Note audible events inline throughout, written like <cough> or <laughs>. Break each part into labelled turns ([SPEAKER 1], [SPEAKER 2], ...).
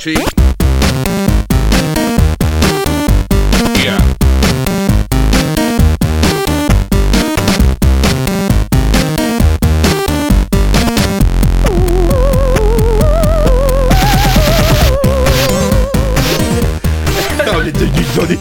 [SPEAKER 1] <laughs>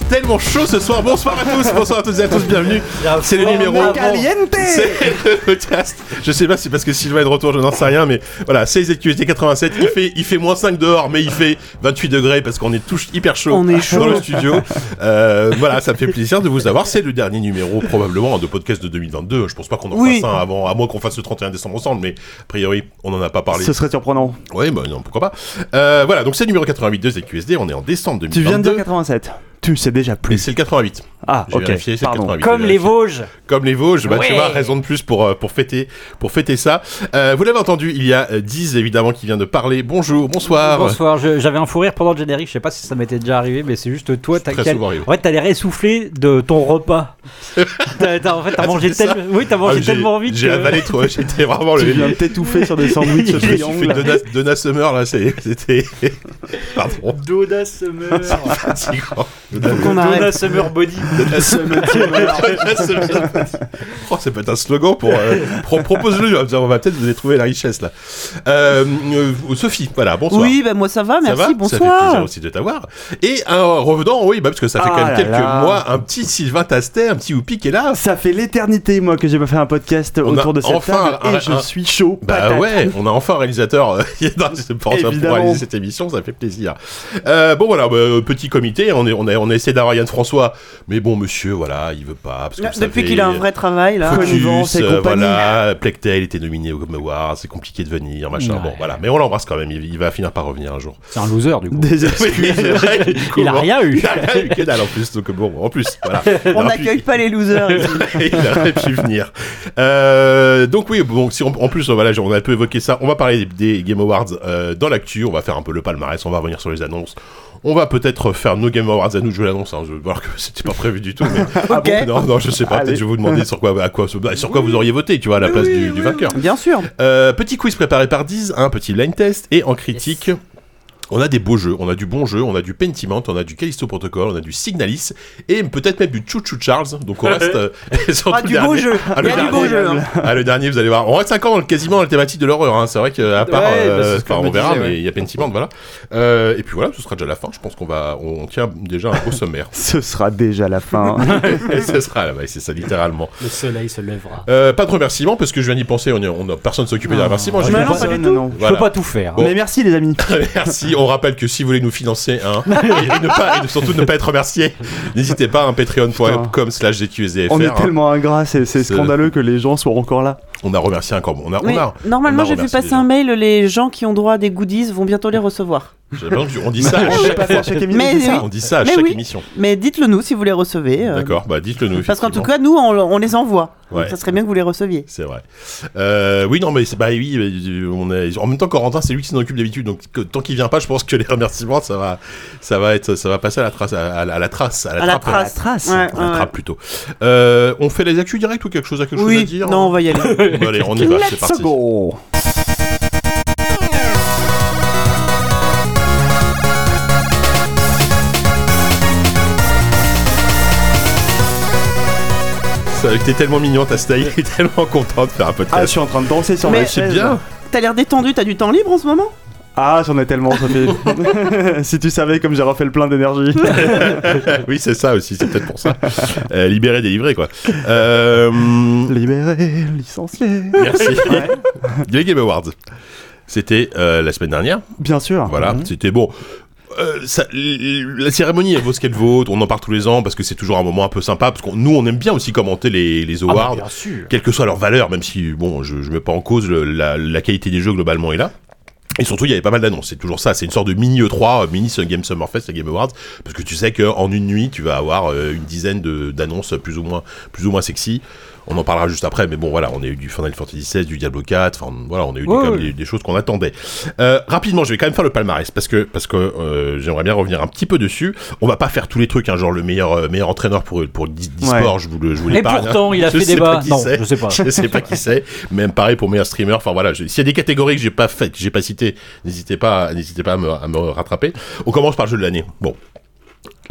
[SPEAKER 1] tellement chaud ce soir. Ah, Bonsoir à tous, bonsoir à toutes et à tous, bienvenue. C'est le numéro.
[SPEAKER 2] Caliente
[SPEAKER 1] <laughs> C'est le podcast. Je sais pas si parce que Sylvain est de retour, je n'en sais rien, mais voilà, c'est ZQST 87. Il fait, il fait moins 5 dehors, mais il fait 28 degrés parce qu'on est tous hyper chaud,
[SPEAKER 2] On est
[SPEAKER 1] dans
[SPEAKER 2] chaud.
[SPEAKER 1] le studio. Euh, voilà, ça me fait plaisir de vous avoir. C'est le dernier numéro, probablement, hein, de podcast de 2022. Je pense pas qu'on en
[SPEAKER 2] Oui.
[SPEAKER 1] fasse un avant, à moins qu'on fasse le 31 décembre ensemble, mais a priori, on n'en a pas parlé.
[SPEAKER 3] Ce serait surprenant.
[SPEAKER 1] Oui, bah non, pourquoi pas. Euh, voilà, donc c'est le numéro 88 de ZQSD. On est en décembre 2022.
[SPEAKER 3] Tu viens de dire 87. Tu sais déjà
[SPEAKER 1] Et
[SPEAKER 3] plus.
[SPEAKER 1] c'est le 88.
[SPEAKER 3] Ah,
[SPEAKER 1] J'ai
[SPEAKER 3] ok.
[SPEAKER 1] vérifié, c'est le
[SPEAKER 3] Pardon.
[SPEAKER 1] 88.
[SPEAKER 4] Comme
[SPEAKER 1] j'ai
[SPEAKER 4] les
[SPEAKER 1] vérifié.
[SPEAKER 4] Vosges.
[SPEAKER 1] Comme les Vosges, bah, tu
[SPEAKER 4] Ouais.
[SPEAKER 1] vois, raison de plus pour, euh, pour, fêter, pour fêter ça. Euh, vous l'avez entendu, il y a euh, 10 évidemment qui vient de parler. Bonjour, bonsoir.
[SPEAKER 4] Bonsoir, je- j'avais un fou rire pendant le générique, je sais pas si ça m'était déjà arrivé, mais c'est juste toi, t'as
[SPEAKER 1] très
[SPEAKER 4] quel-
[SPEAKER 1] souvent arrivé.
[SPEAKER 4] En fait, t'as l'air essoufflé de
[SPEAKER 1] <laughs>
[SPEAKER 4] ton repas. T'as- t'as- en fait, t'as
[SPEAKER 1] Ah,
[SPEAKER 4] mangé,
[SPEAKER 1] c'était
[SPEAKER 4] tel... oui, t'as
[SPEAKER 1] Ah,
[SPEAKER 4] mangé
[SPEAKER 1] j'ai-
[SPEAKER 4] tellement vite.
[SPEAKER 1] J'ai
[SPEAKER 4] que-
[SPEAKER 1] avalé trop, <laughs> j'étais vraiment le.
[SPEAKER 3] Tu viens de t'étouffer sur
[SPEAKER 1] <laughs>
[SPEAKER 3] des sandwichs <laughs>
[SPEAKER 1] Je me suis fait
[SPEAKER 3] triangles.
[SPEAKER 1] Donna, Donna Summer là, c'est- c'était. <laughs>
[SPEAKER 4] <laughs>
[SPEAKER 1] Pardon.
[SPEAKER 4] Doda <laughs> Summer.
[SPEAKER 1] Ah, fatigant.
[SPEAKER 2] qu'on arrête.
[SPEAKER 4] Summer <laughs> Body.
[SPEAKER 1] Donna <laughs> Summer. Donna Summer. Oh, ça peut être un slogan pour. euh, pro- Propose-le, on va peut-être vous avez trouvé la richesse là. Euh, euh, Sophie, voilà, bonsoir.
[SPEAKER 2] Oui, bah moi ça va, merci,
[SPEAKER 1] ça va Ça fait plaisir
[SPEAKER 2] bonsoir.
[SPEAKER 1] aussi de t'avoir. Et en revenant, oui, bah, parce que ça fait
[SPEAKER 3] Ah
[SPEAKER 1] quand même
[SPEAKER 3] là
[SPEAKER 1] quelques
[SPEAKER 3] là.
[SPEAKER 1] mois, un petit Sylvain Tastet, un petit Oupi qui est là.
[SPEAKER 3] Ça fait l'éternité, moi, que j'ai pas fait un podcast
[SPEAKER 1] On a
[SPEAKER 3] autour de cette
[SPEAKER 1] enfin
[SPEAKER 3] table.
[SPEAKER 1] un-
[SPEAKER 3] et je
[SPEAKER 1] un-
[SPEAKER 3] suis chaud.
[SPEAKER 1] Bah
[SPEAKER 3] patate.
[SPEAKER 1] ouais, on a enfin un réalisateur euh, <laughs> qui est dans ce- pour, pour
[SPEAKER 3] Évidemment.
[SPEAKER 1] réaliser cette émission, ça fait plaisir. Euh, bon voilà, bah, euh, petit comité, on, est, on, a, on a essayé d'avoir Yann François, mais bon monsieur, voilà, il veut pas. Parce que vous
[SPEAKER 2] Depuis
[SPEAKER 1] savez,
[SPEAKER 2] qu'il a un vrai travail là.
[SPEAKER 3] Faut- connivence
[SPEAKER 1] Focus,
[SPEAKER 3] et
[SPEAKER 1] euh,
[SPEAKER 3] compagnie.
[SPEAKER 1] voilà, Plectel était nominé au Game Awards, c'est compliqué de venir, machin.
[SPEAKER 4] Ouais.
[SPEAKER 1] Bon voilà, mais on l'embrasse quand même, il, il va finir par revenir un jour.
[SPEAKER 4] C'est un loser du coup.
[SPEAKER 3] Des
[SPEAKER 1] Oui, c'est vrai, du coup,
[SPEAKER 4] <laughs> Il a
[SPEAKER 1] bon.
[SPEAKER 4] rien eu.
[SPEAKER 1] Il a rien eu que dalle en plus, donc bon, en plus, voilà.
[SPEAKER 2] On
[SPEAKER 1] Alors, puis-
[SPEAKER 2] n'accueille pas les losers. ici.
[SPEAKER 1] <laughs> il aurait pu venir. Euh, donc oui, bon, si on- en plus, euh, voilà, on a un peu évoqué ça. On va parler des, des Game Awards euh, dans l'actu. On va faire un peu le palmarès. On va revenir sur les annonces. On va peut-être faire nos Game Awards à nous. Je vous l'annonce. Hein, je vais voir que <laughs> c'était pas prévu du tout. Mais...
[SPEAKER 2] Ok.
[SPEAKER 1] non, non, je sais pas. Peut-être
[SPEAKER 3] Allez.
[SPEAKER 1] je vais vous demander sur quoi, à quoi, sur quoi vous auriez voté, tu vois, à la place du, du vainqueur.
[SPEAKER 2] Bien sûr.
[SPEAKER 1] Euh, petit quiz préparé par Diz, un petit line test et en critique. On a des beaux jeux, on a du bon jeu, on a du Pentiment, on a du Callisto Protocol, on a du Signalis et peut-être même du Chou Chou Charles. Donc on reste euh, <laughs> sur
[SPEAKER 2] Ah,
[SPEAKER 1] tout
[SPEAKER 2] du
[SPEAKER 1] dernier.
[SPEAKER 2] beau jeu.
[SPEAKER 1] Ah,
[SPEAKER 2] Il
[SPEAKER 1] le
[SPEAKER 2] y a du beau
[SPEAKER 1] dernier.
[SPEAKER 2] jeu. hein.
[SPEAKER 1] Ah, le dernier, vous allez voir. On reste encore dans le- quasiment dans la thématique de l'horreur. hein. C'est vrai qu'à part,
[SPEAKER 5] bah,
[SPEAKER 1] euh,
[SPEAKER 5] c'est ce que
[SPEAKER 1] enfin,
[SPEAKER 5] je me
[SPEAKER 1] on verra,
[SPEAKER 5] disais, ouais.
[SPEAKER 1] mais il y a Pentiment, voilà. Euh, et puis voilà, ce sera déjà la fin. Je pense qu'on va, on tient déjà un
[SPEAKER 2] <laughs>
[SPEAKER 1] gros sommaire.
[SPEAKER 3] Ce sera déjà la fin.
[SPEAKER 1] et <laughs> ce sera là, bah, c'est ça littéralement.
[SPEAKER 4] Le soleil se lèvera.
[SPEAKER 1] Euh, pas de remerciements parce que je viens d'y penser. On, est- on, a- personne s'occupait des
[SPEAKER 4] Ah.
[SPEAKER 1] remerciements. j'ai
[SPEAKER 2] Mais
[SPEAKER 1] vu.
[SPEAKER 2] non, pas du tout.
[SPEAKER 1] Voilà.
[SPEAKER 4] Je peux pas tout faire.
[SPEAKER 1] Bon.
[SPEAKER 3] Mais merci, les amis.
[SPEAKER 1] Merci. On rappelle que si vous voulez nous financer,
[SPEAKER 2] <laughs>
[SPEAKER 1] hein, et, et ne pas, et surtout ne pas être remercié, n'hésitez pas hein, à patreon.com slash ZQSDFR,
[SPEAKER 3] On
[SPEAKER 1] hein.
[SPEAKER 3] est tellement ingrats, c'est c'est
[SPEAKER 1] C'est-
[SPEAKER 3] scandaleux que les gens soient encore là.
[SPEAKER 1] On a remercié encore. On a,
[SPEAKER 2] Oui.
[SPEAKER 1] on a.
[SPEAKER 2] Normalement,
[SPEAKER 1] on a
[SPEAKER 2] j'ai vu
[SPEAKER 1] remercié les
[SPEAKER 2] passer un mail. Les gens qui ont droit à des goodies vont bientôt les recevoir.
[SPEAKER 1] J'ai l'impression que On dit ça. à
[SPEAKER 3] On l'a
[SPEAKER 1] chaque
[SPEAKER 3] pas fait à chaque émission,
[SPEAKER 2] Mais
[SPEAKER 3] c'est ça
[SPEAKER 2] oui.
[SPEAKER 1] On dit ça à
[SPEAKER 2] Mais
[SPEAKER 1] chaque
[SPEAKER 2] oui.
[SPEAKER 1] émission.
[SPEAKER 2] Mais dites-le nous si vous les recevez. euh,
[SPEAKER 1] D'accord. Bah dites-le nous.
[SPEAKER 2] Parce qu'en tout
[SPEAKER 1] effectivement.
[SPEAKER 2] cas, nous, on, on les envoie. Donc,
[SPEAKER 1] Ouais.
[SPEAKER 2] ça serait bien que vous les receviez.
[SPEAKER 1] C'est vrai. Euh, oui, non, mais c'est bah oui, euh, on est en même temps Corentin, c'est lui qui s'en occupe d'habitude, donc que- tant qu'il vient pas, je pense que les remerciements, ça va, ça va être, ça va passer à la trace, à, la- à la trace, à la
[SPEAKER 2] À la
[SPEAKER 1] trappe,
[SPEAKER 2] trace.
[SPEAKER 3] trace.
[SPEAKER 2] Ouais,
[SPEAKER 1] à la
[SPEAKER 2] ouais.
[SPEAKER 1] trappe plutôt. Euh, on fait les actus directs ou quelque chose à quelque chose à
[SPEAKER 2] Oui,
[SPEAKER 1] dire hein.
[SPEAKER 2] non, on va y aller.
[SPEAKER 1] <laughs> Bon, allez, on y va, bah, c'est
[SPEAKER 3] Let's
[SPEAKER 1] parti.
[SPEAKER 3] go.
[SPEAKER 1] Ça, T'es tellement mignon, t'as
[SPEAKER 3] <laughs>
[SPEAKER 1] Staï, t'es tellement content de faire un
[SPEAKER 3] Ah, je
[SPEAKER 1] podcast.
[SPEAKER 3] suis en train de danser sur
[SPEAKER 2] Mais-
[SPEAKER 3] ma
[SPEAKER 1] c'est
[SPEAKER 3] chaise.
[SPEAKER 1] bien.
[SPEAKER 2] T'as l'air détendu, t'as du temps libre en ce moment
[SPEAKER 3] Ah, j'en ai tellement, Sophie. <laughs> si tu savais comme j'ai refait le plein d'énergie. Ah,
[SPEAKER 1] oui, c'est ça aussi, c'est peut-être pour ça. Euh, libéré, délivré, quoi. Euh,
[SPEAKER 3] <laughs> Libéré, licencié.
[SPEAKER 1] merci. Les Game Awards. C'était euh, la semaine dernière.
[SPEAKER 3] Bien sûr. Mmh.
[SPEAKER 1] Voilà,
[SPEAKER 4] Mhm.
[SPEAKER 1] c'était bon. Euh, ça- l- l- la cérémonie, elle vaut ce qu'elle vaut. On en parle tous les ans parce que c'est toujours un moment un peu sympa. Parce que nous, on aime bien aussi commenter les, les
[SPEAKER 4] Ah, bah,
[SPEAKER 1] awards,
[SPEAKER 4] bien sûr.
[SPEAKER 1] quelle que soit leur valeur, même si, bon, je ne mets pas en cause le- la, la qualité des jeux globalement est là. Et surtout, il y avait pas mal d'annonces. C'est toujours ça. C'est une sorte de mini E3, euh, mini Game Summer Fest, la Game Awards. Parce que tu sais qu'en une nuit, tu vas avoir euh, une dizaine de- d'annonces plus ou moins, plus ou moins sexy. On en parlera juste après, mais bon, voilà, on a eu du Final Fantasy XVI, du Diablo 4, enfin, voilà, on a eu des-
[SPEAKER 4] Ouais,
[SPEAKER 1] quand même
[SPEAKER 4] ouais.
[SPEAKER 1] des, des choses qu'on attendait. Euh, rapidement, je vais quand même faire le palmarès parce que parce que euh, j'aimerais bien revenir un petit peu dessus. On va pas faire tous les trucs, hein, genre le meilleur euh, meilleur entraîneur pour pour d- d'e-sport, je vous le je vous
[SPEAKER 4] Et
[SPEAKER 1] l'épargne,
[SPEAKER 4] pourtant,
[SPEAKER 1] hein.
[SPEAKER 4] il a
[SPEAKER 1] Je
[SPEAKER 4] fait
[SPEAKER 1] sais pas
[SPEAKER 4] débat.
[SPEAKER 1] qui
[SPEAKER 4] Non,
[SPEAKER 1] c'est.
[SPEAKER 4] je sais
[SPEAKER 1] <laughs>
[SPEAKER 4] pas.
[SPEAKER 1] Je sais pas qui c'est. Même pareil pour meilleur streamer. Enfin voilà, je- s'il y a des catégories que j'ai pas faites, que j'ai pas citées, n'hésitez pas, à- n'hésitez pas à me, à me rattraper. On commence par le jeu de l'année. Bon,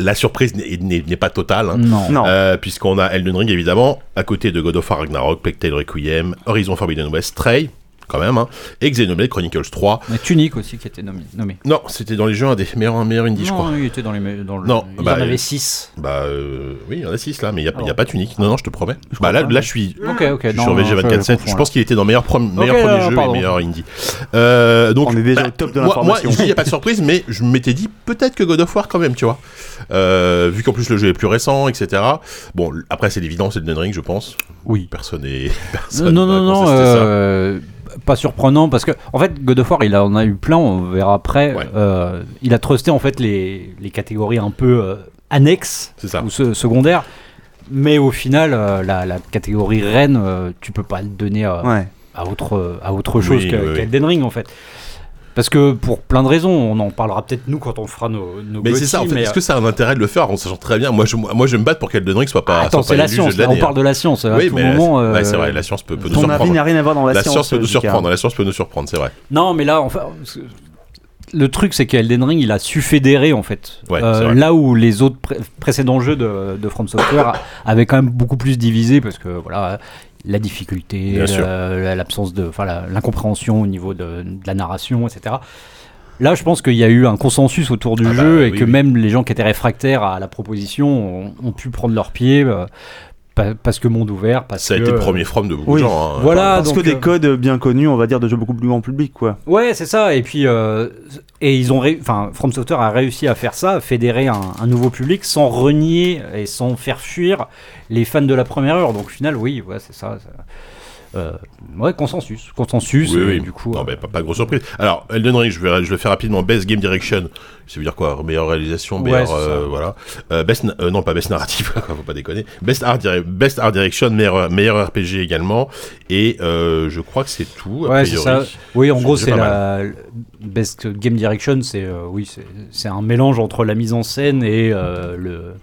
[SPEAKER 1] la surprise n'est- n'est n'est pas totale. hein.
[SPEAKER 4] Non.
[SPEAKER 3] Non.
[SPEAKER 1] Euh, puisqu'on a Elden Ring évidemment, à côté de God of War Ragnarok, Plague Tale Requiem, Horizon Forbidden West, Stray, quand même, hein, et Xenoblade Chronicles 3.
[SPEAKER 4] Mais Tunic aussi qui était nommé. nommé.
[SPEAKER 1] Non, c'était dans les jeux indés, meilleur, meilleur indie, je
[SPEAKER 4] non,
[SPEAKER 1] crois.
[SPEAKER 4] il était dans les. me- Dans le...
[SPEAKER 1] Non,
[SPEAKER 4] il
[SPEAKER 1] bah,
[SPEAKER 4] y en
[SPEAKER 1] euh,
[SPEAKER 4] avait 6.
[SPEAKER 1] Bah euh, oui, il y en a 6 là, mais il n'y a, il y a
[SPEAKER 4] Alors.
[SPEAKER 1] pas Tunic. Non, non, je te promets. Bah
[SPEAKER 4] crois
[SPEAKER 1] là,
[SPEAKER 4] pas.
[SPEAKER 1] là, je suis,
[SPEAKER 4] Ok, ok.
[SPEAKER 1] je suis
[SPEAKER 4] non,
[SPEAKER 1] sur
[SPEAKER 4] non,
[SPEAKER 1] VG
[SPEAKER 4] ça,
[SPEAKER 1] 24 7
[SPEAKER 4] confonds,
[SPEAKER 1] Je
[SPEAKER 4] là.
[SPEAKER 1] pense qu'il était dans meilleur, prom- meilleur
[SPEAKER 4] euh,
[SPEAKER 1] premier jeu
[SPEAKER 4] pardon.
[SPEAKER 1] et meilleur indie. Euh, donc,
[SPEAKER 3] On est déjà
[SPEAKER 1] bah,
[SPEAKER 3] au top de
[SPEAKER 1] moi- Moi,
[SPEAKER 3] l'information.
[SPEAKER 1] je dis, il n'y a pas de surprise, mais je m'étais dit peut-être que God of War quand même, tu vois. Euh, vu qu'en plus le jeu est plus récent, etc. Bon, l- après, c'est l'évidence, c'est Elden Ring, je pense.
[SPEAKER 4] Oui.
[SPEAKER 1] Personne n'est. <laughs>
[SPEAKER 4] Non,
[SPEAKER 1] personne
[SPEAKER 4] non,
[SPEAKER 1] n'a
[SPEAKER 4] non, non,
[SPEAKER 1] contesté ça.
[SPEAKER 4] euh, pas surprenant parce que en fait God of War il en a eu plein, on verra après.
[SPEAKER 1] Ouais.
[SPEAKER 4] Euh, il a trusté en fait les, les catégories un peu euh, annexes
[SPEAKER 1] C'est ça.
[SPEAKER 4] ou se- secondaires, mais au final euh, la, la catégorie reine euh, tu peux pas le donner à,
[SPEAKER 3] Ouais.
[SPEAKER 4] à autre à autre chose
[SPEAKER 1] Oui,
[SPEAKER 4] qu'à
[SPEAKER 1] oui, oui.
[SPEAKER 4] qu'à Elden Ring en fait. Parce que pour plein de raisons, on en parlera peut-être nous quand on fera nos, nos
[SPEAKER 1] Mais c'est
[SPEAKER 4] GOTY,
[SPEAKER 1] ça, en fait.
[SPEAKER 4] mais, euh,
[SPEAKER 1] Est-ce que ça a un intérêt de le faire On sachant très bien. Moi, je, moi, je vais me battre pour qu'Elden Ring soit pas.
[SPEAKER 4] Ah, Attends,
[SPEAKER 1] soit
[SPEAKER 4] c'est
[SPEAKER 1] pas
[SPEAKER 4] la
[SPEAKER 1] élu jeu
[SPEAKER 4] science.
[SPEAKER 1] de
[SPEAKER 4] là, on
[SPEAKER 1] l'année, hein.
[SPEAKER 4] parle de la science. à tout moment,
[SPEAKER 1] la- ouais,
[SPEAKER 4] euh,
[SPEAKER 1] c'est vrai, la science peut, peut nous
[SPEAKER 3] Ton avis
[SPEAKER 1] surprendre.
[SPEAKER 3] n'a rien à voir dans la,
[SPEAKER 1] La science peut nous
[SPEAKER 3] euh, JK.
[SPEAKER 1] surprendre. La science peut nous surprendre, c'est vrai.
[SPEAKER 4] Non, mais là, enfin, le truc, c'est qu'Elden Ring, il a su fédérer, en fait.
[SPEAKER 1] Ouais,
[SPEAKER 4] Euh,
[SPEAKER 1] c'est vrai.
[SPEAKER 4] là où les autres pré- précédents jeux de, de From Software avaient quand même beaucoup plus divisé, parce que, voilà, la difficulté, euh,
[SPEAKER 1] Bien sûr.
[SPEAKER 4] la- l'absence de. Enfin, la- l'incompréhension au niveau de, de la narration, etc. Là, je pense qu'il y a eu un consensus autour du
[SPEAKER 1] Ah bah,
[SPEAKER 4] jeu et
[SPEAKER 1] oui,
[SPEAKER 4] que
[SPEAKER 1] oui.
[SPEAKER 4] même les gens qui étaient réfractaires à la proposition ont, ont pu prendre leur pied euh, pa- parce que monde ouvert, parce
[SPEAKER 1] Ça a
[SPEAKER 4] que,
[SPEAKER 1] été le
[SPEAKER 4] euh,
[SPEAKER 1] premier from de beaucoup
[SPEAKER 3] oui.
[SPEAKER 1] de gens. hein.
[SPEAKER 4] Voilà,
[SPEAKER 3] Ah, Parce
[SPEAKER 4] donc,
[SPEAKER 3] que des
[SPEAKER 4] euh,
[SPEAKER 3] codes bien connus, on va dire, de jeux beaucoup plus grand public, quoi.
[SPEAKER 4] Ouais, c'est ça. Et puis, euh, et ils ont, ré- enfin, From Software a réussi à faire ça, à fédérer un, un nouveau public sans renier et sans faire fuir les fans de la première heure. Donc, au final, oui, ouais, c'est ça. ça. Euh, ouais, consensus, consensus.
[SPEAKER 1] Oui,
[SPEAKER 4] et
[SPEAKER 1] oui.
[SPEAKER 4] Du coup,
[SPEAKER 1] Non,
[SPEAKER 4] euh,
[SPEAKER 1] mais pas, pas grosse surprise. Alors, Elden Ring, je vais, je le fais rapidement. Best Game Direction, ça veut dire quoi Meilleure réalisation,
[SPEAKER 4] Ouais,
[SPEAKER 1] meilleure.
[SPEAKER 4] c'est ça.
[SPEAKER 1] euh, voilà. Euh, best, na- euh, non, pas Best Narrative, <laughs> quoi, faut pas déconner. Best Art, Dire- best art Direction, meilleur, meilleur RPG également. Et euh, je crois que c'est tout. a
[SPEAKER 4] ouais, c'est ça.
[SPEAKER 1] priori.
[SPEAKER 4] Oui, en
[SPEAKER 1] C'est
[SPEAKER 4] gros,
[SPEAKER 1] déjà
[SPEAKER 4] c'est
[SPEAKER 1] pas
[SPEAKER 4] la Best Game Direction. C'est euh, oui, c'est- c'est un mélange entre la mise en scène et euh, le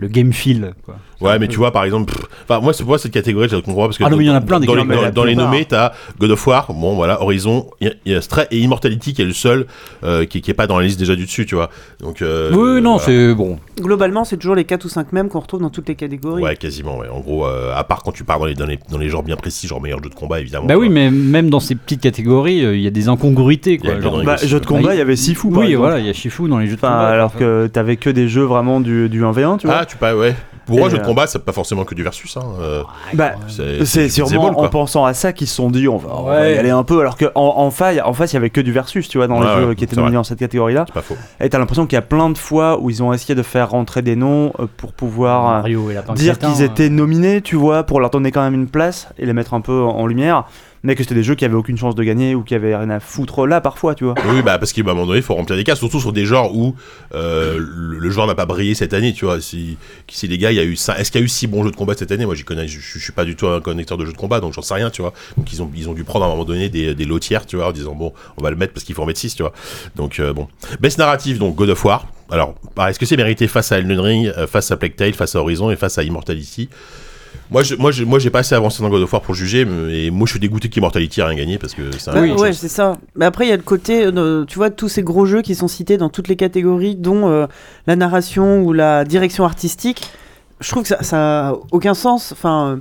[SPEAKER 4] le game feel. Quoi.
[SPEAKER 1] Ouais, mais tu vois, par exemple, pff, enfin, moi, c'est pour moi, cette catégorie, je la comprends pas parce que.
[SPEAKER 4] Ah non, mais il y en a plein des
[SPEAKER 1] Dans les,
[SPEAKER 4] catégories,
[SPEAKER 1] dans,
[SPEAKER 4] la
[SPEAKER 1] dans les
[SPEAKER 4] plupart.
[SPEAKER 1] nommés, t'as God of War, bon, voilà, Horizon, il y a- il y a Stray et Immortality qui est le seul euh, qui, qui est pas dans la liste déjà du dessus, tu vois. Donc, euh,
[SPEAKER 4] oui, non,
[SPEAKER 1] voilà.
[SPEAKER 4] c'est bon.
[SPEAKER 2] Globalement, c'est toujours les 4 ou 5 mêmes qu'on retrouve dans toutes les catégories.
[SPEAKER 1] Ouais, quasiment, ouais. En gros, euh, à part quand tu pars dans les, dans les, dans les genres bien précis, genre meilleur jeu de combat, évidemment.
[SPEAKER 4] Bah
[SPEAKER 1] tu
[SPEAKER 4] oui,
[SPEAKER 1] vois.
[SPEAKER 4] mais même dans ces petites catégories, euh, il y a des incongruités.
[SPEAKER 1] Il y a
[SPEAKER 4] Quoi,
[SPEAKER 1] Elden
[SPEAKER 4] genre,
[SPEAKER 1] Ring
[SPEAKER 3] Bah,
[SPEAKER 1] aussi,
[SPEAKER 3] jeu de
[SPEAKER 1] ouais.
[SPEAKER 3] combat, il y avait six fous, par
[SPEAKER 4] oui,
[SPEAKER 3] exemple.
[SPEAKER 4] voilà, il y a Shifu dans les jeux de
[SPEAKER 3] Enfin,
[SPEAKER 4] combat.
[SPEAKER 3] alors
[SPEAKER 4] parfois.
[SPEAKER 3] que t'avais que des jeux vraiment du, du 1v1, tu vois.
[SPEAKER 1] Ah, tu pas, ouais. Pour moi,
[SPEAKER 3] Et,
[SPEAKER 1] jeu de
[SPEAKER 3] euh,
[SPEAKER 1] combat, c'est pas forcément que du versus, hein. euh,
[SPEAKER 3] bah,
[SPEAKER 1] c'est
[SPEAKER 3] c'est
[SPEAKER 1] du
[SPEAKER 3] sûrement
[SPEAKER 1] beat'em all,
[SPEAKER 3] en
[SPEAKER 1] quoi.
[SPEAKER 3] pensant à ça qu'ils se sont dit, on va, on va
[SPEAKER 4] Ouais.
[SPEAKER 3] y aller un peu, alors qu'en en, en faille- en face, il y avait que du versus, tu vois, dans
[SPEAKER 1] Ouais,
[SPEAKER 3] les jeux
[SPEAKER 1] ouais,
[SPEAKER 3] qui étaient
[SPEAKER 1] c'est
[SPEAKER 3] nominés dans cette catégorie-là.
[SPEAKER 1] C'est pas faux.
[SPEAKER 3] Et t'as l'impression qu'il y a plein de fois où ils ont essayé de faire rentrer des noms euh, pour pouvoir euh,
[SPEAKER 4] Mario et Lapin
[SPEAKER 3] dire
[SPEAKER 4] Crétin,
[SPEAKER 3] qu'ils
[SPEAKER 4] euh,
[SPEAKER 1] hein.
[SPEAKER 3] étaient nominés, tu vois, pour leur donner quand même une place et les mettre un peu en, en lumière, mais que c'était des jeux qui avaient aucune chance de gagner ou qui avaient rien à foutre là parfois, tu vois.
[SPEAKER 1] Oui, bah parce qu'à un moment donné, il faut remplir des cases, surtout sur des genres où euh, le, le genre n'a pas brillé cette année, tu vois. Si, si les gars, il y a eu ça, est-ce qu'il y a eu six bons jeux de combat cette année Moi, j'y connais, je, je suis pas du tout un connecteur de jeux de combat, donc j'en sais rien, tu vois. Donc ils ont, ils ont dû prendre à un moment donné des, des lotières, tu vois, en disant bon, on va le mettre parce qu'il faut en mettre six, tu vois. Donc euh, bon, best narrative, donc God of War. Alors, bah, est-ce que c'est mérité face à Elden Ring, euh, face à Plague Tale, face à Horizon et face à Immortality moi, je, moi, je, moi, j'ai pas assez avancé dans God of War pour juger, mais et moi, je suis dégoûté qu'Immortality a rien gagné parce que c'est un
[SPEAKER 2] Bah,
[SPEAKER 1] jeu de
[SPEAKER 2] ouais, c'est ça. Mais après, il y a le côté, euh, tu vois, tous ces gros jeux qui sont cités dans toutes les catégories, dont euh, la narration ou la direction artistique. Je trouve que ça, ça a aucun sens. Enfin,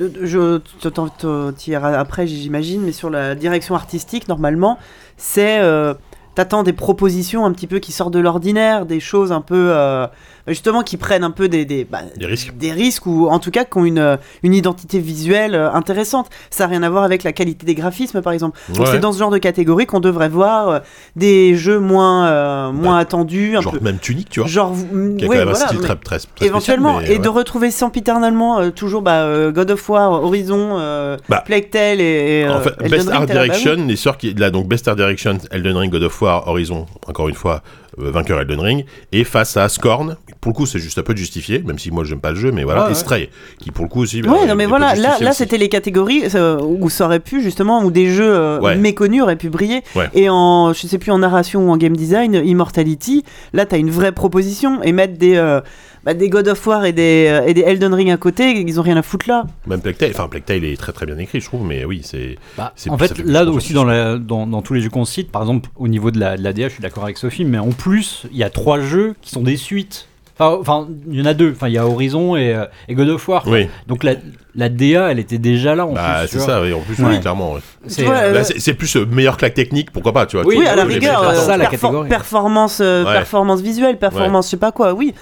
[SPEAKER 2] euh, le- je tu- t'en- t'en- t'y iras après, j'imagine, mais sur la direction artistique, normalement, c'est euh, t'attends des propositions un petit peu qui sortent de l'ordinaire, des choses un peu euh, justement qui prennent un peu des des, bah,
[SPEAKER 1] Des risques.
[SPEAKER 2] des risques ou en tout cas qui ont une euh, une identité visuelle euh, intéressante. Ça n'a rien à voir avec la qualité des graphismes, par exemple. Donc
[SPEAKER 1] Ouais.
[SPEAKER 2] c'est dans ce genre de catégorie qu'on devrait voir euh, des jeux moins, euh, moins attendus, un
[SPEAKER 1] Bah, genre
[SPEAKER 2] peu.
[SPEAKER 1] même Tunic, tu vois.
[SPEAKER 2] Genre, mm,
[SPEAKER 1] qui a
[SPEAKER 2] ouais,
[SPEAKER 1] quand même
[SPEAKER 2] voilà,
[SPEAKER 1] un style
[SPEAKER 2] mais
[SPEAKER 1] très, très, très
[SPEAKER 2] éventuellement,
[SPEAKER 1] spécial, mais,
[SPEAKER 2] et de
[SPEAKER 1] ouais.
[SPEAKER 2] retrouver sempiternellement euh, toujours bah, euh, God of War, Horizon, euh,
[SPEAKER 1] Bah,
[SPEAKER 2] Plague Tale et, et, euh,
[SPEAKER 1] En fait,
[SPEAKER 2] Elden
[SPEAKER 1] Best
[SPEAKER 2] Ring,
[SPEAKER 1] Art
[SPEAKER 2] t'es là, bah oui.
[SPEAKER 1] Direction, les sœurs qui là donc Best Art Direction, Elden Ring, God of War, Horizon, encore une fois euh, vainqueur Elden Ring, et face à Scorn, pour le coup c'est juste un peu justifié, même si moi j'aime pas le jeu, mais voilà,
[SPEAKER 4] Ouais,
[SPEAKER 1] et
[SPEAKER 4] ouais.
[SPEAKER 1] Stray, qui pour le coup aussi. bah,
[SPEAKER 2] Ouais,
[SPEAKER 1] est
[SPEAKER 2] non, mais
[SPEAKER 1] peu
[SPEAKER 2] voilà, là,
[SPEAKER 1] justifié
[SPEAKER 2] là
[SPEAKER 1] aussi.
[SPEAKER 2] c'était les catégories euh, où ça aurait pu justement, où des jeux euh,
[SPEAKER 1] Ouais.
[SPEAKER 2] méconnus auraient pu briller.
[SPEAKER 1] Ouais.
[SPEAKER 2] Et en, je sais plus, en narration ou en game design, Immortality, là t'as une vraie proposition et mettre des, euh, bah, des God of War et des, euh, et des Elden Ring à côté, ils ont rien à foutre là.
[SPEAKER 1] Même Plague Tale, enfin Plague Tale est très très bien écrit, je trouve, mais oui, c'est.
[SPEAKER 4] bah,
[SPEAKER 1] c'est-
[SPEAKER 4] en
[SPEAKER 1] ça
[SPEAKER 4] fait,
[SPEAKER 1] fait plus
[SPEAKER 4] là
[SPEAKER 1] consensus.
[SPEAKER 4] aussi, dans, la- dans, dans tous les jeux qu'on cite, par exemple, au niveau de la, de la DA, je suis d'accord avec Sophie, mais en plus, il y a trois jeux qui sont des suites Enfin, enfin, il y en a deux. Enfin, il y a Horizon et, euh, et God of War. quoi.
[SPEAKER 1] Oui,
[SPEAKER 4] Donc la, la DA, elle était déjà là en
[SPEAKER 1] bah,
[SPEAKER 4] plus. tu
[SPEAKER 1] c'est
[SPEAKER 4] vois.
[SPEAKER 1] ça, oui, en plus,
[SPEAKER 4] Ouais.
[SPEAKER 1] oui, clairement. ouais.
[SPEAKER 4] C'est-
[SPEAKER 2] Tu vois, euh,
[SPEAKER 1] Là, c'est c'est plus euh, meilleur claque technique, pourquoi pas, tu vois.
[SPEAKER 4] Oui,
[SPEAKER 1] tu
[SPEAKER 2] oui, à la
[SPEAKER 1] peux les
[SPEAKER 2] rigueur,
[SPEAKER 1] mettre
[SPEAKER 4] c'est
[SPEAKER 2] euh,
[SPEAKER 1] là-dedans.
[SPEAKER 4] ça, la
[SPEAKER 2] perfor-
[SPEAKER 4] catégorie.
[SPEAKER 2] performance, euh,
[SPEAKER 1] Ouais.
[SPEAKER 2] performance visuelle, performance, je sais pas quoi, oui.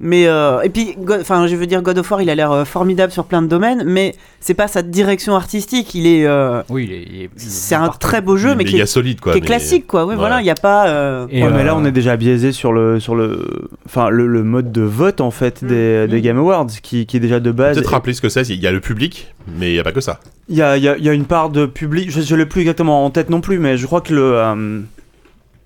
[SPEAKER 2] Mais euh, et puis, Go- enfin, je veux dire, God of War, il a l'air euh, formidable sur plein de domaines, mais c'est pas sa direction artistique. Il est, euh,
[SPEAKER 4] Oui, il est- il est- il est
[SPEAKER 2] c'est un
[SPEAKER 4] parti.
[SPEAKER 2] très beau jeu, mais
[SPEAKER 1] Il est
[SPEAKER 2] qui
[SPEAKER 1] méga
[SPEAKER 2] est,
[SPEAKER 1] solide, quoi.
[SPEAKER 2] qui est
[SPEAKER 1] mais-
[SPEAKER 2] classique, quoi. Oui,
[SPEAKER 1] Ouais.
[SPEAKER 2] voilà, il n'y a pas. euh,
[SPEAKER 4] Et,
[SPEAKER 3] Ouais, mais là,
[SPEAKER 4] euh,
[SPEAKER 3] on est déjà biaisé sur le, sur le, enfin, le, le mode de vote en fait des,
[SPEAKER 2] Mm.
[SPEAKER 3] des Game Awards, qui, qui est déjà de base.
[SPEAKER 2] euh,
[SPEAKER 1] Peut-être rappeler ce que c'est, il y a le public, mais il n'y a pas que ça.
[SPEAKER 3] Il y a, il y a- il y a une part de public. Je, je l'ai plus exactement en tête non plus, mais je crois que le. euh,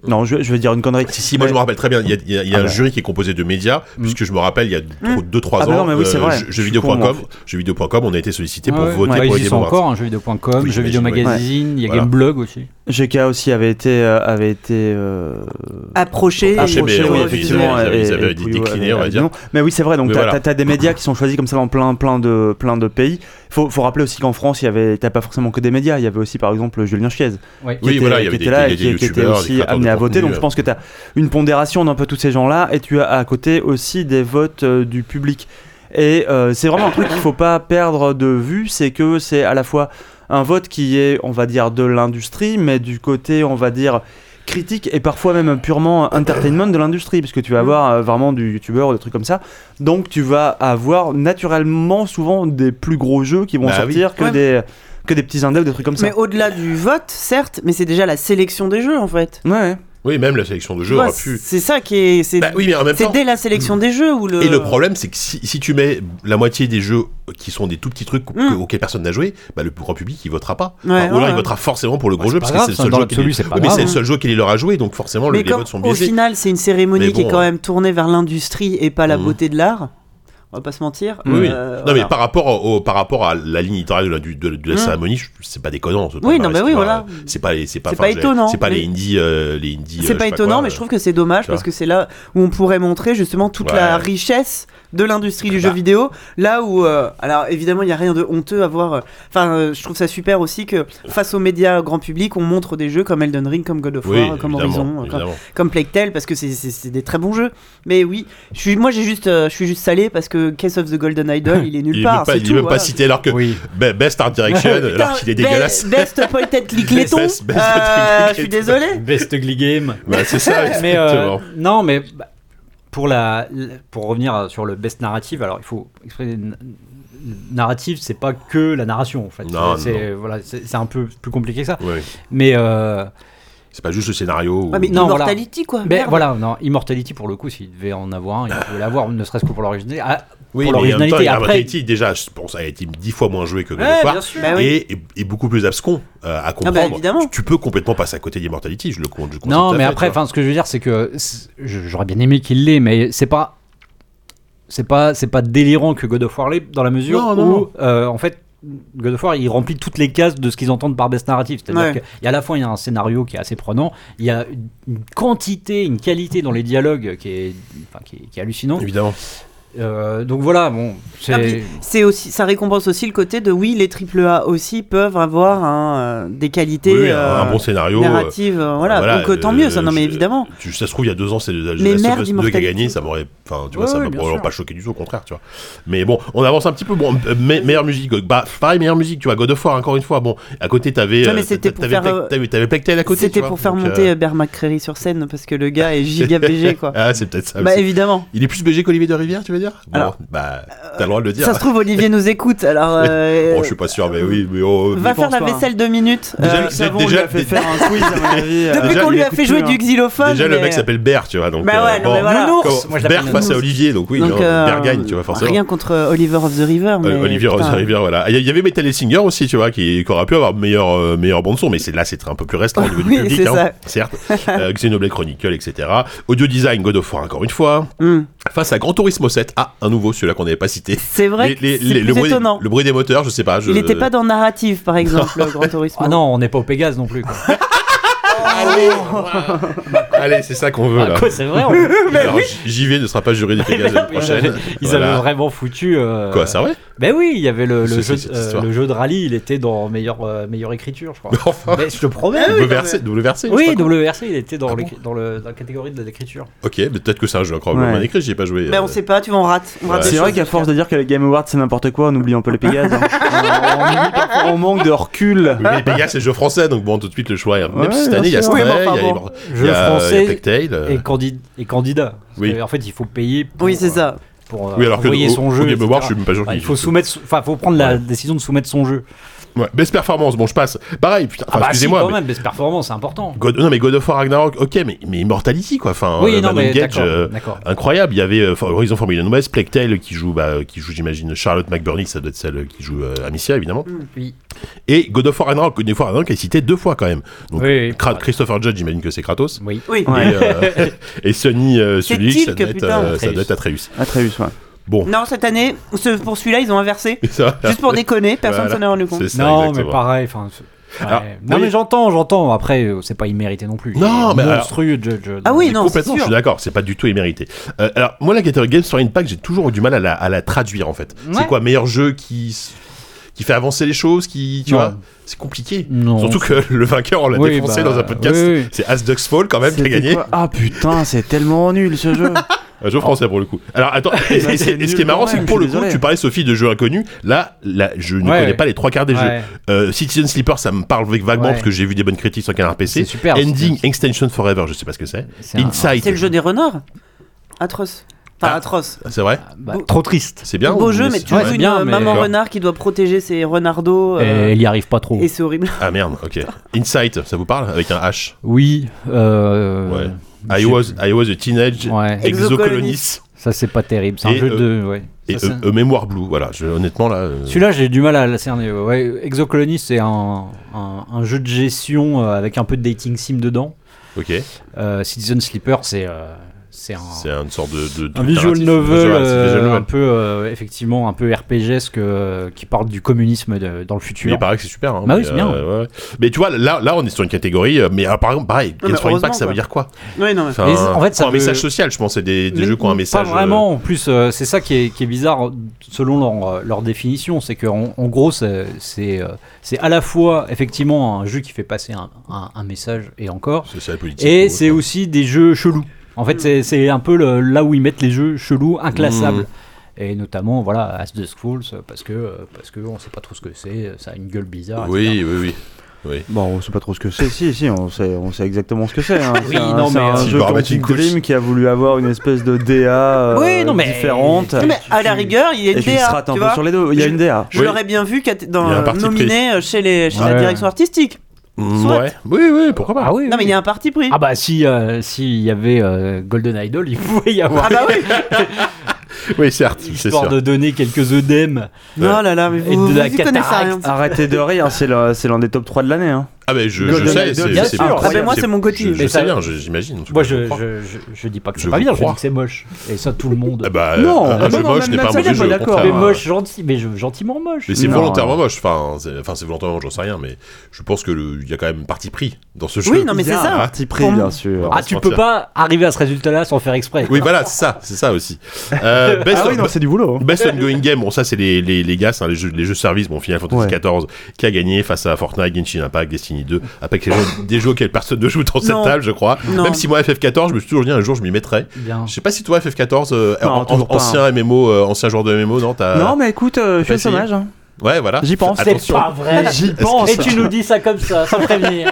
[SPEAKER 3] Non, je, je vais dire une connerie.
[SPEAKER 1] Si, si, moi
[SPEAKER 3] Mais-
[SPEAKER 1] je me rappelle très bien, il y a, il y a- il y a
[SPEAKER 3] Ah
[SPEAKER 1] un
[SPEAKER 3] bah.
[SPEAKER 1] jury qui est composé de médias, puisque je me rappelle, il y a 2-3
[SPEAKER 3] Ah bah
[SPEAKER 1] ans, euh,
[SPEAKER 3] non, mais oui, c'est vrai.
[SPEAKER 1] jeux-
[SPEAKER 3] Je suis con,
[SPEAKER 1] jeuxvideo.com,
[SPEAKER 3] moi.
[SPEAKER 1] jeuxvideo.com, on a été sollicité
[SPEAKER 4] Ah
[SPEAKER 1] pour
[SPEAKER 4] ouais.
[SPEAKER 1] voter
[SPEAKER 4] Ouais,
[SPEAKER 1] pour
[SPEAKER 4] ils
[SPEAKER 1] les
[SPEAKER 4] y sont
[SPEAKER 1] Game Awards.
[SPEAKER 4] encore, hein, jeuxvideo.com,
[SPEAKER 1] Oui,
[SPEAKER 4] jeuxvideo
[SPEAKER 1] j'imagine,
[SPEAKER 3] ouais.
[SPEAKER 4] magazine, il y a
[SPEAKER 1] Voilà.
[SPEAKER 4] Gameblog aussi.
[SPEAKER 3] GK aussi avait été. euh, avait été euh,
[SPEAKER 2] approché.
[SPEAKER 1] Ah, Approché, c'est
[SPEAKER 2] et-
[SPEAKER 1] mais
[SPEAKER 3] approché,
[SPEAKER 1] oui,
[SPEAKER 3] oui,
[SPEAKER 2] refusé.
[SPEAKER 3] effectivement.
[SPEAKER 1] ils avaient-
[SPEAKER 3] et-
[SPEAKER 1] ils avaient
[SPEAKER 3] et
[SPEAKER 1] dit
[SPEAKER 3] Puyo
[SPEAKER 1] décliné,
[SPEAKER 3] avait-
[SPEAKER 1] on va
[SPEAKER 3] avait
[SPEAKER 1] dire.
[SPEAKER 3] non. Mais oui, c'est vrai, donc
[SPEAKER 1] Mais
[SPEAKER 3] t'as
[SPEAKER 1] voilà.
[SPEAKER 3] t'as- t'as des médias qui sont choisis comme ça dans plein, plein, de, plein de pays. Faut, faut rappeler aussi qu'en France, il y avait, t'as pas forcément que des médias, il y avait aussi par exemple Julien Chiez.
[SPEAKER 4] Ouais.
[SPEAKER 3] qui
[SPEAKER 1] Oui,
[SPEAKER 3] était,
[SPEAKER 1] voilà, il y
[SPEAKER 3] qui
[SPEAKER 1] avait
[SPEAKER 3] était
[SPEAKER 1] des-
[SPEAKER 3] là
[SPEAKER 1] des-
[SPEAKER 3] et qui,
[SPEAKER 1] des
[SPEAKER 3] qui était
[SPEAKER 1] youtubeurs, des
[SPEAKER 3] aussi
[SPEAKER 1] créateurs de
[SPEAKER 3] amené à
[SPEAKER 1] contenu,
[SPEAKER 3] voter. Donc
[SPEAKER 1] euh.
[SPEAKER 3] je pense que tu as une pondération d'un peu tous ces gens-là et tu as à côté aussi des votes euh, du public. Et euh, c'est vraiment un truc qu'il faut pas perdre de vue, c'est que c'est à la fois un vote qui est, on va dire, de l'industrie, mais du côté, on va dire, critique et parfois même purement entertainment de l'industrie, parce que
[SPEAKER 1] Mm.
[SPEAKER 3] tu vas avoir euh, vraiment du youtubeur ou des trucs comme ça. Donc tu vas avoir naturellement souvent des plus gros jeux qui vont
[SPEAKER 1] Bah oui.
[SPEAKER 3] sortir que,
[SPEAKER 2] Ouais.
[SPEAKER 3] des, que des petits indés ou des trucs comme ça.
[SPEAKER 2] Mais au-delà du vote, certes, mais c'est déjà la sélection des jeux en fait.
[SPEAKER 3] Ouais, Ouais.
[SPEAKER 1] Oui, même la sélection de jeux
[SPEAKER 2] Tu
[SPEAKER 1] aura
[SPEAKER 2] vois,
[SPEAKER 1] pu.
[SPEAKER 2] C'est ça qui est. Bah, C'est
[SPEAKER 1] Bah oui, mais en même
[SPEAKER 2] c'est
[SPEAKER 1] temps.
[SPEAKER 2] dès la sélection des jeux où le.
[SPEAKER 1] Et le problème, c'est que si, si tu mets la moitié des jeux qui sont des tout petits trucs que-
[SPEAKER 2] Mm.
[SPEAKER 1] auxquels personne n'a joué, bah, le plus grand public il votera pas.
[SPEAKER 2] Ouais,
[SPEAKER 1] Enfin, ou alors
[SPEAKER 2] ouais,
[SPEAKER 1] il
[SPEAKER 2] ouais.
[SPEAKER 1] votera forcément pour le gros
[SPEAKER 4] Ouais,
[SPEAKER 1] jeu
[SPEAKER 4] c'est
[SPEAKER 1] parce que
[SPEAKER 4] pas grave,
[SPEAKER 1] c'est le
[SPEAKER 4] ça,
[SPEAKER 1] seul
[SPEAKER 4] dans
[SPEAKER 1] jeu qu'il
[SPEAKER 4] l'absolu, c'est pas
[SPEAKER 1] Oui, mais
[SPEAKER 4] grave,
[SPEAKER 1] c'est le
[SPEAKER 4] hein.
[SPEAKER 1] seul jeu qu'il leur a joué, donc forcément Oh, le-
[SPEAKER 2] Mais
[SPEAKER 1] les
[SPEAKER 2] comme-
[SPEAKER 1] votes sont
[SPEAKER 2] au
[SPEAKER 1] biaisés.
[SPEAKER 2] final, c'est une cérémonie
[SPEAKER 1] Mais
[SPEAKER 2] qui est
[SPEAKER 1] bon,
[SPEAKER 2] quand
[SPEAKER 1] euh.
[SPEAKER 2] même tournée vers l'industrie et pas la
[SPEAKER 1] Mhm.
[SPEAKER 2] beauté de l'art. On va pas se mentir.
[SPEAKER 1] Oui, oui.
[SPEAKER 2] Euh,
[SPEAKER 1] non
[SPEAKER 2] voilà.
[SPEAKER 1] mais par rapport au, au- par rapport à la ligne littérale de la, du- de, de la
[SPEAKER 2] Mm.
[SPEAKER 1] cérémonie, je- c'est pas déconnant. c'est pas
[SPEAKER 2] Oui,
[SPEAKER 1] pareil,
[SPEAKER 2] non, mais
[SPEAKER 1] c'est
[SPEAKER 2] oui,
[SPEAKER 1] pas-
[SPEAKER 2] voilà.
[SPEAKER 1] C'est pas les- c'est pas,
[SPEAKER 2] C'est
[SPEAKER 1] enfin,
[SPEAKER 2] pas
[SPEAKER 1] j'ai-
[SPEAKER 2] étonnant,
[SPEAKER 1] C'est pas les
[SPEAKER 2] mais-
[SPEAKER 1] indies, euh, les indies.
[SPEAKER 2] C'est
[SPEAKER 1] euh,
[SPEAKER 2] pas
[SPEAKER 1] je sais
[SPEAKER 2] étonnant,
[SPEAKER 1] quoi,
[SPEAKER 2] mais
[SPEAKER 1] euh,
[SPEAKER 2] je trouve que c'est dommage
[SPEAKER 1] tu vois.
[SPEAKER 2] parce que c'est là où on pourrait montrer justement toute
[SPEAKER 1] Ouais.
[SPEAKER 2] la richesse de l'industrie du jeu
[SPEAKER 1] Bah.
[SPEAKER 2] vidéo. Là où, euh, alors évidemment, il n'y a rien de honteux à voir. euh, Enfin, euh, je trouve ça super aussi que face aux médias grand public, on montre des jeux comme Elden Ring, comme God of War,
[SPEAKER 1] Oui,
[SPEAKER 2] comme
[SPEAKER 1] évidemment,
[SPEAKER 2] Horizon, euh, comme,
[SPEAKER 1] évidemment.
[SPEAKER 2] comme Plague Tale, parce que c'est- c'est c'est des très bons jeux. Mais oui, je suis, moi j'ai juste, euh, je suis juste salé parce que Case of the Golden Idol, il est nulle
[SPEAKER 1] <laughs> Il est
[SPEAKER 2] part.
[SPEAKER 1] même pas,
[SPEAKER 2] c'est
[SPEAKER 1] il est
[SPEAKER 2] tout,
[SPEAKER 1] même
[SPEAKER 2] voilà.
[SPEAKER 1] pas cité alors que
[SPEAKER 4] Oui.
[SPEAKER 1] Be- Best Art Direction, alors qu'il
[SPEAKER 2] <laughs>
[SPEAKER 1] est
[SPEAKER 2] Putain,
[SPEAKER 1] dégueulasse.
[SPEAKER 2] be- Best point and
[SPEAKER 1] <laughs>
[SPEAKER 2] click laiton.
[SPEAKER 1] Best- best
[SPEAKER 2] Euh,
[SPEAKER 1] point and
[SPEAKER 2] Je suis
[SPEAKER 1] click.
[SPEAKER 2] désolé.
[SPEAKER 4] Best Ugly Game.
[SPEAKER 1] Bah, c'est ça,
[SPEAKER 2] <laughs>
[SPEAKER 4] mais euh,
[SPEAKER 1] exactement.
[SPEAKER 4] non, mais bah, pour la, la- pour revenir sur le best narrative, alors il faut exprimer n- narrative, c'est pas que la narration en fait.
[SPEAKER 1] Non,
[SPEAKER 4] c'est voilà, c'est c'est un peu plus compliqué que ça.
[SPEAKER 1] Ouais.
[SPEAKER 4] Mais euh,
[SPEAKER 1] C'est pas juste le scénario. ou-
[SPEAKER 2] Ouais, mais
[SPEAKER 4] Non, voilà.
[SPEAKER 2] Immortality quoi.
[SPEAKER 4] ben
[SPEAKER 2] Ah, merde.
[SPEAKER 4] voilà, non, Immortality pour le coup, s'il devait en avoir, un, il pouvait l'avoir, ne serait-ce que pour l'originalité. Ah,
[SPEAKER 1] Oui,
[SPEAKER 4] pour
[SPEAKER 1] mais en même temps,
[SPEAKER 4] l'originalité,
[SPEAKER 1] Iron
[SPEAKER 4] après-
[SPEAKER 1] Mortality, déjà, je pense, a été dix fois moins joué que God
[SPEAKER 4] ouais,
[SPEAKER 1] of War,
[SPEAKER 4] bien sûr.
[SPEAKER 2] Bah oui. Ah, bah,
[SPEAKER 1] Et, et- et beaucoup plus abscon euh, à comprendre.
[SPEAKER 2] évidemment.
[SPEAKER 1] Tu peux complètement passer à côté d'Immortality, je le compte. Je le
[SPEAKER 4] Non,
[SPEAKER 1] concède tout à
[SPEAKER 4] mais
[SPEAKER 1] fait,
[SPEAKER 4] après,
[SPEAKER 1] tu vois.
[SPEAKER 4] enfin, ce que je veux dire, c'est que c'est- je- j'aurais bien aimé qu'il l'ait, mais c'est pas, c'est pas, c'est pas délirant que God of War l'ait dans la mesure
[SPEAKER 1] Non,
[SPEAKER 4] où,
[SPEAKER 1] non, non.
[SPEAKER 4] euh, en fait, God of War, il remplit toutes les cases de ce qu'ils entendent par best narrative. C'est-à-dire
[SPEAKER 2] Ouais.
[SPEAKER 4] qu'il y a à la fois il y a un scénario qui est assez prenant, il y a une une quantité, une qualité dans les dialogues qui est, enfin, qui est, qui est hallucinant.
[SPEAKER 1] Évidemment.
[SPEAKER 4] Euh, donc voilà, bon,
[SPEAKER 2] Ah, puis,
[SPEAKER 4] c'est.
[SPEAKER 2] C'est aussi, ça récompense aussi le côté de oui, les triple A aussi peuvent avoir un, euh, des qualités
[SPEAKER 1] Oui, un-
[SPEAKER 2] euh,
[SPEAKER 1] un bon scénario. euh,
[SPEAKER 2] narratives, euh, voilà.
[SPEAKER 1] voilà,
[SPEAKER 2] Donc euh, tant
[SPEAKER 1] euh,
[SPEAKER 2] mieux, ça. Non mais
[SPEAKER 1] je-
[SPEAKER 2] évidemment.
[SPEAKER 1] tu, ça se trouve, il y a deux ans, c'est la
[SPEAKER 2] Mais
[SPEAKER 1] Last
[SPEAKER 2] merde,
[SPEAKER 1] of Us 2 qui a
[SPEAKER 2] Immortality.
[SPEAKER 1] gagné, ça m'aurait. Enfin, tu vois,
[SPEAKER 4] Ouais,
[SPEAKER 1] ça
[SPEAKER 4] ouais,
[SPEAKER 1] m'a
[SPEAKER 4] bien
[SPEAKER 1] probablement
[SPEAKER 4] sûr.
[SPEAKER 1] pas choqué du tout, au contraire, tu vois. Mais bon, on avance un petit peu. Bon, euh, me- meilleure musique. Bah, pareil, meilleure musique, tu vois. God of War, encore une fois. Bon, à côté, t'avais.
[SPEAKER 2] Non, mais
[SPEAKER 1] euh,
[SPEAKER 2] c'était pour
[SPEAKER 1] t'avais
[SPEAKER 2] faire,
[SPEAKER 1] Plague-
[SPEAKER 2] euh,
[SPEAKER 1] T'avais t'avais Plague Tale à côté. tu
[SPEAKER 2] C'était
[SPEAKER 1] vois,
[SPEAKER 2] pour faire
[SPEAKER 1] donc, euh,
[SPEAKER 2] monter euh, Bear McCreary sur scène parce que le gars est
[SPEAKER 1] <laughs>
[SPEAKER 2] giga BG quoi.
[SPEAKER 1] Ah, c'est peut-être ça.
[SPEAKER 2] Bah
[SPEAKER 1] aussi.
[SPEAKER 2] évidemment.
[SPEAKER 1] Il est plus BG qu'Olivier de Rivière, tu veux dire Bon,
[SPEAKER 2] Alors,
[SPEAKER 1] bah, t'as le droit de le dire.
[SPEAKER 2] Ça se trouve Olivier nous écoute. Alors euh,
[SPEAKER 1] <laughs> Bon, je suis pas sûr, mais oui, mais oh,
[SPEAKER 2] va faire
[SPEAKER 1] mais-
[SPEAKER 3] pense
[SPEAKER 2] la
[SPEAKER 3] pas, hein.
[SPEAKER 2] vaisselle deux minutes.
[SPEAKER 1] Déjà,
[SPEAKER 2] Euh,
[SPEAKER 1] le-
[SPEAKER 3] Le savon
[SPEAKER 1] déjà-
[SPEAKER 3] lui a fait
[SPEAKER 1] déjà-
[SPEAKER 3] faire un quiz, à mon avis.
[SPEAKER 2] <laughs>
[SPEAKER 3] euh,
[SPEAKER 2] depuis
[SPEAKER 1] déjà,
[SPEAKER 2] qu'on
[SPEAKER 1] il
[SPEAKER 2] lui a
[SPEAKER 3] écoute
[SPEAKER 2] fait jouer
[SPEAKER 3] plus, hein.
[SPEAKER 2] du xylophone.
[SPEAKER 1] déjà le
[SPEAKER 2] mais-
[SPEAKER 1] mec s'appelle Bert, tu vois, donc. euh,
[SPEAKER 2] Bah ouais, non, mais voilà.
[SPEAKER 4] Nounours, moi, je l'appelle
[SPEAKER 1] Bert face à
[SPEAKER 4] Nounours.
[SPEAKER 1] Olivier, donc oui,
[SPEAKER 2] Donc,
[SPEAKER 1] mais,
[SPEAKER 2] euh,
[SPEAKER 1] Bert gagne, tu vois, forcément.
[SPEAKER 2] Rien contre euh, Oliver of the River. Mais,
[SPEAKER 1] Euh, Olivier
[SPEAKER 2] putain.
[SPEAKER 1] Olivier, voilà. Ah, Il y y avait Metal Singer aussi, tu vois, qui, qui aurait pu avoir meilleur, euh, meilleur bande son, mais c'est là, c'est un peu plus restreint au niveau
[SPEAKER 2] Oui,
[SPEAKER 1] du public,
[SPEAKER 2] c'est
[SPEAKER 1] hein,
[SPEAKER 2] ça. <laughs>
[SPEAKER 1] certes. Euh, Xenoblade Chronicle, etc. Audio design, God of War, encore une fois.
[SPEAKER 2] Hum.
[SPEAKER 1] Face à Grand Turismo 7, ah, un nouveau, celui-là qu'on n'avait pas cité.
[SPEAKER 2] C'est vrai.
[SPEAKER 1] Les- les-
[SPEAKER 2] que
[SPEAKER 1] les-
[SPEAKER 2] c'est
[SPEAKER 1] le,
[SPEAKER 2] plus
[SPEAKER 1] bruit,
[SPEAKER 2] étonnant.
[SPEAKER 1] le bruit des moteurs, je sais pas. Je...
[SPEAKER 2] Il n'était pas dans narrative, par
[SPEAKER 1] <laughs>
[SPEAKER 2] Ah exemple, le Grand Tourisme.
[SPEAKER 4] Ah non, on n'est pas au Pégase non plus. quoi.
[SPEAKER 1] Allez, c'est ça qu'on veut
[SPEAKER 4] Ah,
[SPEAKER 1] là.
[SPEAKER 4] quoi, c'est vrai en fait.
[SPEAKER 1] Alors, J- JV ne sera pas
[SPEAKER 2] <laughs>
[SPEAKER 1] juré des Pégases l'année prochaine.
[SPEAKER 4] Ils
[SPEAKER 1] Voilà.
[SPEAKER 4] avaient vraiment foutu. euh,
[SPEAKER 1] Quoi, c'est vrai
[SPEAKER 4] Ben oui, il y avait le, le
[SPEAKER 1] C'est-
[SPEAKER 4] jeu,
[SPEAKER 1] c'est cette
[SPEAKER 4] euh,
[SPEAKER 1] histoire. Bah,
[SPEAKER 4] le jeu de rallye, il était dans meilleure, euh, meilleure écriture, je crois.
[SPEAKER 1] Enfin,
[SPEAKER 4] Mais je te promets.
[SPEAKER 1] <laughs>
[SPEAKER 2] Ah
[SPEAKER 1] double versé, double versé.
[SPEAKER 4] Oui,
[SPEAKER 1] c'est pas
[SPEAKER 4] WRC, il était dans,
[SPEAKER 1] Ah
[SPEAKER 4] le- dans, le, dans la catégorie de l'écriture.
[SPEAKER 1] con. Ok, mais peut-être que c'est un jeu incroyablement
[SPEAKER 3] Ouais.
[SPEAKER 1] bien écrit, j'y ai pas joué.
[SPEAKER 2] Mais
[SPEAKER 1] euh,
[SPEAKER 2] Ben, on sait pas, tu vois, on rate. On rate des
[SPEAKER 1] Ouais.
[SPEAKER 3] Bah, C'est vrai
[SPEAKER 2] choses.
[SPEAKER 3] qu'à force de dire que les Game Awards c'est n'importe quoi, on oublie un peu les
[SPEAKER 1] <laughs>
[SPEAKER 3] Pégases. hein. on, on oublie parfois- on manque de recul.
[SPEAKER 1] oui, mais les Pégases, c'est jeu français, donc bon, tout de suite, le choix est. Même
[SPEAKER 3] Ouais,
[SPEAKER 1] si cette
[SPEAKER 3] bien
[SPEAKER 1] année, il y a
[SPEAKER 3] sûr.
[SPEAKER 1] Stray,
[SPEAKER 3] Oui, mais enfin,
[SPEAKER 1] il y a-
[SPEAKER 3] bon.
[SPEAKER 1] il y
[SPEAKER 4] Jeu
[SPEAKER 1] a il y a
[SPEAKER 4] français
[SPEAKER 1] Telltale, euh,
[SPEAKER 4] et, candi- et candidat. Parce
[SPEAKER 1] oui.
[SPEAKER 4] que, en fait, il faut payer pour,
[SPEAKER 2] Oui, c'est
[SPEAKER 4] euh,
[SPEAKER 2] ça.
[SPEAKER 4] pour euh,
[SPEAKER 1] Oui, alors que
[SPEAKER 4] envoyer
[SPEAKER 1] au-
[SPEAKER 4] son
[SPEAKER 1] au
[SPEAKER 4] jeu.
[SPEAKER 1] Game
[SPEAKER 4] etc.
[SPEAKER 1] Awards, je suis même pas sûr
[SPEAKER 4] Enfin,
[SPEAKER 1] qu'il
[SPEAKER 4] il faut soumettre, son- enfin, faut prendre la
[SPEAKER 1] Ouais.
[SPEAKER 4] décision de soumettre son jeu.
[SPEAKER 1] Ouais, best performance, bon, je passe. Pareil, putain, enfin,
[SPEAKER 4] Ah bah, si,
[SPEAKER 1] excusez-moi.
[SPEAKER 4] quand
[SPEAKER 1] mais
[SPEAKER 4] même, Best Performance, c'est important.
[SPEAKER 1] God- Non, mais God of War Ragnarok, ok, mais, mais Immortality, quoi. Enfin,
[SPEAKER 4] oui,
[SPEAKER 1] euh,
[SPEAKER 4] non,
[SPEAKER 1] Manon
[SPEAKER 4] mais
[SPEAKER 1] Gage,
[SPEAKER 4] d'accord,
[SPEAKER 1] euh,
[SPEAKER 4] d'accord.
[SPEAKER 1] Incroyable, il y avait euh, For- Horizon Forbidden West, Plague Tale qui joue, bah, euh, qui joue j'imagine Charlotte McBurney, ça doit être celle qui joue euh, Amicia évidemment,
[SPEAKER 4] Mm, Oui.
[SPEAKER 1] et God of War Ragnarok, God of War Ragnarok est cité deux fois quand même. Donc
[SPEAKER 4] Oui, oui.
[SPEAKER 1] Kra- Christopher Judge, j'imagine que c'est Kratos.
[SPEAKER 4] Oui.
[SPEAKER 2] Oui.
[SPEAKER 3] Ouais.
[SPEAKER 1] Et,
[SPEAKER 2] <laughs>
[SPEAKER 1] euh, et Sony euh,
[SPEAKER 2] C'est
[SPEAKER 1] Sulik, ça,
[SPEAKER 2] Tilk,
[SPEAKER 1] doit être,
[SPEAKER 2] putain,
[SPEAKER 1] euh, ça
[SPEAKER 4] Atreus.
[SPEAKER 1] doit être <laughs> Atreus.
[SPEAKER 3] Atreus, Ah, ouais.
[SPEAKER 1] Bon,
[SPEAKER 2] Non, cette année, ce- pour celui-là, ils ont inversé.
[SPEAKER 1] ça,
[SPEAKER 2] Juste pour déconner, personne
[SPEAKER 1] Voilà.
[SPEAKER 2] s'en est rendu compte.
[SPEAKER 1] c'est ça,
[SPEAKER 4] Non, mais
[SPEAKER 1] exactement.
[SPEAKER 4] pareil. Enfin, c'est- ouais.
[SPEAKER 1] Alors,
[SPEAKER 4] non,
[SPEAKER 1] oui.
[SPEAKER 4] mais j'entends, j'entends. Après, euh, c'est pas immérité non plus.
[SPEAKER 1] Non,
[SPEAKER 4] Il est
[SPEAKER 1] mais alors-
[SPEAKER 4] monstrueux, Judge. euh,
[SPEAKER 2] Ah
[SPEAKER 4] dans-
[SPEAKER 2] oui, non, c'est
[SPEAKER 1] Complètement, je
[SPEAKER 2] sûr.
[SPEAKER 1] suis d'accord, c'est pas du tout immérité. Euh, alors, moi, la catégorie Games for Impact, j'ai toujours eu du mal à la, à la traduire en fait. C'est
[SPEAKER 4] Ouais.
[SPEAKER 1] quoi, meilleur jeu qui, s- qui fait avancer les choses, qui, tu
[SPEAKER 4] Non.
[SPEAKER 1] vois, c'est compliqué.
[SPEAKER 4] Non.
[SPEAKER 1] Surtout que <laughs> le vainqueur, on l'a
[SPEAKER 4] Oui,
[SPEAKER 1] défoncé
[SPEAKER 4] bah,
[SPEAKER 1] dans un podcast.
[SPEAKER 4] oui, oui.
[SPEAKER 1] C'est As Ducks Fall quand même qui a
[SPEAKER 3] C'était
[SPEAKER 1] gagné.
[SPEAKER 3] quoi ah putain, c'est tellement nul
[SPEAKER 1] <laughs>
[SPEAKER 3] ce jeu.
[SPEAKER 1] Un jeu français pour le coup. Alors attends,
[SPEAKER 4] Ah,
[SPEAKER 1] et, et-
[SPEAKER 3] Bah,
[SPEAKER 1] et-
[SPEAKER 3] c'est
[SPEAKER 1] et ce qui est
[SPEAKER 3] nul
[SPEAKER 1] marrant,
[SPEAKER 3] quand
[SPEAKER 1] c'est que
[SPEAKER 3] même,
[SPEAKER 1] pour
[SPEAKER 3] je
[SPEAKER 1] le
[SPEAKER 3] suis
[SPEAKER 1] coup,
[SPEAKER 3] désolé.
[SPEAKER 1] tu parlais Sophie de jeux inconnus. Là, là je ne
[SPEAKER 4] Ouais,
[SPEAKER 1] connais
[SPEAKER 4] ouais.
[SPEAKER 1] pas les trois quarts des jeux.
[SPEAKER 4] Ouais.
[SPEAKER 1] Euh, Citizen Sleeper, ça me parle vaguement
[SPEAKER 4] Ouais.
[SPEAKER 1] parce que j'ai vu des bonnes critiques sur Canard PC.
[SPEAKER 4] C'est super.
[SPEAKER 1] Ending, Extension Forever, je sais pas ce que c'est.
[SPEAKER 4] c'est un-
[SPEAKER 1] Insight,
[SPEAKER 2] C'est le jeu des renards. Atroce. Enfin,
[SPEAKER 1] Ah.
[SPEAKER 2] atroce.
[SPEAKER 1] c'est vrai.
[SPEAKER 4] bah, trop triste.
[SPEAKER 1] C'est bien.
[SPEAKER 2] Ah, Beau
[SPEAKER 1] ou-
[SPEAKER 2] jeu, mais tu
[SPEAKER 4] Ouais,
[SPEAKER 2] joues
[SPEAKER 4] c'est
[SPEAKER 2] une
[SPEAKER 4] bien,
[SPEAKER 2] euh,
[SPEAKER 4] mais-
[SPEAKER 2] maman
[SPEAKER 1] D'accord.
[SPEAKER 2] renard qui doit protéger ses renardos. euh,
[SPEAKER 4] Et il y arrive pas trop.
[SPEAKER 2] Et c'est
[SPEAKER 1] <laughs>
[SPEAKER 2] horrible.
[SPEAKER 1] Ah merde,
[SPEAKER 2] <laughs>
[SPEAKER 1] ok. Insight, ça vous parle Avec un H.
[SPEAKER 4] Oui. euh,
[SPEAKER 1] Ouais.
[SPEAKER 4] je
[SPEAKER 1] I
[SPEAKER 4] sais
[SPEAKER 1] was, I was a teenage
[SPEAKER 4] plus. Ouais.
[SPEAKER 1] exocolonist.
[SPEAKER 4] Ça, c'est pas terrible. C'est un
[SPEAKER 1] Et,
[SPEAKER 4] jeu
[SPEAKER 1] euh,
[SPEAKER 4] de. Ouais.
[SPEAKER 1] Et
[SPEAKER 4] Ça, c'est-
[SPEAKER 1] a, a Memoir Blue, voilà. Je- honnêtement, là. euh,
[SPEAKER 4] Celui-là, j'ai du mal à la cerner. Ouais, Exocolony, c'est un, un- un jeu de gestion euh, avec un peu de dating sim dedans.
[SPEAKER 1] Ok.
[SPEAKER 4] Euh, Citizen Sleeper, c'est euh, c'est un,
[SPEAKER 1] C'est une sorte de. de- de
[SPEAKER 4] un visual
[SPEAKER 1] narratif.
[SPEAKER 4] novel,
[SPEAKER 1] Visual-
[SPEAKER 4] euh,
[SPEAKER 1] visual novel.
[SPEAKER 4] un peu euh, effectivement un peu RPGesque euh, qui parle du communisme de- dans le
[SPEAKER 1] Mais
[SPEAKER 4] futur.
[SPEAKER 1] il paraît que c'est super. Hein,
[SPEAKER 4] Bah
[SPEAKER 1] mais,
[SPEAKER 4] oui, c'est bien.
[SPEAKER 1] ouais, ouais. Mais tu vois, là, là, on est sur une catégorie. euh, Mais alors, par exemple, pareil,
[SPEAKER 2] mais
[SPEAKER 1] Games for Impact,
[SPEAKER 2] heureusement,
[SPEAKER 1] ça veut
[SPEAKER 2] quoi.
[SPEAKER 1] dire quoi
[SPEAKER 2] Oui, non, mais-
[SPEAKER 1] Enfin,
[SPEAKER 4] Mais c'est- en fait, ça
[SPEAKER 1] un message
[SPEAKER 4] veut-
[SPEAKER 1] social, je pense. C'est des, des
[SPEAKER 4] Mais
[SPEAKER 1] jeux qui ont un
[SPEAKER 4] pas
[SPEAKER 1] message. euh,
[SPEAKER 4] vraiment. En plus, euh, c'est ça qui est, qui est bizarre selon leur, euh, leur définition. C'est qu'en en gros, c'est- c'est euh, c'est à la fois effectivement un jeu qui fait passer un- un- un message et encore,
[SPEAKER 1] social, politique.
[SPEAKER 4] Et
[SPEAKER 1] ou-
[SPEAKER 4] c'est aussi des jeux chelous. En fait, c'est- c'est un peu le- là où ils mettent les jeux chelous, inclassables.
[SPEAKER 1] Mm.
[SPEAKER 4] Et notamment, voilà, As the Scrolls, parce que, euh, parce que on sait pas trop ce que c'est, ça a une gueule bizarre. etc.
[SPEAKER 1] Oui, oui, oui.
[SPEAKER 3] Bon, on sait pas trop ce que c'est. Si, si, on sait, on sait exactement ce que
[SPEAKER 2] <laughs>
[SPEAKER 3] c'est. hein.
[SPEAKER 4] Oui,
[SPEAKER 3] C'est un-
[SPEAKER 4] non,
[SPEAKER 3] c'est
[SPEAKER 4] mais,
[SPEAKER 3] un
[SPEAKER 4] euh,
[SPEAKER 1] Tu
[SPEAKER 3] jeu
[SPEAKER 1] vas remettre une
[SPEAKER 3] Quantic
[SPEAKER 1] couche.
[SPEAKER 3] Dream qui a voulu avoir une espèce de DA euh,
[SPEAKER 4] Oui, non, mais-
[SPEAKER 3] différente.
[SPEAKER 4] Non,
[SPEAKER 2] Mais à la rigueur, il y a
[SPEAKER 3] et
[SPEAKER 2] une
[SPEAKER 3] qui se
[SPEAKER 2] DA.
[SPEAKER 3] rate un
[SPEAKER 2] Tu
[SPEAKER 3] peu
[SPEAKER 2] vois
[SPEAKER 3] sur les deux. Il y a
[SPEAKER 2] Je-
[SPEAKER 3] une DA.
[SPEAKER 2] Je
[SPEAKER 1] Oui.
[SPEAKER 2] l'aurais bien vu qu'à t-
[SPEAKER 1] Il y a un
[SPEAKER 2] dans,
[SPEAKER 1] parti
[SPEAKER 2] nominé euh, chez, les, chez la
[SPEAKER 4] Ouais.
[SPEAKER 2] direction artistique.
[SPEAKER 1] Mm,
[SPEAKER 2] Soit.
[SPEAKER 1] ouais. Oui, oui, pourquoi pas.
[SPEAKER 4] Ah oui.
[SPEAKER 2] Non, mais
[SPEAKER 4] oui.
[SPEAKER 2] il y a un parti pris.
[SPEAKER 4] Ah bah si, euh, s'il y avait euh, Golden Idol, il <laughs> pouvait y avoir.
[SPEAKER 2] Ah bah oui
[SPEAKER 1] Oui, certes, c'est
[SPEAKER 4] Histoire
[SPEAKER 1] sûr.
[SPEAKER 4] de donner quelques œdèmes.
[SPEAKER 2] Non Oh là là, mais
[SPEAKER 4] Et
[SPEAKER 2] vous,
[SPEAKER 4] de
[SPEAKER 2] vous
[SPEAKER 4] la
[SPEAKER 2] y connaissez
[SPEAKER 4] cataracte.
[SPEAKER 2] rien.
[SPEAKER 3] Arrêtez de rire, hein, c'est le- c'est l'un des top 3 de l'année. Hein.
[SPEAKER 1] Ah, mais je, je
[SPEAKER 3] Golden
[SPEAKER 1] sais.
[SPEAKER 3] Idol,
[SPEAKER 1] c'est-
[SPEAKER 3] bien
[SPEAKER 1] c'est-
[SPEAKER 4] sûr.
[SPEAKER 1] incroyable.
[SPEAKER 2] Ah ben moi, c'est mon Gotti.
[SPEAKER 1] Je, je
[SPEAKER 4] Mais
[SPEAKER 1] sais
[SPEAKER 4] ça-
[SPEAKER 1] bien, je- j'imagine. en tout
[SPEAKER 4] Moi,
[SPEAKER 1] cas,
[SPEAKER 4] je,
[SPEAKER 1] crois.
[SPEAKER 4] je, je, je dis pas que
[SPEAKER 1] Je
[SPEAKER 4] c'est pas
[SPEAKER 1] vous
[SPEAKER 4] bien, je
[SPEAKER 1] crois.
[SPEAKER 4] dis que c'est moche. Et ça, tout le monde.
[SPEAKER 1] Ah bah,
[SPEAKER 3] Non,
[SPEAKER 1] euh, un
[SPEAKER 3] non,
[SPEAKER 1] jeu
[SPEAKER 3] non,
[SPEAKER 1] moche
[SPEAKER 3] même
[SPEAKER 1] n'est pas un
[SPEAKER 3] Nathalie
[SPEAKER 1] mauvais
[SPEAKER 3] est
[SPEAKER 1] jeu,
[SPEAKER 3] pas
[SPEAKER 1] au
[SPEAKER 3] d'accord.
[SPEAKER 1] contraire.
[SPEAKER 4] mais
[SPEAKER 3] euh,
[SPEAKER 4] moche, gentil, mais je- gentiment moche.
[SPEAKER 1] Mais c'est
[SPEAKER 3] Non.
[SPEAKER 1] volontairement moche, enfin, c'est enfin, c'est volontairement, j'en sais rien, mais je pense qu'il y a quand même parti pris dans ce jeu.
[SPEAKER 2] Oui, non mais c'est
[SPEAKER 3] Il y a un
[SPEAKER 2] ça.
[SPEAKER 3] Parti pris,
[SPEAKER 2] Pour
[SPEAKER 3] bien
[SPEAKER 2] moi-
[SPEAKER 3] sûr.
[SPEAKER 1] va
[SPEAKER 4] Ah,
[SPEAKER 1] se
[SPEAKER 4] tu
[SPEAKER 1] mentir.
[SPEAKER 4] peux pas arriver à ce résultat-là sans faire exprès.
[SPEAKER 1] Oui, voilà, c'est ça, c'est ça aussi. Euh, best,
[SPEAKER 3] Ah oui,
[SPEAKER 1] of-
[SPEAKER 3] non, c'est du boulot. hein.
[SPEAKER 2] <laughs>
[SPEAKER 1] best ongoing game, bon, ça, c'est les, les, les gars, c'est les jeux, les jeux service, bon, Final Fantasy XIV, qui a gagné face à Fortnite, Genshin Impact, Destiny 2, Apex
[SPEAKER 2] <laughs>
[SPEAKER 1] Legends, des jeux auxquels personne ne joue dans cette
[SPEAKER 2] Non.
[SPEAKER 1] table, je crois.
[SPEAKER 2] Non.
[SPEAKER 1] Même si moi, FF14, je me suis toujours dit un jour, je m'y mettrais.
[SPEAKER 4] Bien.
[SPEAKER 1] Je sais pas si toi, FF14, euh,
[SPEAKER 3] Non,
[SPEAKER 1] an-
[SPEAKER 3] toujours pas.
[SPEAKER 1] ancien MMO, euh, ancien joueur de MMO, non, t'as.
[SPEAKER 3] Non, mais écoute, euh, je suis
[SPEAKER 1] T'as
[SPEAKER 3] un sauvage. hein.
[SPEAKER 1] Ouais, voilà.
[SPEAKER 3] J'y pense.
[SPEAKER 1] Attention,
[SPEAKER 4] vrai.
[SPEAKER 3] J'y pense.
[SPEAKER 4] <laughs> Et tu nous dis ça comme ça, sans
[SPEAKER 3] <laughs>
[SPEAKER 4] prévenir.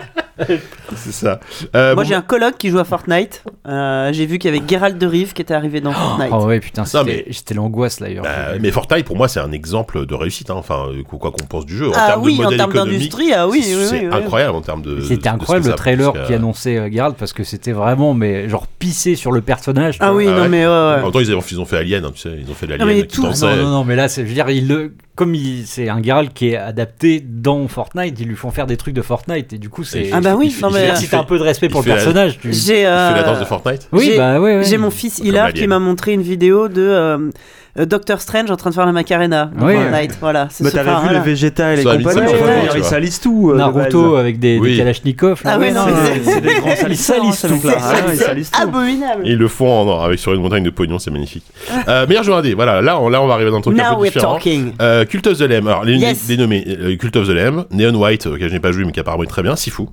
[SPEAKER 1] c'est ça. Euh,
[SPEAKER 2] Moi
[SPEAKER 1] bon,
[SPEAKER 2] j'ai un coloc qui joue à Fortnite. Euh, j'ai vu qu'il y avait Geralt de Rive qui était arrivé dans Fortnite.
[SPEAKER 4] Oh ouais, putain,
[SPEAKER 1] Non,
[SPEAKER 4] c'était
[SPEAKER 1] mais-
[SPEAKER 4] c'était l'angoisse d'ailleurs.
[SPEAKER 1] Euh, mais Fortnite, pour moi, c'est un exemple de réussite. hein. Enfin, euh, quoi qu'on pense du jeu, en
[SPEAKER 2] Ah
[SPEAKER 1] termes
[SPEAKER 2] oui,
[SPEAKER 1] de
[SPEAKER 2] en
[SPEAKER 1] modèle
[SPEAKER 2] termes
[SPEAKER 1] économique,
[SPEAKER 2] d'industrie, ah oui, oui,
[SPEAKER 1] c'est
[SPEAKER 2] oui, oui.
[SPEAKER 1] incroyable en termes de. euh, de- de
[SPEAKER 4] C'était
[SPEAKER 1] ce
[SPEAKER 4] incroyable
[SPEAKER 1] que
[SPEAKER 4] le
[SPEAKER 1] ça-
[SPEAKER 4] trailer
[SPEAKER 1] parce que,
[SPEAKER 4] qui
[SPEAKER 1] euh,
[SPEAKER 4] annonçait euh, Geralt parce que c'était vraiment, mais genre pissé sur le personnage.
[SPEAKER 2] Ah
[SPEAKER 4] quoi.
[SPEAKER 2] oui,
[SPEAKER 1] Ah ouais.
[SPEAKER 2] non mais ouais,
[SPEAKER 1] En
[SPEAKER 2] ouais.
[SPEAKER 1] même temps, ils ont, ils ont fait Alien, hein, tu sais, ils ont fait l'Alien
[SPEAKER 2] mais
[SPEAKER 1] qui
[SPEAKER 2] tout-
[SPEAKER 4] Ah Non,
[SPEAKER 1] dansait.
[SPEAKER 4] non, non, mais là, c'est, je veux dire, il le- comme il- c'est un Geralt qui est adapté dans Fortnite, ils lui font faire des trucs de Fortnite et du coup, c'est.
[SPEAKER 1] Et
[SPEAKER 2] Ah bah oui,
[SPEAKER 1] ils-
[SPEAKER 2] non
[SPEAKER 1] ils
[SPEAKER 2] mais-
[SPEAKER 4] Si t'as un peu de respect pour
[SPEAKER 1] il
[SPEAKER 4] le
[SPEAKER 1] fait la-
[SPEAKER 4] personnage, tu.
[SPEAKER 2] J'ai
[SPEAKER 1] Tu
[SPEAKER 2] euh,
[SPEAKER 1] fais la danse de Fortnite
[SPEAKER 4] Oui,
[SPEAKER 2] j'ai-
[SPEAKER 4] bah ouais, ouais.
[SPEAKER 2] j'ai mon fils
[SPEAKER 1] Comme
[SPEAKER 2] Hilar
[SPEAKER 1] Alien.
[SPEAKER 2] qui m'a montré une vidéo de euh, euh, Doctor Strange en train de faire la Macarena
[SPEAKER 1] Ah
[SPEAKER 2] dans
[SPEAKER 4] Oui.
[SPEAKER 2] Fortnite. Voilà, c'est
[SPEAKER 1] Bah,
[SPEAKER 3] Mais
[SPEAKER 2] ce-
[SPEAKER 3] t'avais
[SPEAKER 2] enfin,
[SPEAKER 3] vu
[SPEAKER 2] voilà.
[SPEAKER 3] les Vegeta et les
[SPEAKER 1] Ça a mis
[SPEAKER 3] compagnies,
[SPEAKER 2] ça sur
[SPEAKER 3] je veux
[SPEAKER 2] le
[SPEAKER 3] dire,
[SPEAKER 1] tu
[SPEAKER 3] ils
[SPEAKER 1] vois.
[SPEAKER 3] salissent tout. euh, de
[SPEAKER 4] Naruto
[SPEAKER 3] base.
[SPEAKER 4] avec des,
[SPEAKER 1] Oui.
[SPEAKER 4] des Kalachnikov. là.
[SPEAKER 2] Ah oui, non,
[SPEAKER 3] c'est c'est des grands
[SPEAKER 4] <laughs> Ils
[SPEAKER 3] salissants,
[SPEAKER 4] salissent
[SPEAKER 3] ces
[SPEAKER 4] tout.
[SPEAKER 3] mecs-là. Ah,
[SPEAKER 2] C'est-
[SPEAKER 3] ils salissent tout.
[SPEAKER 2] abominable.
[SPEAKER 1] Et ils le font en, or, avec sur une montagne de pognon, c'est magnifique.
[SPEAKER 2] <laughs>
[SPEAKER 1] euh, meilleur jeu indé, voilà, là on, là on va arriver dans un truc un
[SPEAKER 2] Now
[SPEAKER 1] peu
[SPEAKER 2] we're
[SPEAKER 1] différent.
[SPEAKER 2] talking.
[SPEAKER 1] Euh, Cult of the Lamb, alors les,
[SPEAKER 2] Yes.
[SPEAKER 1] les nommés euh, Cult of the Lamb, Neon White, auquel je n'ai pas joué mais qui apparemment est très bien, Sifu,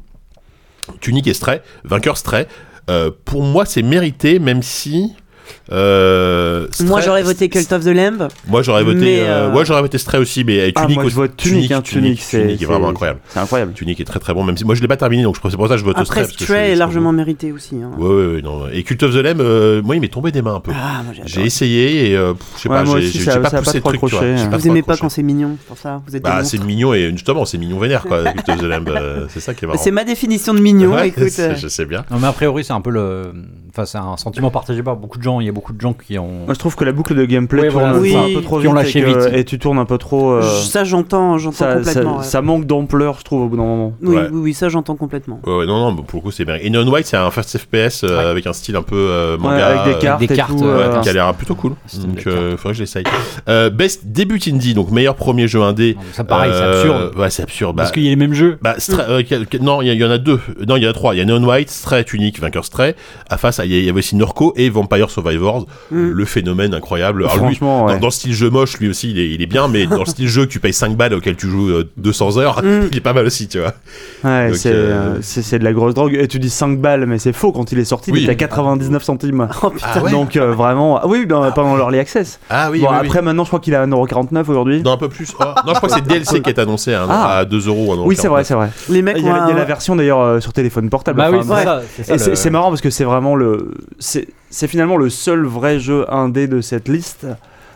[SPEAKER 1] Tunic et Stray, Vainqueur Stray. Euh, pour moi, c'est mérité, même si. euh,
[SPEAKER 2] Moi
[SPEAKER 1] Stray-
[SPEAKER 2] j'aurais voté Cult of the Lamb.
[SPEAKER 1] Moi j'aurais voté,
[SPEAKER 2] mais,
[SPEAKER 1] euh,
[SPEAKER 2] euh,
[SPEAKER 1] ouais, j'aurais voté Stray aussi, mais euh,
[SPEAKER 3] Ah,
[SPEAKER 1] Tunic
[SPEAKER 3] moi,
[SPEAKER 1] aussi-
[SPEAKER 3] je vois Tunic, hein, Tunic, c'est-
[SPEAKER 1] Tunic est vraiment
[SPEAKER 3] c'est-
[SPEAKER 1] incroyable.
[SPEAKER 3] C'est incroyable.
[SPEAKER 1] Tunic est très très bon, même si moi je l'ai pas terminé, donc je- c'est pour ça que je vote
[SPEAKER 2] Après,
[SPEAKER 1] Stray. parce que c'est-
[SPEAKER 2] Stray est
[SPEAKER 1] c'est-
[SPEAKER 2] largement mérité aussi. hein.
[SPEAKER 1] Ouais, ouais, ouais, non. Et Cult of the Lamb, euh, moi il m'est tombé des mains un peu.
[SPEAKER 2] Ah, moi j'adore.
[SPEAKER 1] J'ai essayé et euh, pff, je sais
[SPEAKER 3] Ouais,
[SPEAKER 1] pas,
[SPEAKER 3] moi
[SPEAKER 1] j'ai-
[SPEAKER 3] aussi,
[SPEAKER 1] j'ai
[SPEAKER 3] ça-
[SPEAKER 1] j'ai pas
[SPEAKER 3] ça a pas
[SPEAKER 1] poussé le
[SPEAKER 3] trop
[SPEAKER 1] truc. Tu vois.
[SPEAKER 3] accroché,
[SPEAKER 1] J'ai
[SPEAKER 3] hein.
[SPEAKER 1] pas
[SPEAKER 2] Vous
[SPEAKER 1] trop
[SPEAKER 2] aimez pas
[SPEAKER 1] accroché.
[SPEAKER 2] quand c'est mignon, pour ça. Vous êtes des
[SPEAKER 1] Bah,
[SPEAKER 2] monstres.
[SPEAKER 1] c'est mignon et justement, c'est mignon vénère quoi. Cult of the Lamb, euh, c'est ça qui est marrant.
[SPEAKER 2] C'est ma définition de mignon,
[SPEAKER 1] Ouais,
[SPEAKER 2] écoute.
[SPEAKER 1] c'est-
[SPEAKER 2] euh,
[SPEAKER 1] Je sais bien.
[SPEAKER 4] Non, mais a priori, c'est un peu le. Enfin, c'est un sentiment partagé par beaucoup de gens. Il y a beaucoup de gens qui ont.
[SPEAKER 3] Moi, je trouve que la boucle de gameplay
[SPEAKER 4] Ouais,
[SPEAKER 3] tourne
[SPEAKER 4] voilà,
[SPEAKER 2] c'est
[SPEAKER 3] un
[SPEAKER 2] ça.
[SPEAKER 3] peu trop
[SPEAKER 4] Qui ont
[SPEAKER 3] vite
[SPEAKER 4] lâché
[SPEAKER 3] et, que-
[SPEAKER 4] vite.
[SPEAKER 3] et tu tournes un peu trop. euh,
[SPEAKER 2] Ça, j'entends, j'entends
[SPEAKER 3] ça,
[SPEAKER 2] complètement.
[SPEAKER 3] ça,
[SPEAKER 2] ouais.
[SPEAKER 3] ça manque d'ampleur, je trouve, au bout d'un moment.
[SPEAKER 2] Oui,
[SPEAKER 1] Ouais.
[SPEAKER 2] oui, oui, ça, j'entends complètement.
[SPEAKER 1] Ouais, ouais, non, non, mais pour le coup, c'est bien. Et Neon White, c'est un fast FPS euh,
[SPEAKER 4] Ouais.
[SPEAKER 1] avec un style un peu euh,
[SPEAKER 3] Ouais,
[SPEAKER 1] manga.
[SPEAKER 3] avec des cartes
[SPEAKER 4] des
[SPEAKER 3] et
[SPEAKER 4] cartes,
[SPEAKER 3] tout.
[SPEAKER 1] euh,
[SPEAKER 4] euh,
[SPEAKER 1] ouais,
[SPEAKER 3] euh,
[SPEAKER 1] qui a l'air plutôt cool.
[SPEAKER 4] Système
[SPEAKER 1] Donc,
[SPEAKER 4] de
[SPEAKER 1] euh, faudrait que je l'essaye. Euh, best début indie, donc meilleur premier jeu indé.
[SPEAKER 4] Non, mais Ça, pareil, c'est
[SPEAKER 1] Euh,
[SPEAKER 4] absurde.
[SPEAKER 1] Ouais, c'est absurde.
[SPEAKER 4] Parce
[SPEAKER 1] bah,
[SPEAKER 4] qu'il y a les mêmes jeux.
[SPEAKER 1] Bah, Stray- euh, quel- quel- non, il y, a- il y en a deux. Non, il y en a trois. Il y a Neon White, Stray, Tunic, Vainqueur Stray. À face, il y a- il y avait aussi Norco et Vampire Survivors.
[SPEAKER 2] Mm.
[SPEAKER 1] Le phénomène incroyable. Alors, lui,
[SPEAKER 3] Franchement,
[SPEAKER 1] dans,
[SPEAKER 3] ouais.
[SPEAKER 1] dans le style jeu moche, lui aussi, il est, il est bien, mais dans le style jeu que tu payes 5 balles auquel tu joues euh, 200 heures,
[SPEAKER 2] Mm.
[SPEAKER 1] <laughs> il est pas mal aussi, tu vois.
[SPEAKER 3] Ouais,
[SPEAKER 1] Donc,
[SPEAKER 3] c'est
[SPEAKER 1] euh,
[SPEAKER 3] euh, c'est- c'est de la grosse drogue. Et tu dis 5 balles, mais c'est faux. Quand il est sorti,
[SPEAKER 1] Oui. Ah,
[SPEAKER 3] il était à 99 centimes.
[SPEAKER 2] Oh putain.
[SPEAKER 1] ouais
[SPEAKER 3] Donc euh, vraiment, ah oui, ben, pendant l'early access.
[SPEAKER 1] Ah oui,
[SPEAKER 3] bon,
[SPEAKER 1] oui, oui.
[SPEAKER 3] après maintenant, je crois qu'il est à 1,49€ aujourd'hui.
[SPEAKER 1] Non, un peu plus. Oh, Non, je crois que c'est DLC qui est annoncé hein,
[SPEAKER 3] Ah.
[SPEAKER 1] à 2 euros.
[SPEAKER 3] Oui, c'est vrai, c'est vrai.
[SPEAKER 2] Les
[SPEAKER 3] Il y, a,
[SPEAKER 2] mecs
[SPEAKER 3] il y
[SPEAKER 2] ont un-
[SPEAKER 3] a la version d'ailleurs euh, sur téléphone portable.
[SPEAKER 4] Bah oui,
[SPEAKER 3] enfin, bref.
[SPEAKER 4] c'est ça. C'est ça,
[SPEAKER 1] Ah
[SPEAKER 3] Et c'est
[SPEAKER 4] le-
[SPEAKER 3] c'est marrant parce que c'est vraiment le, c'est c'est finalement le seul vrai jeu indé de cette liste.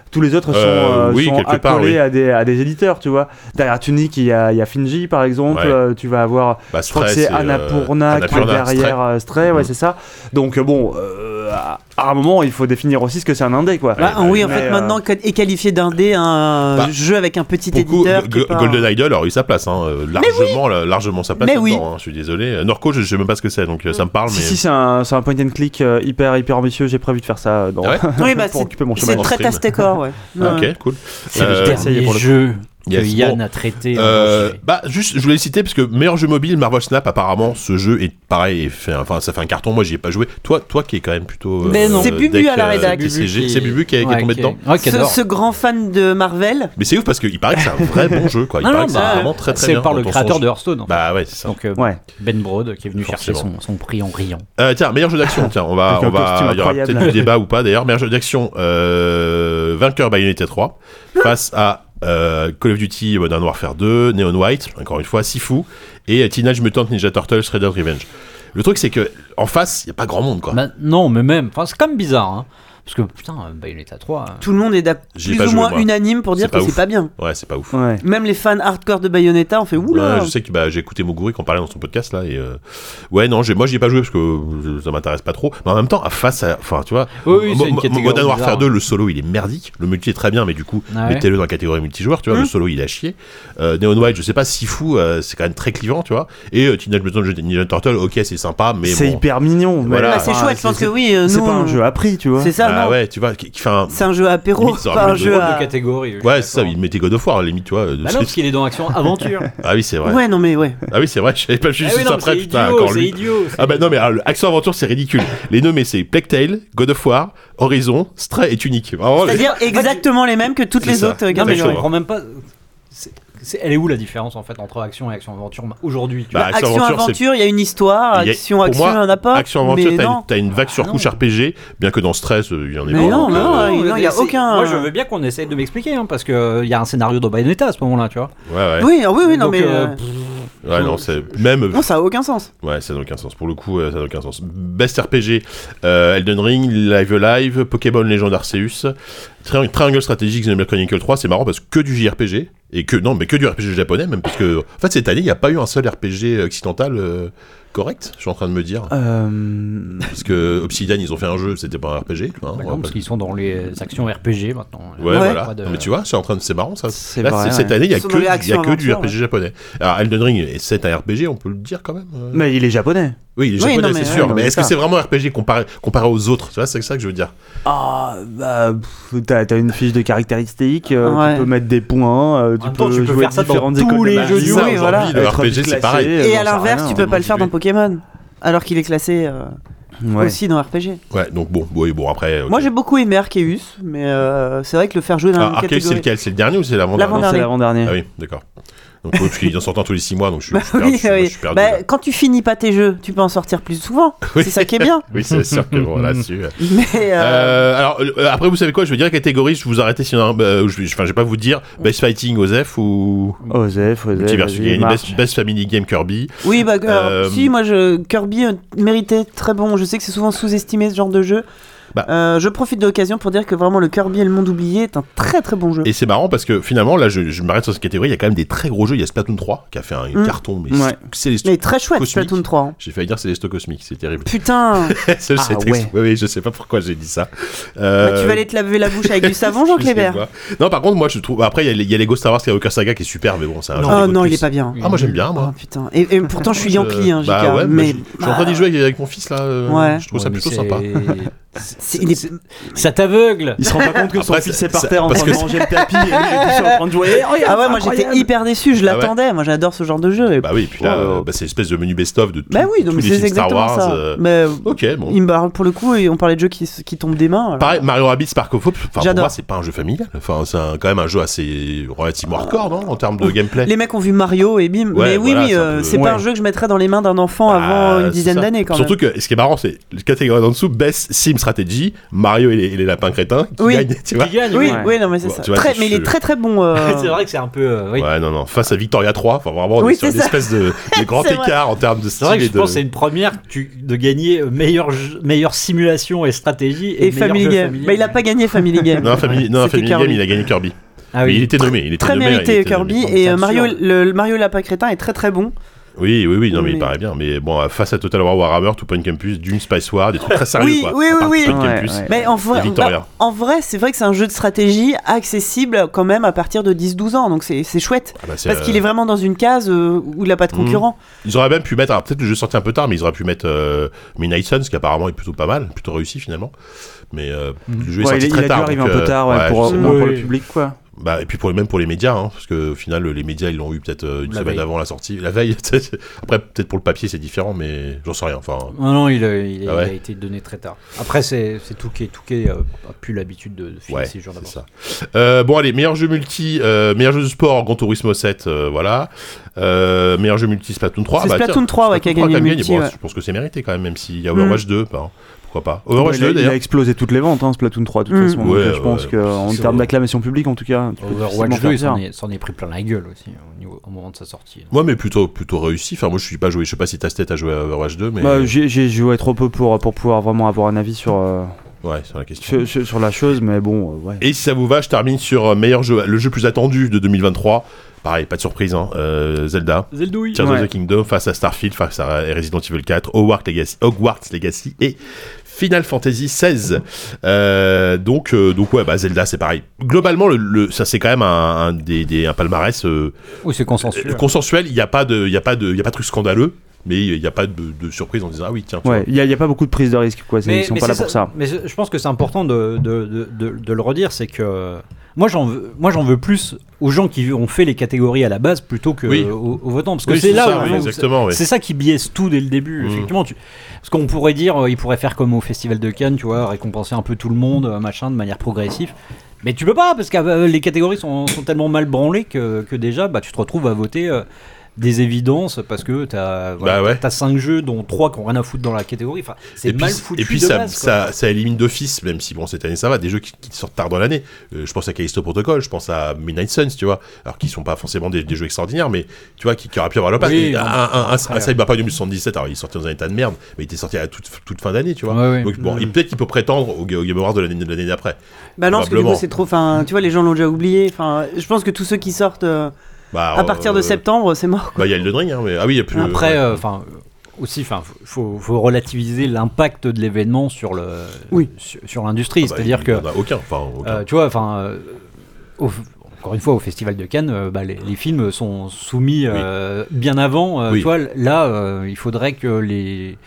[SPEAKER 3] Tous les autres sont,
[SPEAKER 1] Euh,
[SPEAKER 3] euh,
[SPEAKER 1] oui,
[SPEAKER 3] sont
[SPEAKER 1] quelque
[SPEAKER 3] accolés
[SPEAKER 1] part, oui.
[SPEAKER 3] à, des, à des éditeurs, tu vois. Derrière Tunic, il y a, il y a Finji, par exemple.
[SPEAKER 1] Ouais.
[SPEAKER 3] euh, tu vas avoir,
[SPEAKER 1] Bah,
[SPEAKER 3] je crois que
[SPEAKER 1] Stray,
[SPEAKER 3] c'est
[SPEAKER 1] euh,
[SPEAKER 3] Annapurna, qui est
[SPEAKER 1] Annapurna,
[SPEAKER 3] derrière
[SPEAKER 1] Stray.
[SPEAKER 3] euh, Stray, ouais,
[SPEAKER 1] Mhm.
[SPEAKER 3] c'est ça. Donc euh, bon, euh, à, à un moment, il faut définir aussi ce que c'est un indé, quoi.
[SPEAKER 2] Bah,
[SPEAKER 1] Ouais,
[SPEAKER 2] oui,
[SPEAKER 3] ouais.
[SPEAKER 2] en fait,
[SPEAKER 3] Mais, euh,
[SPEAKER 2] maintenant que- est qualifié d'un dé un
[SPEAKER 1] Bah,
[SPEAKER 2] jeu avec un petit
[SPEAKER 1] Pour le coup,
[SPEAKER 2] éditeur. qui est
[SPEAKER 1] Go-
[SPEAKER 2] pas-
[SPEAKER 1] Golden Idol aurait eu sa place, hein, euh, largement, la- largement sa place.
[SPEAKER 2] Mais oui.
[SPEAKER 1] là-dedans, hein, je suis désolé. Euh, Norco, je, je sais même pas ce que c'est, donc euh, ça me parle,
[SPEAKER 3] Si,
[SPEAKER 1] mais
[SPEAKER 3] si, c'est un, c'est un point and click euh, hyper, hyper ambitieux. J'ai prévu de faire ça euh, dans,
[SPEAKER 1] Ah ouais
[SPEAKER 2] Oui,
[SPEAKER 1] <laughs>
[SPEAKER 2] bah,
[SPEAKER 3] pour
[SPEAKER 2] c'est
[SPEAKER 3] occuper mon chemin.
[SPEAKER 2] c'est
[SPEAKER 1] en
[SPEAKER 2] très
[SPEAKER 1] stream.
[SPEAKER 2] Tastécor,
[SPEAKER 1] <laughs>
[SPEAKER 2] ouais.
[SPEAKER 1] Ah,
[SPEAKER 2] Ouais.
[SPEAKER 1] ok, cool.
[SPEAKER 4] C'est
[SPEAKER 1] Euh,
[SPEAKER 4] le
[SPEAKER 1] essayez pour
[SPEAKER 4] dernier
[SPEAKER 1] le-
[SPEAKER 4] jeu que
[SPEAKER 1] Yes,
[SPEAKER 4] Yann
[SPEAKER 1] bon.
[SPEAKER 4] a traité. en
[SPEAKER 1] Euh,
[SPEAKER 4] danger.
[SPEAKER 1] bah juste je voulais le citer parce que meilleur jeu mobile Marvel Snap apparemment ce jeu est pareil est fait, enfin ça fait un carton moi j'y ai pas joué toi toi qui est quand même plutôt euh,
[SPEAKER 4] Ben
[SPEAKER 2] Mais non. C'est Bubu
[SPEAKER 1] deck,
[SPEAKER 2] à la
[SPEAKER 1] euh,
[SPEAKER 2] rédac.
[SPEAKER 1] TCG. c'est Bubu qui, est- qui est
[SPEAKER 4] Ouais,
[SPEAKER 1] tombé dedans
[SPEAKER 4] Ouais, qui
[SPEAKER 2] Ce,
[SPEAKER 4] adore.
[SPEAKER 2] ce grand fan de Marvel,
[SPEAKER 1] mais c'est ouf parce qu'il paraît que c'est un vrai bon jeu quoi il
[SPEAKER 4] Non,
[SPEAKER 1] paraît
[SPEAKER 4] non,
[SPEAKER 1] que c'est
[SPEAKER 4] bah,
[SPEAKER 1] vraiment très très bien
[SPEAKER 4] C'est par le
[SPEAKER 1] dans ton
[SPEAKER 4] créateur
[SPEAKER 1] sens.
[SPEAKER 4] de Hearthstone. en fait.
[SPEAKER 1] bah ouais c'est ça
[SPEAKER 4] Donc euh,
[SPEAKER 3] Ouais.
[SPEAKER 4] Ben Brod qui est venu chercher
[SPEAKER 1] Forcément.
[SPEAKER 4] son, son prix en riant.
[SPEAKER 1] Euh, tiens meilleur jeu
[SPEAKER 3] <laughs>
[SPEAKER 1] d'action tiens on va
[SPEAKER 3] Avec un
[SPEAKER 1] on va
[SPEAKER 3] costume
[SPEAKER 1] il y aura
[SPEAKER 3] incroyable.
[SPEAKER 1] peut-être du débat ou pas d'ailleurs meilleur jeu d'action euh, vainqueur Bayonetta 3 face à euh, Call of Duty Modern Warfare 2 Neon White encore une fois Sifu et euh, Teenage Mutant Ninja Turtles Shredder's Revenge le truc c'est que en face il y a pas grand monde quoi
[SPEAKER 4] Bah, non, mais même. Enfin, c'est quand même bizarre. hein. Parce que putain, euh, Bayonetta 3. euh,
[SPEAKER 2] tout le monde est d'ac-
[SPEAKER 1] J'y ai
[SPEAKER 2] plus
[SPEAKER 1] pas
[SPEAKER 2] ou
[SPEAKER 1] joué,
[SPEAKER 2] moins
[SPEAKER 1] moi.
[SPEAKER 2] unanime pour dire
[SPEAKER 1] C'est pas
[SPEAKER 2] que c'est
[SPEAKER 1] ouf.
[SPEAKER 2] pas bien.
[SPEAKER 1] Ouais, c'est pas ouf.
[SPEAKER 3] Ouais.
[SPEAKER 2] Même les fans hardcore de Bayonetta ont fait oula.
[SPEAKER 1] Ouais, je sais que bah, j'ai écouté Moguri qui en parlait dans son podcast là et euh, ouais non j'ai moi j'y ai pas joué parce que euh, ça m'intéresse pas trop mais en même temps à face à enfin tu vois
[SPEAKER 4] Oui, oui,
[SPEAKER 1] Mo-
[SPEAKER 4] c'est une
[SPEAKER 1] Mo-
[SPEAKER 4] catégorie
[SPEAKER 1] Modern Warfare
[SPEAKER 4] bizarre. hein.
[SPEAKER 1] 2 le solo il est merdique le multi est très bien mais du coup
[SPEAKER 4] Ah ouais.
[SPEAKER 1] mettez-le dans la catégorie multijoueur tu vois
[SPEAKER 2] Hmm.
[SPEAKER 1] le solo il a chié euh, Neon White je sais pas si fou euh, c'est quand même très clivant tu vois et euh, Teenage Mutant Ninja Turtle ok c'est sympa mais
[SPEAKER 3] c'est
[SPEAKER 1] bon
[SPEAKER 3] hyper mignon. mais
[SPEAKER 1] Voilà.
[SPEAKER 2] Bah, c'est
[SPEAKER 3] enfin,
[SPEAKER 2] chouette, je pense que oui. euh,
[SPEAKER 3] C'est
[SPEAKER 2] nous,
[SPEAKER 3] pas un
[SPEAKER 2] on-
[SPEAKER 3] jeu appris, tu vois.
[SPEAKER 2] C'est ça,
[SPEAKER 1] bah
[SPEAKER 2] non
[SPEAKER 1] ouais tu vois qui- qui- enfin
[SPEAKER 2] C'est un jeu apéro,
[SPEAKER 1] Limite, ça aurait
[SPEAKER 2] pas un
[SPEAKER 1] pu être
[SPEAKER 2] jeu
[SPEAKER 4] drôle
[SPEAKER 2] à.
[SPEAKER 4] de catégorie. je suis
[SPEAKER 1] Ah. ouais c'est ça
[SPEAKER 4] d'accord.
[SPEAKER 1] il mettait God of War à la limite tu vois euh,
[SPEAKER 4] Bah non, parce qu'il est dans Action
[SPEAKER 1] <laughs>
[SPEAKER 4] Aventure.
[SPEAKER 1] ah oui c'est vrai
[SPEAKER 2] Ouais, non mais ouais.
[SPEAKER 1] ah oui c'est vrai j'avais pas vu
[SPEAKER 4] Ah oui,
[SPEAKER 1] juste
[SPEAKER 4] non, mais
[SPEAKER 1] après
[SPEAKER 4] c'est
[SPEAKER 1] putain
[SPEAKER 4] idiot,
[SPEAKER 1] encore
[SPEAKER 4] c'est
[SPEAKER 1] lui
[SPEAKER 4] idiot. c'est-
[SPEAKER 1] Ah bah non mais alors, le Action Aventure c'est ridicule. Les nommés c'est Plague Tale, God of War, Horizon, Stray et Tunic. Vraiment, les-
[SPEAKER 2] C'est-à-dire exactement les mêmes que toutes
[SPEAKER 1] C'est hein.
[SPEAKER 2] les
[SPEAKER 1] ça.
[SPEAKER 2] autres euh,
[SPEAKER 4] Non, mais je
[SPEAKER 1] Exactement.
[SPEAKER 2] catégories.
[SPEAKER 4] comprends même pas. c'est- c'est- Elle est où la différence en fait entre Action et Action Aventure aujourd'hui tu
[SPEAKER 1] Bah,
[SPEAKER 4] vois
[SPEAKER 2] Action
[SPEAKER 1] Action-aventure,
[SPEAKER 2] aventure, il y a une histoire.
[SPEAKER 1] Il y a-
[SPEAKER 2] Action
[SPEAKER 1] pour
[SPEAKER 2] action,
[SPEAKER 1] moi,
[SPEAKER 2] il y en a pas.
[SPEAKER 1] Action Aventure,
[SPEAKER 2] hein mais
[SPEAKER 1] t'as
[SPEAKER 2] non.
[SPEAKER 1] une, t'as une vague surcouche RPG, bien que dans Stress euh, il y en ait
[SPEAKER 2] Mais
[SPEAKER 1] pas,
[SPEAKER 2] non,
[SPEAKER 1] donc,
[SPEAKER 2] mais
[SPEAKER 1] euh,
[SPEAKER 4] hein.
[SPEAKER 2] non, il- non, il y a
[SPEAKER 4] c'est-
[SPEAKER 2] aucun-
[SPEAKER 4] Moi, je veux bien qu'on essaye de m'expliquer, hein, parce que euh, il y a un scénario dans Bayonetta à ce moment-là, tu vois.
[SPEAKER 1] ouais, ouais.
[SPEAKER 2] Oui, ah oui, oui, non
[SPEAKER 4] Donc,
[SPEAKER 2] mais. euh,
[SPEAKER 4] euh,
[SPEAKER 1] Ouais, non, c'est même.
[SPEAKER 2] Non, ça a aucun sens.
[SPEAKER 1] Ouais, ça n'a aucun sens. Pour le coup, euh, ça n'a aucun sens. Best RPG, euh, Elden Ring, Live Alive, Pokémon Legend Arceus, Triangle, Triangle Strategic Xenoblade Chronicle 3, c'est marrant parce que du JRPG et que non, mais que du RPG japonais même parce que en fait cette année, il n'y a pas eu un seul RPG occidental euh, correct. Je suis en train de me dire
[SPEAKER 3] Euh,
[SPEAKER 1] parce que Obsidian, ils ont fait un jeu, c'était pas un RPG. hein,
[SPEAKER 4] Bah
[SPEAKER 1] on
[SPEAKER 4] non,
[SPEAKER 1] va pas-
[SPEAKER 4] parce qu'ils sont dans les actions RPG maintenant.
[SPEAKER 1] Ouais,
[SPEAKER 2] Ouais.
[SPEAKER 1] voilà.
[SPEAKER 4] Pas de-
[SPEAKER 1] Non, mais tu vois, c'est en train de, c'est marrant ça.
[SPEAKER 3] C'est
[SPEAKER 1] Là,
[SPEAKER 3] vrai,
[SPEAKER 1] c'est- cette
[SPEAKER 3] ouais.
[SPEAKER 1] année, il y a
[SPEAKER 2] Ils sont
[SPEAKER 1] que,
[SPEAKER 2] dans
[SPEAKER 1] du-
[SPEAKER 2] les
[SPEAKER 1] il y a que du
[SPEAKER 2] actions,
[SPEAKER 1] RPG japonais. Alors Elden Ring, c'est un RPG, on peut le dire quand même. euh.
[SPEAKER 3] Mais il est japonais.
[SPEAKER 1] Oui, il est
[SPEAKER 2] Oui,
[SPEAKER 1] japonais,
[SPEAKER 2] non, mais-
[SPEAKER 1] c'est
[SPEAKER 2] ouais,
[SPEAKER 1] sûr.
[SPEAKER 3] non,
[SPEAKER 1] mais
[SPEAKER 3] mais
[SPEAKER 1] est-ce que
[SPEAKER 3] ça.
[SPEAKER 1] c'est vraiment un RPG comparé, comparé aux autres Tu vois, c'est ça que je veux dire.
[SPEAKER 3] Ah, bah, pff, t'as t'as une fiche de caractéristiques, euh,
[SPEAKER 2] Ouais.
[SPEAKER 3] tu peux mettre des points, euh, tu,
[SPEAKER 4] même
[SPEAKER 3] peux
[SPEAKER 4] temps, tu peux
[SPEAKER 3] jouer
[SPEAKER 4] faire ça dans
[SPEAKER 3] différentes
[SPEAKER 4] tous
[SPEAKER 3] écoles de
[SPEAKER 4] les
[SPEAKER 3] maths,
[SPEAKER 4] jeux
[SPEAKER 3] c'est
[SPEAKER 1] du
[SPEAKER 3] ça,
[SPEAKER 1] monde, voilà.
[SPEAKER 3] aujourd'hui, le
[SPEAKER 1] Être
[SPEAKER 3] RPG,
[SPEAKER 1] classé,
[SPEAKER 3] c'est pareil.
[SPEAKER 2] Et
[SPEAKER 3] j'en
[SPEAKER 2] à
[SPEAKER 3] sais
[SPEAKER 2] l'inverse,
[SPEAKER 3] rien.
[SPEAKER 2] tu peux pas le faire dans
[SPEAKER 1] Motivé.
[SPEAKER 2] Pokémon, alors qu'il est classé euh,
[SPEAKER 3] Ouais.
[SPEAKER 2] aussi dans RPG.
[SPEAKER 1] Ouais, donc bon, oui, bon après. ok.
[SPEAKER 2] Moi, j'ai beaucoup aimé Arceus, mais euh, c'est vrai que le faire jouer dans
[SPEAKER 1] Ah,
[SPEAKER 2] une
[SPEAKER 1] Arceus, c'est
[SPEAKER 2] catégorie.
[SPEAKER 1] lequel C'est le dernier ou c'est
[SPEAKER 3] Non,
[SPEAKER 1] l'avant-dernier
[SPEAKER 2] L'avant-dernier.
[SPEAKER 3] c'est l'avant-dernier.
[SPEAKER 1] Ah oui, d'accord. Donc, oui, parce qu'ils en sortent un tous les 6 mois, donc je suis,
[SPEAKER 2] Bah
[SPEAKER 1] je suis perdu.
[SPEAKER 2] <laughs> oui,
[SPEAKER 1] je suis-
[SPEAKER 2] oui.
[SPEAKER 1] je suis perdu,
[SPEAKER 2] Bah,
[SPEAKER 1] là.
[SPEAKER 2] quand tu finis pas tes jeux, tu peux en sortir plus souvent.
[SPEAKER 1] Oui.
[SPEAKER 2] C'est ça qui est bien.
[SPEAKER 1] <laughs> Oui, c'est sûr que bon, là-dessus. euh.
[SPEAKER 2] Mais euh,
[SPEAKER 1] Euh, alors, euh, après, vous savez quoi Je vais dire la catégorie, je vais vous arrêter sinon. euh, je, je- enfin, je vais pas vous dire Best Fighting Osef ou.
[SPEAKER 3] Osef, Osef,
[SPEAKER 1] Multiverse
[SPEAKER 3] vas-y,
[SPEAKER 1] Game,
[SPEAKER 3] marche.
[SPEAKER 1] best, best Family Game Kirby.
[SPEAKER 2] oui, bah alors,
[SPEAKER 1] euh,
[SPEAKER 2] si moi je Kirby euh, méritait très bon. Je sais que c'est souvent sous-estimé ce genre de jeu.
[SPEAKER 1] Bah.
[SPEAKER 2] Euh, je profite de l'occasion pour dire que vraiment le Kirby et le monde oublié est un très très bon jeu.
[SPEAKER 1] Et c'est marrant parce que finalement, là, je, je m'arrête sur cette catégorie. Il y a quand même des très gros jeux. Il y a Splatoon 3 qui a fait un
[SPEAKER 2] Mm.
[SPEAKER 1] carton, mais
[SPEAKER 3] Ouais.
[SPEAKER 1] c'est les
[SPEAKER 2] Mais très chouette
[SPEAKER 1] Cosmique.
[SPEAKER 2] Splatoon 3. hein.
[SPEAKER 1] J'ai failli dire c'est les stocks cosmiques, c'est terrible. <laughs>
[SPEAKER 2] Putain,
[SPEAKER 1] C'est-
[SPEAKER 3] Ah,
[SPEAKER 1] c'est-
[SPEAKER 3] ouais.
[SPEAKER 1] Oui, oui, je sais pas pourquoi j'ai dit ça.
[SPEAKER 2] bah,
[SPEAKER 1] Euh,
[SPEAKER 2] tu vas aller te laver la bouche avec du savon, Jean
[SPEAKER 1] <laughs> je sais
[SPEAKER 2] Clébert.
[SPEAKER 1] pas. Non, par contre, moi, je trouve. Après, il y a les- il y, a Lego Star Wars Skywalker Saga qui est super, mais bon, ça.
[SPEAKER 2] Oh non, il est pas bien.
[SPEAKER 1] Ah, moi, j'aime bien, moi.
[SPEAKER 2] Ah, putain. Et, et pourtant, je suis Yankee, hein,
[SPEAKER 1] Euh, bah
[SPEAKER 2] JK,
[SPEAKER 1] ouais, mais
[SPEAKER 2] mais bah,
[SPEAKER 1] je- je suis en train d'y jouer avec- avec mon fils là. euh,
[SPEAKER 2] Ouais.
[SPEAKER 1] Je trouve ça plutôt sympa.
[SPEAKER 2] c'est- il est-
[SPEAKER 4] Ça t'aveugle
[SPEAKER 3] Il se rend pas compte que
[SPEAKER 1] Après,
[SPEAKER 3] son fils
[SPEAKER 1] c'est-
[SPEAKER 3] est par
[SPEAKER 1] c'est-
[SPEAKER 3] terre en
[SPEAKER 1] parce
[SPEAKER 3] train de
[SPEAKER 1] que-
[SPEAKER 3] manger le tapis et lui, il est tout seul en train de jouer.
[SPEAKER 2] Ah ouais, moi j'étais hyper déçu, je
[SPEAKER 1] Ah ouais.
[SPEAKER 2] l'attendais. Moi j'adore ce genre de jeu. et-
[SPEAKER 1] Bah oui, puis là,
[SPEAKER 3] Ouais,
[SPEAKER 1] euh,
[SPEAKER 3] ouais.
[SPEAKER 1] bah, c'est l'espèce de menu best-of de tout,
[SPEAKER 2] Bah oui, non,
[SPEAKER 1] tous
[SPEAKER 2] mais
[SPEAKER 1] les
[SPEAKER 2] c'est
[SPEAKER 1] films Star
[SPEAKER 2] exactement
[SPEAKER 1] Wars.
[SPEAKER 2] ça.
[SPEAKER 1] euh,
[SPEAKER 2] Mais
[SPEAKER 1] Ok, bon.
[SPEAKER 2] il me parle pour le coup, et on parlait de jeux qui, se- qui tombent des mains. alors.
[SPEAKER 1] Pareil, Mario Rabbids Spark of Hope, enfin, pour
[SPEAKER 2] J'adore.
[SPEAKER 1] moi, c'est pas un jeu familial. Enfin, c'est un- quand même un jeu assez relativement hardcore, non, en termes de gameplay.
[SPEAKER 2] Les mecs ont vu Mario et bim.
[SPEAKER 1] Ouais,
[SPEAKER 2] mais oui,
[SPEAKER 1] voilà,
[SPEAKER 2] oui,
[SPEAKER 1] c'est un
[SPEAKER 2] euh,
[SPEAKER 1] peu-
[SPEAKER 2] c'est pas
[SPEAKER 3] Ouais.
[SPEAKER 2] un jeu que je mettrais dans les mains d'un enfant
[SPEAKER 1] Bah,
[SPEAKER 2] avant une
[SPEAKER 1] c'est
[SPEAKER 2] dizaine
[SPEAKER 1] ça.
[SPEAKER 2] d'années quand
[SPEAKER 1] Surtout que ce qui est marrant, c'est la catégorie d'en dessous, Best Sim Strategy, Mario et les, et les lapins crétins qui
[SPEAKER 2] Oui.
[SPEAKER 1] gagnent, tu vois.
[SPEAKER 4] Il gagne,
[SPEAKER 2] même. Oui, <laughs>
[SPEAKER 3] Ouais.
[SPEAKER 2] oui, non, mais c'est
[SPEAKER 1] Bon,
[SPEAKER 2] ça.
[SPEAKER 1] tu vois,
[SPEAKER 2] Très-
[SPEAKER 1] c'est
[SPEAKER 2] mais il est
[SPEAKER 1] chelou.
[SPEAKER 2] très très bon. euh,
[SPEAKER 4] <laughs> C'est vrai que c'est un peu. euh, oui.
[SPEAKER 1] Ouais, non, non, face à Victoria 3, enfin vraiment, on
[SPEAKER 2] Oui,
[SPEAKER 1] est sur
[SPEAKER 2] c'est
[SPEAKER 1] une
[SPEAKER 2] ça.
[SPEAKER 1] espèce de,
[SPEAKER 2] <laughs>
[SPEAKER 1] de grand
[SPEAKER 2] C'est vrai.
[SPEAKER 1] écart en termes de
[SPEAKER 4] C'est
[SPEAKER 1] style
[SPEAKER 4] vrai que
[SPEAKER 1] et
[SPEAKER 4] je
[SPEAKER 1] de.
[SPEAKER 4] pense que c'est une première tu- de gagner meilleur, jeu- meilleure simulation et stratégie et,
[SPEAKER 2] Et
[SPEAKER 4] meilleur
[SPEAKER 2] Family
[SPEAKER 4] jeu
[SPEAKER 2] Game.
[SPEAKER 4] familial.
[SPEAKER 2] Bah, il a pas gagné
[SPEAKER 1] <laughs>
[SPEAKER 2] Family Game.
[SPEAKER 1] Non, Family, non,
[SPEAKER 2] C'était
[SPEAKER 1] Family Game,
[SPEAKER 2] Kirby.
[SPEAKER 1] il a gagné Kirby.
[SPEAKER 4] Ah
[SPEAKER 1] Mais il
[SPEAKER 4] oui.
[SPEAKER 1] était nommé, il était
[SPEAKER 2] Très
[SPEAKER 1] nommé. il
[SPEAKER 2] mérité
[SPEAKER 1] était nommé.
[SPEAKER 2] Kirby
[SPEAKER 4] nommé.
[SPEAKER 2] et
[SPEAKER 4] C'est
[SPEAKER 2] euh, Mario
[SPEAKER 4] absurde.
[SPEAKER 2] le, le Mario lapin crétin est très très bon.
[SPEAKER 1] Oui, oui, oui, non, mais il
[SPEAKER 2] Mais-
[SPEAKER 1] paraît bien. Mais bon, euh, face à Total War Warhammer, Two Point Campus, Dune Spice War, des trucs très sérieux,
[SPEAKER 2] Oui,
[SPEAKER 1] quoi.
[SPEAKER 2] oui,
[SPEAKER 1] À
[SPEAKER 2] oui,
[SPEAKER 1] part
[SPEAKER 2] oui.
[SPEAKER 1] Two Point
[SPEAKER 3] Ouais,
[SPEAKER 1] Campus.
[SPEAKER 3] ouais.
[SPEAKER 2] Mais en vrai,
[SPEAKER 1] Et Victoria. Ah
[SPEAKER 2] bah, en vrai, c'est vrai que c'est un jeu de stratégie accessible quand même à partir de 10-12 ans, donc c'est c'est chouette
[SPEAKER 1] Ah bah, c'est,
[SPEAKER 2] parce
[SPEAKER 1] euh,
[SPEAKER 2] qu'il est vraiment dans une case euh, où il a pas de
[SPEAKER 1] Mm.
[SPEAKER 2] concurrent.
[SPEAKER 1] Ils auraient même pu mettre, alors peut-être le jeu sorti un peu tard, mais ils auraient pu mettre euh, Midnight Suns, qui apparemment est plutôt pas mal, plutôt réussi finalement. Mais euh, le jeu est
[SPEAKER 3] Mhm. Ouais,
[SPEAKER 1] sorti
[SPEAKER 3] il,
[SPEAKER 1] très
[SPEAKER 3] il a dû
[SPEAKER 1] tard.
[SPEAKER 3] arriver
[SPEAKER 1] donc,
[SPEAKER 3] un peu
[SPEAKER 1] euh,
[SPEAKER 3] tard ouais,
[SPEAKER 1] ouais,
[SPEAKER 3] pour,
[SPEAKER 1] je sais
[SPEAKER 3] au moins
[SPEAKER 1] pas.
[SPEAKER 3] pour le
[SPEAKER 4] Oui.
[SPEAKER 3] public, quoi.
[SPEAKER 1] Bah, et puis pour, même pour les médias, hein, parce que au final, les médias, ils l'ont eu peut-être euh, une
[SPEAKER 4] La
[SPEAKER 1] semaine
[SPEAKER 4] veille.
[SPEAKER 1] avant la sortie, la veille. <laughs> Après, peut-être pour le papier, c'est différent, mais j'en sais rien. Enfin,
[SPEAKER 4] Non, non, il a, il a-
[SPEAKER 1] Ah ouais.
[SPEAKER 4] il a été donné très tard. Après, c'est tout qui euh, a plus l'habitude de, de filer
[SPEAKER 1] ouais,
[SPEAKER 4] ces
[SPEAKER 1] c'est
[SPEAKER 4] jours d'avance.
[SPEAKER 1] ça. Euh, bon, allez, meilleur jeu multi, euh, meilleur jeu de sport, Gran Turismo 7, euh, voilà. Euh, meilleur jeu multi, Splatoon 3.
[SPEAKER 2] C'est
[SPEAKER 1] bah,
[SPEAKER 2] Splatoon 3, ouais, qui a
[SPEAKER 1] Splatoon 3
[SPEAKER 2] gagné le multi,
[SPEAKER 1] Bon,
[SPEAKER 2] ouais.
[SPEAKER 1] Je pense que c'est mérité quand même, même s'il y a Overwatch 2, bah, pourquoi pas. Overwatch
[SPEAKER 3] Mm. il, a,
[SPEAKER 1] 2,
[SPEAKER 3] il a
[SPEAKER 1] d'ailleurs.
[SPEAKER 3] explosé toutes les ventes, hein, Splatoon 3, de toute
[SPEAKER 2] Mm.
[SPEAKER 3] façon.
[SPEAKER 1] Ouais,
[SPEAKER 3] donc, je
[SPEAKER 1] ouais,
[SPEAKER 3] pense
[SPEAKER 1] ouais.
[SPEAKER 3] qu'en
[SPEAKER 1] C'est-
[SPEAKER 3] termes d'acclamation publique, en tout cas, tu peux difficilement
[SPEAKER 4] Overwatch 2
[SPEAKER 3] faire
[SPEAKER 4] il s'en
[SPEAKER 3] pire.
[SPEAKER 4] est- s'en est pris plein la gueule aussi au, niveau, au moment de sa sortie.
[SPEAKER 1] Moi, mais plutôt, plutôt réussi. Enfin, moi, je suis pas joué. Je sais pas si Tastet a joué à Overwatch 2, mais.
[SPEAKER 3] Bah, j'ai j'ai joué trop peu pour, pour pouvoir vraiment avoir un avis sur, euh,
[SPEAKER 1] ouais, c'est la question.
[SPEAKER 3] sur, sur- sur la chose, mais bon, euh, ouais.
[SPEAKER 1] Et si ça vous va, je termine sur euh, meilleur jeu, le jeu plus attendu de 2023. Pareil, pas de surprise, hein, euh, Zelda,
[SPEAKER 4] Zeldouille
[SPEAKER 1] Tears of
[SPEAKER 3] Ouais.
[SPEAKER 1] the Kingdom, face à Starfield, face à Resident Evil 4, Hogwarts Legacy, Hogwarts Legacy et Final Fantasy XVI. Euh, donc, euh, donc ouais, bah Zelda, c'est pareil. Globalement, le, le- ça c'est quand même un, un des, des- un palmarès euh,
[SPEAKER 4] Oui, c'est consensuel.
[SPEAKER 1] euh, consensuel. Il n'y a pas de, il y a pas de, il y a pas de truc scandaleux, mais il n'y a pas de, de surprise en disant ah oui tiens. tu
[SPEAKER 3] Ouais, il n'y a, il y a pas beaucoup de prise de risque, quoi. c'est-
[SPEAKER 4] Mais-
[SPEAKER 3] ils sont
[SPEAKER 4] mais
[SPEAKER 3] pas là
[SPEAKER 4] c'est
[SPEAKER 3] pour ça.
[SPEAKER 4] Mais je je pense que c'est important de, de, de, de- de le redire, c'est que moi j'en veux, moi j'en veux plus aux gens qui ont fait les catégories à la base plutôt que
[SPEAKER 1] Oui.
[SPEAKER 4] aux, aux votants, parce que
[SPEAKER 1] Oui,
[SPEAKER 4] c'est là
[SPEAKER 1] ça,
[SPEAKER 4] où-
[SPEAKER 1] oui,
[SPEAKER 4] où-
[SPEAKER 1] exactement. oui.
[SPEAKER 4] c'est ça qui biaise tout dès le début.
[SPEAKER 1] Mhm.
[SPEAKER 4] Effectivement, tu, parce qu'on pourrait dire, euh, ils pourraient faire comme au Festival de Cannes, tu vois, récompenser un peu tout le monde, euh, machin, de manière progressive. Mais tu peux pas, parce que euh, les catégories sont, sont tellement mal branlées que, que déjà, bah, tu te retrouves à voter. euh, des évidences parce que t'as voilà,
[SPEAKER 1] Bah ouais.
[SPEAKER 4] t'as cinq jeux dont trois qui ont rien à foutre dans la catégorie. Enfin, c'est
[SPEAKER 1] Et puis,
[SPEAKER 4] mal foutu
[SPEAKER 1] et puis
[SPEAKER 4] de
[SPEAKER 1] ça,
[SPEAKER 4] base, quoi.
[SPEAKER 1] ça, ça élimine d'office, même si bon cette année ça va, des jeux qui, qui sortent tard dans l'année. Euh, je pense à Callisto Protocol, je pense à Midnight Suns, tu vois, alors qui sont pas forcément des, des jeux extraordinaires, mais tu vois qui, qui auraient pu avoir leur place.
[SPEAKER 4] Oui,
[SPEAKER 1] Et
[SPEAKER 4] non,
[SPEAKER 1] un, un, un,
[SPEAKER 4] après,
[SPEAKER 1] un Cyberpunk 2077, alors il est sorti dans un état de merde, mais il était sorti à toute, toute fin d'année, tu vois.
[SPEAKER 4] Ouais, ouais.
[SPEAKER 1] Donc bon,
[SPEAKER 3] Mm.
[SPEAKER 1] et peut-être qu'il peut prétendre au, au Game Awards de l'année de l'année d'après.
[SPEAKER 2] Bah non, parce que du coup,
[SPEAKER 1] Probablement.
[SPEAKER 2] c'est trop. Enfin, tu vois, les gens l'ont déjà oublié. Enfin, je pense que tous ceux qui sortent euh,
[SPEAKER 1] Bah,
[SPEAKER 2] à partir de
[SPEAKER 1] euh,
[SPEAKER 2] septembre, c'est mort.
[SPEAKER 1] Bah il y a Elden Ring, hein, mais ah oui, il y a plus.
[SPEAKER 4] Après,
[SPEAKER 1] ouais.
[SPEAKER 4] euh, enfin. aussi, enfin, faut- faut, faut relativiser l'impact de l'événement sur le
[SPEAKER 2] Oui.
[SPEAKER 4] sur, sur l'industrie.
[SPEAKER 1] Ah bah,
[SPEAKER 4] C'est-à-dire
[SPEAKER 1] il
[SPEAKER 4] que
[SPEAKER 1] y en a aucun, enfin aucun.
[SPEAKER 4] Euh, tu vois, enfin, euh, au- encore une fois, au Festival de Cannes, euh, bah, les, les films sont soumis euh, bien avant. euh,
[SPEAKER 1] Oui.
[SPEAKER 4] Tu vois, là, euh, il faudrait que les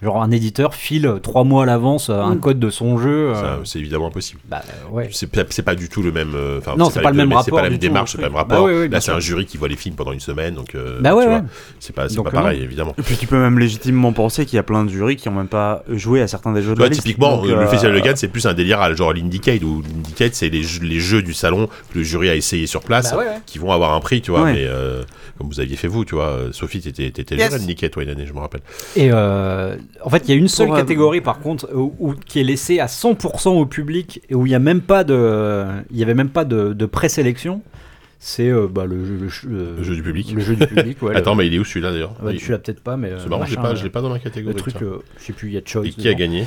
[SPEAKER 4] genre un éditeur file trois mois à l'avance euh, un
[SPEAKER 2] Mm.
[SPEAKER 4] code de son jeu. euh,
[SPEAKER 1] Ça, c'est évidemment impossible.
[SPEAKER 4] bah, ouais.
[SPEAKER 1] C'est pas- c'est pas du tout le même. euh, enfin,
[SPEAKER 4] Non, c'est pas le même
[SPEAKER 1] C'est
[SPEAKER 4] rapport
[SPEAKER 1] pas la
[SPEAKER 4] du
[SPEAKER 1] même
[SPEAKER 4] tout,
[SPEAKER 1] démarche,
[SPEAKER 4] le
[SPEAKER 1] c'est pas le même
[SPEAKER 4] truc. Bah
[SPEAKER 1] rapport.
[SPEAKER 4] ouais, ouais, bien
[SPEAKER 1] Là, c'est
[SPEAKER 4] sûr.
[SPEAKER 1] un jury qui voit les films pendant une semaine, donc. euh,
[SPEAKER 4] Bah
[SPEAKER 1] tu
[SPEAKER 4] ouais,
[SPEAKER 1] vois,
[SPEAKER 4] ouais.
[SPEAKER 1] C'est pas, c'est
[SPEAKER 4] Donc, euh,
[SPEAKER 1] pas
[SPEAKER 4] non.
[SPEAKER 1] pareil, évidemment.
[SPEAKER 3] Et puis tu peux même légitimement penser qu'il y a plein de jurys qui ont même pas joué à certains des jeux de
[SPEAKER 1] Tu vois,
[SPEAKER 3] la liste.
[SPEAKER 1] typiquement,
[SPEAKER 3] Donc,
[SPEAKER 1] euh, le
[SPEAKER 3] euh,
[SPEAKER 1] Festival de Cannes, c'est plus un délire à genre l'Indicate, où l'Indicate, c'est les, jeux- les jeux du salon que le jury a essayé sur place,
[SPEAKER 4] Bah ouais, ouais.
[SPEAKER 1] qui vont avoir un prix, tu vois.
[SPEAKER 3] Ouais.
[SPEAKER 1] Mais euh, comme vous aviez fait vous, tu vois, euh, Sophie, t'étais t'étais
[SPEAKER 2] Yes.
[SPEAKER 1] jeune à l'Indicate, toi, une année, je me rappelle.
[SPEAKER 4] Et euh, en fait, il y a une seule
[SPEAKER 2] Pour, euh,
[SPEAKER 4] catégorie, par contre, où, où- qui est laissée à 100% au public et où il n'y a même pas de, il y avait même pas de, de présélection. C'est euh, bah, le, jeu- le ch- euh,
[SPEAKER 1] Le jeu du public.
[SPEAKER 4] Le jeu du public. ouais, le-
[SPEAKER 1] Attends, mais il est où celui-là d'ailleurs
[SPEAKER 4] Ah bah,
[SPEAKER 1] Il-
[SPEAKER 4] tu l'as peut-être pas, mais. euh,
[SPEAKER 1] C'est marrant, je l'ai
[SPEAKER 4] machin,
[SPEAKER 1] pas, je l'ai pas dans la catégorie.
[SPEAKER 4] Le truc,
[SPEAKER 1] tiens.
[SPEAKER 4] euh, je sais plus, il y a Choice.
[SPEAKER 1] Et qui a
[SPEAKER 4] dedans.
[SPEAKER 1] gagné
[SPEAKER 4] Et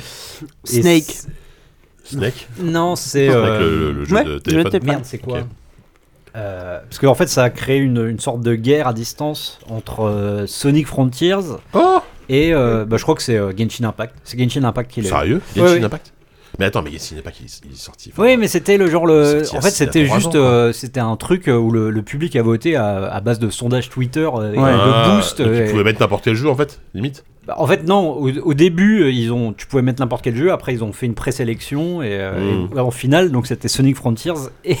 [SPEAKER 2] Snake.
[SPEAKER 4] c'est-
[SPEAKER 1] Snake
[SPEAKER 4] Non, c'est.
[SPEAKER 1] Avec le,
[SPEAKER 4] euh,
[SPEAKER 1] le- le jeu
[SPEAKER 2] ouais,
[SPEAKER 1] de
[SPEAKER 2] le
[SPEAKER 1] téléphone.
[SPEAKER 2] téléphone.
[SPEAKER 4] Merde, c'est quoi
[SPEAKER 1] Ok.
[SPEAKER 4] Euh, Parce qu'en fait, ça a créé une, une sorte de guerre à distance entre euh, Sonic Frontiers
[SPEAKER 1] Oh
[SPEAKER 4] et. euh, bah, je crois que c'est euh, Genshin Impact. C'est Genshin Impact qui l'a.
[SPEAKER 1] Sérieux
[SPEAKER 4] Ouais,
[SPEAKER 1] Genshin
[SPEAKER 4] ouais.
[SPEAKER 1] Impact Mais attends, mais Genshin Impact, il, est- il est sorti. enfin,
[SPEAKER 4] Oui, mais c'était le genre
[SPEAKER 1] C'est
[SPEAKER 4] le.
[SPEAKER 1] sorti il y a-
[SPEAKER 4] En fait,
[SPEAKER 1] il y a
[SPEAKER 4] c'était
[SPEAKER 1] trois
[SPEAKER 4] juste,
[SPEAKER 1] ans, quoi.
[SPEAKER 4] euh, c'était un truc euh, où le, le public a voté à, à base de sondages Twitter euh, et
[SPEAKER 3] Ouais.
[SPEAKER 1] ah,
[SPEAKER 4] de boost.
[SPEAKER 1] donc
[SPEAKER 4] euh,
[SPEAKER 1] Tu pouvais mettre n'importe quel jeu en fait, limite.
[SPEAKER 4] Bah, en fait, non. Au, au début, euh, ils ont, tu pouvais mettre n'importe quel jeu. Après, ils ont fait une présélection et,
[SPEAKER 3] Hmm.
[SPEAKER 4] euh,
[SPEAKER 1] Mm.
[SPEAKER 4] et, euh, en finale, donc c'était Sonic Frontiers et,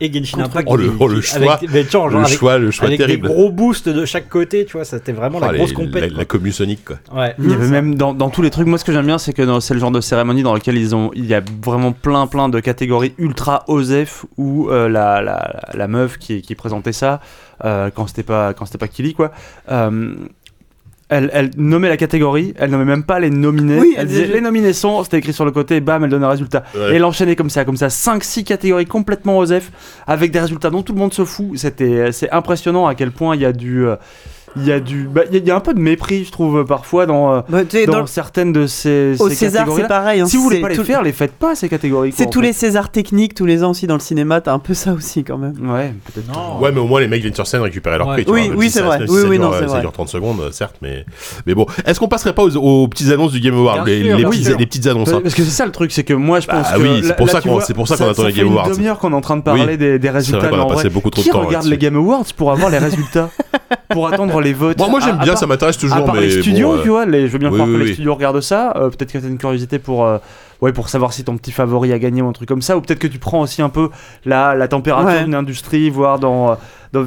[SPEAKER 4] et Genshin
[SPEAKER 2] Contre-
[SPEAKER 4] Impact.
[SPEAKER 1] Oh, le-
[SPEAKER 4] qui-
[SPEAKER 1] oh, le
[SPEAKER 4] qui-
[SPEAKER 1] choix.
[SPEAKER 4] avec- mais genre,
[SPEAKER 1] Le
[SPEAKER 4] genre, avec-
[SPEAKER 1] choix, le choix
[SPEAKER 4] avec
[SPEAKER 1] terrible.
[SPEAKER 4] des gros boosts de chaque côté, tu vois, c'était vraiment
[SPEAKER 1] Ah,
[SPEAKER 4] la
[SPEAKER 1] les-
[SPEAKER 4] grosse
[SPEAKER 1] la,
[SPEAKER 4] compète.
[SPEAKER 1] la commu Sonic quoi.
[SPEAKER 4] quoi. Ouais.
[SPEAKER 3] Il y avait même dans, dans tous les trucs. Moi, ce que j'aime bien, c'est que dans- c'est le genre de cérémonie dans lequel ils ont, il y a vraiment plein, plein de catégories ultra OSEF où euh, la, la, la meuf qui, qui présentait ça, euh, quand c'était pas, quand c'était pas Killy, quoi. euh, elle, elle nommait la catégorie, elle nommait même pas les nominés.
[SPEAKER 2] Oui,
[SPEAKER 3] elle
[SPEAKER 2] elle
[SPEAKER 3] disait
[SPEAKER 2] disait-
[SPEAKER 3] les nominés sont, c'était écrit sur le côté, bam, elle donne un résultat.
[SPEAKER 1] Ouais.
[SPEAKER 3] Et elle enchaînait comme ça, comme ça, 5-6 catégories complètement OSEF, avec des résultats dont tout le monde se fout. C'était, c'est impressionnant à quel point il y a du. euh, il y, a du, bah, il y a- il y a un peu de mépris, je trouve, parfois dans, euh,
[SPEAKER 2] Bah, tu sais,
[SPEAKER 3] dans
[SPEAKER 2] dans-
[SPEAKER 3] certaines de ces,
[SPEAKER 2] au
[SPEAKER 3] ces
[SPEAKER 2] César, c'est
[SPEAKER 3] catégories-là.
[SPEAKER 2] pareil. hein,
[SPEAKER 3] Si vous voulez pas les
[SPEAKER 2] c'est tout-
[SPEAKER 3] faire, les faites pas ces catégories. quoi,
[SPEAKER 2] C'est
[SPEAKER 3] en
[SPEAKER 2] tous
[SPEAKER 3] fait.
[SPEAKER 2] les Césars techniques tous les ans aussi dans le cinéma. T'as un peu ça aussi quand même.
[SPEAKER 3] Ouais, peut-être.
[SPEAKER 4] Non.
[SPEAKER 1] Ouais, mais au moins les mecs viennent sur scène récupérer leur
[SPEAKER 4] Ouais.
[SPEAKER 1] prix. tu
[SPEAKER 2] Oui,
[SPEAKER 1] vois, même
[SPEAKER 2] oui,
[SPEAKER 1] si
[SPEAKER 2] c'est
[SPEAKER 1] ça-
[SPEAKER 2] vrai.
[SPEAKER 1] même si
[SPEAKER 2] Oui,
[SPEAKER 1] ça
[SPEAKER 2] oui,
[SPEAKER 1] dure,
[SPEAKER 2] non,
[SPEAKER 1] euh,
[SPEAKER 2] c'est
[SPEAKER 1] Ça
[SPEAKER 2] vrai.
[SPEAKER 1] dure 30 secondes, euh, certes, mais, mais bon. Est-ce qu'on passerait pas aux, aux petites annonces du Game Award
[SPEAKER 4] Bien
[SPEAKER 1] les,
[SPEAKER 4] sûr,
[SPEAKER 1] les
[SPEAKER 4] bien
[SPEAKER 1] petites,
[SPEAKER 4] sûr.
[SPEAKER 1] les petites annonces. hein.
[SPEAKER 3] Parce que c'est ça le truc, c'est que moi je
[SPEAKER 1] Bah
[SPEAKER 3] pense que.
[SPEAKER 1] oui, c'est
[SPEAKER 3] là-
[SPEAKER 1] pour
[SPEAKER 3] là,
[SPEAKER 1] ça
[SPEAKER 3] tu
[SPEAKER 1] qu'on-
[SPEAKER 3] vois,
[SPEAKER 1] c'est pour ça qu'on attend les
[SPEAKER 3] fait
[SPEAKER 1] Game Awards.
[SPEAKER 3] une demi-heure qu'on est en train de parler
[SPEAKER 1] Oui.
[SPEAKER 3] des, des
[SPEAKER 1] C'est
[SPEAKER 3] résultats.
[SPEAKER 1] vrai qu'on a
[SPEAKER 3] mais en
[SPEAKER 1] passé
[SPEAKER 3] vrai,
[SPEAKER 1] beaucoup trop
[SPEAKER 3] qui
[SPEAKER 1] de temps.
[SPEAKER 3] regarde les
[SPEAKER 1] là-dessus.
[SPEAKER 3] Game Awards pour avoir les résultats Pour
[SPEAKER 1] <laughs>
[SPEAKER 3] attendre les votes
[SPEAKER 1] Bon, moi
[SPEAKER 3] À-
[SPEAKER 1] j'aime
[SPEAKER 3] à
[SPEAKER 1] bien,
[SPEAKER 3] part-
[SPEAKER 1] ça m'intéresse
[SPEAKER 3] À
[SPEAKER 1] toujours.
[SPEAKER 3] part
[SPEAKER 1] mais
[SPEAKER 3] les
[SPEAKER 1] bon,
[SPEAKER 3] studios,
[SPEAKER 1] euh,
[SPEAKER 3] tu vois, les, je veux bien
[SPEAKER 1] oui,
[SPEAKER 3] croire
[SPEAKER 1] oui,
[SPEAKER 3] que les
[SPEAKER 1] oui.
[SPEAKER 3] studios regardent ça. euh, peut-être que t'as une curiosité pour, euh, ouais, pour savoir si ton petit favori a gagné ou un truc comme ça. Ou peut-être que tu prends aussi un peu la, la température
[SPEAKER 2] Ouais.
[SPEAKER 3] d'une industrie, voir dans, euh, dans-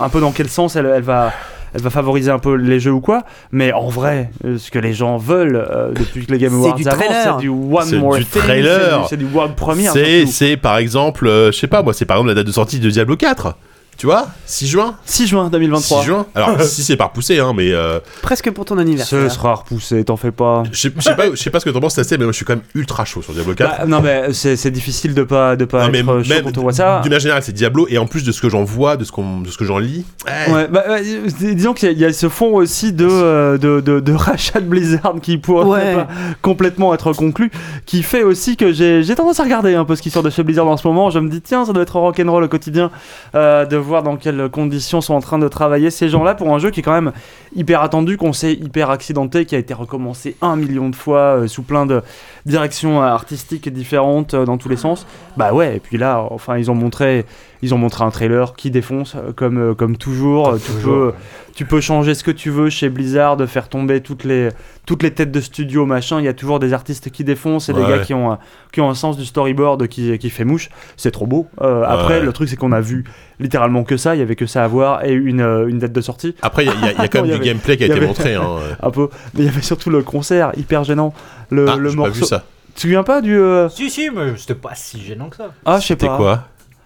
[SPEAKER 3] un peu dans quel sens elle, elle va. Elle va favoriser un peu les jeux ou quoi, mais en vrai, euh, ce que les gens veulent euh, depuis que les Game
[SPEAKER 2] C'est
[SPEAKER 3] Awards
[SPEAKER 2] du
[SPEAKER 3] avancent,
[SPEAKER 2] trailer.
[SPEAKER 3] c'est du One
[SPEAKER 1] C'est
[SPEAKER 3] More
[SPEAKER 1] du
[SPEAKER 3] Thing,
[SPEAKER 1] trailer.
[SPEAKER 3] c'est du, c'est du World Premiere.
[SPEAKER 1] C'est,
[SPEAKER 3] surtout.
[SPEAKER 1] c'est par exemple, euh, je sais pas moi, c'est par exemple la date de sortie de Diablo 4. Tu vois 6 juin
[SPEAKER 3] 6 juin 2023.
[SPEAKER 1] 6 juin
[SPEAKER 3] <laughs>
[SPEAKER 1] Alors, si c'est par poussé, hein, mais. euh,
[SPEAKER 2] Presque pour ton
[SPEAKER 3] Ce
[SPEAKER 2] anniversaire.
[SPEAKER 3] sera repoussé, t'en fais pas.
[SPEAKER 1] Je sais je sais pas, je sais pas ce que t'en penses, Tassé, mais moi je suis quand même ultra chaud sur Diablo 4.
[SPEAKER 3] Bah, non mais c'est c'est difficile de pas de pas
[SPEAKER 1] Non, mais
[SPEAKER 3] Bah, être euh, chaud
[SPEAKER 1] même
[SPEAKER 3] quand on voit ça.
[SPEAKER 1] D'une manière générale, c'est Diablo, et en plus de ce que j'en vois, de ce, qu'on, de ce que j'en lis, eh,
[SPEAKER 3] Ouais, bah, euh, dis- disons qu'il y a- il y a ce fond aussi de, euh, de, de, de rachat de Blizzard qui pourrait
[SPEAKER 2] Ouais.
[SPEAKER 3] pas complètement être conclu, qui fait aussi que j'ai j'ai tendance à regarder un peu ce qui sort de chez Blizzard en ce moment. Je me dis, tiens, ça doit être rock'n'roll au quotidien euh, de voir dans quelles conditions sont en train de travailler ces gens-là pour un jeu qui est quand même hyper attendu, qu'on sait hyper accidenté, qui a été recommencé un million de fois euh, sous plein de directions euh, artistiques différentes euh, dans tous les sens. Bah ouais, et puis là, enfin, ils ont montré, ils ont montré un trailer qui défonce euh, comme, euh, comme toujours. Euh, tu peux, tu peux changer ce que tu veux chez Blizzard, de faire tomber toutes les, toutes les têtes de studio, machin. Il y a toujours des artistes qui défoncent et des
[SPEAKER 1] Ouais.
[SPEAKER 3] gars qui ont, un- qui ont un sens du storyboard qui, qui fait mouche. C'est trop beau. Euh, Après, le truc, c'est qu'on a vu littéralement que ça. Il y avait que ça à voir et une, euh, une date de sortie
[SPEAKER 1] après il y a, il y a- il y a quand
[SPEAKER 3] <laughs> Attends, il
[SPEAKER 1] même
[SPEAKER 3] y
[SPEAKER 1] du
[SPEAKER 3] avait-
[SPEAKER 1] gameplay qui a
[SPEAKER 3] il y
[SPEAKER 1] été montré.
[SPEAKER 3] avait- <laughs> Euh,
[SPEAKER 1] Hein.
[SPEAKER 3] un peu. Mais il y avait surtout le concert hyper gênant. Le,
[SPEAKER 1] Ah,
[SPEAKER 3] le
[SPEAKER 1] j'ai pas vu
[SPEAKER 3] morceau.
[SPEAKER 1] ça.
[SPEAKER 3] Tu te souviens pas du. euh,
[SPEAKER 4] Si, si, mais c'était pas si gênant que ça.
[SPEAKER 3] Ah, je sais
[SPEAKER 1] C'était
[SPEAKER 3] pas.
[SPEAKER 1] quoi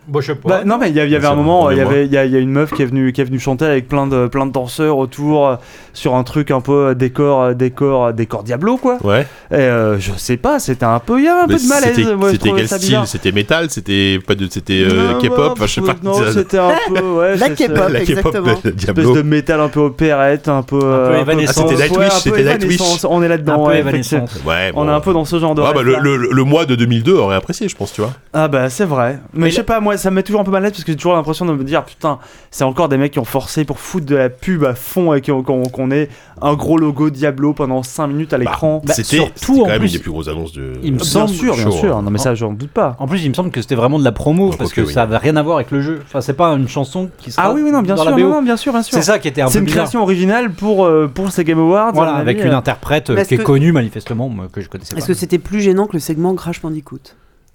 [SPEAKER 4] Bon, je sais pas.
[SPEAKER 3] Bah, non mais il y, a- il y avait
[SPEAKER 1] Ça
[SPEAKER 3] un
[SPEAKER 1] va,
[SPEAKER 3] moment, il y
[SPEAKER 1] prenez-moi.
[SPEAKER 3] avait il y, a- il y a une meuf qui est venue qui est venue chanter avec plein de plein de danseurs autour euh, sur un truc un peu euh, décor euh, décor euh, décor Diablo quoi.
[SPEAKER 1] Ouais.
[SPEAKER 3] Et euh, je sais pas, c'était un peu il y a un
[SPEAKER 1] Mais
[SPEAKER 3] peu de malaise.
[SPEAKER 1] C'était
[SPEAKER 3] moi, je
[SPEAKER 1] c'était
[SPEAKER 3] trouvais
[SPEAKER 1] quel
[SPEAKER 3] ça
[SPEAKER 1] style
[SPEAKER 3] bizarre.
[SPEAKER 1] C'était métal C'était pas de c'était euh,
[SPEAKER 3] Non,
[SPEAKER 1] K-pop
[SPEAKER 3] bah,
[SPEAKER 1] Enfin, je sais pas. <laughs>
[SPEAKER 3] Non,
[SPEAKER 1] c'est-
[SPEAKER 3] c'était un peu ouais,
[SPEAKER 2] La
[SPEAKER 3] c'est-
[SPEAKER 2] K-pop.
[SPEAKER 1] la K-pop,
[SPEAKER 2] exactement.
[SPEAKER 1] le
[SPEAKER 3] c'est une
[SPEAKER 1] <laughs>
[SPEAKER 3] espèce
[SPEAKER 1] Diablo.
[SPEAKER 3] de métal un peu opérette, un peu euh, un peu-
[SPEAKER 1] Ah, c'était
[SPEAKER 4] Evanescence.
[SPEAKER 1] Nightwish,
[SPEAKER 3] Ouais, un peu
[SPEAKER 1] c'était Nightwish.
[SPEAKER 3] Evanescence, On est
[SPEAKER 4] Un
[SPEAKER 3] là-dedans,
[SPEAKER 4] peu
[SPEAKER 3] ouais,
[SPEAKER 4] Evanescence.
[SPEAKER 1] Ouais,
[SPEAKER 3] On
[SPEAKER 1] bon.
[SPEAKER 3] est un peu dans ce genre de.
[SPEAKER 1] Ouais, bah,
[SPEAKER 3] rêve,
[SPEAKER 1] le,
[SPEAKER 3] là.
[SPEAKER 1] le- le mois de 2002 aurait apprécié, je pense, tu vois.
[SPEAKER 3] Ah bah c'est vrai. Mais,
[SPEAKER 4] Mais
[SPEAKER 3] je sais pas, moi ça me met toujours un peu mal à l'aise parce que j'ai toujours l'impression de me dire putain, c'est encore des mecs qui ont forcé pour foutre de la pub à fond et qui ont- qu'on qu'on ait un gros logo Diablo pendant 5 minutes à l'écran.
[SPEAKER 4] Bah,
[SPEAKER 1] c'était
[SPEAKER 4] surtout,
[SPEAKER 1] c'était quand
[SPEAKER 4] en
[SPEAKER 1] même
[SPEAKER 4] plus,
[SPEAKER 1] une des plus grosses annonces de.
[SPEAKER 4] il me
[SPEAKER 3] bien
[SPEAKER 4] semble-
[SPEAKER 3] sûr, bien
[SPEAKER 1] chaud,
[SPEAKER 3] sûr.
[SPEAKER 1] hein.
[SPEAKER 3] Non mais ça j'en doute pas.
[SPEAKER 4] En plus, il me semble que c'était vraiment de la promo
[SPEAKER 1] Ouais,
[SPEAKER 4] parce
[SPEAKER 1] ok,
[SPEAKER 4] que
[SPEAKER 1] oui.
[SPEAKER 4] ça avait rien à voir avec le jeu. Enfin, c'est pas une chanson qui sera
[SPEAKER 3] Ah oui, oui, non, bien
[SPEAKER 4] dans
[SPEAKER 3] sûr,
[SPEAKER 4] la
[SPEAKER 3] non,
[SPEAKER 4] BO.
[SPEAKER 3] non, bien sûr, bien sûr.
[SPEAKER 4] C'est ça qui était un
[SPEAKER 3] C'est
[SPEAKER 4] peu
[SPEAKER 3] une
[SPEAKER 4] bizarre.
[SPEAKER 3] création originale pour, euh, pour ces Game Awards. à
[SPEAKER 4] Voilà,
[SPEAKER 3] mon
[SPEAKER 4] avec
[SPEAKER 3] avis,
[SPEAKER 4] une
[SPEAKER 3] euh.
[SPEAKER 4] interprète euh,
[SPEAKER 2] Mais est-ce
[SPEAKER 4] qui est
[SPEAKER 2] que-
[SPEAKER 4] connue manifestement, moi, que je connaissais pas.
[SPEAKER 2] Est-ce que c'était plus gênant que le segment Crash Bandicoot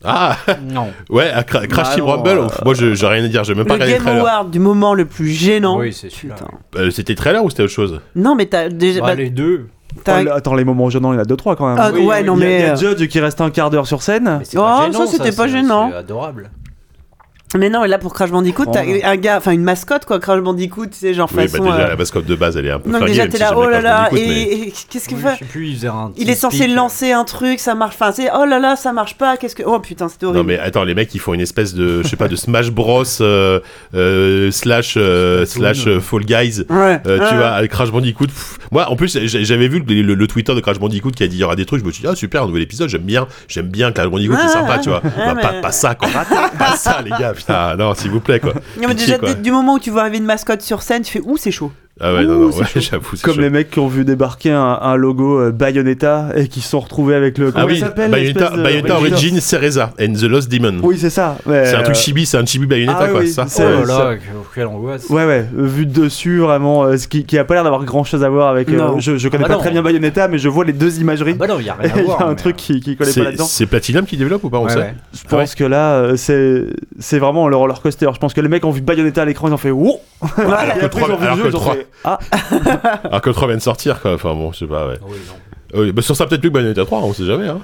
[SPEAKER 1] Ah
[SPEAKER 4] Non.
[SPEAKER 1] ouais, à Cra- Crash
[SPEAKER 3] Bah
[SPEAKER 1] Team
[SPEAKER 3] non,
[SPEAKER 1] Rumble.
[SPEAKER 3] euh,
[SPEAKER 1] pff, Moi, je- j'ai rien à dire. J'ai même pas
[SPEAKER 2] Le
[SPEAKER 1] regardé le
[SPEAKER 2] Game
[SPEAKER 1] trailer.
[SPEAKER 2] Award du moment le plus gênant.
[SPEAKER 4] Oui, c'est celui-là.
[SPEAKER 2] Putain.
[SPEAKER 1] Euh, c'était trailer ou c'était autre chose
[SPEAKER 2] Non, mais t'as déjà.
[SPEAKER 4] Bah,
[SPEAKER 2] bah,
[SPEAKER 4] les deux.
[SPEAKER 2] t'as-
[SPEAKER 3] Oh, là, attends, les moments gênants, il y en a 2-3 quand même.
[SPEAKER 2] Ah,
[SPEAKER 4] oui,
[SPEAKER 2] ouais,
[SPEAKER 4] oui,
[SPEAKER 2] non,
[SPEAKER 3] il y a, il y
[SPEAKER 2] mais.
[SPEAKER 3] a Judge qui reste un quart d'heure sur scène.
[SPEAKER 4] Mais c'est pas
[SPEAKER 2] Oh,
[SPEAKER 4] gênant,
[SPEAKER 2] ça, c'était pas
[SPEAKER 4] c'est-
[SPEAKER 2] gênant.
[SPEAKER 4] C'est adorable.
[SPEAKER 2] Mais non, mais là pour Crash Bandicoot, t'as
[SPEAKER 4] Oh.
[SPEAKER 2] un gars, enfin une mascotte quoi, Crash Bandicoot, c'est genre
[SPEAKER 1] Oui, bah
[SPEAKER 2] façon.
[SPEAKER 1] déjà,
[SPEAKER 2] euh,
[SPEAKER 1] la mascotte de base, elle est un peu
[SPEAKER 2] Donc
[SPEAKER 1] fringuée,
[SPEAKER 2] déjà
[SPEAKER 1] même
[SPEAKER 2] t'es
[SPEAKER 1] si
[SPEAKER 2] là,
[SPEAKER 1] j'aime
[SPEAKER 2] oh
[SPEAKER 1] bien
[SPEAKER 2] là
[SPEAKER 1] Crash
[SPEAKER 2] là,
[SPEAKER 1] Bandicoot, mais-
[SPEAKER 2] et, et qu'est-ce qu'il
[SPEAKER 4] Oui,
[SPEAKER 2] fait
[SPEAKER 4] Je sais plus, il faisait un
[SPEAKER 2] Il est
[SPEAKER 4] petit
[SPEAKER 2] censé
[SPEAKER 4] speech,
[SPEAKER 2] lancer un truc, ça marche, enfin c'est oh là là, ça marche pas, qu'est-ce que. Oh putain, c'était
[SPEAKER 1] Non
[SPEAKER 2] horrible.
[SPEAKER 1] mais attends, les mecs ils font une espèce de, je sais pas, de Smash Bros euh, euh, slash euh, slash euh, Fall Guys.
[SPEAKER 2] Ouais.
[SPEAKER 1] Euh, tu
[SPEAKER 2] Ouais.
[SPEAKER 1] vois, avec Crash Bandicoot. pff. Moi, en plus, j'ai- j'avais vu le, le- le Twitter de Crash Bandicoot qui a dit il y aura des trucs. Je me suis dit ah super, un nouvel épisode. J'aime bien, j'aime bien Crash Bandicoot,
[SPEAKER 2] Ouais,
[SPEAKER 1] c'est sympa,
[SPEAKER 2] ouais.
[SPEAKER 1] tu vois. Bah,
[SPEAKER 2] Ah. mais-
[SPEAKER 1] pas, pas ça, quoi. pas ça, les gars. Putain, non, s'il vous plaît, quoi.
[SPEAKER 2] Non, mais
[SPEAKER 1] Pitié,
[SPEAKER 2] déjà,
[SPEAKER 1] quoi.
[SPEAKER 2] dès- du moment où tu vois arriver une mascotte sur scène, tu fais ouh, c'est chaud.
[SPEAKER 1] Ah ouais, non,
[SPEAKER 2] Ouh,
[SPEAKER 1] non,
[SPEAKER 2] c'est
[SPEAKER 1] ouais,
[SPEAKER 2] chaud.
[SPEAKER 1] j'avoue. c'est
[SPEAKER 3] Comme
[SPEAKER 1] chaud.
[SPEAKER 3] les mecs qui ont vu débarquer un, un logo euh, Bayonetta et qui se sont retrouvés avec le.
[SPEAKER 1] Ah
[SPEAKER 3] comment il
[SPEAKER 1] oui,
[SPEAKER 3] s'appelle,
[SPEAKER 1] Bayonetta,
[SPEAKER 3] l'espèce de-
[SPEAKER 1] Bayonetta Origin Cereza and the Lost Demon.
[SPEAKER 3] Oui, Mm. c'est ça. mais,
[SPEAKER 1] C'est un truc
[SPEAKER 3] euh,
[SPEAKER 1] chibi, c'est un chibi Bayonetta,
[SPEAKER 3] ah oui,
[SPEAKER 1] quoi.
[SPEAKER 3] oui,
[SPEAKER 1] ça.
[SPEAKER 4] Oh
[SPEAKER 3] c'est-
[SPEAKER 4] là
[SPEAKER 3] ça-
[SPEAKER 4] là, que- quelle angoisse.
[SPEAKER 3] Ouais, ouais, euh, vu de dessus, vraiment, euh, ce qui, qui a pas l'air d'avoir grand chose à voir avec. euh,
[SPEAKER 2] Non.
[SPEAKER 3] je, je connais
[SPEAKER 4] Ah
[SPEAKER 3] pas
[SPEAKER 4] bah
[SPEAKER 3] très
[SPEAKER 4] non.
[SPEAKER 3] bien Bayonetta, mais je vois les deux imageries.
[SPEAKER 4] Ah Bah non, il y a
[SPEAKER 2] <laughs>
[SPEAKER 3] et
[SPEAKER 4] rien
[SPEAKER 3] <laughs>
[SPEAKER 4] à
[SPEAKER 3] il y
[SPEAKER 4] voir.
[SPEAKER 3] a un
[SPEAKER 4] mais-
[SPEAKER 3] truc qui, qui collait pas
[SPEAKER 1] C'est
[SPEAKER 3] là-dedans.
[SPEAKER 1] c'est Platinum qui développe ou pas, on
[SPEAKER 4] Ouais,
[SPEAKER 1] sait
[SPEAKER 4] ouais.
[SPEAKER 3] Je pense que là, euh, c'est c'est vraiment le roller coaster. Je pense que les mecs ont vu Bayonetta à l'écran, ils ont fait Wow
[SPEAKER 1] alors que
[SPEAKER 3] Et après, ils ont
[SPEAKER 1] trois-
[SPEAKER 3] vu le
[SPEAKER 1] alors
[SPEAKER 3] jeu,
[SPEAKER 1] que
[SPEAKER 3] ils ont
[SPEAKER 1] trois-
[SPEAKER 3] fait, Ah
[SPEAKER 1] Alors que le 3 vient de sortir, quoi. Enfin bon, je sais pas, ouais.
[SPEAKER 4] Oui, non.
[SPEAKER 1] Euh, bah, ça sera peut-être plus que Bayonetta 3, on sait jamais, hein.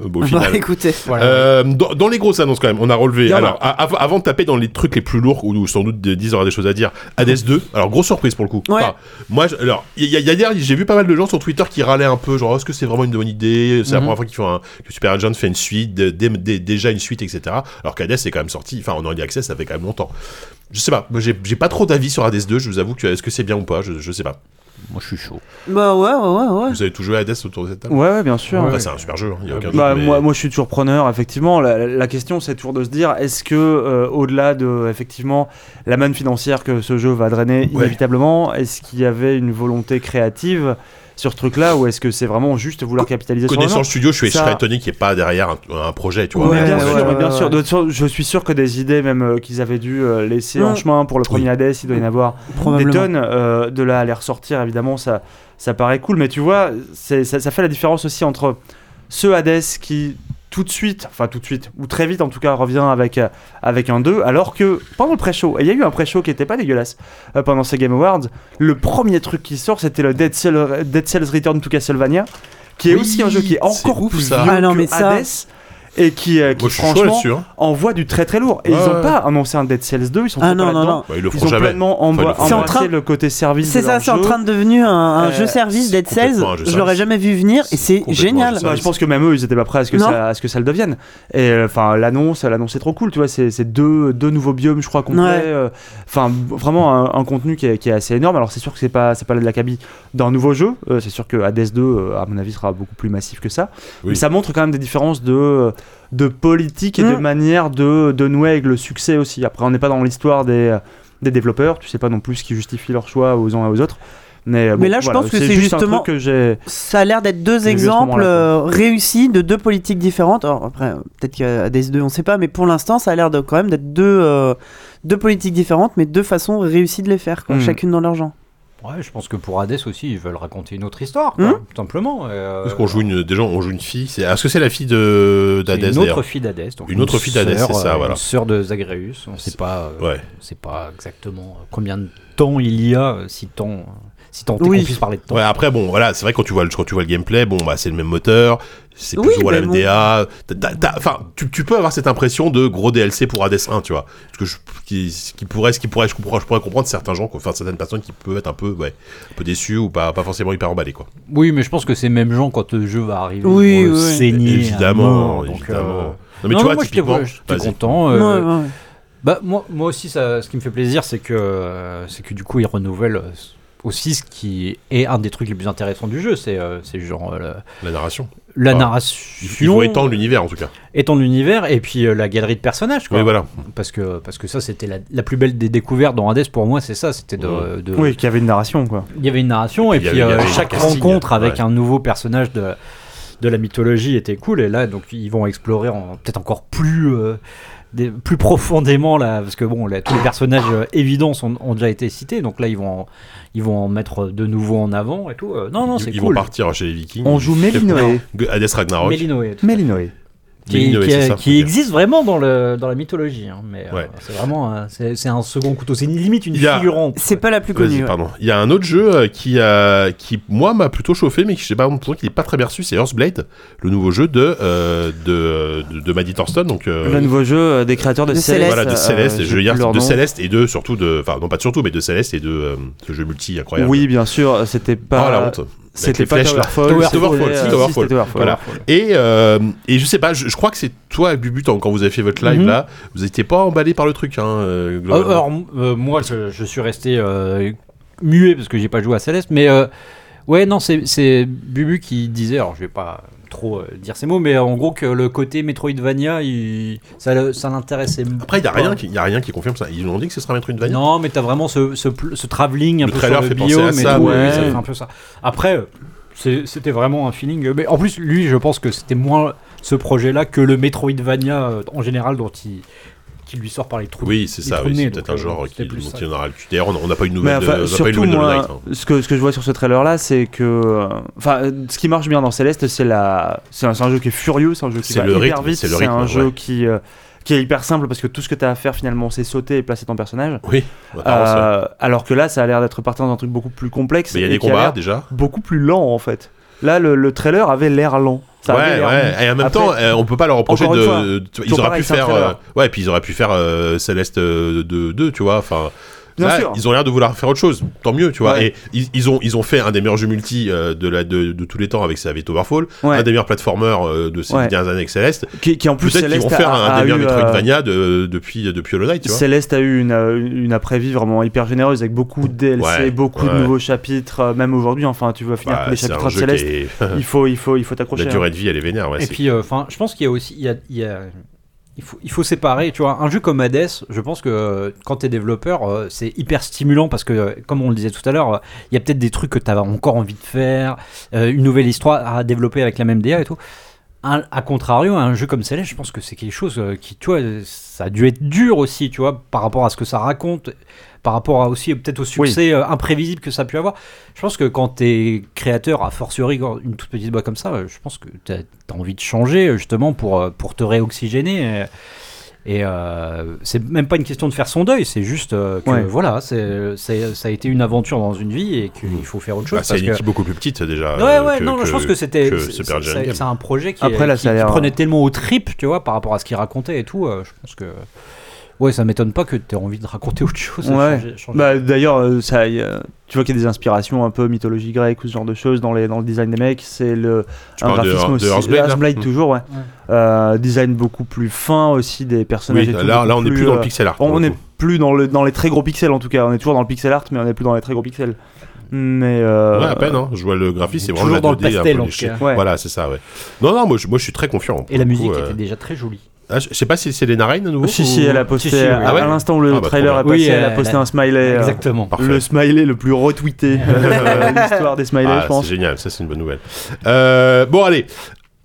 [SPEAKER 1] Euh,
[SPEAKER 3] <laughs>
[SPEAKER 1] Bon, au
[SPEAKER 2] Bah
[SPEAKER 1] final.
[SPEAKER 2] écoutez.
[SPEAKER 4] Voilà.
[SPEAKER 1] Euh, dans, dans les grosses annonces quand même, on a
[SPEAKER 3] Il
[SPEAKER 1] relevé.
[SPEAKER 3] y en a.
[SPEAKER 1] Alors, a- av- avant de taper dans les trucs les plus lourds où, où sans doute Diz aura des choses à dire, Hades 2. Alors, grosse surprise pour le coup.
[SPEAKER 2] Ouais.
[SPEAKER 1] Enfin, moi, je- alors, il y, a- il y a hier, j'ai vu pas mal de gens sur Twitter qui râlaient un peu, genre, oh, est-ce que c'est vraiment une bonne idée C'est la
[SPEAKER 4] Mhm.
[SPEAKER 1] première fois qu'ils font un, que Super Agent fait une suite, dé- dé- dé- déjà une suite, etc. Alors qu'Hades est quand même sorti, enfin, en early access, ça fait quand même longtemps. Je sais pas, moi, j'ai j'ai pas trop d'avis sur Hades 2. Je vous avoue que est-ce que c'est bien ou pas je, je sais pas.
[SPEAKER 4] Moi, je suis chaud.
[SPEAKER 2] Bah ouais, ouais, ouais, ouais.
[SPEAKER 1] Vous avez tout joué à Hades autour de cette table
[SPEAKER 3] Ouais, ouais, bien sûr.
[SPEAKER 4] Ouais,
[SPEAKER 1] Enfin, C'est un super jeu, hein, il y a aucun doute,
[SPEAKER 3] Bah,
[SPEAKER 1] mais-
[SPEAKER 3] moi, moi, je suis toujours preneur. Effectivement, la, la question, c'est toujours de se dire, est-ce que, euh, au-delà de, effectivement, la manne financière que ce jeu va drainer
[SPEAKER 1] Ouais.
[SPEAKER 3] inévitablement, est-ce qu'il y avait une volonté créative sur ce truc-là, ou est-ce que c'est vraiment juste vouloir capitaliser sur le
[SPEAKER 1] Connaissant le
[SPEAKER 3] moment
[SPEAKER 1] studio, je suis
[SPEAKER 3] Ça-
[SPEAKER 1] très étonné qu'il n'y ait pas derrière un, un projet, tu vois.
[SPEAKER 2] Ouais,
[SPEAKER 1] mais
[SPEAKER 3] bien
[SPEAKER 1] après,
[SPEAKER 3] sûr,
[SPEAKER 1] tu vois.
[SPEAKER 2] ouais,
[SPEAKER 3] bien
[SPEAKER 2] ouais,
[SPEAKER 3] sûr.
[SPEAKER 2] ouais.
[SPEAKER 3] D'autres sortes, Je suis sûr que des idées, même euh, qu'ils avaient dû euh, laisser en
[SPEAKER 2] Mm.
[SPEAKER 3] chemin pour le premier ADS, il doit y en avoir des
[SPEAKER 2] Probablement.
[SPEAKER 3] tonnes. euh, de là à les ressortir, évidemment, ça, ça paraît cool. Mais tu vois, c'est- ça, ça fait la différence aussi entre ce Hades qui tout de suite, enfin tout de suite, ou très vite en tout cas, revient avec, euh, avec un 2, alors que pendant le pré-show, et il y a eu un pré-show qui n'était pas dégueulasse euh, pendant ces Game Awards, le premier truc qui sort, c'était le Dead, Cell- Dead Cells Return to Castlevania, qui est
[SPEAKER 1] Oui,
[SPEAKER 3] aussi un jeu qui est
[SPEAKER 1] c'est
[SPEAKER 3] encore
[SPEAKER 1] ouf,
[SPEAKER 3] plus
[SPEAKER 1] ça.
[SPEAKER 3] vieux
[SPEAKER 2] Ah non,
[SPEAKER 3] que
[SPEAKER 2] mais ça-
[SPEAKER 3] Hades, et qui, euh, qui
[SPEAKER 1] Moi, je suis chaud
[SPEAKER 3] franchement
[SPEAKER 1] là-dessus. hein.
[SPEAKER 3] envoie du très très lourd. Et
[SPEAKER 1] Ouais,
[SPEAKER 3] ils n'ont
[SPEAKER 1] ouais.
[SPEAKER 3] pas annoncé un Dead Cells 2, ils sont
[SPEAKER 2] Ah
[SPEAKER 3] toujours
[SPEAKER 2] non,
[SPEAKER 3] pas
[SPEAKER 2] non,
[SPEAKER 3] là-dedans.
[SPEAKER 2] non.
[SPEAKER 1] Bah, ils le
[SPEAKER 3] Ils
[SPEAKER 1] feront
[SPEAKER 3] ont
[SPEAKER 1] jamais.
[SPEAKER 3] pleinement
[SPEAKER 1] Enfin, ils le
[SPEAKER 3] envo-
[SPEAKER 1] font
[SPEAKER 2] jamais.
[SPEAKER 3] embrassé
[SPEAKER 2] C'est en train-
[SPEAKER 3] le côté service.
[SPEAKER 2] C'est
[SPEAKER 3] de
[SPEAKER 2] ça,
[SPEAKER 3] leur
[SPEAKER 2] c'est en
[SPEAKER 3] jeu.
[SPEAKER 2] train de devenir un, un
[SPEAKER 3] Euh,
[SPEAKER 2] jeu service
[SPEAKER 1] c'est
[SPEAKER 2] Dead Cells.
[SPEAKER 1] complètement un jeu
[SPEAKER 2] Je l'aurais
[SPEAKER 1] service.
[SPEAKER 2] jamais vu venir et
[SPEAKER 1] C'est
[SPEAKER 2] c'est
[SPEAKER 1] complètement un
[SPEAKER 2] génial.
[SPEAKER 1] jeu
[SPEAKER 3] Bah,
[SPEAKER 1] service.
[SPEAKER 3] je pense que même eux, ils étaient pas prêts à ce que,
[SPEAKER 2] Non.
[SPEAKER 3] ça, à ce que ça le devienne. Et euh, enfin, l'annonce, l'annonce est trop cool, tu vois. C'est c'est deux, deux nouveaux biomes, je crois, complets.
[SPEAKER 2] Ouais.
[SPEAKER 3] euh, Enfin, v- vraiment un, un contenu qui est, qui est assez énorme. Alors, c'est sûr que c'est pas, c'est pas de la cabine d'un nouveau jeu. Euh, c'est sûr que Hades 2, euh, à mon avis, sera beaucoup plus massif que ça.
[SPEAKER 1] Oui.
[SPEAKER 3] Mais ça montre quand même des différences de, de politique et de
[SPEAKER 2] Mm.
[SPEAKER 3] manière de, de nouer avec le succès aussi. Après, on n'est pas dans l'histoire des, des développeurs. Tu sais pas non plus ce qui justifie leurs choix aux uns et aux autres. Mais, euh,
[SPEAKER 2] Mais
[SPEAKER 3] bon,
[SPEAKER 2] là, je
[SPEAKER 3] voilà,
[SPEAKER 2] pense que c'est
[SPEAKER 3] c'est juste un
[SPEAKER 2] justement-
[SPEAKER 3] truc que j'ai.
[SPEAKER 2] Ça a l'air d'être
[SPEAKER 3] l'ai
[SPEAKER 2] deux
[SPEAKER 3] vu à ce
[SPEAKER 2] exemples
[SPEAKER 3] moment-là,
[SPEAKER 2] euh, réussis de deux politiques différentes. Alors, après, euh, peut-être qu'il y a des deux, on sait pas, mais pour l'instant, ça a l'air de quand
[SPEAKER 1] Hmm.
[SPEAKER 2] même d'être deux, euh, deux politiques différentes, mais deux façons réussies de les faire, quoi,
[SPEAKER 3] Mm.
[SPEAKER 2] chacune dans leur genre.
[SPEAKER 4] Ouais, je pense que pour Hades aussi, ils veulent raconter une autre histoire, quoi,
[SPEAKER 2] Hmm
[SPEAKER 4] tout simplement. euh,
[SPEAKER 1] Est-ce qu'on joue une, déjà, on joue une fille c'est- Est-ce que c'est la fille de
[SPEAKER 4] c'est
[SPEAKER 1] d'Hadès
[SPEAKER 4] une autre
[SPEAKER 1] d'ailleurs
[SPEAKER 4] fille d'Hadès. donc
[SPEAKER 1] Une autre fille d'Hadès,
[SPEAKER 4] sœur,
[SPEAKER 1] c'est ça,
[SPEAKER 4] euh,
[SPEAKER 1] voilà.
[SPEAKER 4] Une sœur de Zagreus, on ne sait pas, euh,
[SPEAKER 1] Ouais.
[SPEAKER 4] on sait pas exactement combien de temps il y a, euh, si tant, euh, si tant
[SPEAKER 2] Oui.
[SPEAKER 4] qu'on puisse parler de temps.
[SPEAKER 1] Ouais, après, bon, voilà, c'est vrai, quand tu, vois le, quand tu vois le gameplay, bon, bah, c'est le même moteur, c'est plus
[SPEAKER 2] Oui,
[SPEAKER 1] ou moins la
[SPEAKER 2] ben
[SPEAKER 1] même DA. t'as- t'as- t'as- Enfin, tu, tu peux avoir cette impression de gros DLC pour Hades 1, tu vois. Ce que je, qui, ce qui pourrait, ce qui pourrait, je, comprends, je pourrais comprendre certains gens, quoi. enfin, certaines personnes qui peuvent être un peu, ouais, un peu déçues ou pas, pas forcément hyper emballées, quoi.
[SPEAKER 4] Oui, mais je pense que ces mêmes gens, quand le jeu va arriver,
[SPEAKER 2] Oui,
[SPEAKER 4] vont le
[SPEAKER 2] oui.
[SPEAKER 4] saigner. à
[SPEAKER 1] évidemment,
[SPEAKER 4] mort, donc,
[SPEAKER 1] évidemment.
[SPEAKER 4] euh,
[SPEAKER 1] Non, mais tu
[SPEAKER 4] non, non,
[SPEAKER 1] vois,
[SPEAKER 4] moi, j'étais-
[SPEAKER 1] typiquement.
[SPEAKER 4] ouais, j'étais
[SPEAKER 1] vas-y.
[SPEAKER 4] content. euh,
[SPEAKER 2] Ouais, ouais.
[SPEAKER 4] Bah, moi, moi aussi, ça, ce qui me fait plaisir, c'est que, euh, c'est que du coup, ils renouvellent euh, aussi ce qui est un des trucs les plus intéressants du jeu. C'est euh, c'est genre euh, la-
[SPEAKER 1] la narration.
[SPEAKER 4] la
[SPEAKER 1] Ah. Ils, ils
[SPEAKER 4] narration,
[SPEAKER 1] vont étendre l'univers, en tout cas.
[SPEAKER 4] étendre l'univers, et puis euh, la galerie de personnages. Quoi.
[SPEAKER 3] Ah.
[SPEAKER 1] Oui, voilà.
[SPEAKER 4] parce, que, parce que ça, c'était la, la plus belle des découvertes dans Hades pour moi, c'est ça. C'était de, de-
[SPEAKER 3] Oui, qu'il y avait une narration, quoi.
[SPEAKER 4] Il y avait une narration, et
[SPEAKER 1] puis,
[SPEAKER 4] puis,
[SPEAKER 1] il y avait-
[SPEAKER 4] euh,
[SPEAKER 1] il y avait
[SPEAKER 4] chaque
[SPEAKER 1] un casting,
[SPEAKER 4] rencontre avec
[SPEAKER 1] ouais.
[SPEAKER 4] un nouveau personnage de, de la mythologie était cool. Et là, donc, ils vont explorer en- peut-être encore plus. euh, des- plus profondément là parce que bon là, tous les personnages euh, évidents sont, ont déjà été cités donc là ils vont en, ils vont en mettre euh, de nouveau en avant et tout Euh, non non
[SPEAKER 1] ils
[SPEAKER 4] c'est
[SPEAKER 1] ils
[SPEAKER 4] cool
[SPEAKER 1] vont partir chez les Vikings.
[SPEAKER 3] On joue Mélinoé.
[SPEAKER 1] Hades Ragnarok.
[SPEAKER 4] Mélinoé, tout à fait.
[SPEAKER 3] Mélinoé.
[SPEAKER 4] qui,
[SPEAKER 1] Mélinoé,
[SPEAKER 4] qui-
[SPEAKER 1] c'est ça,
[SPEAKER 4] qui
[SPEAKER 1] ok.
[SPEAKER 4] existe vraiment dans le dans la mythologie hein, mais euh,
[SPEAKER 1] Ouais.
[SPEAKER 4] c'est vraiment un- c'est c'est un second couteau c'est une- limite une
[SPEAKER 1] Il y a-
[SPEAKER 4] figurante
[SPEAKER 2] C'est pas la plus
[SPEAKER 1] Vas-y,
[SPEAKER 2] connue. ouais.
[SPEAKER 1] pardon. Il y a un autre jeu euh, qui, a, qui moi, m'a plutôt chauffé, mais qui, je sais pas, pour qui n'est pas très bien reçu, c'est Earthblade, le nouveau jeu de, euh, de, de, de Maddy Thurston. Donc, euh,
[SPEAKER 3] Le nouveau jeu euh, des créateurs de
[SPEAKER 2] De
[SPEAKER 3] Céleste.
[SPEAKER 1] voilà, de
[SPEAKER 3] euh,
[SPEAKER 1] Céleste,
[SPEAKER 3] j'ai
[SPEAKER 1] je veux
[SPEAKER 3] plus
[SPEAKER 1] dire,
[SPEAKER 3] leur
[SPEAKER 1] de
[SPEAKER 3] nom.
[SPEAKER 1] Céleste et de surtout de. Enfin, non, pas de surtout, mais de Céleste et de euh, ce jeu multi incroyable.
[SPEAKER 3] Oui, bien sûr, c'était pas.
[SPEAKER 1] Ah, la honte.
[SPEAKER 3] C'était
[SPEAKER 1] les
[SPEAKER 3] pas
[SPEAKER 1] flèches, là.
[SPEAKER 3] Towerfall.
[SPEAKER 1] Towerfall,
[SPEAKER 3] c'était,
[SPEAKER 1] Towerfall,
[SPEAKER 3] euh,
[SPEAKER 1] si,
[SPEAKER 3] si,
[SPEAKER 1] Towerfall.
[SPEAKER 3] c'était Towerfall.
[SPEAKER 1] Voilà. Et, euh, et je sais pas, je, je crois que c'est toi, Bubutan, quand vous avez fait votre live
[SPEAKER 4] Mhm.
[SPEAKER 1] là, vous n'étiez pas emballé par le truc. Hein, euh,
[SPEAKER 4] Euh,
[SPEAKER 1] globalement.
[SPEAKER 4] alors, m- euh, moi, je, je suis resté euh, muet parce que j'ai pas joué à Céleste, mais euh, ouais, non, c'est- c'est Bubu qui disait, alors je vais pas trop euh, dire ces mots, mais en gros que le côté Metroidvania, il- ça, le- ça l'intéressait.
[SPEAKER 1] Après, il n'y a,
[SPEAKER 4] pas.
[SPEAKER 1] rien qui- il y a rien qui confirme ça. Ils nous ont dit que ce sera Metroidvania.
[SPEAKER 4] Non, mais t'as vraiment ce, ce, pl- ce travelling un
[SPEAKER 1] Le
[SPEAKER 4] peu
[SPEAKER 1] trailer
[SPEAKER 4] sur
[SPEAKER 1] fait
[SPEAKER 4] le
[SPEAKER 1] penser à
[SPEAKER 4] biome et
[SPEAKER 1] ça,
[SPEAKER 4] tout,
[SPEAKER 3] ouais.
[SPEAKER 4] oui, ça fait un peu ça. Après, euh, c'est- c'était vraiment un feeling. euh, Mais en plus, lui, je pense que c'était moins ce projet-là que le Metroidvania euh, en général dont il qui lui sort par les trous.
[SPEAKER 1] Oui, c'est
[SPEAKER 4] Il
[SPEAKER 1] ça, oui,
[SPEAKER 4] tournait,
[SPEAKER 1] c'est
[SPEAKER 4] donc,
[SPEAKER 1] peut-être un
[SPEAKER 4] euh,
[SPEAKER 1] genre
[SPEAKER 4] c'était
[SPEAKER 1] qui
[SPEAKER 4] plus
[SPEAKER 1] dont
[SPEAKER 4] ça.
[SPEAKER 1] il y en aura le- D'ailleurs, on n'a pas eu de
[SPEAKER 3] Mais
[SPEAKER 1] nouvelle
[SPEAKER 3] enfin,
[SPEAKER 1] de- on n'a pas eu de
[SPEAKER 3] surtout,
[SPEAKER 1] nouvelle de
[SPEAKER 3] moi,
[SPEAKER 1] Hollow Knight, hein.
[SPEAKER 3] ce, que, ce que je vois sur ce trailer là, c'est que. euh, Enfin, euh, ce qui marche bien dans Céleste, c'est la. C'est un, c'est un jeu qui est furieux, c'est un jeu qui
[SPEAKER 1] C'est
[SPEAKER 3] va
[SPEAKER 1] le
[SPEAKER 3] hyper
[SPEAKER 1] rythme,
[SPEAKER 3] vite,
[SPEAKER 1] c'est
[SPEAKER 3] c'est,
[SPEAKER 1] le
[SPEAKER 3] un
[SPEAKER 1] rythme,
[SPEAKER 3] jeu
[SPEAKER 1] ouais.
[SPEAKER 3] qui, euh, qui est hyper simple parce que tout ce que tu as à faire finalement, c'est sauter et placer ton personnage.
[SPEAKER 1] Oui, en apparence, ouais.
[SPEAKER 3] Euh, alors que là, ça a l'air d'être parti dans un truc beaucoup plus complexe.
[SPEAKER 1] Mais il y a
[SPEAKER 3] et
[SPEAKER 1] des
[SPEAKER 3] qui a
[SPEAKER 1] combats
[SPEAKER 3] l'air
[SPEAKER 1] déjà.
[SPEAKER 3] beaucoup plus lent en fait. Là, le, le trailer avait l'air lent. Ça avait
[SPEAKER 1] ouais,
[SPEAKER 3] l'air
[SPEAKER 1] ouais. Et en même
[SPEAKER 3] Après-
[SPEAKER 1] temps, euh, on peut pas leur reprocher
[SPEAKER 3] Encore
[SPEAKER 1] de.
[SPEAKER 3] une fois,
[SPEAKER 1] de- tu vois, ils
[SPEAKER 3] toujours
[SPEAKER 1] auraient
[SPEAKER 3] pareil,
[SPEAKER 1] pu
[SPEAKER 3] c'est un
[SPEAKER 1] faire.
[SPEAKER 3] trailer.
[SPEAKER 1] euh, ouais, puis ils auraient pu faire euh, Céleste euh, de 2, tu vois. Enfin.
[SPEAKER 3] Bien
[SPEAKER 1] là,
[SPEAKER 3] sûr.
[SPEAKER 1] Ils ont l'air de vouloir faire autre chose, tant mieux, tu vois.
[SPEAKER 3] Ouais.
[SPEAKER 1] Et ils, ils ont, ils ont fait un des meilleurs jeux multi euh, de, la, de, de tous les temps avec ça, avec Towerfall,
[SPEAKER 3] Ouais.
[SPEAKER 1] un des meilleurs platformers euh, de ces
[SPEAKER 3] Ouais.
[SPEAKER 1] dernières années avec Céleste.
[SPEAKER 3] Qui, qui, en plus
[SPEAKER 1] Peut-être qu'ils
[SPEAKER 3] Céleste
[SPEAKER 1] vont faire un
[SPEAKER 3] a, a
[SPEAKER 1] des meilleurs
[SPEAKER 3] eu, euh,
[SPEAKER 1] Metroidvania de- depuis, depuis Hollow Knight, tu vois.
[SPEAKER 3] Céleste a eu une, euh, une après-vie vraiment hyper généreuse avec beaucoup de DLC,
[SPEAKER 1] Ouais,
[SPEAKER 3] beaucoup
[SPEAKER 1] ouais.
[SPEAKER 3] de nouveaux chapitres, euh, même aujourd'hui. Enfin, tu veux finir
[SPEAKER 1] Bah,
[SPEAKER 3] tous les
[SPEAKER 1] c'est
[SPEAKER 3] chapitres
[SPEAKER 1] un
[SPEAKER 3] de
[SPEAKER 1] jeu
[SPEAKER 3] Céleste,
[SPEAKER 1] qui est- euh,
[SPEAKER 3] il faut, il faut, il faut t'accrocher.
[SPEAKER 1] <laughs>
[SPEAKER 3] hein.
[SPEAKER 1] La durée de vie, elle est vénère, ouais.
[SPEAKER 4] Et
[SPEAKER 1] c'est-
[SPEAKER 4] puis, euh, enfin, je pense qu'il y a aussi, il y a, il y a- il faut, il faut séparer. Tu vois, un jeu comme Hades, je pense que euh, quand t'es développeur, euh, c'est hyper stimulant parce que, euh, comme on le disait tout à l'heure, euh, il y a peut-être des trucs que t'as encore envie de faire, euh, une nouvelle histoire à développer avec la même DA et tout. Un- a contrario, un jeu comme Céleste, je pense que c'est quelque chose euh, qui, tu vois, euh, ça a dû être dur aussi, tu vois, par rapport à ce que ça raconte, par rapport à aussi euh, peut-être au succès euh, imprévisible que ça a pu avoir. Je pense que quand t'es créateur, a fortiori quand une toute petite boîte comme ça, euh, je pense que t'as as envie de changer euh, justement pour, euh, pour te réoxygéner. Et, et, euh, c'est même pas une question de faire son deuil, c'est juste euh, que
[SPEAKER 3] Ouais.
[SPEAKER 4] voilà, c'est c'est- ça a été une aventure dans une vie et qu'il faut faire autre chose.
[SPEAKER 1] Bah, c'est
[SPEAKER 4] parce
[SPEAKER 1] une
[SPEAKER 4] que-
[SPEAKER 1] équipe beaucoup plus petite déjà.
[SPEAKER 4] Ouais,
[SPEAKER 1] euh,
[SPEAKER 4] ouais,
[SPEAKER 1] que-
[SPEAKER 4] non, je pense que c'était.
[SPEAKER 1] que
[SPEAKER 4] c'est-
[SPEAKER 1] ce Pearl Jam
[SPEAKER 4] C'est
[SPEAKER 1] Game.
[SPEAKER 4] c'est un projet qui,
[SPEAKER 3] Après, là,
[SPEAKER 4] qui-
[SPEAKER 3] ça a
[SPEAKER 4] qui
[SPEAKER 3] l'air-
[SPEAKER 1] euh,
[SPEAKER 4] prenait tellement au trip, tu vois, par rapport à ce qu'il racontait et tout. euh, je pense que. Ouais, ça m'étonne pas que tu aies envie de raconter <laughs> autre chose. et
[SPEAKER 3] Ouais.
[SPEAKER 4] changer- changer.
[SPEAKER 3] Bah, D'ailleurs, euh, ça, y a- tu vois qu'il y a des inspirations un peu mythologie grecque ou ce genre de choses dans, les, dans le design des mecs. C'est le
[SPEAKER 1] Tu parles de- de Earthblade, là
[SPEAKER 3] Earthblade,
[SPEAKER 1] Mm.
[SPEAKER 3] toujours, ouais.
[SPEAKER 4] Ouais.
[SPEAKER 3] Euh, design beaucoup plus fin aussi des personnages.
[SPEAKER 1] Oui,
[SPEAKER 3] et tout,
[SPEAKER 1] là,
[SPEAKER 3] beaucoup
[SPEAKER 1] là, on n'est plus dans le
[SPEAKER 3] euh,
[SPEAKER 1] pixel art. pour
[SPEAKER 3] On
[SPEAKER 1] le
[SPEAKER 3] n'est
[SPEAKER 1] coup.
[SPEAKER 3] plus dans, le, dans les très gros pixels en tout cas. On est toujours dans le pixel art, mais on n'est plus dans les très gros pixels. Mais euh,
[SPEAKER 1] Ouais, à peine, hein. Je vois le graphisme, c'est
[SPEAKER 4] on est
[SPEAKER 1] vraiment la
[SPEAKER 4] toujours dans
[SPEAKER 1] 2D,
[SPEAKER 4] le
[SPEAKER 1] un peu
[SPEAKER 4] pastel, en
[SPEAKER 1] léché.
[SPEAKER 4] tout
[SPEAKER 3] cas. Ouais.
[SPEAKER 1] Voilà, c'est ça, ouais. Non, non, moi, je, moi, je suis très confiant.
[SPEAKER 4] Et la musique
[SPEAKER 1] coup, euh,
[SPEAKER 4] était déjà très jolie.
[SPEAKER 1] Ah, je je sais pas si c'est les narines à nouveau.
[SPEAKER 3] si
[SPEAKER 1] ou-
[SPEAKER 3] si, elle a posté
[SPEAKER 4] si, oui.
[SPEAKER 3] à,
[SPEAKER 1] Ah ouais
[SPEAKER 3] à l'instant où le
[SPEAKER 1] Ah bah,
[SPEAKER 3] trailer
[SPEAKER 1] trop
[SPEAKER 3] a
[SPEAKER 4] bien.
[SPEAKER 3] passé,
[SPEAKER 4] Oui,
[SPEAKER 3] elle a
[SPEAKER 4] euh,
[SPEAKER 3] posté
[SPEAKER 4] la-
[SPEAKER 3] un smiley. euh,
[SPEAKER 4] Exactement.
[SPEAKER 1] Parfait.
[SPEAKER 3] le smiley le
[SPEAKER 1] <laughs>
[SPEAKER 3] plus retweeté euh, de l'histoire des smileys,
[SPEAKER 1] Ah,
[SPEAKER 3] je pense.
[SPEAKER 1] C'est génial, ça, c'est une bonne nouvelle. Euh, bon, allez.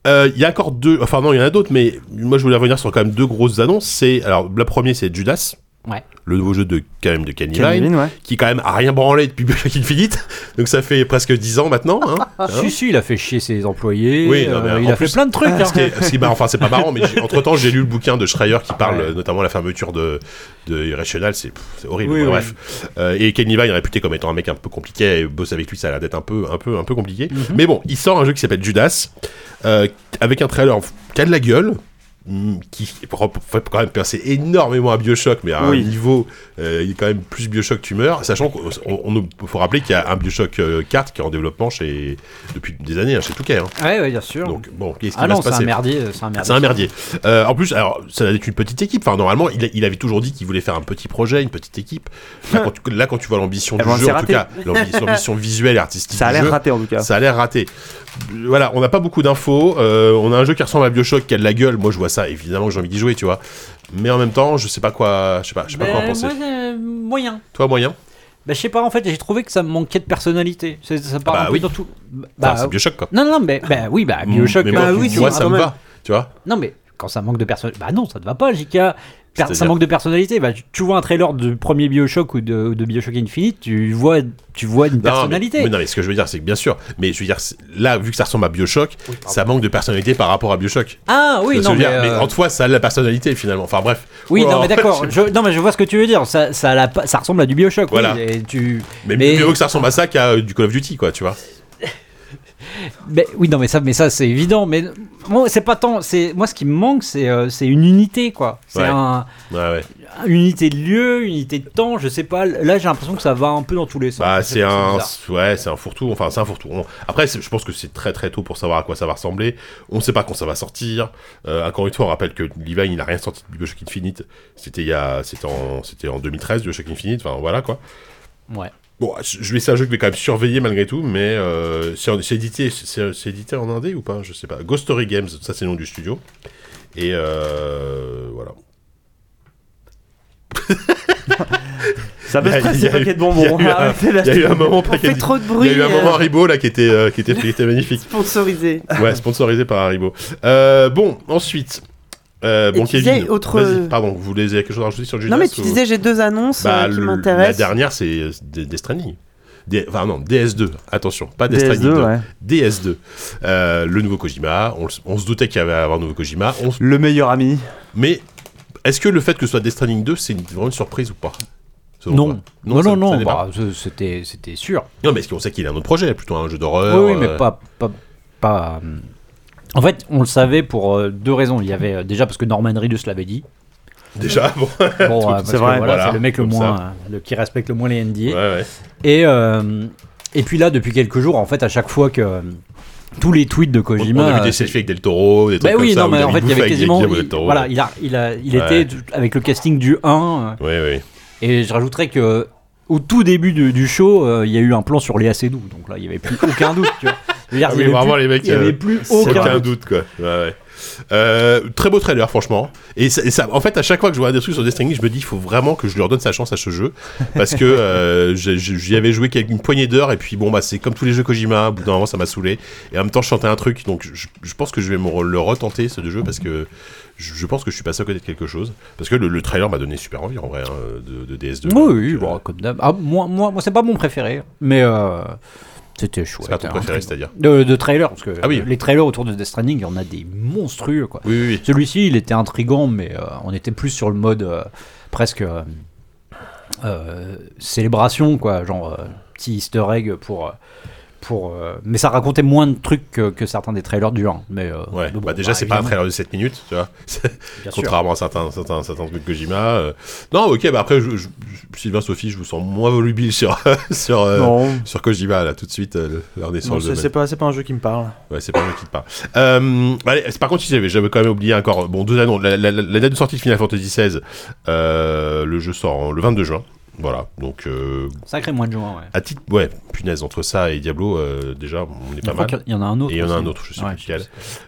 [SPEAKER 1] Euh, Il y a encore deux, enfin non, il y en a d'autres, mais moi je voulais revenir sur quand même deux grosses annonces. C'est alors la première, c'est Judas.
[SPEAKER 4] Ouais.
[SPEAKER 1] le nouveau jeu de quand même de Candy
[SPEAKER 3] Ken
[SPEAKER 1] Line,
[SPEAKER 3] Levine, ouais.
[SPEAKER 1] qui quand même a rien branlé depuis <laughs> Bioshock Infinite. Donc ça fait presque 10 ans maintenant. hein.
[SPEAKER 4] Si, si, il a fait chier ses employés.
[SPEAKER 1] Oui, non, mais
[SPEAKER 4] euh,
[SPEAKER 1] en
[SPEAKER 4] il a
[SPEAKER 1] plus-
[SPEAKER 4] fait plein de trucs. hein.
[SPEAKER 1] Ce qui est- ce qui- bah, enfin, c'est pas marrant,
[SPEAKER 4] <laughs>
[SPEAKER 1] mais j'ai- entre-temps, j'ai lu le bouquin de Schreier qui parle
[SPEAKER 4] ouais.
[SPEAKER 1] euh, notamment de la fermeture de, de Irrational, c'est pff, c'est horrible,
[SPEAKER 4] Oui,
[SPEAKER 1] bon,
[SPEAKER 4] oui.
[SPEAKER 1] bref. Euh, et Kenny Vine est réputé comme étant un mec un peu compliqué, et bosser avec lui, ça a l'air d'être un peu, un, peu, un peu compliqué.
[SPEAKER 4] Mhm.
[SPEAKER 1] Mais bon, il sort un jeu qui s'appelle Judas, euh, avec un trailer qui a de la gueule, hum, qui fait quand même passer énormément à Bioshock, mais à
[SPEAKER 3] Oui.
[SPEAKER 1] un niveau, euh, il est quand même plus Bioshock que tu meurs, sachant qu'on on- on- faut rappeler qu'il y a un Bioshock euh, 4 qui est en développement chez, depuis des années, hein, chez Touquet. hein.
[SPEAKER 4] Ouais, ouais, bien sûr.
[SPEAKER 1] Donc bon, qu'est-ce qui
[SPEAKER 4] ah
[SPEAKER 1] va
[SPEAKER 4] non,
[SPEAKER 1] se
[SPEAKER 4] c'est un
[SPEAKER 1] passer
[SPEAKER 4] merdier. C'est un merdier.
[SPEAKER 1] c'est un merdier. Euh, en plus, alors, ça doit être une petite équipe. Enfin, normalement, il, a- il avait toujours dit qu'il voulait faire un petit projet, une petite équipe. Là, quand tu, là, quand tu vois l'ambition
[SPEAKER 3] Eh
[SPEAKER 1] du
[SPEAKER 3] ben,
[SPEAKER 1] jeu,
[SPEAKER 3] c'est
[SPEAKER 1] en tout
[SPEAKER 3] raté.
[SPEAKER 1] cas, l'ambi- l'ambition visuelle et artistique
[SPEAKER 3] Ça a
[SPEAKER 1] du
[SPEAKER 3] l'air
[SPEAKER 1] jeu,
[SPEAKER 3] raté hein. en tout cas.
[SPEAKER 1] ça a l'air raté. Voilà, on n'a pas beaucoup d'infos. Euh, on a un jeu qui ressemble à Bioshock, qui a de la gueule. Moi, je vois ça, évidemment, j'ai envie d'y jouer, tu vois. Mais en même temps, je sais pas quoi, je sais pas, je sais pas quoi en
[SPEAKER 4] Ben,
[SPEAKER 1] penser.
[SPEAKER 4] moi, euh, moyen.
[SPEAKER 1] Toi, moyen
[SPEAKER 4] Bah, je sais pas, en fait, j'ai trouvé que ça me manquait de personnalité. C'est- Ça part
[SPEAKER 1] bah
[SPEAKER 4] un peu
[SPEAKER 1] oui.
[SPEAKER 4] dans tout. Bah,
[SPEAKER 1] Enfin,
[SPEAKER 4] euh,
[SPEAKER 1] c'est Bioshock, quoi.
[SPEAKER 4] non, non, mais bah, oui, bah, Bioshock.
[SPEAKER 1] Mais
[SPEAKER 4] bah,
[SPEAKER 1] moi,
[SPEAKER 4] oui,
[SPEAKER 2] tu
[SPEAKER 4] si,
[SPEAKER 1] moi,
[SPEAKER 2] vois,
[SPEAKER 1] ça
[SPEAKER 2] quand
[SPEAKER 1] me
[SPEAKER 2] même.
[SPEAKER 1] va, tu vois.
[SPEAKER 4] Non, mais quand ça manque de personnalité. Bah, non, ça te va pas, JK. Per-
[SPEAKER 1] C'est-à-dire
[SPEAKER 4] Ça manque de personnalité. Bah, tu, tu vois un trailer du premier Bioshock ou de, de Bioshock Infinite, tu vois, tu vois une
[SPEAKER 1] Non,
[SPEAKER 4] personnalité.
[SPEAKER 1] Mais, mais non, mais ce que je veux dire, c'est que bien sûr, mais je veux dire, c'est- là, vu que ça ressemble à Bioshock, ça manque de personnalité par rapport à Bioshock.
[SPEAKER 4] ah, oui,
[SPEAKER 1] Ça, ça
[SPEAKER 4] non,
[SPEAKER 1] veut
[SPEAKER 4] mais.
[SPEAKER 1] dire, mais
[SPEAKER 4] euh,
[SPEAKER 1] en toi, ça a de la personnalité finalement. Enfin bref. Oh.
[SPEAKER 4] Oui,
[SPEAKER 1] Ouah,
[SPEAKER 4] non, mais d'accord.
[SPEAKER 1] je-
[SPEAKER 4] Je, non, mais je vois ce que tu veux dire. Ça, ça, a la pa- ça ressemble à du Bioshock. oui.
[SPEAKER 1] Voilà.
[SPEAKER 4] Et tu.
[SPEAKER 1] <laughs> Mais,
[SPEAKER 4] mais-
[SPEAKER 1] mieux vaut que ça ressemble à ça qu'à euh, du Call of Duty, quoi, tu vois.
[SPEAKER 4] Mais, oui, non, mais ça, mais ça, c'est évident. Mais moi, c'est pas tant. C'est moi, ce qui me manque, c'est, euh, c'est une unité, quoi. C'est
[SPEAKER 1] Ouais.
[SPEAKER 4] un,
[SPEAKER 1] Ouais, ouais.
[SPEAKER 4] unité de lieu, unité de temps. Je sais pas. Là, j'ai l'impression que ça va un peu dans tous les sens.
[SPEAKER 1] Bah, c'est un,
[SPEAKER 4] bizarre.
[SPEAKER 1] ouais, c'est un fourre-tout. Enfin, c'est un fourre-tout. On- Après, c'est- je pense que c'est très très tôt pour savoir à quoi ça va ressembler. On sait pas quand ça va sortir. Euh, encore une fois, on rappelle que Levine, il a rien sorti de Bioshock Infinite. C'était il y a, c'était en, c'était en 2013, Bioshock Infinite. Enfin, voilà quoi.
[SPEAKER 4] Ouais.
[SPEAKER 1] Bon, je je vais c'est un jeu que je vais quand même surveiller malgré tout, mais euh, c'est en- c'est édité, c'est c'est édité en indé ou pas Je sais pas. Ghost Story Games, ça c'est le nom du studio. Et euh, voilà.
[SPEAKER 3] Ça
[SPEAKER 1] <laughs> Il y a-
[SPEAKER 3] baisse
[SPEAKER 1] il
[SPEAKER 3] presque
[SPEAKER 1] y a
[SPEAKER 3] ses
[SPEAKER 1] eu-
[SPEAKER 3] paquets
[SPEAKER 1] il
[SPEAKER 3] de
[SPEAKER 1] y a
[SPEAKER 3] bonbons.
[SPEAKER 1] eu un- Il
[SPEAKER 3] Arrêtez
[SPEAKER 1] y a eu
[SPEAKER 3] d'acheter.
[SPEAKER 1] un moment
[SPEAKER 2] On fait
[SPEAKER 1] précalis-
[SPEAKER 2] trop de
[SPEAKER 1] Il
[SPEAKER 2] bruit.
[SPEAKER 1] y a eu un
[SPEAKER 2] euh,
[SPEAKER 1] moment Haribo là qui était, euh, qui était, qui était magnifique.
[SPEAKER 2] Sponsorisé. <laughs>
[SPEAKER 1] Ouais, sponsorisé par Haribo. Euh, bon, ensuite.
[SPEAKER 2] Et
[SPEAKER 1] Euh, bon,
[SPEAKER 2] tu
[SPEAKER 1] Kevin.
[SPEAKER 2] disais autre-
[SPEAKER 1] vas-y, pardon, vous voulez dire quelque chose à rajouter sur Judas
[SPEAKER 2] Non, mais tu
[SPEAKER 1] ou-
[SPEAKER 2] disais, j'ai deux annonces
[SPEAKER 1] Bah,
[SPEAKER 2] euh, qui
[SPEAKER 1] le- La
[SPEAKER 2] m'intéressent.
[SPEAKER 1] dernière, c'est euh, Death Death Stranding. Des- Enfin, non, DS2. Attention, pas Death Stranding
[SPEAKER 3] DS2,
[SPEAKER 1] 2.
[SPEAKER 3] ouais.
[SPEAKER 1] DS2. Euh, le nouveau Kojima, on, s- on se doutait qu'il y avait à avoir un nouveau Kojima, on s-
[SPEAKER 3] Le meilleur ami.
[SPEAKER 1] mais est-ce que le fait que ce soit Death Stranding 2, c'est une- vraiment une surprise ou pas Selon toi
[SPEAKER 4] Non. Non,
[SPEAKER 1] ça-
[SPEAKER 4] non, non,
[SPEAKER 1] ça n'est pas.
[SPEAKER 4] bah, ce- c'était, c'était sûr.
[SPEAKER 1] Non, mais est-ce qu'on sait qu'il a un autre projet, plutôt un jeu d'horreur
[SPEAKER 4] oui, oui, mais
[SPEAKER 1] euh,
[SPEAKER 4] pas, pas, pas, euh, En fait, on le savait pour euh, deux raisons. Il y avait euh, déjà parce que Norman Reedus
[SPEAKER 1] <laughs>
[SPEAKER 4] l'avait dit.
[SPEAKER 1] Déjà, bon.
[SPEAKER 4] Bon, euh, parce
[SPEAKER 3] c'est
[SPEAKER 4] que,
[SPEAKER 3] vrai.
[SPEAKER 4] voilà,
[SPEAKER 1] Voilà,
[SPEAKER 4] c'est le mec le
[SPEAKER 1] comme
[SPEAKER 4] moins, euh, le qui respecte le moins les NDA.
[SPEAKER 1] Ouais, ouais.
[SPEAKER 4] Et, euh, et puis là, depuis quelques jours, en fait, à chaque fois que euh, tous les tweets de
[SPEAKER 1] On,
[SPEAKER 4] Kojima.
[SPEAKER 1] on a vu
[SPEAKER 4] euh,
[SPEAKER 1] des selfies avec Del Toro, des trucs
[SPEAKER 4] Bah
[SPEAKER 1] comme
[SPEAKER 4] oui,
[SPEAKER 1] ça.
[SPEAKER 4] non,
[SPEAKER 1] où
[SPEAKER 4] mais en fait,
[SPEAKER 1] David
[SPEAKER 4] il y
[SPEAKER 1] Bouffe
[SPEAKER 4] avait
[SPEAKER 1] avec
[SPEAKER 4] quasiment.
[SPEAKER 1] Guillermo del
[SPEAKER 4] il-
[SPEAKER 1] Toro.
[SPEAKER 4] voilà, il, a, il, a, il
[SPEAKER 1] Ouais.
[SPEAKER 4] était tout- avec le casting du 1. euh,
[SPEAKER 1] Ouais, ouais.
[SPEAKER 4] Et je rajouterais que euh, au tout début du, du show, euh, il y a eu un plan sur Léa Seydoux. Donc là, il n'y avait plus aucun doute. Tu vois. Je veux dire,
[SPEAKER 1] Ah
[SPEAKER 4] il
[SPEAKER 1] oui,
[SPEAKER 4] y avait
[SPEAKER 1] vraiment,
[SPEAKER 4] plus-
[SPEAKER 1] les mecs,
[SPEAKER 4] Il n'y
[SPEAKER 1] euh,
[SPEAKER 4] avait plus
[SPEAKER 1] Aucun,
[SPEAKER 4] aucun doute.
[SPEAKER 1] doute, quoi. Ouais, ouais. Euh, très beau trailer, franchement. Et ça, et ça- en fait, à chaque fois que je vois des trucs sur Destiny, je me dis, il faut vraiment que je leur donne sa chance à ce jeu. Parce que euh, <laughs> j'ai- j'ai- j'y avais joué quelques- une poignée d'heures, et puis bon, bah, c'est comme tous les jeux Kojima, au bout d'un moment, ça m'a saoulé. Et en même temps, je chantais un truc, donc je, je pense que je vais me re- le retenter, ce jeu, parce que je, je pense que je suis passé à côté de quelque chose. Parce que le, le trailer m'a donné super envie, en vrai, hein, de, de DS2.
[SPEAKER 4] Oui, oui,
[SPEAKER 1] Donc, euh,
[SPEAKER 4] bon, comme d'hab. Ah, moi, moi, moi c'est pas mon préféré. Mais euh, c'était chouette.
[SPEAKER 1] C'est pas ton
[SPEAKER 4] hein.
[SPEAKER 1] préféré, c'est-à-dire.
[SPEAKER 4] de, de trailer, parce que
[SPEAKER 1] Ah oui.
[SPEAKER 4] les trailers autour de Death Stranding, il y en a des monstrueux. quoi.
[SPEAKER 1] Oui, oui, oui.
[SPEAKER 4] Celui-ci, il était intrigant, mais euh, on était plus sur le mode euh, presque euh, euh, célébration, quoi. Genre euh, petit easter egg pour. euh, pour euh, mais ça racontait moins de trucs que, que certains des trailers du 1. Mais, euh,
[SPEAKER 1] Ouais,
[SPEAKER 4] mais bon,
[SPEAKER 1] bah déjà, c'est pas un trailer de 7 minutes, tu vois. <laughs>
[SPEAKER 4] évidemment, bien sûr.
[SPEAKER 1] Contrairement à certains, certains, certains trucs de Kojima. euh. Non, ok, bah après, je- je- Sylvain, Sophie, je vous sens moins volubile sur, <laughs> sur, euh,
[SPEAKER 3] Non.
[SPEAKER 1] sur Kojima, là, tout de suite. euh, là, on est sur
[SPEAKER 3] Non,
[SPEAKER 1] le
[SPEAKER 3] c'est c'est
[SPEAKER 1] domaine.
[SPEAKER 3] pas, c'est pas un jeu qui me parle.
[SPEAKER 1] Ouais, c'est pas moi qui te parle. Euh, allez, c'est- par contre, si j'avais, j'avais quand même oublié encore. Bon, deux annonces. La, la- la- la date de sortie de Final Fantasy XVI, euh, le jeu sort en- le 22 juin. Voilà, donc euh,
[SPEAKER 4] Sacré mois de juin, ouais.
[SPEAKER 1] à titre. Ouais, punaise, entre ça et Diablo, euh, déjà, on est
[SPEAKER 4] Je
[SPEAKER 1] pas
[SPEAKER 4] crois
[SPEAKER 1] mal.
[SPEAKER 4] qu'il y en a un autre.
[SPEAKER 1] Et il y en a
[SPEAKER 4] aussi.
[SPEAKER 1] un autre, je sais
[SPEAKER 4] Ouais,
[SPEAKER 1] plus lequel.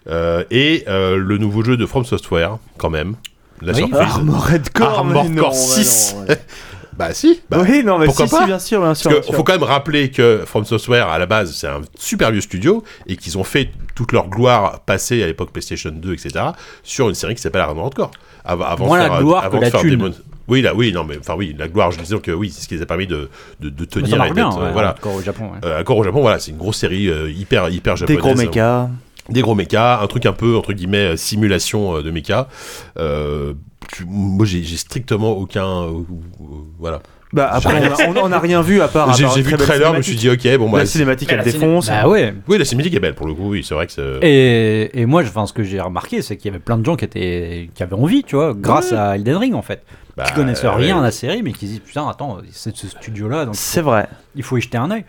[SPEAKER 1] Euh, et euh, le nouveau jeu de From Software, quand même. La
[SPEAKER 4] Oui. Ah,
[SPEAKER 1] surprise.
[SPEAKER 3] Armored Core. mais
[SPEAKER 1] Ah, Armored
[SPEAKER 3] non,
[SPEAKER 1] Core
[SPEAKER 3] bah
[SPEAKER 1] 6.
[SPEAKER 3] non, ouais.
[SPEAKER 1] <laughs> Bah si, bah,
[SPEAKER 3] oui, non, mais
[SPEAKER 1] pourquoi
[SPEAKER 3] si, si,
[SPEAKER 1] pas
[SPEAKER 3] bien sûr, bien sûr.
[SPEAKER 1] Parce
[SPEAKER 3] bien
[SPEAKER 1] qu'il faut
[SPEAKER 3] sûr.
[SPEAKER 1] quand même rappeler que From Software, à la base, c'est un super vieux studio et qu'ils ont fait toute leur gloire passée à l'époque PlayStation 2, etc., sur une série qui s'appelle Armored Core. Av- Avant,
[SPEAKER 4] Moins
[SPEAKER 1] de
[SPEAKER 4] la
[SPEAKER 1] faire,
[SPEAKER 4] gloire
[SPEAKER 1] avant
[SPEAKER 4] que
[SPEAKER 1] de
[SPEAKER 4] la
[SPEAKER 1] faire
[SPEAKER 4] thune.
[SPEAKER 1] Demon- Oui, là, oui, non, mais enfin, oui, la gloire, je disais que oui, c'est ce qui les a permis de, de, de
[SPEAKER 4] Mais ça
[SPEAKER 1] tenir
[SPEAKER 4] marche
[SPEAKER 1] et
[SPEAKER 4] bien,
[SPEAKER 1] d'être, euh,
[SPEAKER 4] ouais,
[SPEAKER 1] voilà.
[SPEAKER 4] encore au Japon. ouais.
[SPEAKER 1] Euh, encore au Japon, voilà, c'est une grosse série euh, hyper, hyper
[SPEAKER 3] Des
[SPEAKER 1] japonaise. hein,
[SPEAKER 3] gros mechas.
[SPEAKER 1] Des gros mechas, un truc un peu, entre guillemets, euh, simulation euh, de mecha. Euh, tu- moi, j'ai j'ai strictement aucun. euh, euh, voilà.
[SPEAKER 3] Bah après, on a- on n'a rien vu à part. à
[SPEAKER 1] J'ai
[SPEAKER 3] part
[SPEAKER 1] j'ai
[SPEAKER 3] une
[SPEAKER 1] vu
[SPEAKER 3] très
[SPEAKER 1] le
[SPEAKER 3] belle
[SPEAKER 1] trailer, je me suis
[SPEAKER 3] cinématique.
[SPEAKER 1] dit, ok, bon, bah.
[SPEAKER 3] La
[SPEAKER 1] c'est-
[SPEAKER 3] cinématique,
[SPEAKER 4] Mais
[SPEAKER 3] elle
[SPEAKER 4] la ciné-
[SPEAKER 3] défonce.
[SPEAKER 4] Bah ouais.
[SPEAKER 1] Oui, la cinématique est belle pour le coup, oui, c'est vrai que c'est.
[SPEAKER 4] Et, et moi, je- enfin, ce que j'ai remarqué, c'est qu'il y avait plein de gens qui, étaient, qui avaient envie, tu vois, grâce à Elden Ring, en fait.
[SPEAKER 1] bah,
[SPEAKER 4] qui connaissent
[SPEAKER 1] euh,
[SPEAKER 4] rien à
[SPEAKER 1] ouais.
[SPEAKER 4] la série, mais qui se disent, putain, attends, c'est de ce studio-là, donc
[SPEAKER 3] C'est vrai.
[SPEAKER 4] il faut y jeter un œil.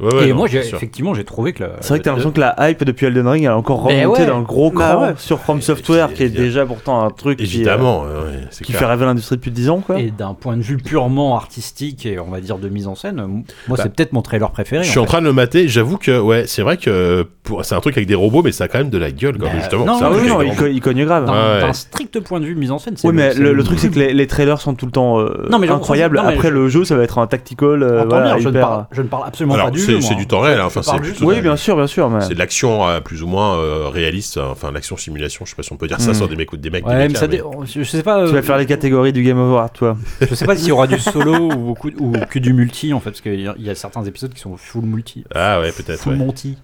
[SPEAKER 1] Ouais, ouais,
[SPEAKER 4] et
[SPEAKER 1] non,
[SPEAKER 4] moi,
[SPEAKER 1] c'est
[SPEAKER 4] j'ai-
[SPEAKER 1] sûr.
[SPEAKER 4] effectivement, j'ai trouvé que le-
[SPEAKER 3] C'est vrai que t'as
[SPEAKER 1] le-
[SPEAKER 3] l'impression que la hype depuis Elden Ring elle a encore
[SPEAKER 4] Mais
[SPEAKER 3] remonté
[SPEAKER 4] ouais.
[SPEAKER 3] d'un gros
[SPEAKER 2] Bah
[SPEAKER 3] cran
[SPEAKER 2] ouais.
[SPEAKER 3] sur From
[SPEAKER 1] Et-
[SPEAKER 3] Software
[SPEAKER 1] et-
[SPEAKER 3] qui est
[SPEAKER 1] et-
[SPEAKER 3] déjà pourtant un truc qui, euh,
[SPEAKER 1] Évidemment, ouais, ouais, c'est
[SPEAKER 3] qui
[SPEAKER 1] clair.
[SPEAKER 3] fait rêver l'industrie depuis 10 ans quoi.
[SPEAKER 4] Et d'un point de vue purement artistique et on va dire de mise en scène, euh, moi
[SPEAKER 1] Bah,
[SPEAKER 4] c'est peut-être mon trailer préféré.
[SPEAKER 1] Je suis en train de le mater, j'avoue que ouais, c'est vrai que pour... c'est un truc avec des robots, mais ça a quand même de la gueule, comme
[SPEAKER 4] Bah,
[SPEAKER 1] justement.
[SPEAKER 4] non,
[SPEAKER 1] c'est un
[SPEAKER 3] Ah
[SPEAKER 1] truc
[SPEAKER 3] oui, non,
[SPEAKER 1] avec des
[SPEAKER 3] il, co- il cogne grave. hein.
[SPEAKER 4] d'un,
[SPEAKER 1] Ouais, ouais.
[SPEAKER 4] d'un strict point de vue mise en scène. c'est
[SPEAKER 3] Oui, mais le, le truc c'est
[SPEAKER 4] le-
[SPEAKER 3] que les, les trailers sont tout le temps euh,
[SPEAKER 4] Non, mais j'en-
[SPEAKER 3] incroyables.
[SPEAKER 4] non, mais
[SPEAKER 3] Après
[SPEAKER 4] je-
[SPEAKER 3] le jeu, ça va être un tactical. euh,
[SPEAKER 4] Entends
[SPEAKER 3] voilà,
[SPEAKER 4] bien, je, ne
[SPEAKER 3] hyper-
[SPEAKER 4] parle, je ne parle absolument
[SPEAKER 1] Alors,
[SPEAKER 4] pas du jeu.
[SPEAKER 1] c'est, c'est
[SPEAKER 4] moi.
[SPEAKER 1] du temps réel, hein,
[SPEAKER 4] Je
[SPEAKER 1] enfin,
[SPEAKER 4] parle
[SPEAKER 1] c'est,
[SPEAKER 4] juste
[SPEAKER 1] plutôt-
[SPEAKER 3] Oui, bien sûr, bien sûr. Mais...
[SPEAKER 1] c'est de l'action euh, plus ou moins euh, réaliste, hein, enfin, l'action simulation, je sais pas si on peut dire ça,
[SPEAKER 3] Mm.
[SPEAKER 1] sans des mecs, des mecs, des
[SPEAKER 4] Hmm. Ouais, mais
[SPEAKER 1] mechas,
[SPEAKER 4] ça
[SPEAKER 1] mais-
[SPEAKER 4] dé- on- je, je sais pas.
[SPEAKER 3] Tu
[SPEAKER 4] euh,
[SPEAKER 3] vas faire les catégories du Game Over, toi.
[SPEAKER 4] Je sais pas s'il y aura du solo ou, beaucoup- ou que du multi en fait, parce qu'il y, a- il y a certains épisodes qui sont full multi.
[SPEAKER 1] Ah ouais, peut-être,
[SPEAKER 4] Full
[SPEAKER 1] ouais.
[SPEAKER 4] Monty.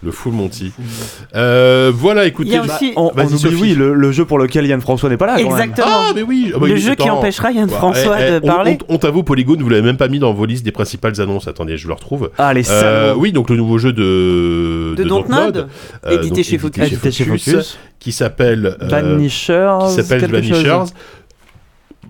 [SPEAKER 1] Le full Monty. Euh, voilà,
[SPEAKER 2] Il
[SPEAKER 1] écoutez.
[SPEAKER 2] y a
[SPEAKER 1] je-
[SPEAKER 2] aussi.
[SPEAKER 3] On, on
[SPEAKER 1] Vas-y,
[SPEAKER 3] oublie,
[SPEAKER 1] Sophie.
[SPEAKER 3] oui, le, le jeu pour lequel Yann François n'est pas là. quand même.
[SPEAKER 2] Exactement.
[SPEAKER 1] Bah, Ah, mais oui ah, bah,
[SPEAKER 2] Le
[SPEAKER 1] il
[SPEAKER 2] jeu
[SPEAKER 1] était
[SPEAKER 2] qui
[SPEAKER 1] temps.
[SPEAKER 2] empêchera Yann
[SPEAKER 1] Ouais,
[SPEAKER 2] François
[SPEAKER 1] eh, eh,
[SPEAKER 2] de
[SPEAKER 1] on-
[SPEAKER 2] parler.
[SPEAKER 1] On, on t'avoue, Polygon, vous l'avez même pas mis dans vos listes des principales annonces. Attendez, je le retrouve.
[SPEAKER 3] Ah, les
[SPEAKER 1] Euh,
[SPEAKER 3] salauds.
[SPEAKER 1] oui, donc le nouveau jeu oh, de,
[SPEAKER 2] De Dontnod
[SPEAKER 1] euh,
[SPEAKER 2] édité
[SPEAKER 1] donc
[SPEAKER 2] chez Focus.
[SPEAKER 3] Édité chez Focus.
[SPEAKER 1] qui s'appelle euh,
[SPEAKER 3] Vanishers.
[SPEAKER 1] qui s'appelle
[SPEAKER 3] quelque chose.
[SPEAKER 1] Vanishers.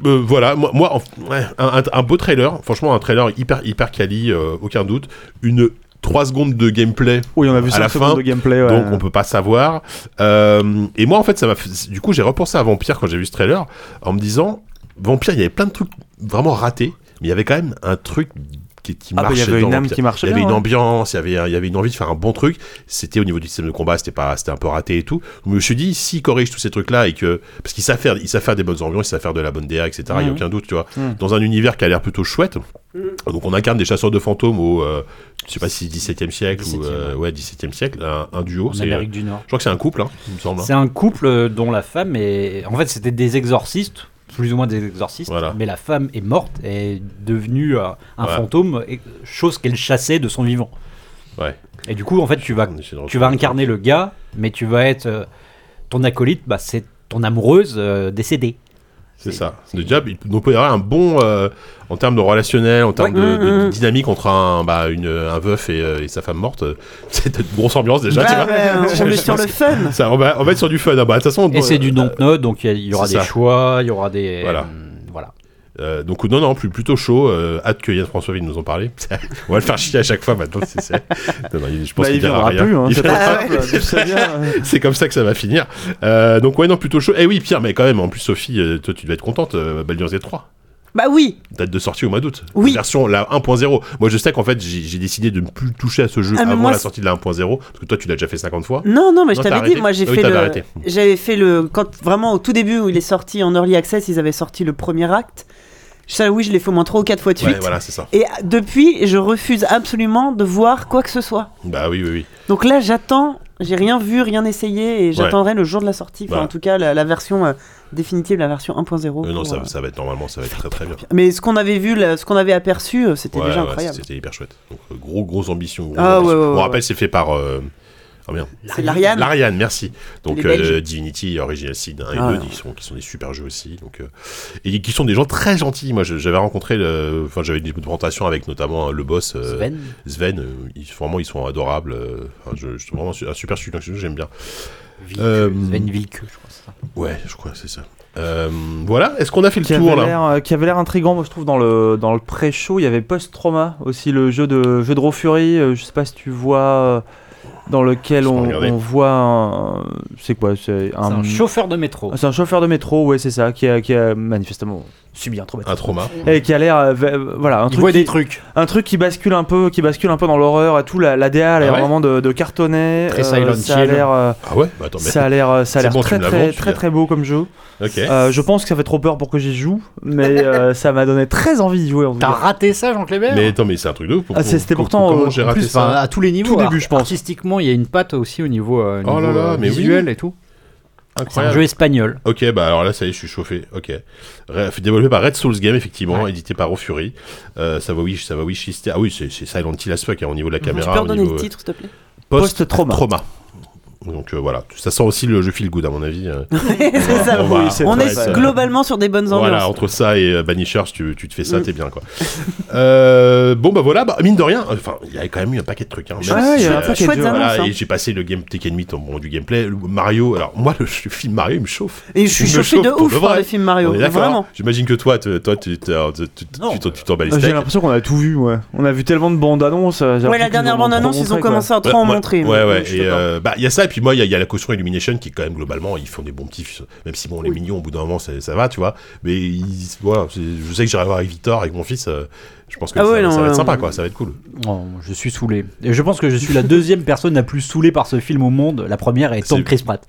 [SPEAKER 1] Euh, voilà, moi, moi en- ouais, un, un- un beau trailer, franchement un trailer hyper hyper quali, euh, aucun doute. Une 3 secondes de gameplay,
[SPEAKER 3] Oui, on a vu
[SPEAKER 1] À
[SPEAKER 3] ça
[SPEAKER 1] la fin,
[SPEAKER 3] de gameplay. ouais.
[SPEAKER 1] donc on peut pas savoir. Euh, et moi en fait, ça m'a, fait- du coup j'ai repensé à Vampire quand j'ai vu ce trailer, en me disant Vampire, il y avait plein de trucs vraiment ratés, mais il y avait quand même un truc qui, qui
[SPEAKER 3] Ah, bah, il y
[SPEAKER 1] marchait
[SPEAKER 3] avait
[SPEAKER 1] dans
[SPEAKER 3] une âme
[SPEAKER 1] Vampire.
[SPEAKER 3] qui marchait.
[SPEAKER 1] Il y avait
[SPEAKER 3] bien,
[SPEAKER 1] une
[SPEAKER 3] ouais.
[SPEAKER 4] hein.
[SPEAKER 1] ambiance, il y avait, il y avait une envie de faire un bon truc. C'était au niveau du système de combat, c'était pas, c'était un peu raté et tout. Mais je me suis dit, s'ils corrigent tous ces trucs-là et que, parce qu'ils savent faire, ils savent faire des bonnes ambiances, ils savent faire de la bonne DA, etc. Il y a
[SPEAKER 4] Mhm.
[SPEAKER 1] aucun doute, tu vois.
[SPEAKER 3] Mhm.
[SPEAKER 1] Dans un univers qui a l'air plutôt chouette. Donc on incarne des chasseurs de fantômes au, euh, je sais pas si 17e siècle ou,
[SPEAKER 4] 17e,
[SPEAKER 1] euh, ouais, 17e siècle, un, un duo.
[SPEAKER 4] En
[SPEAKER 1] Oh, c'est-
[SPEAKER 4] Amérique du Nord.
[SPEAKER 1] Je crois que c'est un couple, hein, il me semble. hein.
[SPEAKER 4] C'est un couple euh, dont la femme est. En fait, c'était des exorcistes, plus ou moins des exorcistes,
[SPEAKER 1] Voilà.
[SPEAKER 4] mais la femme est morte et est devenue euh, un
[SPEAKER 1] Ouais.
[SPEAKER 4] fantôme, et- chose qu'elle chassait de son vivant.
[SPEAKER 1] Ouais.
[SPEAKER 4] Et du coup, en fait, tu vas,
[SPEAKER 1] On essaie de
[SPEAKER 4] tu vas
[SPEAKER 1] retrouver-
[SPEAKER 4] incarner le gars, mais tu vas être. euh, ton acolyte, bah, c'est ton amoureuse euh, décédée.
[SPEAKER 1] C'est ça. Le diable, il- donc, il peut y avoir un bon, euh, en termes de relationnel, en termes de, de- de dynamique entre un, bah, une, un veuf et, euh, et sa femme morte, euh, <laughs> c'est une grosse ambiance déjà. tu
[SPEAKER 2] Ah,
[SPEAKER 1] vois.
[SPEAKER 2] ouais, on est sur le fun.
[SPEAKER 1] Ça, on, va, on va être sur du fun. Ah bah, de toute façon,
[SPEAKER 4] Et
[SPEAKER 1] euh,
[SPEAKER 4] c'est du dontnod, donc il y a- il y, aura des
[SPEAKER 1] c'est ça.
[SPEAKER 4] choix, il y aura des.
[SPEAKER 1] Voilà.
[SPEAKER 4] euh, voilà.
[SPEAKER 1] euh, donc, non, non, plus, plutôt chaud. euh, hâte que Yann François vienne nous en parler. <laughs> on va le faire chier à chaque fois maintenant. c'est- c'est- Non, non, il- je pense
[SPEAKER 3] Bah,
[SPEAKER 1] qu'il
[SPEAKER 3] il
[SPEAKER 1] dira
[SPEAKER 3] viendra
[SPEAKER 1] rien.
[SPEAKER 3] plus. hein,
[SPEAKER 1] Il
[SPEAKER 3] c'est
[SPEAKER 1] viendra-
[SPEAKER 3] <laughs> pas simple, tu sais bien.
[SPEAKER 1] C'est comme ça que ça va finir. Euh, donc, ouais, non, plutôt chaud. Eh oui, Pierre, mais quand même, en plus, Sophie, euh, toi, tu devais être contente. euh, Baldur's Gate 3.
[SPEAKER 2] Bah oui.
[SPEAKER 1] Date de sortie au mois d'août.
[SPEAKER 2] Oui.
[SPEAKER 1] La Version la 1.0. Moi, je sais qu'en fait, j'ai j'ai décidé de ne plus toucher à ce jeu
[SPEAKER 2] Ah, mais
[SPEAKER 1] avant
[SPEAKER 2] moi,
[SPEAKER 1] la
[SPEAKER 2] c'est-
[SPEAKER 1] sortie de la 1.0. Parce que toi, tu l'as déjà fait 50 fois.
[SPEAKER 2] Non, non, mais je
[SPEAKER 1] Non, t'as
[SPEAKER 2] t'avais dit,
[SPEAKER 1] arrêté
[SPEAKER 2] moi j'ai
[SPEAKER 1] Ah oui,
[SPEAKER 2] fait
[SPEAKER 1] t'avais
[SPEAKER 2] le.
[SPEAKER 1] arrêté.
[SPEAKER 2] J'avais fait le. Quand vraiment au tout début où il est sorti en early access, ils avaient sorti le premier acte. Ça, oui, je l'ai fait au moins 3 ou 4 fois de suite.
[SPEAKER 1] Ouais, voilà, c'est ça.
[SPEAKER 2] Et euh, depuis, je refuse absolument de voir quoi que ce soit.
[SPEAKER 1] Bah oui, oui, oui.
[SPEAKER 2] Donc là, j'attends. J'ai rien vu, rien essayé et j'attendrai le jour de la sortie. Enfin,
[SPEAKER 1] Voilà.
[SPEAKER 2] en tout cas, la, la version euh, définitive, la version 1.0.
[SPEAKER 1] Bah. Euh, non,
[SPEAKER 2] pour,
[SPEAKER 1] ça,
[SPEAKER 2] euh,
[SPEAKER 1] ça va être normalement, ça va être très très bien.
[SPEAKER 2] Mais ce qu'on avait vu, là, ce qu'on avait aperçu, euh, c'était
[SPEAKER 1] Ouais,
[SPEAKER 2] déjà
[SPEAKER 1] ouais,
[SPEAKER 2] incroyable.
[SPEAKER 1] C'était hyper chouette. Donc, euh, gros, grosse ambition. Gros,
[SPEAKER 2] Ah,
[SPEAKER 1] ambition.
[SPEAKER 2] ouais, ouais,
[SPEAKER 1] On
[SPEAKER 2] ouais,
[SPEAKER 1] rappelle, c'est fait par. euh, oh, merde.
[SPEAKER 2] C'est l'Ariane.
[SPEAKER 1] L'Ariane, merci. Donc
[SPEAKER 2] Les
[SPEAKER 1] euh,
[SPEAKER 2] Belges.
[SPEAKER 1] Divinity, Original Sin 1 et
[SPEAKER 2] Ah,
[SPEAKER 1] 2, qui sont, qui sont des super jeux aussi. Donc, euh, et qui sont des gens très gentils. Moi, je- j'avais rencontré, le- enfin, j'avais des présentations avec notamment euh, le boss euh,
[SPEAKER 4] Sven.
[SPEAKER 1] Sven, euh, ils, vraiment, ils sont adorables. euh, enfin, je, je suis vraiment su- un super studio, j'aime bien.
[SPEAKER 4] Vilke,
[SPEAKER 1] Euh,
[SPEAKER 4] Sven Vilke, je crois. c'est ça.
[SPEAKER 1] Ouais, je crois que c'est ça. Euh, voilà, est-ce qu'on a fait le
[SPEAKER 3] qui
[SPEAKER 1] tour
[SPEAKER 3] avait
[SPEAKER 1] là
[SPEAKER 3] l'air euh, qui avait l'air intrigant moi je trouve dans le dans le pré-show il y avait Post Trauma aussi le jeu de jeu de Raw Fury euh, je sais pas si tu vois euh, dans lequel
[SPEAKER 1] Je peux
[SPEAKER 3] on,
[SPEAKER 1] regarder.
[SPEAKER 3] on voit un- c'est quoi c'est
[SPEAKER 4] C'est
[SPEAKER 3] un,
[SPEAKER 4] un chauffeur de métro.
[SPEAKER 3] c'est un chauffeur de métro ouais c'est ça qui a, qui a manifestement subi un
[SPEAKER 1] Un
[SPEAKER 3] traumatisme
[SPEAKER 1] trauma.
[SPEAKER 3] et qui a l'air euh, v- euh, voilà un
[SPEAKER 4] Il
[SPEAKER 3] truc
[SPEAKER 4] voit
[SPEAKER 3] qui,
[SPEAKER 4] des trucs.
[SPEAKER 3] un truc qui bascule un peu qui bascule un peu dans l'horreur et tout la, la DA a l'air
[SPEAKER 1] Ah ouais
[SPEAKER 3] vraiment de, de cartonner
[SPEAKER 4] Très Silent
[SPEAKER 3] ça a
[SPEAKER 4] Hill.
[SPEAKER 3] l'air euh,
[SPEAKER 1] Ah ouais Bah, Attends, mais.
[SPEAKER 3] ça a l'air euh, ça a
[SPEAKER 1] C'est
[SPEAKER 3] l'air
[SPEAKER 1] bon, tu Eh.
[SPEAKER 3] très
[SPEAKER 1] me l'as
[SPEAKER 3] très
[SPEAKER 1] vendu,
[SPEAKER 3] très
[SPEAKER 1] là.
[SPEAKER 3] très beau comme jeu
[SPEAKER 1] Ok.
[SPEAKER 3] euh, je pense que ça fait trop peur pour que j'y joue, mais
[SPEAKER 1] <laughs>
[SPEAKER 3] euh, ça m'a donné très envie d'y jouer en tout
[SPEAKER 4] T'as
[SPEAKER 3] cas.
[SPEAKER 4] raté ça, Jean Clébert
[SPEAKER 1] mais attends, mais c'est un truc de ouf.
[SPEAKER 3] Ah, c'est- c'était
[SPEAKER 1] Comment-
[SPEAKER 3] pourtant,
[SPEAKER 1] Comment
[SPEAKER 3] euh,
[SPEAKER 1] j'ai
[SPEAKER 3] en
[SPEAKER 1] raté
[SPEAKER 4] plus, enfin,
[SPEAKER 1] ça
[SPEAKER 4] à tous les niveaux.
[SPEAKER 3] début, je pense.
[SPEAKER 4] Artistiquement, il y a une patte aussi au niveau, euh,
[SPEAKER 1] Oh là
[SPEAKER 4] niveau,
[SPEAKER 1] là,
[SPEAKER 4] euh,
[SPEAKER 1] mais oui.
[SPEAKER 4] visuel et tout. C'est un jeu espagnol.
[SPEAKER 1] Ok, bah alors là, ça y est, je suis chauffé. Ok. Re- Développé par Red Souls Game, effectivement,
[SPEAKER 4] Ouais.
[SPEAKER 1] édité par Ofuri. Euh, ça va, oui, ça va, oui, chister. Ah oui, c'est c'est Silent Hill as fuck, hein, au niveau de la
[SPEAKER 2] Tu
[SPEAKER 1] caméra.
[SPEAKER 2] peux
[SPEAKER 1] au
[SPEAKER 2] redonner
[SPEAKER 1] niveau,
[SPEAKER 2] le titre, s'il te plaît
[SPEAKER 3] Post-trauma.
[SPEAKER 1] Trauma. Donc euh, voilà, ça sent aussi le jeu feel good à mon avis. euh.
[SPEAKER 2] <laughs> C'est ça.
[SPEAKER 1] On va- euh,
[SPEAKER 3] oui, c'est
[SPEAKER 2] On
[SPEAKER 3] vrai,
[SPEAKER 2] est
[SPEAKER 1] ça.
[SPEAKER 2] globalement sur des bonnes ambiances.
[SPEAKER 1] Voilà, entre ça et euh, Banishers, tu, tu te fais ça,
[SPEAKER 2] Mm.
[SPEAKER 1] t'es bien quoi. <laughs> Euh, bon bah voilà, bah, mine de rien, enfin il y a quand même eu un paquet de trucs. Hein, même
[SPEAKER 2] Chouette-
[SPEAKER 3] Ouais,
[SPEAKER 1] si,
[SPEAKER 3] il y a
[SPEAKER 1] euh,
[SPEAKER 3] un paquet de
[SPEAKER 2] chouettes
[SPEAKER 3] jeux,
[SPEAKER 2] annonces.
[SPEAKER 1] voilà,
[SPEAKER 2] hein.
[SPEAKER 1] et j'ai passé le game Tekken Meet en bon du gameplay. le- Mario, alors moi le film Mario il me chauffe.
[SPEAKER 2] Et je suis
[SPEAKER 1] Il me
[SPEAKER 2] chauffé de
[SPEAKER 1] chauffe pour de
[SPEAKER 2] ouf par
[SPEAKER 1] vrai.
[SPEAKER 2] les films
[SPEAKER 1] On
[SPEAKER 2] Mario.
[SPEAKER 1] est d'accord. hein.
[SPEAKER 2] Vraiment. Bah,
[SPEAKER 1] J'imagine que toi, te- toi, tu t'en tu, tu, tu,
[SPEAKER 4] Non,
[SPEAKER 1] t'en- tu t'en bats les
[SPEAKER 3] J'ai
[SPEAKER 1] steaks.
[SPEAKER 3] l'impression qu'on a tout vu, ouais. On a vu tellement de bandes annonces. euh, j'ai
[SPEAKER 2] Ouais, la
[SPEAKER 3] l'impression
[SPEAKER 2] dernière
[SPEAKER 3] qu'ils nous en
[SPEAKER 2] bande annonce, ils ont
[SPEAKER 3] montré, quoi.
[SPEAKER 2] commencé à trop
[SPEAKER 1] Ouais,
[SPEAKER 2] en
[SPEAKER 1] moi-
[SPEAKER 2] montrer.
[SPEAKER 1] Ouais,
[SPEAKER 2] donc,
[SPEAKER 1] ouais.
[SPEAKER 2] je
[SPEAKER 1] Et
[SPEAKER 2] te parle.
[SPEAKER 1] euh, bah, il y a ça, et puis moi, il y, a- il y a la caution Illumination qui, quand même, globalement, ils font des bons petits. Même si, bon, on est mignons, au bout d'un moment, ça, ça va, tu vois. Mais ils- voilà, c'est- je sais que j'irai voir avec Victor, avec mon fils. euh, je pense que
[SPEAKER 2] Ah
[SPEAKER 1] ça,
[SPEAKER 2] ouais, non,
[SPEAKER 1] ça va être
[SPEAKER 2] non,
[SPEAKER 1] sympa,
[SPEAKER 2] non.
[SPEAKER 1] quoi. Ça va être cool.
[SPEAKER 4] Oh, je suis saoulé. Et je pense que je suis la deuxième personne la plus saoulée par ce film au monde. La première étant
[SPEAKER 1] C'est-
[SPEAKER 4] Chris Pratt.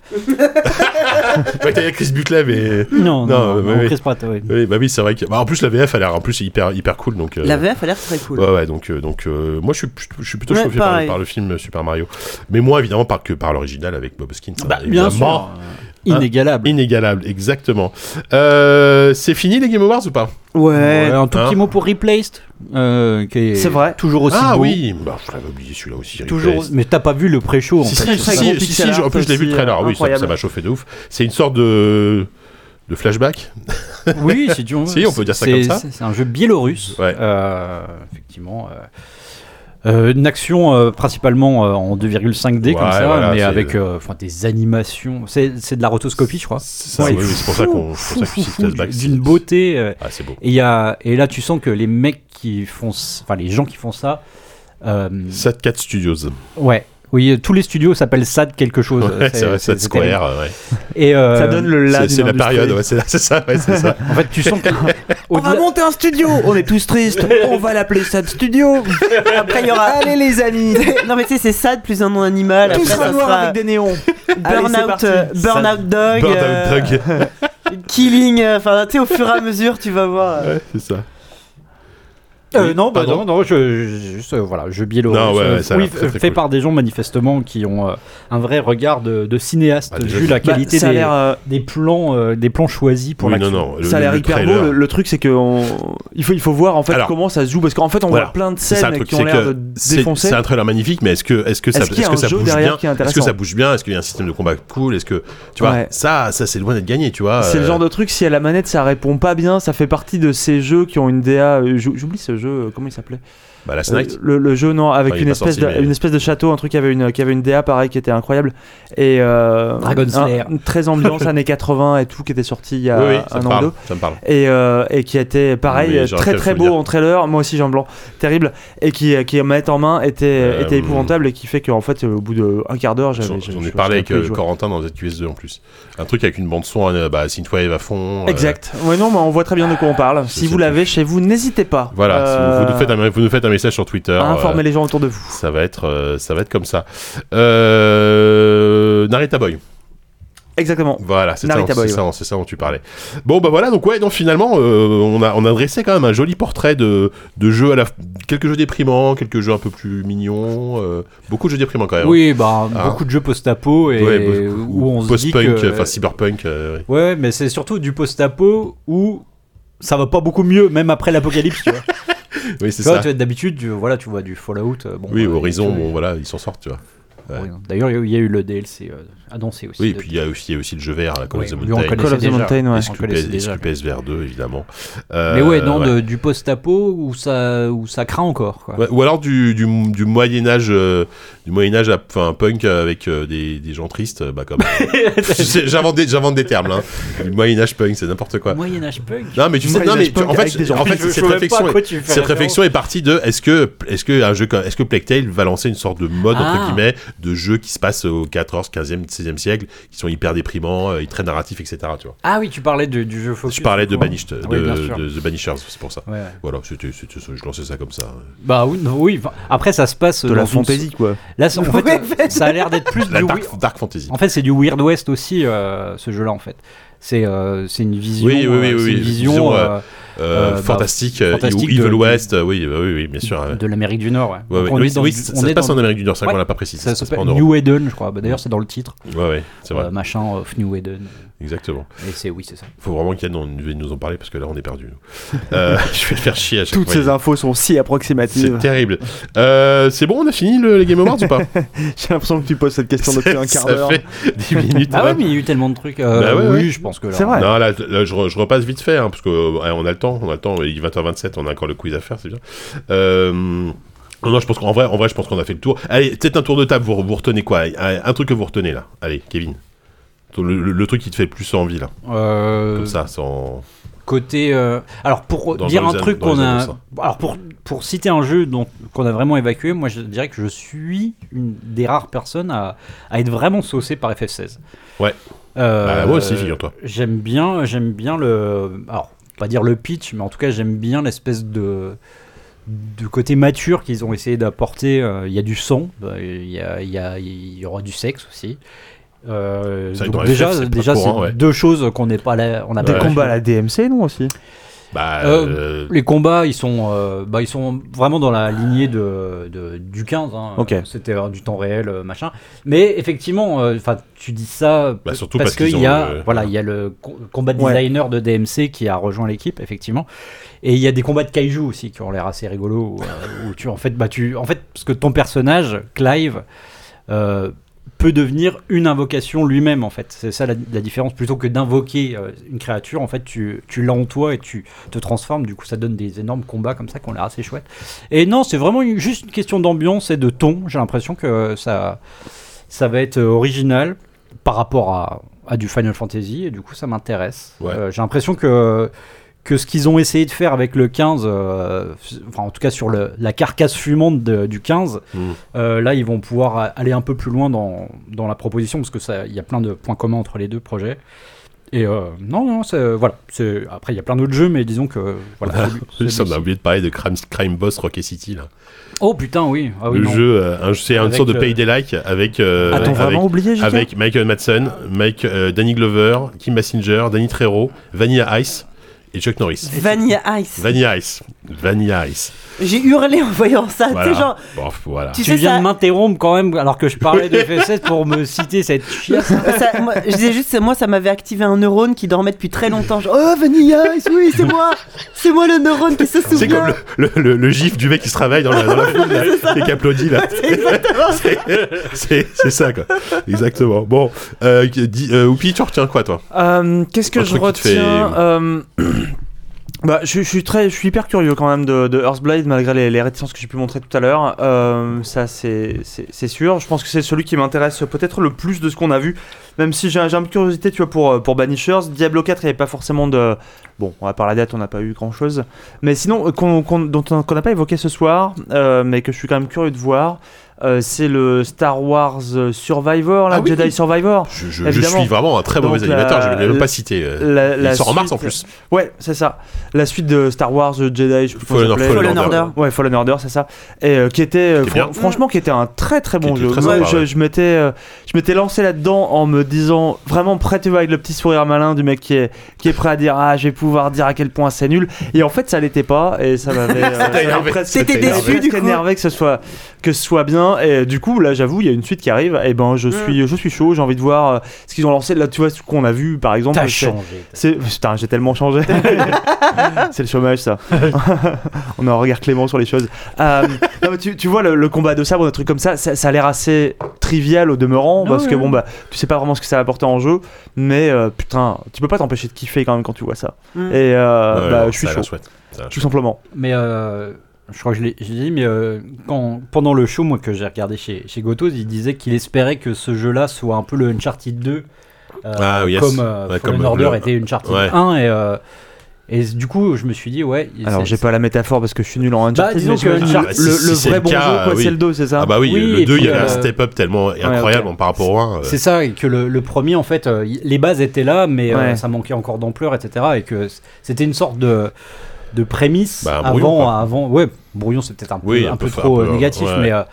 [SPEAKER 1] <laughs> ouais, t'as Chris Butler, mais.
[SPEAKER 4] Non, non,
[SPEAKER 1] Non,
[SPEAKER 4] non,
[SPEAKER 1] ouais,
[SPEAKER 4] non,
[SPEAKER 1] ouais.
[SPEAKER 4] Chris Pratt, ouais.
[SPEAKER 1] Oui, bah oui, c'est vrai que. bah, en plus, la VF a l'air en plus hyper, hyper cool. Donc, euh,
[SPEAKER 2] La VF a l'air très cool.
[SPEAKER 1] Ouais, ouais, donc, euh, donc euh, moi je suis, je suis plutôt
[SPEAKER 2] Ouais,
[SPEAKER 1] chauffé par,
[SPEAKER 2] pareil.
[SPEAKER 1] par le film Super Mario. Mais moins évidemment par, que par l'original avec Bob Hoskins. hein,
[SPEAKER 4] Bah, bien
[SPEAKER 1] évidemment.
[SPEAKER 4] sûr. Inégalable.
[SPEAKER 1] Inégalable, exactement. Euh, c'est fini les Game Awards ou pas
[SPEAKER 4] Ouais,
[SPEAKER 2] Ouais.
[SPEAKER 4] un tout
[SPEAKER 1] Hein.
[SPEAKER 4] petit mot pour Replaced, euh, qui est
[SPEAKER 3] C'est vrai.
[SPEAKER 4] toujours aussi
[SPEAKER 1] Ah
[SPEAKER 4] beau.
[SPEAKER 1] oui, bah, je l'avais oublié celui-là aussi.
[SPEAKER 4] Toujours,
[SPEAKER 1] Replaced.
[SPEAKER 4] mais t'as pas vu le pré-show en
[SPEAKER 1] Si,
[SPEAKER 4] fait.
[SPEAKER 1] si,
[SPEAKER 3] c'est ça.
[SPEAKER 1] si,
[SPEAKER 3] Gros
[SPEAKER 1] si,
[SPEAKER 3] pixel
[SPEAKER 1] si, je- en
[SPEAKER 3] art
[SPEAKER 1] plus je l'ai vu le
[SPEAKER 3] aussi,
[SPEAKER 1] trailer,
[SPEAKER 3] euh,
[SPEAKER 1] oui, ça- ça
[SPEAKER 3] incroyable.
[SPEAKER 1] m'a chauffé de ouf. C'est une sorte de, de flashback
[SPEAKER 4] Oui, si tu veux.
[SPEAKER 1] Si, on peut dire ça
[SPEAKER 4] C'est-
[SPEAKER 1] comme ça.
[SPEAKER 4] C'est c'est un jeu biélorusse.
[SPEAKER 1] Ouais.
[SPEAKER 4] Euh, effectivement. euh, euh, une action euh, principalement euh, en 2,5D comme
[SPEAKER 1] Ouais,
[SPEAKER 4] ça,
[SPEAKER 1] voilà,
[SPEAKER 4] mais
[SPEAKER 1] c'est-
[SPEAKER 4] avec euh, enfin, des animations. C'est c'est de la rotoscopie, je crois.
[SPEAKER 1] C'est ça,
[SPEAKER 4] Ouais,
[SPEAKER 1] oui, oui, c'est pour ça
[SPEAKER 4] fou,
[SPEAKER 1] qu'on c'est pour ça
[SPEAKER 4] fou,
[SPEAKER 1] que
[SPEAKER 4] fou,
[SPEAKER 1] c'est
[SPEAKER 4] fou,
[SPEAKER 1] flashback, c'est-
[SPEAKER 4] D'une beauté. euh,
[SPEAKER 1] Ah, c'est beau.
[SPEAKER 4] et, il y a, et là, tu sens que les mecs qui font, c- enfin les gens qui font ça, euh,
[SPEAKER 1] Sad Cat Studios.
[SPEAKER 4] ouais, oui, euh, tous les studios s'appellent SAD quelque chose.
[SPEAKER 1] Ouais, c'est vrai, Sad
[SPEAKER 4] terrible.
[SPEAKER 1] Square. ouais.
[SPEAKER 4] Et euh,
[SPEAKER 3] Ça donne le
[SPEAKER 1] C'est-
[SPEAKER 3] là d'une
[SPEAKER 1] C'est la
[SPEAKER 3] industrie.
[SPEAKER 1] période, ouais, c'est c'est ça, ouais, c'est ça.
[SPEAKER 4] en fait, tu sens
[SPEAKER 3] <laughs>
[SPEAKER 4] que
[SPEAKER 3] On va
[SPEAKER 4] au-delà-
[SPEAKER 3] monter un studio. On est tous tristes. On va l'appeler Sad Studio.
[SPEAKER 2] Après, il y aura.
[SPEAKER 3] Allez les amis.
[SPEAKER 2] Non, mais tu sais, c'est sad plus un nom animal.
[SPEAKER 3] Tout
[SPEAKER 2] Après,
[SPEAKER 3] sera
[SPEAKER 2] ça
[SPEAKER 3] noir
[SPEAKER 2] sera
[SPEAKER 3] avec des néons. Allez, c'est
[SPEAKER 2] Burnout
[SPEAKER 3] parti.
[SPEAKER 2] euh,
[SPEAKER 3] Sad-
[SPEAKER 2] Burnout Dog.
[SPEAKER 1] Burnout
[SPEAKER 2] euh,
[SPEAKER 1] Dog.
[SPEAKER 2] Killing. euh, Enfin, tu sais, au fur et à mesure, tu vas voir. euh.
[SPEAKER 1] Ouais, c'est ça.
[SPEAKER 4] Euh,
[SPEAKER 1] Oui,
[SPEAKER 4] non, bah
[SPEAKER 1] pardon.
[SPEAKER 4] non, non, je, je- juste, euh, voilà, je biélorusse.
[SPEAKER 1] Non, ouais,
[SPEAKER 4] euh,
[SPEAKER 1] ouais, ça a
[SPEAKER 4] oui,
[SPEAKER 1] l'air très, très
[SPEAKER 4] fait
[SPEAKER 1] cool.
[SPEAKER 4] par des gens manifestement qui ont euh, un vrai regard de, de cinéaste
[SPEAKER 1] Ah, déjà,
[SPEAKER 4] vu
[SPEAKER 1] c'est-
[SPEAKER 4] la
[SPEAKER 3] Bah,
[SPEAKER 4] qualité
[SPEAKER 3] ça a
[SPEAKER 4] des,
[SPEAKER 3] l'air. euh,
[SPEAKER 4] des plans, euh, des plans choisis pour
[SPEAKER 1] Oui,
[SPEAKER 4] l'action.
[SPEAKER 1] non, non. le-
[SPEAKER 3] ça a
[SPEAKER 1] le-
[SPEAKER 3] l'air
[SPEAKER 1] le
[SPEAKER 3] hyper
[SPEAKER 1] trailer.
[SPEAKER 3] beau. Le, le truc, c'est que on- il faut il faut voir en fait
[SPEAKER 1] Alors,
[SPEAKER 3] comment ça se joue parce qu'en fait on
[SPEAKER 1] voilà.
[SPEAKER 3] voit plein de
[SPEAKER 1] C'est ça, le
[SPEAKER 3] scènes
[SPEAKER 1] truc,
[SPEAKER 3] qui ont
[SPEAKER 1] c'est
[SPEAKER 3] l'air de
[SPEAKER 1] que c'est-
[SPEAKER 3] défoncer.
[SPEAKER 1] C'est un trailer magnifique, mais est-ce que, est-ce que ça,
[SPEAKER 3] Est-ce qu'il y a
[SPEAKER 1] est-ce que
[SPEAKER 3] un
[SPEAKER 1] ça
[SPEAKER 3] jeu
[SPEAKER 1] bouge
[SPEAKER 3] derrière
[SPEAKER 1] bien
[SPEAKER 3] qui est
[SPEAKER 1] Est-ce que ça
[SPEAKER 3] intéressant
[SPEAKER 1] bouge bien Est-ce qu'il y a un système de combat cool Est-ce que tu vois
[SPEAKER 3] Ouais.
[SPEAKER 1] ça, ça c'est loin d'être gagné, tu vois.
[SPEAKER 3] C'est le
[SPEAKER 1] euh,
[SPEAKER 3] genre de truc, si à la manette ça répond pas bien, ça fait partie de ces jeux qui ont une DA. euh, j'ou- J'oublie ce jeu, euh, comment il s'appelait
[SPEAKER 1] Bah, la
[SPEAKER 3] Euh,
[SPEAKER 1] Snight.
[SPEAKER 3] le, le jeu, non, avec
[SPEAKER 1] Enfin, il est
[SPEAKER 3] une,
[SPEAKER 1] pas
[SPEAKER 3] espèce
[SPEAKER 1] sorti,
[SPEAKER 3] de,
[SPEAKER 1] mais-
[SPEAKER 3] une espèce de château, un truc qui avait une, qui avait une DA pareil qui était incroyable. Et. Euh,
[SPEAKER 4] Dragon
[SPEAKER 3] un-
[SPEAKER 4] Slayer.
[SPEAKER 3] une Très
[SPEAKER 4] <laughs>
[SPEAKER 3] ambiance années 80 et tout, qui était sorti il y a
[SPEAKER 1] oui, oui, ça
[SPEAKER 3] un
[SPEAKER 1] me
[SPEAKER 3] an ou
[SPEAKER 1] parle.
[SPEAKER 3] deux.
[SPEAKER 1] Ça me parle.
[SPEAKER 3] Et, euh, et qui était pareil,
[SPEAKER 1] Mais j'ai
[SPEAKER 3] très
[SPEAKER 1] un
[SPEAKER 3] très
[SPEAKER 1] tel
[SPEAKER 3] beau
[SPEAKER 1] souvenir.
[SPEAKER 3] en trailer. Moi aussi, Jean Blanc, terrible. Et qui, euh, qui mettre en main était,
[SPEAKER 1] Euh,
[SPEAKER 3] était épouvantable et qui fait qu'en fait, euh, au bout d'un quart d'heure, j'avais.
[SPEAKER 1] J'en
[SPEAKER 3] j'avais-
[SPEAKER 1] j'en ai
[SPEAKER 3] j'avais
[SPEAKER 1] parlé avec
[SPEAKER 3] plus
[SPEAKER 1] euh,
[SPEAKER 3] joué.
[SPEAKER 1] Corentin dans ZQS2 en plus. Un truc avec une bande son, euh, bah, synthwave à fond. euh,
[SPEAKER 3] Exact. Ouais, non, mais on voit très bien de quoi on parle.
[SPEAKER 1] Ah,
[SPEAKER 3] Si
[SPEAKER 1] sais
[SPEAKER 3] vous
[SPEAKER 1] plus.
[SPEAKER 3] l'avez chez vous, n'hésitez pas.
[SPEAKER 1] Voilà, si
[SPEAKER 3] Euh,
[SPEAKER 1] vous- vous, nous faites un, vous nous faites un message sur Twitter.
[SPEAKER 3] à informer
[SPEAKER 1] euh,
[SPEAKER 3] les gens autour de vous.
[SPEAKER 1] ça va être, euh, ça va être comme ça. Euh, Narita Boy.
[SPEAKER 3] Exactement.
[SPEAKER 1] Voilà, c'est ça,
[SPEAKER 3] Narita
[SPEAKER 1] c'est
[SPEAKER 3] Boy,
[SPEAKER 1] ça, c'est ça dont tu parlais. Bon, bah voilà, donc ouais, donc finalement, euh, on, a, on a dressé quand même un joli portrait de, de jeux à la. Quelques jeux déprimants, quelques jeux un peu plus mignons, euh, beaucoup de jeux déprimants quand même.
[SPEAKER 4] Oui, bah,
[SPEAKER 1] Ah.
[SPEAKER 4] beaucoup de jeux post-apo et
[SPEAKER 1] Ouais, be-
[SPEAKER 4] où on se dit
[SPEAKER 1] post-punk,
[SPEAKER 4] que.
[SPEAKER 1] enfin cyberpunk. euh, ouais.
[SPEAKER 4] ouais, mais c'est surtout du post-apo où ça va pas beaucoup mieux, même après
[SPEAKER 1] <laughs>
[SPEAKER 4] l'apocalypse. tu vois.
[SPEAKER 1] Oui, c'est
[SPEAKER 4] Tu vois,
[SPEAKER 1] ça.
[SPEAKER 4] tu- d'habitude, tu- voilà, tu vois du Fallout. euh, Bon,
[SPEAKER 1] Oui,
[SPEAKER 4] euh,
[SPEAKER 1] Horizon,
[SPEAKER 4] tu-
[SPEAKER 1] bon voilà, ils s'en sortent, tu vois. ouais.
[SPEAKER 4] Horizon. D'ailleurs, il y a eu le DLC euh, annoncé aussi.
[SPEAKER 1] Oui, et
[SPEAKER 4] de-
[SPEAKER 1] puis il y a aussi, il y a aussi le jeu vert, la Call
[SPEAKER 4] Ouais,
[SPEAKER 1] of the
[SPEAKER 4] lui, on
[SPEAKER 1] Mountain.
[SPEAKER 4] connaissait
[SPEAKER 3] Call of the
[SPEAKER 4] déjà.
[SPEAKER 3] Mountain, ouais.
[SPEAKER 4] On
[SPEAKER 1] SQPS,
[SPEAKER 4] connaissait déjà.
[SPEAKER 1] SQPS vert 2, évidemment. Euh,
[SPEAKER 4] Mais ouais, non, de- du post-apo où ça, où ça craint encore. Quoi.
[SPEAKER 1] Ouais, ou alors du, du, du Moyen Âge, euh, du Moyen Âge, à- enfin punk euh, avec euh, des, des gens tristes, euh, bah
[SPEAKER 4] <laughs>
[SPEAKER 1] comme. J'ai- j'invente des, j'invente des termes, là. Du Moyen Âge punk, c'est n'importe quoi.
[SPEAKER 4] Moyen Âge punk.
[SPEAKER 1] Non mais tu sais,
[SPEAKER 3] Moyen
[SPEAKER 1] non mais
[SPEAKER 3] Âge
[SPEAKER 1] tu- en
[SPEAKER 3] punk
[SPEAKER 1] fait,
[SPEAKER 3] avec des gens
[SPEAKER 1] en fait,
[SPEAKER 4] Je- je sais
[SPEAKER 1] cette
[SPEAKER 4] même pas
[SPEAKER 1] réflexion,
[SPEAKER 4] à quoi tu fais
[SPEAKER 1] cette
[SPEAKER 4] référence.
[SPEAKER 1] réflexion est partie de est-ce que est-ce que un jeu comme- est-ce que Plague Tale va lancer une sorte de mode entre
[SPEAKER 4] Ah.
[SPEAKER 1] guillemets de jeu qui se passe au 14e, 15e, 16e siècle, qui sont hyper déprimants, euh, très narratifs, etc. Tu vois.
[SPEAKER 4] Ah oui, tu parlais de- du jeu focus.
[SPEAKER 1] Je parlais de
[SPEAKER 4] du coup, hein.
[SPEAKER 1] Banished, de,
[SPEAKER 4] Ah oui, bien sûr.
[SPEAKER 1] de The Banishers, c'est pour ça.
[SPEAKER 4] Ouais, ouais.
[SPEAKER 1] Voilà, c'était, c'était ça, je lançais ça comme ça.
[SPEAKER 4] Bah oui, non, oui, enfin, après ça se passe euh,
[SPEAKER 3] De
[SPEAKER 4] dans
[SPEAKER 3] la
[SPEAKER 4] une-
[SPEAKER 3] fantaisie, quoi.
[SPEAKER 4] Là, c'est- en fait,
[SPEAKER 2] Ouais,
[SPEAKER 4] euh, ça a l'air d'être plus
[SPEAKER 1] <laughs> La
[SPEAKER 4] du
[SPEAKER 1] Dark,
[SPEAKER 4] oui-
[SPEAKER 1] Dark Fantasy.
[SPEAKER 4] En fait, c'est du Weird West aussi euh, ce jeu-là en fait. C'est euh, c'est une vision
[SPEAKER 1] Oui, oui, oui,
[SPEAKER 4] euh,
[SPEAKER 1] oui,
[SPEAKER 4] c'est une
[SPEAKER 1] oui,
[SPEAKER 4] vision,
[SPEAKER 1] vision, euh,
[SPEAKER 4] euh,
[SPEAKER 1] euh,
[SPEAKER 4] Euh, bah,
[SPEAKER 1] fantastique, euh,
[SPEAKER 4] fantastique
[SPEAKER 1] ou Evil
[SPEAKER 4] de-
[SPEAKER 1] West, euh, oui, oui, oui, bien sûr. hein.
[SPEAKER 4] de l'Amérique du Nord. ouais.
[SPEAKER 1] Ouais,
[SPEAKER 4] Donc
[SPEAKER 1] ouais.
[SPEAKER 4] on
[SPEAKER 1] Oui,
[SPEAKER 4] est dans
[SPEAKER 1] oui,
[SPEAKER 4] du-
[SPEAKER 1] ça,
[SPEAKER 4] on
[SPEAKER 1] ça
[SPEAKER 4] est
[SPEAKER 1] se passe
[SPEAKER 4] dans-
[SPEAKER 1] en Amérique du Nord, c'est vrai
[SPEAKER 4] Ouais.
[SPEAKER 1] qu'on l'a pas précisé. se
[SPEAKER 4] ça
[SPEAKER 1] passe
[SPEAKER 4] s'appelle
[SPEAKER 1] pas en Europe.
[SPEAKER 4] New Eden, je crois. Bah, D'ailleurs, c'est dans le titre,
[SPEAKER 1] Ouais, ouais, c'est vrai,
[SPEAKER 4] euh, machin of New Eden.
[SPEAKER 1] exactement.
[SPEAKER 4] Et c'est oui, c'est ça.
[SPEAKER 1] Faut vraiment qu'Yann nous- nous en parler parce que là on est perdu. nous. Euh, <laughs> je vais le faire chier à chaque
[SPEAKER 3] Toutes
[SPEAKER 1] fois.
[SPEAKER 3] ces infos sont si
[SPEAKER 1] C'est
[SPEAKER 3] approximatives.
[SPEAKER 1] terrible. Euh, c'est bon, on a fini le, les Game Awards ou <laughs> pas
[SPEAKER 3] <laughs> J'ai l'impression que tu poses
[SPEAKER 1] <laughs>
[SPEAKER 3] cette question depuis un quart
[SPEAKER 1] Ça
[SPEAKER 3] d'heure.
[SPEAKER 1] fait 10 minutes.
[SPEAKER 4] Ah ouais,
[SPEAKER 1] hop.
[SPEAKER 4] mais il y a eu tellement de trucs. euh,
[SPEAKER 1] Bah ouais,
[SPEAKER 4] oui,
[SPEAKER 1] ouais.
[SPEAKER 4] je pense que là.
[SPEAKER 3] C'est vrai.
[SPEAKER 1] Non, là, là, je, re- je repasse vite fait, hein, parce qu'on a le temps, on a le temps, il est 20h27, on a encore le quiz à faire, c'est bien. Euh, non, non, je pense qu'en vrai, en vrai, je pense qu'on a fait le tour. Allez, peut-être un tour de table, vous, vous retenez quoi un, un truc que vous retenez là. Allez, Kevin. Le, le- le truc qui te fait le plus envie là,
[SPEAKER 4] Euh,
[SPEAKER 1] comme ça, sans.
[SPEAKER 4] Côté. euh, Alors, pour
[SPEAKER 1] Dans-
[SPEAKER 4] dire
[SPEAKER 1] dans
[SPEAKER 4] un
[SPEAKER 1] les an-
[SPEAKER 4] truc
[SPEAKER 1] dans les
[SPEAKER 4] qu'on a.
[SPEAKER 1] annonces, hein.
[SPEAKER 4] Alors, pour, pour citer un jeu dont- qu'on a vraiment évacué, moi je dirais que je suis une des rares personnes à, à être vraiment saucé par FF16.
[SPEAKER 1] Ouais.
[SPEAKER 4] Euh,
[SPEAKER 1] Bah, moi aussi, figure-toi.
[SPEAKER 4] J'aime bien, j'aime bien le. Alors, pas dire le pitch, mais en tout cas, j'aime bien l'espèce de de côté mature qu'ils ont essayé d'apporter. Euh, Il y a du sang, bah, il y, a- il y, a- il y aura du sexe aussi. Euh,
[SPEAKER 1] Ça,
[SPEAKER 4] donc
[SPEAKER 1] dans FF,
[SPEAKER 4] déjà,
[SPEAKER 1] c'est pas
[SPEAKER 4] déjà, c'est
[SPEAKER 1] courant, ouais.
[SPEAKER 4] deux choses qu'on n'est pas là, on n'a
[SPEAKER 1] Des
[SPEAKER 4] pas
[SPEAKER 3] Des
[SPEAKER 1] Ouais.
[SPEAKER 3] combats à la DMC, non aussi
[SPEAKER 1] Bah,
[SPEAKER 4] Euh,
[SPEAKER 1] euh,
[SPEAKER 4] les combats, ils sont, euh, bah, ils sont vraiment dans la lignée de, de- du 15. hein.
[SPEAKER 3] Ok.
[SPEAKER 4] C'était euh, du temps réel, euh, machin. Mais effectivement, euh, 'fin, tu dis ça
[SPEAKER 1] Bah,
[SPEAKER 4] p-
[SPEAKER 1] surtout
[SPEAKER 4] parce,
[SPEAKER 1] parce
[SPEAKER 4] qu'il
[SPEAKER 1] qu'ils
[SPEAKER 4] y,
[SPEAKER 1] ont
[SPEAKER 4] a,
[SPEAKER 1] le-
[SPEAKER 4] voilà, il y a le co- combat
[SPEAKER 3] Ouais.
[SPEAKER 4] designer de DMC qui a rejoint l'équipe, effectivement. Et il y a des combats de kaiju aussi qui ont l'air assez rigolos. Où, euh, où tu, en, fait, bah, tu, en fait, parce que ton personnage, Clive, euh, peut devenir une invocation lui-même en fait. C'est ça la, la différence. Plutôt que d'invoquer euh, une créature, en fait, tu, tu l'as en toi et tu te transformes. Du coup, ça donne des énormes combats comme ça qui ont l'air assez chouettes. Et non, c'est vraiment une- juste une question d'ambiance et de ton. J'ai l'impression que ça, ça va être euh, original par rapport à, à du Final Fantasy et du coup, ça m'intéresse.
[SPEAKER 1] Ouais.
[SPEAKER 4] Euh, J'ai l'impression que que ce qu'ils ont essayé de faire avec le 15, euh, enfin en tout cas sur le- la carcasse fumante de- du 15,
[SPEAKER 1] hmm.
[SPEAKER 4] euh, là, ils vont pouvoir a- aller un peu plus loin dans, dans la proposition parce que ça, il y a plein de points communs entre les deux projets. Et euh, non, non, c'est- voilà. c'est- Après, il y a plein d'autres jeux, mais disons que
[SPEAKER 1] <laughs>
[SPEAKER 4] voilà. celui-
[SPEAKER 1] ça, on
[SPEAKER 4] celui-ci.
[SPEAKER 1] a oublié de parler de Crime, Crime Boss Rocket City là.
[SPEAKER 4] Oh putain, oui. Ah, oui
[SPEAKER 1] le
[SPEAKER 4] non.
[SPEAKER 1] jeu, euh, un- c'est une
[SPEAKER 4] Avec,
[SPEAKER 1] sorte de
[SPEAKER 4] euh,
[SPEAKER 1] Payday Like avec. euh,
[SPEAKER 3] A-t-on
[SPEAKER 1] avec-
[SPEAKER 3] Ah, vraiment oublié, JK
[SPEAKER 1] avec Michael Madsen, Mike, euh, Danny Glover, Kim Basinger, Danny Trejo, Vanilla Ice et Chuck Norris.
[SPEAKER 2] Vanilla Ice.
[SPEAKER 1] Vanilla Ice. Vanilla Ice.
[SPEAKER 2] J'ai hurlé en voyant ça. Tu
[SPEAKER 1] Voilà.
[SPEAKER 2] sais, genre,
[SPEAKER 1] Bon, voilà.
[SPEAKER 2] tu
[SPEAKER 4] Tu
[SPEAKER 2] sais,
[SPEAKER 4] viens
[SPEAKER 2] ça,
[SPEAKER 4] de m'interrompre quand même alors que je parlais de FSS pour me citer cette
[SPEAKER 1] <laughs>
[SPEAKER 4] chiasse.
[SPEAKER 2] Euh, ça- moi, je disais juste, c'est moi, ça m'avait activé un neurone qui dormait depuis très longtemps. Genre, oh, Vanilla Ice, oui, c'est moi. C'est moi le neurone qui se souvient.
[SPEAKER 1] C'est comme le, le- le- le gif du mec qui se travaille dans la, dans la foule là, et qui applaudit là. <laughs> C'est- C'est c'est ça quoi. Exactement. Bon, euh, dis, euh, Oupi, tu retiens quoi toi
[SPEAKER 3] Euh, Qu'est-ce que
[SPEAKER 1] Un
[SPEAKER 3] je
[SPEAKER 1] truc qui te fait-
[SPEAKER 3] retiens Euh, <clears throat> Bah, je, je suis très, je suis hyper curieux quand même de, de Earthblade malgré les, les réticences que j'ai pu montrer tout à l'heure. Euh, ça, c'est c'est- c'est sûr. Je pense que c'est celui qui m'intéresse peut-être le plus de ce qu'on a vu. Même si j'ai j'ai un peu de curiosité, tu vois, pour euh, pour Banishers, Diablo 4, il n'y avait pas forcément de. Bon, à part la date, on n'a pas eu grand-chose. Mais sinon, euh, qu'on qu'on- dont on qu'on n'a pas évoqué ce soir, euh, mais que je suis quand même curieux de voir, euh, c'est le Star Wars Survivor, la
[SPEAKER 1] Ah oui.
[SPEAKER 3] Jedi Survivor.
[SPEAKER 1] je, je- je
[SPEAKER 3] Évidemment.
[SPEAKER 1] suis vraiment un très mauvais
[SPEAKER 3] Donc, la-
[SPEAKER 1] animateur, je ne l'ai même
[SPEAKER 3] la-
[SPEAKER 1] pas cité. euh.
[SPEAKER 3] La,
[SPEAKER 1] Il
[SPEAKER 3] la
[SPEAKER 1] sort en mars en
[SPEAKER 3] suite-
[SPEAKER 1] plus.
[SPEAKER 3] Ouais, c'est ça. La suite de Star Wars euh, Jedi, je sais plus comment ça
[SPEAKER 1] Fallen-
[SPEAKER 3] s'appelait.
[SPEAKER 2] Fallen
[SPEAKER 1] Order.
[SPEAKER 2] Order.
[SPEAKER 3] Ouais, Fallen Order, c'est ça. Et euh, qui était, euh,
[SPEAKER 1] Qui était
[SPEAKER 3] fran-
[SPEAKER 1] bien.
[SPEAKER 3] franchement, qui était un très très bon
[SPEAKER 1] Qui
[SPEAKER 3] jeu.
[SPEAKER 1] était très
[SPEAKER 3] Moi,
[SPEAKER 1] sympa,
[SPEAKER 3] je
[SPEAKER 1] ouais.
[SPEAKER 3] je m'étais, euh, je m'étais lancé là-dedans en me disant vraiment prêt, tu vois, avec le petit sourire malin du mec qui est, qui est prêt à dire ah, je vais pouvoir dire à quel point c'est nul. Et en fait, ça l'était pas et ça
[SPEAKER 1] <laughs>
[SPEAKER 3] m'avait. euh, ça m'avait
[SPEAKER 1] énervé.
[SPEAKER 3] presque-
[SPEAKER 2] T'étais
[SPEAKER 3] ça m'avait
[SPEAKER 2] déçu,
[SPEAKER 3] presque
[SPEAKER 2] du coup.
[SPEAKER 3] énervé que ce soit que ce soit bien. Et euh, du coup, là, j'avoue, il y a une suite qui arrive. Et ben,
[SPEAKER 2] Mm.
[SPEAKER 3] je suis, je suis chaud. J'ai envie de voir euh, ce qu'ils ont lancé. Là, tu vois, ce qu'on a vu, par exemple.
[SPEAKER 4] T'as
[SPEAKER 3] c'est-
[SPEAKER 4] changé.
[SPEAKER 3] c'est... Putain, j'ai
[SPEAKER 1] <laughs>
[SPEAKER 3] tellement changé. c'est le chômage, ça. on en regarde Clément sur les choses. Euh, non, mais tu, tu vois, le, le combat de sabre, un truc comme ça, ça, ça a l'air assez trivial au demeurant. parce que, bon, bah, tu sais pas vraiment ce que ça va apporter en jeu. Mais euh, putain, tu peux pas t'empêcher de kiffer quand même quand tu vois ça.
[SPEAKER 2] Mm.
[SPEAKER 3] Et euh,
[SPEAKER 1] Ouais,
[SPEAKER 3] bah,
[SPEAKER 1] ouais,
[SPEAKER 3] je suis
[SPEAKER 1] ça a
[SPEAKER 3] chaud.
[SPEAKER 1] l'air chouette. Ça a l'air
[SPEAKER 3] Tout simplement.
[SPEAKER 4] Mais euh, je crois que je l'ai je l'ai dit, mais euh, quand, pendant le show, moi, que j'ai regardé chez, chez Gotoz, il disait qu'il espérait que ce jeu-là soit un peu le Uncharted 2. euh,
[SPEAKER 1] Ah, yes.
[SPEAKER 4] Comme euh,
[SPEAKER 1] Ouais,
[SPEAKER 4] Fallen
[SPEAKER 1] comme
[SPEAKER 4] Order
[SPEAKER 1] le-
[SPEAKER 4] était Uncharted
[SPEAKER 1] Ouais.
[SPEAKER 4] 1. Et, euh, et du coup, je me suis dit, ouais. il-
[SPEAKER 3] Alors,
[SPEAKER 4] c'est-
[SPEAKER 3] j'ai pas la métaphore parce que je suis nul en Bah, Uncharted.
[SPEAKER 4] disons
[SPEAKER 3] mais
[SPEAKER 4] que
[SPEAKER 3] j'imagine
[SPEAKER 4] Uncharted-
[SPEAKER 1] si-
[SPEAKER 3] le,
[SPEAKER 1] si
[SPEAKER 3] le
[SPEAKER 1] c'est
[SPEAKER 3] vrai
[SPEAKER 1] le
[SPEAKER 3] bon
[SPEAKER 1] cas,
[SPEAKER 3] jeu, quoi,
[SPEAKER 1] euh, oui.
[SPEAKER 3] c'est le 2, c'est ça
[SPEAKER 1] Ah bah oui,
[SPEAKER 4] Oui,
[SPEAKER 1] le
[SPEAKER 4] et
[SPEAKER 1] 2, il y
[SPEAKER 4] puis,
[SPEAKER 1] a un
[SPEAKER 4] euh,
[SPEAKER 1] step-up tellement incroyable
[SPEAKER 3] ok.
[SPEAKER 1] par rapport au 1. euh.
[SPEAKER 4] C'est ça, et que le, le premier, en fait, euh, y- les bases étaient là, mais euh,
[SPEAKER 3] Ouais.
[SPEAKER 4] ça manquait encore d'ampleur, etc. Et que c- c'était une sorte de, de prémisse
[SPEAKER 1] Bah, un brouillon,
[SPEAKER 4] avant,
[SPEAKER 1] quoi.
[SPEAKER 4] avant. Ouais, brouillon, c'est peut-être un, peu-
[SPEAKER 1] Oui,
[SPEAKER 4] un
[SPEAKER 1] un
[SPEAKER 4] peu,
[SPEAKER 1] peu fa-
[SPEAKER 4] trop
[SPEAKER 1] un peu,
[SPEAKER 4] euh, négatif,
[SPEAKER 1] ouais.
[SPEAKER 4] mais, euh,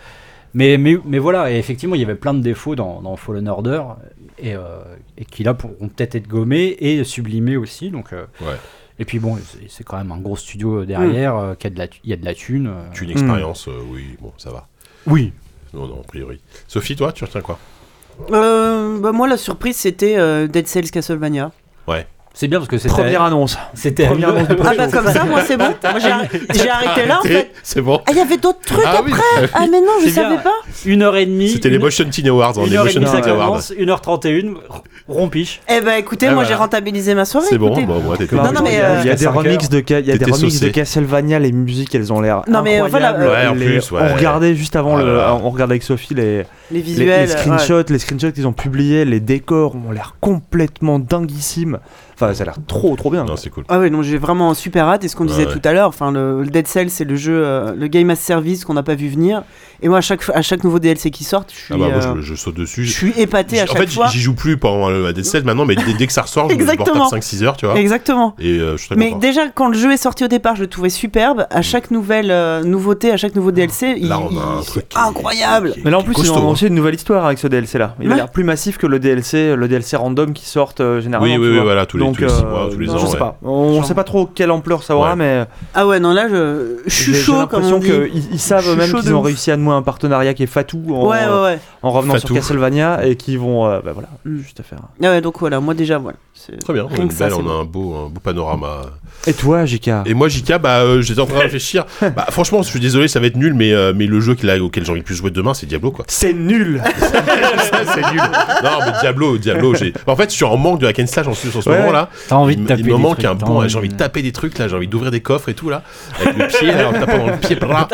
[SPEAKER 4] mais, mais, mais voilà. Et effectivement, il y avait plein de défauts dans, dans Fallen Order, et, euh, et qui là pourront peut-être être gommés et sublimés aussi. Donc, euh,
[SPEAKER 1] Ouais. Mm.
[SPEAKER 4] Et puis bon, c'est- c'est quand même un gros studio euh, derrière, euh, qui a de la thu- il y a de la thune. euh.
[SPEAKER 1] Tu une
[SPEAKER 3] Hmm.
[SPEAKER 1] expérience, euh, oui, bon, ça va.
[SPEAKER 4] Oui.
[SPEAKER 1] Non, non, a priori. Sophie, toi, tu retiens quoi
[SPEAKER 2] Euh, bah, moi, la surprise, c'était euh, Dead Cells Castlevania.
[SPEAKER 4] C'est bien parce que c'était.
[SPEAKER 3] Première annonce.
[SPEAKER 4] C'était à
[SPEAKER 3] Première
[SPEAKER 4] une-
[SPEAKER 3] annonce de
[SPEAKER 2] Ah, bah, comme ça, moi, c'est bon. Moi, j'ai arr- j'ai arrêté là, en fait.
[SPEAKER 1] C'est bon.
[SPEAKER 2] Ah, il y avait d'autres trucs
[SPEAKER 1] Ah oui,
[SPEAKER 2] après. Ah, mais non, je
[SPEAKER 4] C'est bien.
[SPEAKER 2] savais pas.
[SPEAKER 4] une heure et
[SPEAKER 1] <laughs>
[SPEAKER 4] demie.
[SPEAKER 1] C'était les
[SPEAKER 4] une-
[SPEAKER 1] Motion Teen Awards, hein,
[SPEAKER 4] Une
[SPEAKER 1] les
[SPEAKER 4] heure et
[SPEAKER 1] Motion
[SPEAKER 4] demie,
[SPEAKER 1] Teen
[SPEAKER 4] ça
[SPEAKER 1] Awards.
[SPEAKER 4] commence. 1h31, rompiche.
[SPEAKER 2] Eh ben, écoutez,
[SPEAKER 1] Ah,
[SPEAKER 2] moi,
[SPEAKER 1] voilà.
[SPEAKER 2] j'ai rentabilisé ma soirée.
[SPEAKER 1] C'est bon, bah,
[SPEAKER 2] écoutez.
[SPEAKER 1] bon, moi, t'étais.
[SPEAKER 2] Non, non, mais,
[SPEAKER 3] il y a,
[SPEAKER 2] euh,
[SPEAKER 3] il y a des
[SPEAKER 4] jusqu'à cinq
[SPEAKER 3] remixes
[SPEAKER 4] heures.
[SPEAKER 3] de, Ca- il y a des
[SPEAKER 1] T'étais
[SPEAKER 3] remixes de
[SPEAKER 1] saucé.
[SPEAKER 3] Castlevania, les musiques elles ont l'air.
[SPEAKER 2] Non, mais
[SPEAKER 3] incroyables.
[SPEAKER 2] voilà,
[SPEAKER 1] euh, Ouais, en
[SPEAKER 3] Les-
[SPEAKER 1] plus, ouais. Ah
[SPEAKER 3] On regardait juste avant le,
[SPEAKER 1] Voilà.
[SPEAKER 3] on regardait avec Sophie les,
[SPEAKER 2] Les
[SPEAKER 3] les-
[SPEAKER 2] visuels. euh,
[SPEAKER 3] les
[SPEAKER 2] ouais.
[SPEAKER 3] screenshots, les screenshots qu'ils ont publiés, les décors ont l'air complètement dinguissimes. Enfin, ça a l'air trop trop bien.
[SPEAKER 1] Non, c'est cool.
[SPEAKER 2] Ah ouais, non, j'ai vraiment super hâte. Et ce qu'on
[SPEAKER 1] Ouais,
[SPEAKER 2] disait
[SPEAKER 1] ouais.
[SPEAKER 2] tout à l'heure, enfin, le, le Dead Cell, c'est le jeu, euh, le game as service qu'on n'a pas vu venir. Et moi, à chaque, à chaque nouveau DLC qui sort, je suis,
[SPEAKER 1] Ah bah, moi,
[SPEAKER 2] euh,
[SPEAKER 1] je, je saute dessus.
[SPEAKER 2] je suis épaté à
[SPEAKER 1] J- en
[SPEAKER 2] chaque
[SPEAKER 1] fait, j-
[SPEAKER 2] fois.
[SPEAKER 1] j'y joue plus pendant euh, le Dead Cells maintenant, mais dès, dès que ça ressort, je me
[SPEAKER 2] Exactement.
[SPEAKER 1] porte 5-6 heures, tu vois.
[SPEAKER 2] Exactement.
[SPEAKER 1] Et euh, je suis très
[SPEAKER 2] Mais
[SPEAKER 1] content.
[SPEAKER 2] déjà, quand le jeu est sorti au départ, je le trouvais superbe. À chaque nouvelle euh, nouveauté, à chaque nouveau DLC, il,
[SPEAKER 1] Mm. Là, on a un
[SPEAKER 2] il-
[SPEAKER 1] truc
[SPEAKER 2] c'est
[SPEAKER 1] qui est-
[SPEAKER 2] incroyable.
[SPEAKER 1] qui est-
[SPEAKER 3] Mais là en
[SPEAKER 1] qui est
[SPEAKER 3] plus ils
[SPEAKER 1] costaud,
[SPEAKER 3] ont
[SPEAKER 1] hein.
[SPEAKER 3] lancé une nouvelle histoire avec ce DLC là. Il a
[SPEAKER 2] Ouais.
[SPEAKER 3] l'air plus massif que le DLC, le DLC random qui sort euh, généralement.
[SPEAKER 1] Oui,
[SPEAKER 3] tu
[SPEAKER 1] oui, oui,
[SPEAKER 3] vois. euh,
[SPEAKER 1] voilà, tous les, tous les six mois, tous les
[SPEAKER 3] je
[SPEAKER 1] ans.
[SPEAKER 3] sais
[SPEAKER 1] ouais.
[SPEAKER 3] pas. On
[SPEAKER 2] Genre.
[SPEAKER 3] sait pas trop quelle ampleur ça aura,
[SPEAKER 1] Ouais.
[SPEAKER 3] mais
[SPEAKER 2] Ah ouais, non, là, je, je suis
[SPEAKER 3] j'ai- j'ai
[SPEAKER 2] chaud, comme on
[SPEAKER 3] l'impression
[SPEAKER 2] dit.
[SPEAKER 3] que ils-
[SPEAKER 2] Je
[SPEAKER 3] ils savent
[SPEAKER 2] suis
[SPEAKER 3] même
[SPEAKER 2] chaud
[SPEAKER 3] qu'ils
[SPEAKER 2] de
[SPEAKER 3] ont
[SPEAKER 2] ouf.
[SPEAKER 3] réussi à nouer un partenariat qui est fatou en,
[SPEAKER 2] Ouais,
[SPEAKER 1] euh,
[SPEAKER 2] ouais, ouais.
[SPEAKER 3] en revenant
[SPEAKER 1] Fatou.
[SPEAKER 3] sur Castlevania et qui vont, euh, bah voilà,
[SPEAKER 2] Mm.
[SPEAKER 3] juste à faire.
[SPEAKER 2] Ah ouais, donc voilà, moi déjà, voilà. C'est-
[SPEAKER 1] Très bien, on a,
[SPEAKER 2] Rien
[SPEAKER 1] une
[SPEAKER 2] que ça,
[SPEAKER 1] belle,
[SPEAKER 2] c'est
[SPEAKER 1] on a
[SPEAKER 2] bon.
[SPEAKER 1] un, beau, un beau panorama.
[SPEAKER 3] Et toi, JK
[SPEAKER 1] Et moi, Jika, bah, euh, j'étais en train de réfléchir. Bah, franchement, je suis désolé, ça va être nul, mais, euh, mais le jeu qu'il a- auquel j'ai envie de plus jouer demain, c'est Diablo,
[SPEAKER 3] <laughs>
[SPEAKER 1] quoi. <laughs>
[SPEAKER 3] C'est nul.
[SPEAKER 1] Ça, c'est nul. Non, mais Diablo, Diablo, j'ai. En fait, je suis en manque de hack and slash en ce, en ce
[SPEAKER 3] Ouais.
[SPEAKER 1] moment-là.
[SPEAKER 4] T'as envie de
[SPEAKER 1] Il-
[SPEAKER 4] taper.
[SPEAKER 1] Il me
[SPEAKER 4] des
[SPEAKER 1] manque
[SPEAKER 4] trucs,
[SPEAKER 1] un
[SPEAKER 4] t'as
[SPEAKER 1] bon.
[SPEAKER 4] envie
[SPEAKER 1] J'ai envie de taper des trucs, là. J'ai envie d'ouvrir des coffres et tout, là. Avec le pied, là, en tapant dans le pied. blah.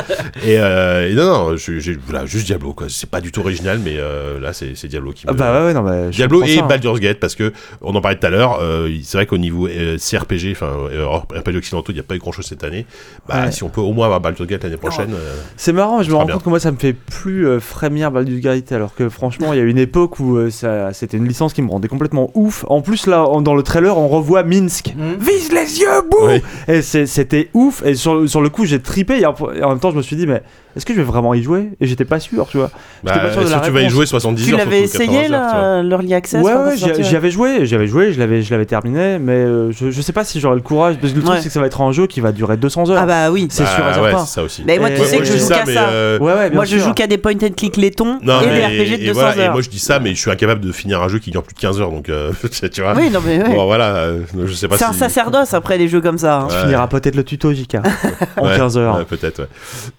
[SPEAKER 1] Et, euh, et non, non, je- j'ai- voilà, juste Diablo, quoi. C'est pas du tout original, mais euh, là, c'est c'est Diablo qui me.
[SPEAKER 3] Ah bah ouais, ouais, non, bah, je
[SPEAKER 1] Diablo
[SPEAKER 3] comprends
[SPEAKER 1] et
[SPEAKER 3] ça, hein.
[SPEAKER 1] Baldur's Gate parce que on en parlait tout à l'heure euh, il- c'est vrai qu'au niveau euh, CRPG enfin euh, hors RPG occidentaux il n'y a pas eu grand chose cette année bah
[SPEAKER 3] Ouais.
[SPEAKER 1] si on peut au moins avoir Baldur's Gate l'année prochaine euh,
[SPEAKER 3] C'est marrant, je me
[SPEAKER 1] sera
[SPEAKER 3] rends
[SPEAKER 1] bien.
[SPEAKER 3] compte que moi ça me fait plus euh, frémir Baldur's Gate alors que franchement il y a une époque où euh, ça- c'était une licence qui me rendait complètement ouf. En plus là en- dans le trailer on revoit Minsk.
[SPEAKER 1] Mm.
[SPEAKER 4] Mhm.
[SPEAKER 3] Vise les yeux, bouh
[SPEAKER 1] Ouais.
[SPEAKER 3] Et c'est- c'était ouf et sur, sur le coup j'ai tripé et en, et en même temps je me suis dit mais est-ce que je vais vraiment y jouer Et j'étais pas sûr tu vois.
[SPEAKER 1] bah,
[SPEAKER 3] pas sûr de
[SPEAKER 1] est-ce
[SPEAKER 3] la
[SPEAKER 1] que tu vas y
[SPEAKER 3] réponse.
[SPEAKER 1] jouer 70
[SPEAKER 2] Tu
[SPEAKER 1] heures
[SPEAKER 2] l'avais
[SPEAKER 1] surtout,
[SPEAKER 2] essayé,
[SPEAKER 1] 80 heures, tu vois.
[SPEAKER 2] là, euh, l'early access
[SPEAKER 3] Ouais,
[SPEAKER 2] quand
[SPEAKER 3] ouais,
[SPEAKER 2] c'est
[SPEAKER 3] j'y
[SPEAKER 2] sorti,
[SPEAKER 3] j'y avais joué, j'y avais joué, je l'avais, je l'avais terminé, mais euh, je, je sais pas si j'aurai le courage, parce que le
[SPEAKER 2] Ouais.
[SPEAKER 3] truc c'est que ça va être un jeu qui va durer 200 heures.
[SPEAKER 2] Ah bah oui.
[SPEAKER 3] c'est
[SPEAKER 1] Bah,
[SPEAKER 3] sûr et
[SPEAKER 1] ouais,
[SPEAKER 3] certain.
[SPEAKER 1] c'est ça aussi
[SPEAKER 2] Mais moi,
[SPEAKER 3] Et-
[SPEAKER 2] tu sais
[SPEAKER 1] moi,
[SPEAKER 2] que
[SPEAKER 1] je
[SPEAKER 2] je
[SPEAKER 1] dis
[SPEAKER 2] joue
[SPEAKER 1] ça,
[SPEAKER 2] qu'à
[SPEAKER 1] mais,
[SPEAKER 2] ça.
[SPEAKER 1] euh,
[SPEAKER 4] bah,
[SPEAKER 3] Ouais, ouais, bien
[SPEAKER 2] Moi, je
[SPEAKER 3] sûr.
[SPEAKER 2] joue qu'à des point and click laitons
[SPEAKER 1] non,
[SPEAKER 2] et
[SPEAKER 1] mais-
[SPEAKER 2] des RPG de
[SPEAKER 1] et
[SPEAKER 2] 200
[SPEAKER 1] voilà, et
[SPEAKER 2] heures.
[SPEAKER 1] moi je dis ça mais je suis incapable de finir un jeu qui dure plus de 15 heures donc euh, <laughs> tu vois
[SPEAKER 2] Oui, non, mais ouais.
[SPEAKER 1] bon voilà euh, je sais pas
[SPEAKER 2] C'est un
[SPEAKER 1] si-
[SPEAKER 2] sacerdoce après les jeux comme ça. hein.
[SPEAKER 1] Ouais.
[SPEAKER 3] Tu finiras peut-être le tuto,
[SPEAKER 4] <laughs>
[SPEAKER 3] JK, en
[SPEAKER 1] Ouais,
[SPEAKER 3] 15 heures.
[SPEAKER 1] ouais, peut-être ouais.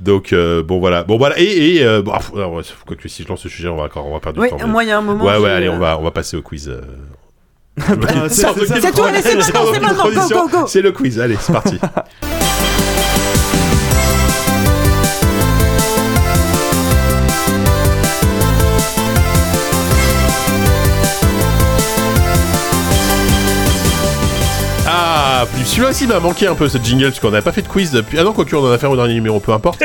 [SPEAKER 1] donc euh, bon voilà bon voilà et, et euh, bon, ah, pff, alors, ouais, quoi que si je lance ce sujet on va encore on va perdre
[SPEAKER 2] Oui,
[SPEAKER 1] du temps mais-
[SPEAKER 2] moi, il y a un moment.
[SPEAKER 1] ouais
[SPEAKER 2] j'ai-
[SPEAKER 1] ouais allez on va on va passer au
[SPEAKER 2] <laughs>
[SPEAKER 1] quiz euh. <laughs>
[SPEAKER 3] c'est- c'est-
[SPEAKER 2] C'est tout, allez, c'est maintenant, c'est maintenant, go, go, go.
[SPEAKER 1] C'est le quiz, allez,
[SPEAKER 2] <laughs>
[SPEAKER 1] c'est parti. Ah, puis celui-là aussi m'a manqué un peu ce jingle parce qu'on n'a pas fait de quiz depuis. Ah non, quoique on en a fait un au dernier numéro, peu importe.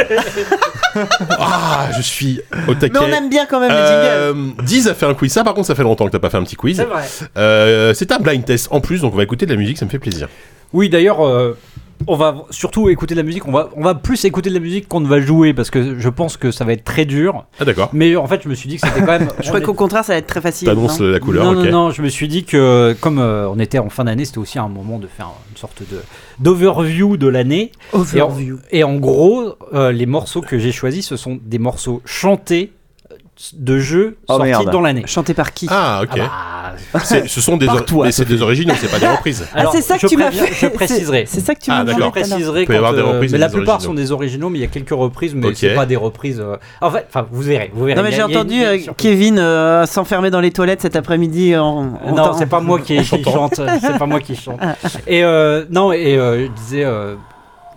[SPEAKER 2] <laughs>
[SPEAKER 1] ah, je suis au taquet.
[SPEAKER 2] Ah, Mais Ah on aime bien quand même
[SPEAKER 1] Euh, Diz a fait un quiz. Ça, par contre, ça fait longtemps que t'as pas fait un petit quiz.
[SPEAKER 4] C'est vrai.
[SPEAKER 1] Euh, c'est un blind test en plus, donc on va écouter de la musique, ça me fait plaisir.
[SPEAKER 4] Oui, d'ailleurs, euh, on va surtout écouter de la musique. On va, on va plus écouter de la musique qu'on ne va jouer parce que je pense que ça va être très dur.
[SPEAKER 1] Ah d'accord.
[SPEAKER 4] Mais en fait, je me suis dit que c'était
[SPEAKER 1] <laughs>
[SPEAKER 4] quand même.
[SPEAKER 2] le jingle. Je crois qu'au contraire, ça va être très facile.
[SPEAKER 1] T'annonces
[SPEAKER 2] non
[SPEAKER 1] la couleur,
[SPEAKER 4] non,
[SPEAKER 1] ok.
[SPEAKER 4] non, non, je me suis dit que comme euh, on était en fin d'année, c'était aussi un moment de faire une sorte de d'overview de l'année. Et en, et en gros, euh, les morceaux que j'ai choisis, ce sont des morceaux chantés euh, de jeux
[SPEAKER 3] Oh,
[SPEAKER 4] sortis
[SPEAKER 3] merde.
[SPEAKER 4] dans l'année.
[SPEAKER 2] Chanté par qui
[SPEAKER 1] Ah ok.
[SPEAKER 4] Ah bah,
[SPEAKER 1] C'est- ce sont des,
[SPEAKER 3] Par
[SPEAKER 1] or-
[SPEAKER 3] toi,
[SPEAKER 1] mais c'est des origines, donc c'est pas des reprises. Bah,
[SPEAKER 4] alors,
[SPEAKER 2] Ah, c'est ça que
[SPEAKER 4] je
[SPEAKER 2] tu m'as
[SPEAKER 4] préviens-
[SPEAKER 2] fait.
[SPEAKER 4] Je préciserai.
[SPEAKER 2] C'est ça que tu m'as
[SPEAKER 1] Ah, d'accord.
[SPEAKER 4] Je
[SPEAKER 1] Alors,
[SPEAKER 4] préciserai
[SPEAKER 1] Il peut y
[SPEAKER 4] quand,
[SPEAKER 1] avoir des
[SPEAKER 4] euh,
[SPEAKER 1] reprises
[SPEAKER 4] mais
[SPEAKER 1] et
[SPEAKER 4] la
[SPEAKER 1] des
[SPEAKER 4] plupart
[SPEAKER 1] originaux.
[SPEAKER 4] sont des originaux, mais il y a quelques reprises, mais
[SPEAKER 1] Ok.
[SPEAKER 4] c'est pas des reprises. euh, En fait, enfin, vous verrez, vous verrez.
[SPEAKER 2] Non mais
[SPEAKER 4] Il y a-
[SPEAKER 2] j'ai
[SPEAKER 4] il y a
[SPEAKER 2] entendu
[SPEAKER 4] une-
[SPEAKER 2] euh,
[SPEAKER 4] sur-
[SPEAKER 2] Kevin euh, s'enfermer dans les toilettes cet après-midi euh, en, en-
[SPEAKER 4] Non,
[SPEAKER 2] en-
[SPEAKER 4] c'est
[SPEAKER 2] <laughs>
[SPEAKER 4] pas moi qui, qui chante. C'est pas moi qui chante.
[SPEAKER 2] Ah.
[SPEAKER 4] Et euh, non, et euh, je disais, euh,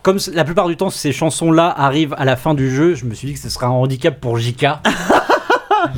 [SPEAKER 4] comme c- la plupart du temps ces chansons-là arrivent à la fin du jeu, je me suis dit que ce serait un handicap pour
[SPEAKER 2] <laughs>
[SPEAKER 4] JK.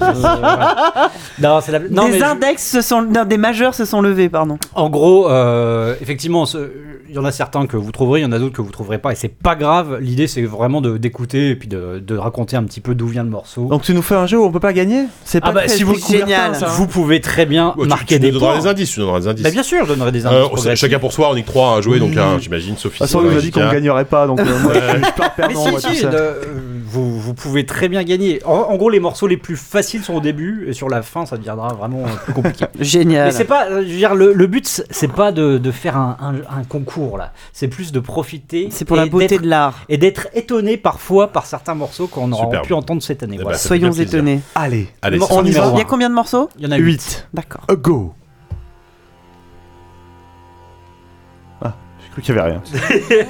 [SPEAKER 4] Euh, voilà. Non, c'est la. Non, mais
[SPEAKER 2] des
[SPEAKER 4] je-
[SPEAKER 2] index se sont non, des majeurs se sont levés pardon.
[SPEAKER 4] En gros, euh, effectivement, ce- il y en a certains que vous trouverez, il y en a d'autres que vous trouverez pas, et c'est pas grave. L'idée, c'est vraiment de- d'écouter et puis de, de raconter un petit peu d'où vient le morceau.
[SPEAKER 3] Donc tu nous fais un jeu où on peut pas gagner C'est
[SPEAKER 4] Ah
[SPEAKER 3] pas
[SPEAKER 4] bah,
[SPEAKER 3] très
[SPEAKER 4] si vous-
[SPEAKER 3] Coubertin,
[SPEAKER 2] génial.
[SPEAKER 3] ça, hein.
[SPEAKER 4] vous pouvez très bien
[SPEAKER 1] Ouais, tu-
[SPEAKER 4] marquer
[SPEAKER 1] tu
[SPEAKER 4] des
[SPEAKER 1] nous donneras
[SPEAKER 4] points.
[SPEAKER 1] des indices, tu nous donneras des indices.
[SPEAKER 4] Bah, bien sûr, je donnerai des
[SPEAKER 1] Euh,
[SPEAKER 4] indices.
[SPEAKER 1] on sait-
[SPEAKER 4] progressifs.
[SPEAKER 1] chacun pour soi, on est que trois à jouer, donc
[SPEAKER 4] Mmh.
[SPEAKER 1] hein, j'imagine Sophie.
[SPEAKER 3] De toute façon, il nous Ah, a dit qu'on
[SPEAKER 1] Jika.
[SPEAKER 3] gagnerait pas, donc euh, moi, je suis super
[SPEAKER 4] Ah, Mais
[SPEAKER 3] perdant,
[SPEAKER 4] si,
[SPEAKER 3] moi,
[SPEAKER 4] si,
[SPEAKER 3] tout ça.
[SPEAKER 4] de- euh, vous, vous vous pouvez très bien gagner. En, en gros, les morceaux les plus faciles sont au début, et sur la fin, ça deviendra vraiment euh,
[SPEAKER 3] <laughs>
[SPEAKER 4] plus compliqué. Mais
[SPEAKER 2] Génial.
[SPEAKER 4] c'est pas, euh, je veux dire, le, le but, c'est- c'est pas de, de faire un, un- un concours là. C'est plus de profiter.
[SPEAKER 2] C'est pour
[SPEAKER 4] et
[SPEAKER 2] la beauté
[SPEAKER 4] d'être-
[SPEAKER 2] de l'art.
[SPEAKER 4] Et d'être étonné parfois par certains morceaux qu'on aura
[SPEAKER 1] Superbe.
[SPEAKER 4] pu entendre cette année.
[SPEAKER 1] Eh
[SPEAKER 4] voilà.
[SPEAKER 1] ben, ça fait bien
[SPEAKER 2] Soyons
[SPEAKER 1] plaisir.
[SPEAKER 2] étonnés.
[SPEAKER 3] Allez,
[SPEAKER 1] Allez,
[SPEAKER 4] Bon,
[SPEAKER 1] c'est
[SPEAKER 4] on
[SPEAKER 1] parti.
[SPEAKER 4] y va.
[SPEAKER 2] Il y a combien de morceaux
[SPEAKER 4] Il y en a 8.
[SPEAKER 3] 8,
[SPEAKER 2] D'accord.
[SPEAKER 3] go Ah, j'ai cru qu'il y avait rien.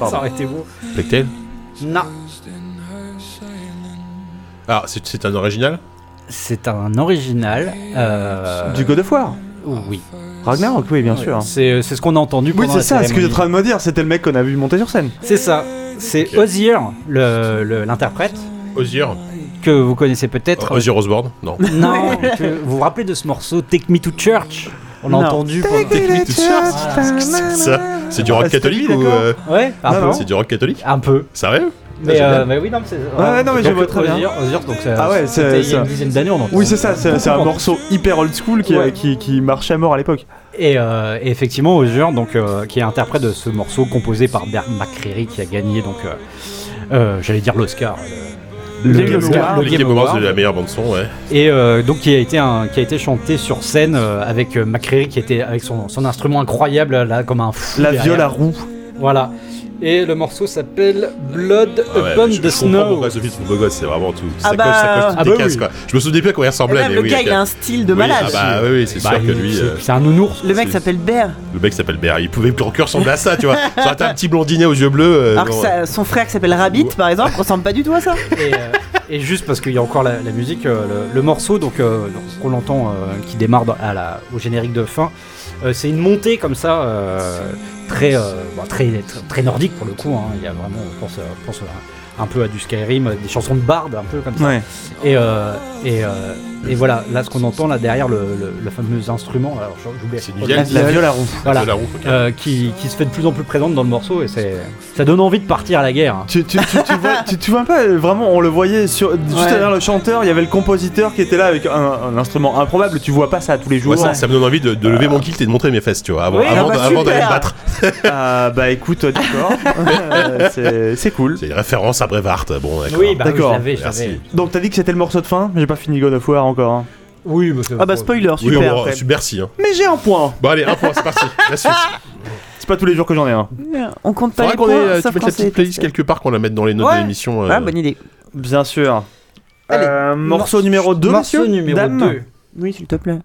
[SPEAKER 4] Ça aurait été beau.
[SPEAKER 1] Plectel
[SPEAKER 4] Non,
[SPEAKER 1] Ah, c'est c'est un original
[SPEAKER 4] c'est un original. euh, oh,
[SPEAKER 3] Du God of War
[SPEAKER 4] Oui.
[SPEAKER 3] Ragnarok, oui, bien sûr.
[SPEAKER 4] C'est euh, c'est ce qu'on a entendu
[SPEAKER 3] Oui,
[SPEAKER 4] pendant
[SPEAKER 3] c'est
[SPEAKER 4] la
[SPEAKER 3] ça, ce que
[SPEAKER 4] cérémonie.
[SPEAKER 3] j'étais en train de me dire, c'était le mec qu'on a vu monter sur scène.
[SPEAKER 4] C'est ça. C'est
[SPEAKER 1] Ok.
[SPEAKER 4] Ozier, le- le- l'interprète,
[SPEAKER 1] Ozir
[SPEAKER 4] que vous connaissez peut-être.
[SPEAKER 1] Ozzy Osbourne Non.
[SPEAKER 4] Non, que- vous vous rappelez de ce morceau Take Me to Church On l'a
[SPEAKER 2] Non.
[SPEAKER 4] entendu pendant-
[SPEAKER 1] Technique de surf.
[SPEAKER 4] Voilà.
[SPEAKER 1] Ça, c'est du rock
[SPEAKER 3] Ah, c'était lui,
[SPEAKER 1] catholique ou
[SPEAKER 3] d'accord.
[SPEAKER 1] euh,
[SPEAKER 4] Ouais, un
[SPEAKER 3] Non,
[SPEAKER 4] peu.
[SPEAKER 3] non.
[SPEAKER 1] C'est du rock catholique
[SPEAKER 4] Un peu.
[SPEAKER 1] Sérieux
[SPEAKER 4] Mais,
[SPEAKER 1] génial.
[SPEAKER 4] euh, mais oui, non, mais c'est.
[SPEAKER 3] ouais, non, mais je
[SPEAKER 4] donc,
[SPEAKER 3] vois très bien.
[SPEAKER 4] Ozir- Ozir, donc ça-
[SPEAKER 3] Ah ouais,
[SPEAKER 4] c'était
[SPEAKER 3] c'est-
[SPEAKER 4] il y a une
[SPEAKER 3] ça.
[SPEAKER 4] dizaine d'années, on entend.
[SPEAKER 3] Oui, c'est ça, c'est c'est un
[SPEAKER 4] Beaucoup.
[SPEAKER 3] morceau hyper old school qui, euh,
[SPEAKER 4] Ouais.
[SPEAKER 3] qui, qui marchait à mort à l'époque.
[SPEAKER 4] Et, euh, et effectivement, Ozur, donc euh, qui est interprète de ce morceau composé par Bert McCreary, qui a gagné, donc euh, euh, j'allais dire l'Oscar. Le,
[SPEAKER 3] Game Award.
[SPEAKER 1] Le Game Awards de la meilleure bande son, ouais.
[SPEAKER 4] Et euh, donc qui a été un- qui a été chanté sur scène euh, avec euh, McCreary qui était avec son, son instrument incroyable là comme un fou.
[SPEAKER 3] La
[SPEAKER 4] derrière.
[SPEAKER 3] viole à roue.
[SPEAKER 4] Voilà. Et le morceau s'appelle Blood
[SPEAKER 1] Ah ouais,
[SPEAKER 4] Upon
[SPEAKER 1] je-
[SPEAKER 4] the
[SPEAKER 1] je comprends
[SPEAKER 4] Snow.
[SPEAKER 1] pourquoi ce film, beau gosse, c'est vraiment tout.
[SPEAKER 2] Ah
[SPEAKER 1] ça
[SPEAKER 2] bah,
[SPEAKER 1] coche, ça coche toutes
[SPEAKER 4] ah bah
[SPEAKER 1] les cases,
[SPEAKER 4] oui.
[SPEAKER 1] quoi. Je me souviens plus à quoi il
[SPEAKER 2] Et
[SPEAKER 1] ressemblait,
[SPEAKER 2] même
[SPEAKER 1] mais
[SPEAKER 2] Eh ben, le
[SPEAKER 1] oui.
[SPEAKER 2] gars,
[SPEAKER 1] ok.
[SPEAKER 2] il a un style de
[SPEAKER 1] Oui,
[SPEAKER 2] malade.
[SPEAKER 1] ah bah oui, oui, c'est
[SPEAKER 4] Bah,
[SPEAKER 1] sûr que
[SPEAKER 4] il-
[SPEAKER 1] lui.
[SPEAKER 4] c'est-
[SPEAKER 1] euh,
[SPEAKER 4] C'est un nounours.
[SPEAKER 2] Le mec
[SPEAKER 1] c'est-
[SPEAKER 2] s'appelle Bear.
[SPEAKER 1] Le mec s'appelle Bear. Il pouvait plus que ressembler à ça,
[SPEAKER 2] <laughs>
[SPEAKER 1] tu vois. Ça aurait été un petit blondinet aux yeux bleus. euh,
[SPEAKER 2] Alors que
[SPEAKER 1] non, euh,
[SPEAKER 2] sa- son frère qui s'appelle Rabbit,
[SPEAKER 1] Ouais.
[SPEAKER 2] par exemple, ressemble pas du tout à
[SPEAKER 1] <laughs>
[SPEAKER 2] ça.
[SPEAKER 4] et, euh, et juste parce qu'il y a encore la, la musique, euh, le, le morceau donc euh, donc, qu'on entend euh, qui démarre dans- à la, au générique de fin, euh, c'est une montée comme ça euh, très, euh, bon, très très très nordique pour le coup. hein. Il y a vraiment, on pense, euh, on pense, euh, un peu à du Skyrim, euh, des chansons de barde un peu comme ça.
[SPEAKER 3] Ouais.
[SPEAKER 4] Et, euh, et, euh, et voilà, là ce qu'on entend là derrière le, le- le fameux instrument, alors j'oublie
[SPEAKER 1] C'est une vieille-
[SPEAKER 3] La viole à roue.
[SPEAKER 4] voilà,
[SPEAKER 1] de la roue, ok.
[SPEAKER 4] euh, qui, qui se fait de plus en plus présente dans le morceau et c'est ça donne envie de partir à la guerre. hein.
[SPEAKER 3] Tu, tu, tu, tu vois, tu, tu vois un peu, euh, vraiment, on le voyait sur, juste
[SPEAKER 2] Ouais.
[SPEAKER 3] derrière le chanteur, il y avait le compositeur qui était là avec un, un instrument improbable, tu vois pas ça tous les jours.
[SPEAKER 1] Ouais, ça, ça me donne envie de, de lever mon kilt et de montrer mes fesses, tu vois, avant,
[SPEAKER 2] Oui,
[SPEAKER 1] avant,
[SPEAKER 2] ah bah,
[SPEAKER 1] avant d'aller
[SPEAKER 2] super.
[SPEAKER 1] me battre.
[SPEAKER 3] Ah, bah écoute, euh, <laughs> d'accord, Euh, c'est- c'est cool.
[SPEAKER 1] C'est une référence à Brevart. Bon, d'accord.
[SPEAKER 4] Oui, bah oui, je
[SPEAKER 3] D'accord.
[SPEAKER 4] l'avais, je
[SPEAKER 1] Merci.
[SPEAKER 4] l'avais.
[SPEAKER 3] Donc t'as dit que c'était le morceau de fin, mais j'ai pas fini God of War encore. hein.
[SPEAKER 4] Oui, mais
[SPEAKER 2] Ah bah spoiler,
[SPEAKER 1] Oui,
[SPEAKER 2] super.
[SPEAKER 1] bon,
[SPEAKER 3] après.
[SPEAKER 1] super si. Hein.
[SPEAKER 3] Mais j'ai un point
[SPEAKER 1] Bon, allez, un point, c'est parti. La suite.
[SPEAKER 3] C'est pas tous les jours que j'en ai un.
[SPEAKER 2] On compte pas
[SPEAKER 1] Faudrait
[SPEAKER 2] les
[SPEAKER 1] qu'on ait
[SPEAKER 2] points,
[SPEAKER 1] euh, tu
[SPEAKER 2] sauf
[SPEAKER 1] mettes
[SPEAKER 2] quand
[SPEAKER 1] la
[SPEAKER 2] c'est
[SPEAKER 1] petite playlist
[SPEAKER 2] testé.
[SPEAKER 1] quelque part qu'on la mette dans les notes
[SPEAKER 2] Ouais.
[SPEAKER 1] de l'émission. euh,
[SPEAKER 2] Ah, bonne idée.
[SPEAKER 3] Bien sûr.
[SPEAKER 2] Allez.
[SPEAKER 3] Euh, morceau numéro 2,
[SPEAKER 4] Morceau numéro 2.
[SPEAKER 2] Oui, s'il te plaît.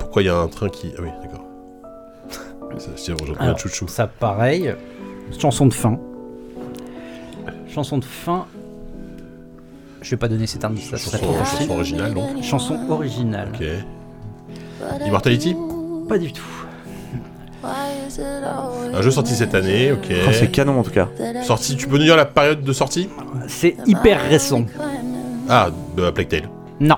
[SPEAKER 1] Pourquoi il y a un train qui. Ah oui, d'accord. Ça, C'est bon, j'entends un
[SPEAKER 4] Alors.
[SPEAKER 1] chouchou.
[SPEAKER 4] Ça pareil. Chanson de fin. Chanson de fin. Je vais pas donner cet indice, ça serait trop
[SPEAKER 1] Chanson, chanson
[SPEAKER 4] facile.
[SPEAKER 1] originale, donc.
[SPEAKER 4] Chanson originale.
[SPEAKER 1] Ok. Immortality
[SPEAKER 4] Pas du tout.
[SPEAKER 1] Un jeu sorti cette année, ok.
[SPEAKER 3] Oh, c'est canon en tout cas.
[SPEAKER 1] sorti, tu peux nous dire la période de sortie
[SPEAKER 4] C'est hyper récent.
[SPEAKER 1] Ah, de Plague Tale.
[SPEAKER 4] Non.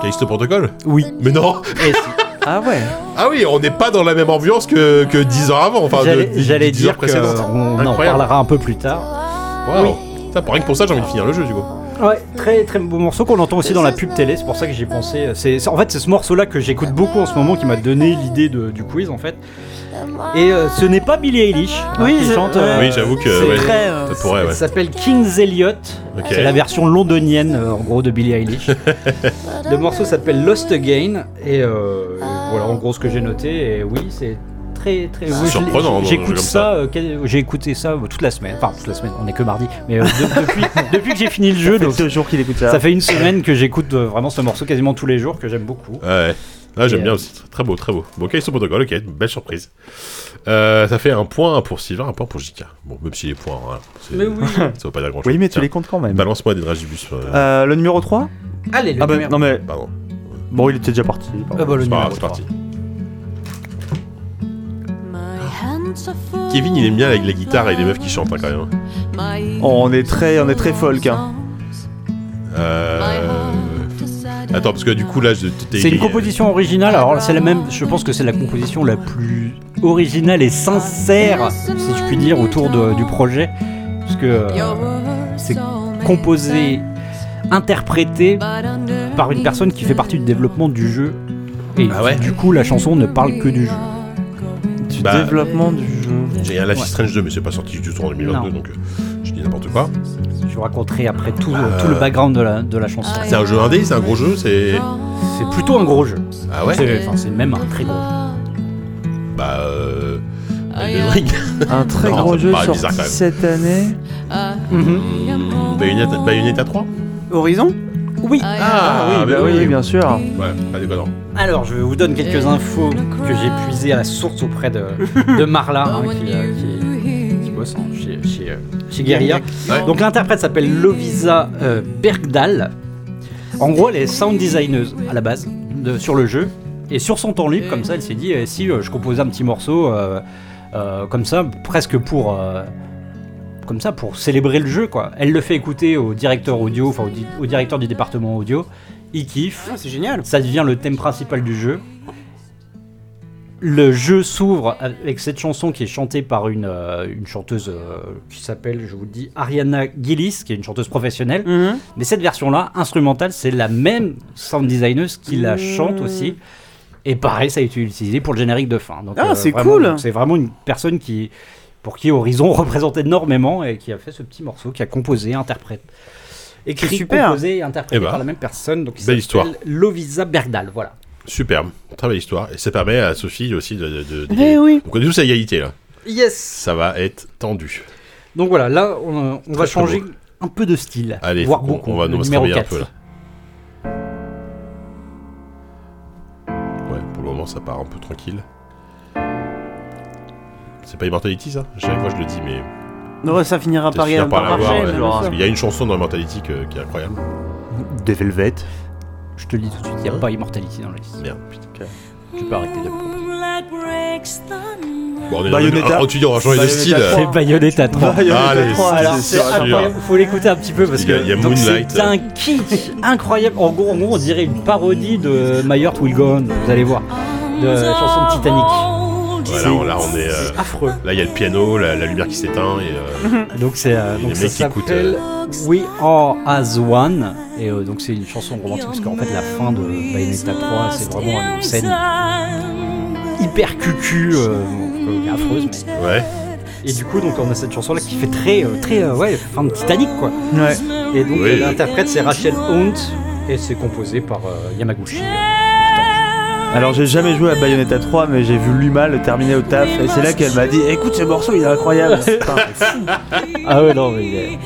[SPEAKER 1] Callisto Protocol
[SPEAKER 4] Oui.
[SPEAKER 1] Mais non
[SPEAKER 4] Et Eh, si.
[SPEAKER 3] Ah ouais
[SPEAKER 1] Ah oui, on n'est pas dans la même ambiance que, que 10 ans avant, enfin de-
[SPEAKER 4] J'allais
[SPEAKER 1] dix-
[SPEAKER 4] j'allais
[SPEAKER 1] dix ans
[SPEAKER 4] dire qu'on
[SPEAKER 1] précédentes.
[SPEAKER 4] on en
[SPEAKER 1] Incroyable.
[SPEAKER 4] parlera un peu plus tard.
[SPEAKER 1] Ah. Waouh. Ça, pour rien que pour ça, j'ai envie de finir le jeu du coup.
[SPEAKER 4] Ouais, très très beau morceau qu'on entend aussi dans la pub télé, c'est pour ça que j'ai pensé. euh, C'est c'est- en fait c'est ce morceau-là que j'écoute beaucoup en ce moment qui m'a donné l'idée de- du quiz en fait. Et euh, ce n'est pas Billie Eilish hein,
[SPEAKER 2] Oui,
[SPEAKER 4] qui
[SPEAKER 2] je-
[SPEAKER 4] chante.
[SPEAKER 2] ouais.
[SPEAKER 1] Oui, j'avoue que,
[SPEAKER 4] c'est
[SPEAKER 1] ouais.
[SPEAKER 2] Très. euh,
[SPEAKER 1] Ça pourrait, ouais.
[SPEAKER 4] Elle s'appelle Kings Elliot.
[SPEAKER 1] Ok.
[SPEAKER 4] C'est la version londonienne, euh, en gros, de Billie Eilish. le morceau s'appelle Lost Again. Et euh, voilà, en gros, ce que j'ai noté. Et oui, c'est très, très. oui, je l'ai-
[SPEAKER 1] surprenant, non,
[SPEAKER 4] J'écoute
[SPEAKER 1] comme
[SPEAKER 4] ça.
[SPEAKER 1] ça.
[SPEAKER 4] euh, quel- j'ai écouté ça euh, toute la semaine. Enfin, toute la semaine, on est que mardi. Mais euh, de-
[SPEAKER 1] <laughs>
[SPEAKER 4] depuis, depuis que j'ai fini le jeu,
[SPEAKER 3] Ça
[SPEAKER 4] donc,
[SPEAKER 3] fait deux jours qu'il écoute ça.
[SPEAKER 4] ça fait une semaine que j'écoute euh, vraiment ce morceau quasiment tous les jours, que j'aime beaucoup.
[SPEAKER 1] Ouais. Ah, j'aime
[SPEAKER 4] Et,
[SPEAKER 1] bien
[SPEAKER 4] euh,
[SPEAKER 1] aussi. Tr- Très beau, très beau. Bon, Callisto Protocol, ok, belle surprise. Euh, ça fait un point pour Sylvain, un point pour JK. Bon, même si les points, hein, c'est-
[SPEAKER 4] Mais oui.
[SPEAKER 1] <laughs> ça veut pas dire grand chose.
[SPEAKER 3] Oui, mais tu les comptes quand même.
[SPEAKER 1] Balance-moi des dragibus. euh,
[SPEAKER 3] Euh, le numéro 3
[SPEAKER 4] Allez, le
[SPEAKER 3] Ah bah
[SPEAKER 1] ben,
[SPEAKER 4] numéro-
[SPEAKER 3] non mais
[SPEAKER 1] Pardon.
[SPEAKER 3] bon il était déjà parti.
[SPEAKER 4] Ah bah, le
[SPEAKER 1] C'est pas
[SPEAKER 4] numéro
[SPEAKER 1] grave, c'est
[SPEAKER 4] trois.
[SPEAKER 1] parti. Ah. Kevin, il aime bien avec la guitare et les meufs qui chantent hein, quand même.
[SPEAKER 4] Oh,
[SPEAKER 3] On est très on est très folk hein.
[SPEAKER 1] Euh... Attends, parce que du coup, là, je- euh, t'es-
[SPEAKER 4] C'est une composition originale, alors c'est la même, je pense que c'est la composition la plus originale et sincère, si je puis dire, autour de- du projet, parce que euh, c'est composé, interprété par une personne qui fait partie du développement du jeu, et
[SPEAKER 1] Ah ouais
[SPEAKER 4] du coup la chanson ne parle que du jeu.
[SPEAKER 3] Du
[SPEAKER 1] Bah,
[SPEAKER 3] développement du jeu.
[SPEAKER 1] J'ai un Life is
[SPEAKER 4] Ouais.
[SPEAKER 1] Strange 2, mais c'est pas sorti du tout en 2022,
[SPEAKER 4] Non.
[SPEAKER 1] donc euh, Je dis n'importe quoi.
[SPEAKER 4] Je vous raconterai après tout,
[SPEAKER 1] Bah,
[SPEAKER 4] tout le
[SPEAKER 1] euh,
[SPEAKER 4] background de la, de la chanson.
[SPEAKER 1] C'est un jeu indé, c'est un gros jeu, c'est.
[SPEAKER 4] C'est plutôt un gros jeu.
[SPEAKER 1] Ah ouais
[SPEAKER 4] C'est enfin, c'est même un très gros jeu.
[SPEAKER 1] Bah. Euh... Elden Ring. <laughs>
[SPEAKER 3] Un très
[SPEAKER 1] Non,
[SPEAKER 3] gros
[SPEAKER 1] ça me
[SPEAKER 3] jeu
[SPEAKER 1] paraît
[SPEAKER 3] sorti
[SPEAKER 1] bizarre, quand même.
[SPEAKER 3] cette année.
[SPEAKER 1] Hmm,
[SPEAKER 4] Mmh,
[SPEAKER 1] Bayonetta, Bayonetta 3
[SPEAKER 2] Horizon
[SPEAKER 4] Oui.
[SPEAKER 1] Ah,
[SPEAKER 3] oui, bah oui, bien sûr.
[SPEAKER 1] Ouais, pas déconnant.
[SPEAKER 4] Alors, je vous donne quelques infos que j'ai puisées à la source auprès de, de Marla, hein, qui, euh, qui- qui bosse en- chez, chez, euh, chez Guerilla.
[SPEAKER 1] Ouais.
[SPEAKER 4] Donc, l'interprète s'appelle Lovisa euh, Bergdahl. En gros, elle est sound designeuse à la base de- sur le jeu. Et sur son temps libre, comme ça, elle s'est dit eh, si euh, je composais un petit morceau euh, euh, comme ça, presque pour. euh, comme ça, pour célébrer le jeu, quoi. Elle le fait écouter au directeur audio, enfin au, di- au directeur du département audio. Il kiffe.
[SPEAKER 2] Ah, C'est génial.
[SPEAKER 4] Ça devient le thème principal du jeu. Le jeu s'ouvre avec cette chanson qui est chantée par une, euh, une chanteuse euh, qui s'appelle, je vous le dis, Ariana Gillis, qui est une chanteuse professionnelle.
[SPEAKER 2] Mhm.
[SPEAKER 4] Mais cette version-là, instrumentale, c'est la même sound designeuse qui
[SPEAKER 2] Mmh.
[SPEAKER 4] la chante aussi. Et pareil, ça a été utilisé pour le générique de fin. Donc, euh,
[SPEAKER 2] Ah, c'est
[SPEAKER 4] vraiment,
[SPEAKER 2] cool.
[SPEAKER 4] donc C'est vraiment une personne qui, pour qui Horizon <laughs> représente énormément et qui a fait ce petit morceau, qui a composé, interprète. Écrit,
[SPEAKER 2] super.
[SPEAKER 4] composé et interprété
[SPEAKER 1] Eh ben,
[SPEAKER 4] par la même personne. Donc, il
[SPEAKER 1] belle histoire.
[SPEAKER 4] s'appelle Lovisa Bergdahl, voilà.
[SPEAKER 1] Superbe, très belle histoire. Et ça permet à Sophie aussi de. de, de-
[SPEAKER 2] Eh oui.
[SPEAKER 1] Donc on est tous à égalité là.
[SPEAKER 4] Yes
[SPEAKER 1] Ça va être tendu.
[SPEAKER 4] Donc voilà, là, on, on
[SPEAKER 1] très
[SPEAKER 4] va changer
[SPEAKER 1] beau.
[SPEAKER 4] un peu de style.
[SPEAKER 1] Allez,
[SPEAKER 4] voire
[SPEAKER 1] on-
[SPEAKER 4] beaucoup.
[SPEAKER 1] on va-
[SPEAKER 4] le
[SPEAKER 1] on va se
[SPEAKER 4] numéro
[SPEAKER 1] travailler un
[SPEAKER 4] 4.
[SPEAKER 1] peu, là. Ouais, pour le moment ça part un peu tranquille. C'est pas Immortality ça À Chaque fois je le dis, mais.
[SPEAKER 2] Non, ça finira
[SPEAKER 1] T'es
[SPEAKER 2] par,
[SPEAKER 1] sûr par
[SPEAKER 2] par
[SPEAKER 1] l'avoir,
[SPEAKER 2] marcher,
[SPEAKER 1] ouais.
[SPEAKER 2] mais bien
[SPEAKER 3] Genre,
[SPEAKER 2] sûr.
[SPEAKER 1] Il y a une chanson dans Immortality que- qui est incroyable.
[SPEAKER 3] Des Velvet.
[SPEAKER 4] Je te le dis tout de suite, il n'y
[SPEAKER 1] Hein
[SPEAKER 4] a pas Immortality dans la liste.
[SPEAKER 1] Merde, putain.
[SPEAKER 4] Tu peux arrêter de me
[SPEAKER 1] Bon, on est
[SPEAKER 3] Bayonetta.
[SPEAKER 1] dans une- oh, tu dis, on va changer de
[SPEAKER 3] Bayonetta
[SPEAKER 1] style.
[SPEAKER 3] trois.
[SPEAKER 4] C'est Bayonetta 3.
[SPEAKER 3] Ah,
[SPEAKER 1] Allez,
[SPEAKER 3] trois,
[SPEAKER 1] c'est-
[SPEAKER 3] alors,
[SPEAKER 1] c'est
[SPEAKER 3] c'est
[SPEAKER 1] sûr.
[SPEAKER 4] Il faut l'écouter un petit peu parce
[SPEAKER 1] Il y a-
[SPEAKER 4] que
[SPEAKER 1] il y a
[SPEAKER 4] donc,
[SPEAKER 1] Moonlight.
[SPEAKER 4] c'est un kick incroyable. En gros, en gros, on dirait une parodie de My Heart Will Go On, vous allez voir, de la chanson de Titanic.
[SPEAKER 1] Ouais, là, on- là, on est. euh,
[SPEAKER 4] C'est affreux.
[SPEAKER 1] Là, il y a le piano, la, la lumière qui s'éteint et. euh,
[SPEAKER 4] <laughs> Donc c'est euh,
[SPEAKER 1] Les
[SPEAKER 4] donc ça
[SPEAKER 1] mecs qui euh, écoutent,
[SPEAKER 4] s'appelle We Are As One et euh, donc c'est une chanson romantique parce qu'en fait la fin de Bayonetta 3 c'est vraiment une scène hyper cucu euh, bon, euh, affreuse mais
[SPEAKER 1] Ouais.
[SPEAKER 4] et du coup donc on a cette chanson là qui fait très euh, très euh, ouais fin de Titanic quoi
[SPEAKER 3] Ouais.
[SPEAKER 4] et donc
[SPEAKER 1] Oui.
[SPEAKER 4] l'interprète c'est Rachel Hunt et c'est composé par euh, Yamaguchi
[SPEAKER 3] Alors j'ai jamais joué à Bayonetta 3 mais j'ai vu Luma le terminer au taf et c'est là qu'elle m'a dit écoute ce morceau il est incroyable. <laughs> Putain, c'est fou.
[SPEAKER 4] ah ouais non mais il est-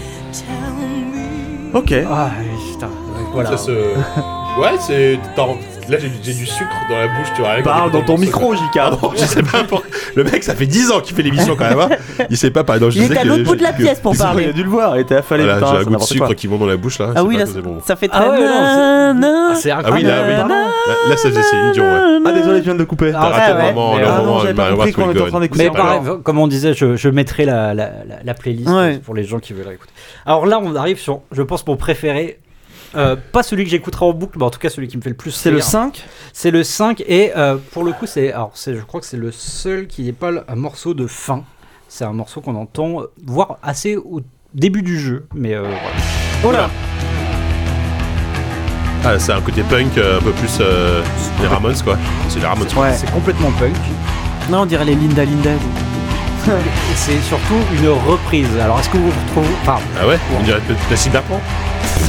[SPEAKER 3] ok.
[SPEAKER 4] ah putain voilà
[SPEAKER 1] Ça se. Ouais, c'est. t'en- Là, j'ai du- j'ai du sucre dans la bouche, tu vois. rien que
[SPEAKER 3] Parle
[SPEAKER 1] d'écouter
[SPEAKER 3] dans ton
[SPEAKER 1] le morceau, <laughs>
[SPEAKER 3] micro
[SPEAKER 1] Ah
[SPEAKER 3] <laughs> JK.
[SPEAKER 1] non, je sais pas. pour- Le mec, ça fait 10 ans qu'il fait l'émission quand même. hein. Il sait pas parler. Non, je
[SPEAKER 2] Il est
[SPEAKER 1] sais
[SPEAKER 2] à
[SPEAKER 1] que-
[SPEAKER 2] l'autre bout de la
[SPEAKER 1] que-
[SPEAKER 2] pièce pour
[SPEAKER 3] Il a
[SPEAKER 2] parler.
[SPEAKER 3] dû le voir, il était
[SPEAKER 1] <laughs>
[SPEAKER 3] affalé.
[SPEAKER 1] Voilà,
[SPEAKER 3] putain,
[SPEAKER 1] j'ai un
[SPEAKER 3] c'est
[SPEAKER 1] goût de
[SPEAKER 3] n'importe
[SPEAKER 1] sucre
[SPEAKER 3] quoi.
[SPEAKER 1] qui monte dans la bouche là.
[SPEAKER 2] Ah
[SPEAKER 1] c'est
[SPEAKER 2] oui,
[SPEAKER 1] pas
[SPEAKER 2] là,
[SPEAKER 1] très bon.
[SPEAKER 2] ça fait très.
[SPEAKER 4] Ah ouais, non, c'est-
[SPEAKER 2] nanana.
[SPEAKER 4] c'est
[SPEAKER 1] Ah oui, là, oui.
[SPEAKER 2] Ah,
[SPEAKER 1] Là, là, ça faisait Céline Dion, ouais.
[SPEAKER 3] Ah désolé je viens de le couper.
[SPEAKER 1] T'as
[SPEAKER 4] Ah,
[SPEAKER 1] raté le
[SPEAKER 2] ouais.
[SPEAKER 1] moment,
[SPEAKER 4] Mais,
[SPEAKER 1] le
[SPEAKER 4] ah
[SPEAKER 3] Ah
[SPEAKER 1] moment,
[SPEAKER 3] non j'avais
[SPEAKER 1] il m'a-
[SPEAKER 3] pas
[SPEAKER 1] il m'a
[SPEAKER 3] compris
[SPEAKER 1] trouvé
[SPEAKER 3] qu'on était en
[SPEAKER 1] le
[SPEAKER 3] train d'écouter.
[SPEAKER 4] Mais
[SPEAKER 1] pas grave.
[SPEAKER 4] pareil, comme on disait, je, je mettrai la, la, la- la playlist
[SPEAKER 2] Ouais.
[SPEAKER 4] pour les gens qui veulent la écouter. Alors là, on arrive sur, je pense, mon préféré. Euh, pas celui que j'écouterai en boucle, mais en tout cas celui qui me fait le plus
[SPEAKER 3] C'est le
[SPEAKER 4] rire.
[SPEAKER 3] 5
[SPEAKER 4] C'est le 5 et euh, pour le coup, c'est, alors, c'est, je crois que c'est le seul qui n'est pas le- un morceau de fin. C'est un morceau qu'on entend, euh, voire assez au début du jeu. Mais euh, voilà.
[SPEAKER 1] Oh là Ah, c'est un côté punk euh, un peu plus. euh, Les Ramones quoi. C'est les Ramones.
[SPEAKER 3] Ouais.
[SPEAKER 4] c'est complètement punk.
[SPEAKER 3] <laughs>
[SPEAKER 2] Non, on dirait les Linda Linda.
[SPEAKER 4] Et c'est surtout une reprise. Alors est-ce que vous retrouvez... Enfin,
[SPEAKER 1] Ah ouais On dirait peut-être Placide Bertrand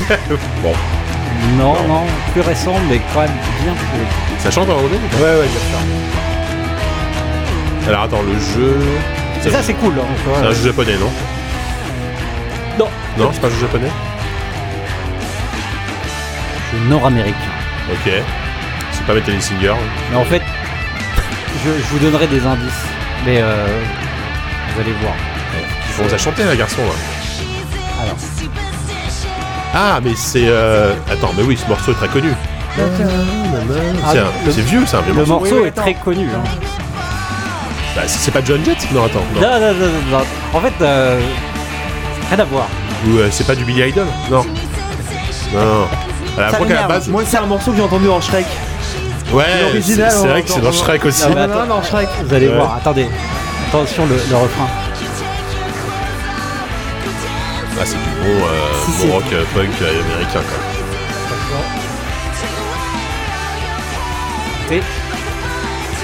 [SPEAKER 1] <laughs> Bon,
[SPEAKER 4] non, non, plus récent, mais quand même bien plus...
[SPEAKER 1] ça chante en anglais ou pas
[SPEAKER 4] Ouais, ouais, bien sûr.
[SPEAKER 1] Alors attends, le jeu.
[SPEAKER 4] Et ça, c'est cool. hein, tu vois.
[SPEAKER 1] C'est un jeu japonais, non
[SPEAKER 4] Non.
[SPEAKER 1] Non, c'est pas un jeu japonais
[SPEAKER 4] Je suis nord-américain.
[SPEAKER 1] Ok. C'est pas Metal Singer. hein.
[SPEAKER 4] Mais en fait, je, je vous donnerai des indices. Mais euh, vous allez voir.
[SPEAKER 1] Ils font ça chanter, la garçon, là.
[SPEAKER 4] Alors,
[SPEAKER 1] Ah, mais c'est. euh, Attends, mais oui, ce morceau est très connu. C'est un-
[SPEAKER 4] Ah, le-
[SPEAKER 1] c'est vieux, c'est un vieux
[SPEAKER 4] le
[SPEAKER 1] morceau.
[SPEAKER 4] morceau est très connu. hein.
[SPEAKER 1] Bah, c'est c'est pas John Jett Non, attends. Non.
[SPEAKER 4] Non, non, non, non, non. En fait, euh, rien à voir.
[SPEAKER 1] Ou euh, c'est pas du Billy Idol Non. Non, non. Alors, je crois qu'à la
[SPEAKER 3] m'énerve.
[SPEAKER 1] base.
[SPEAKER 3] Moi c'est un morceau que j'ai entendu en Shrek.
[SPEAKER 1] Ouais, c'est
[SPEAKER 3] l'original,
[SPEAKER 1] c'est
[SPEAKER 3] on
[SPEAKER 1] vrai que c'est dans
[SPEAKER 3] entend-
[SPEAKER 1] Shrek aussi.
[SPEAKER 4] Non, mais
[SPEAKER 3] Non, non,
[SPEAKER 4] attends.
[SPEAKER 3] non, Shrek.
[SPEAKER 4] Vous allez
[SPEAKER 1] Ouais.
[SPEAKER 4] voir. Attendez. Attention, le, le refrain.
[SPEAKER 1] Ah, c'est du bon, euh, bon rock euh, punk euh, américain, quoi.
[SPEAKER 4] Écoutez,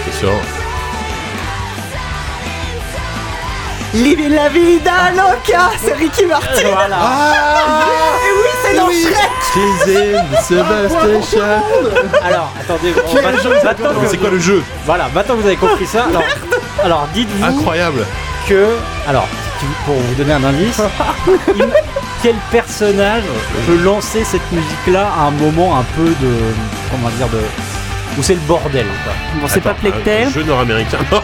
[SPEAKER 1] C'est sûr.
[SPEAKER 2] Living la vida loca, c'est Ricky Martin. Et oui, c'est dans Shrek.
[SPEAKER 1] She's in Sebastian.
[SPEAKER 4] Alors, attendez, on va- maintenant que-
[SPEAKER 1] C'est quoi le jeu
[SPEAKER 4] Voilà, maintenant que vous avez compris ça, alors, alors dites-vous
[SPEAKER 1] Incroyable.
[SPEAKER 4] que. Alors, si tu- pour vous donner
[SPEAKER 2] <laughs>
[SPEAKER 4] un indice, im- quel personnage peut lancer cette musique-là à un moment un peu de. Comment dire de. où c'est le bordel quoi.
[SPEAKER 2] Bon, c'est pas
[SPEAKER 1] Attends, un
[SPEAKER 2] Plectel.
[SPEAKER 1] Jeu nord-américain. Non.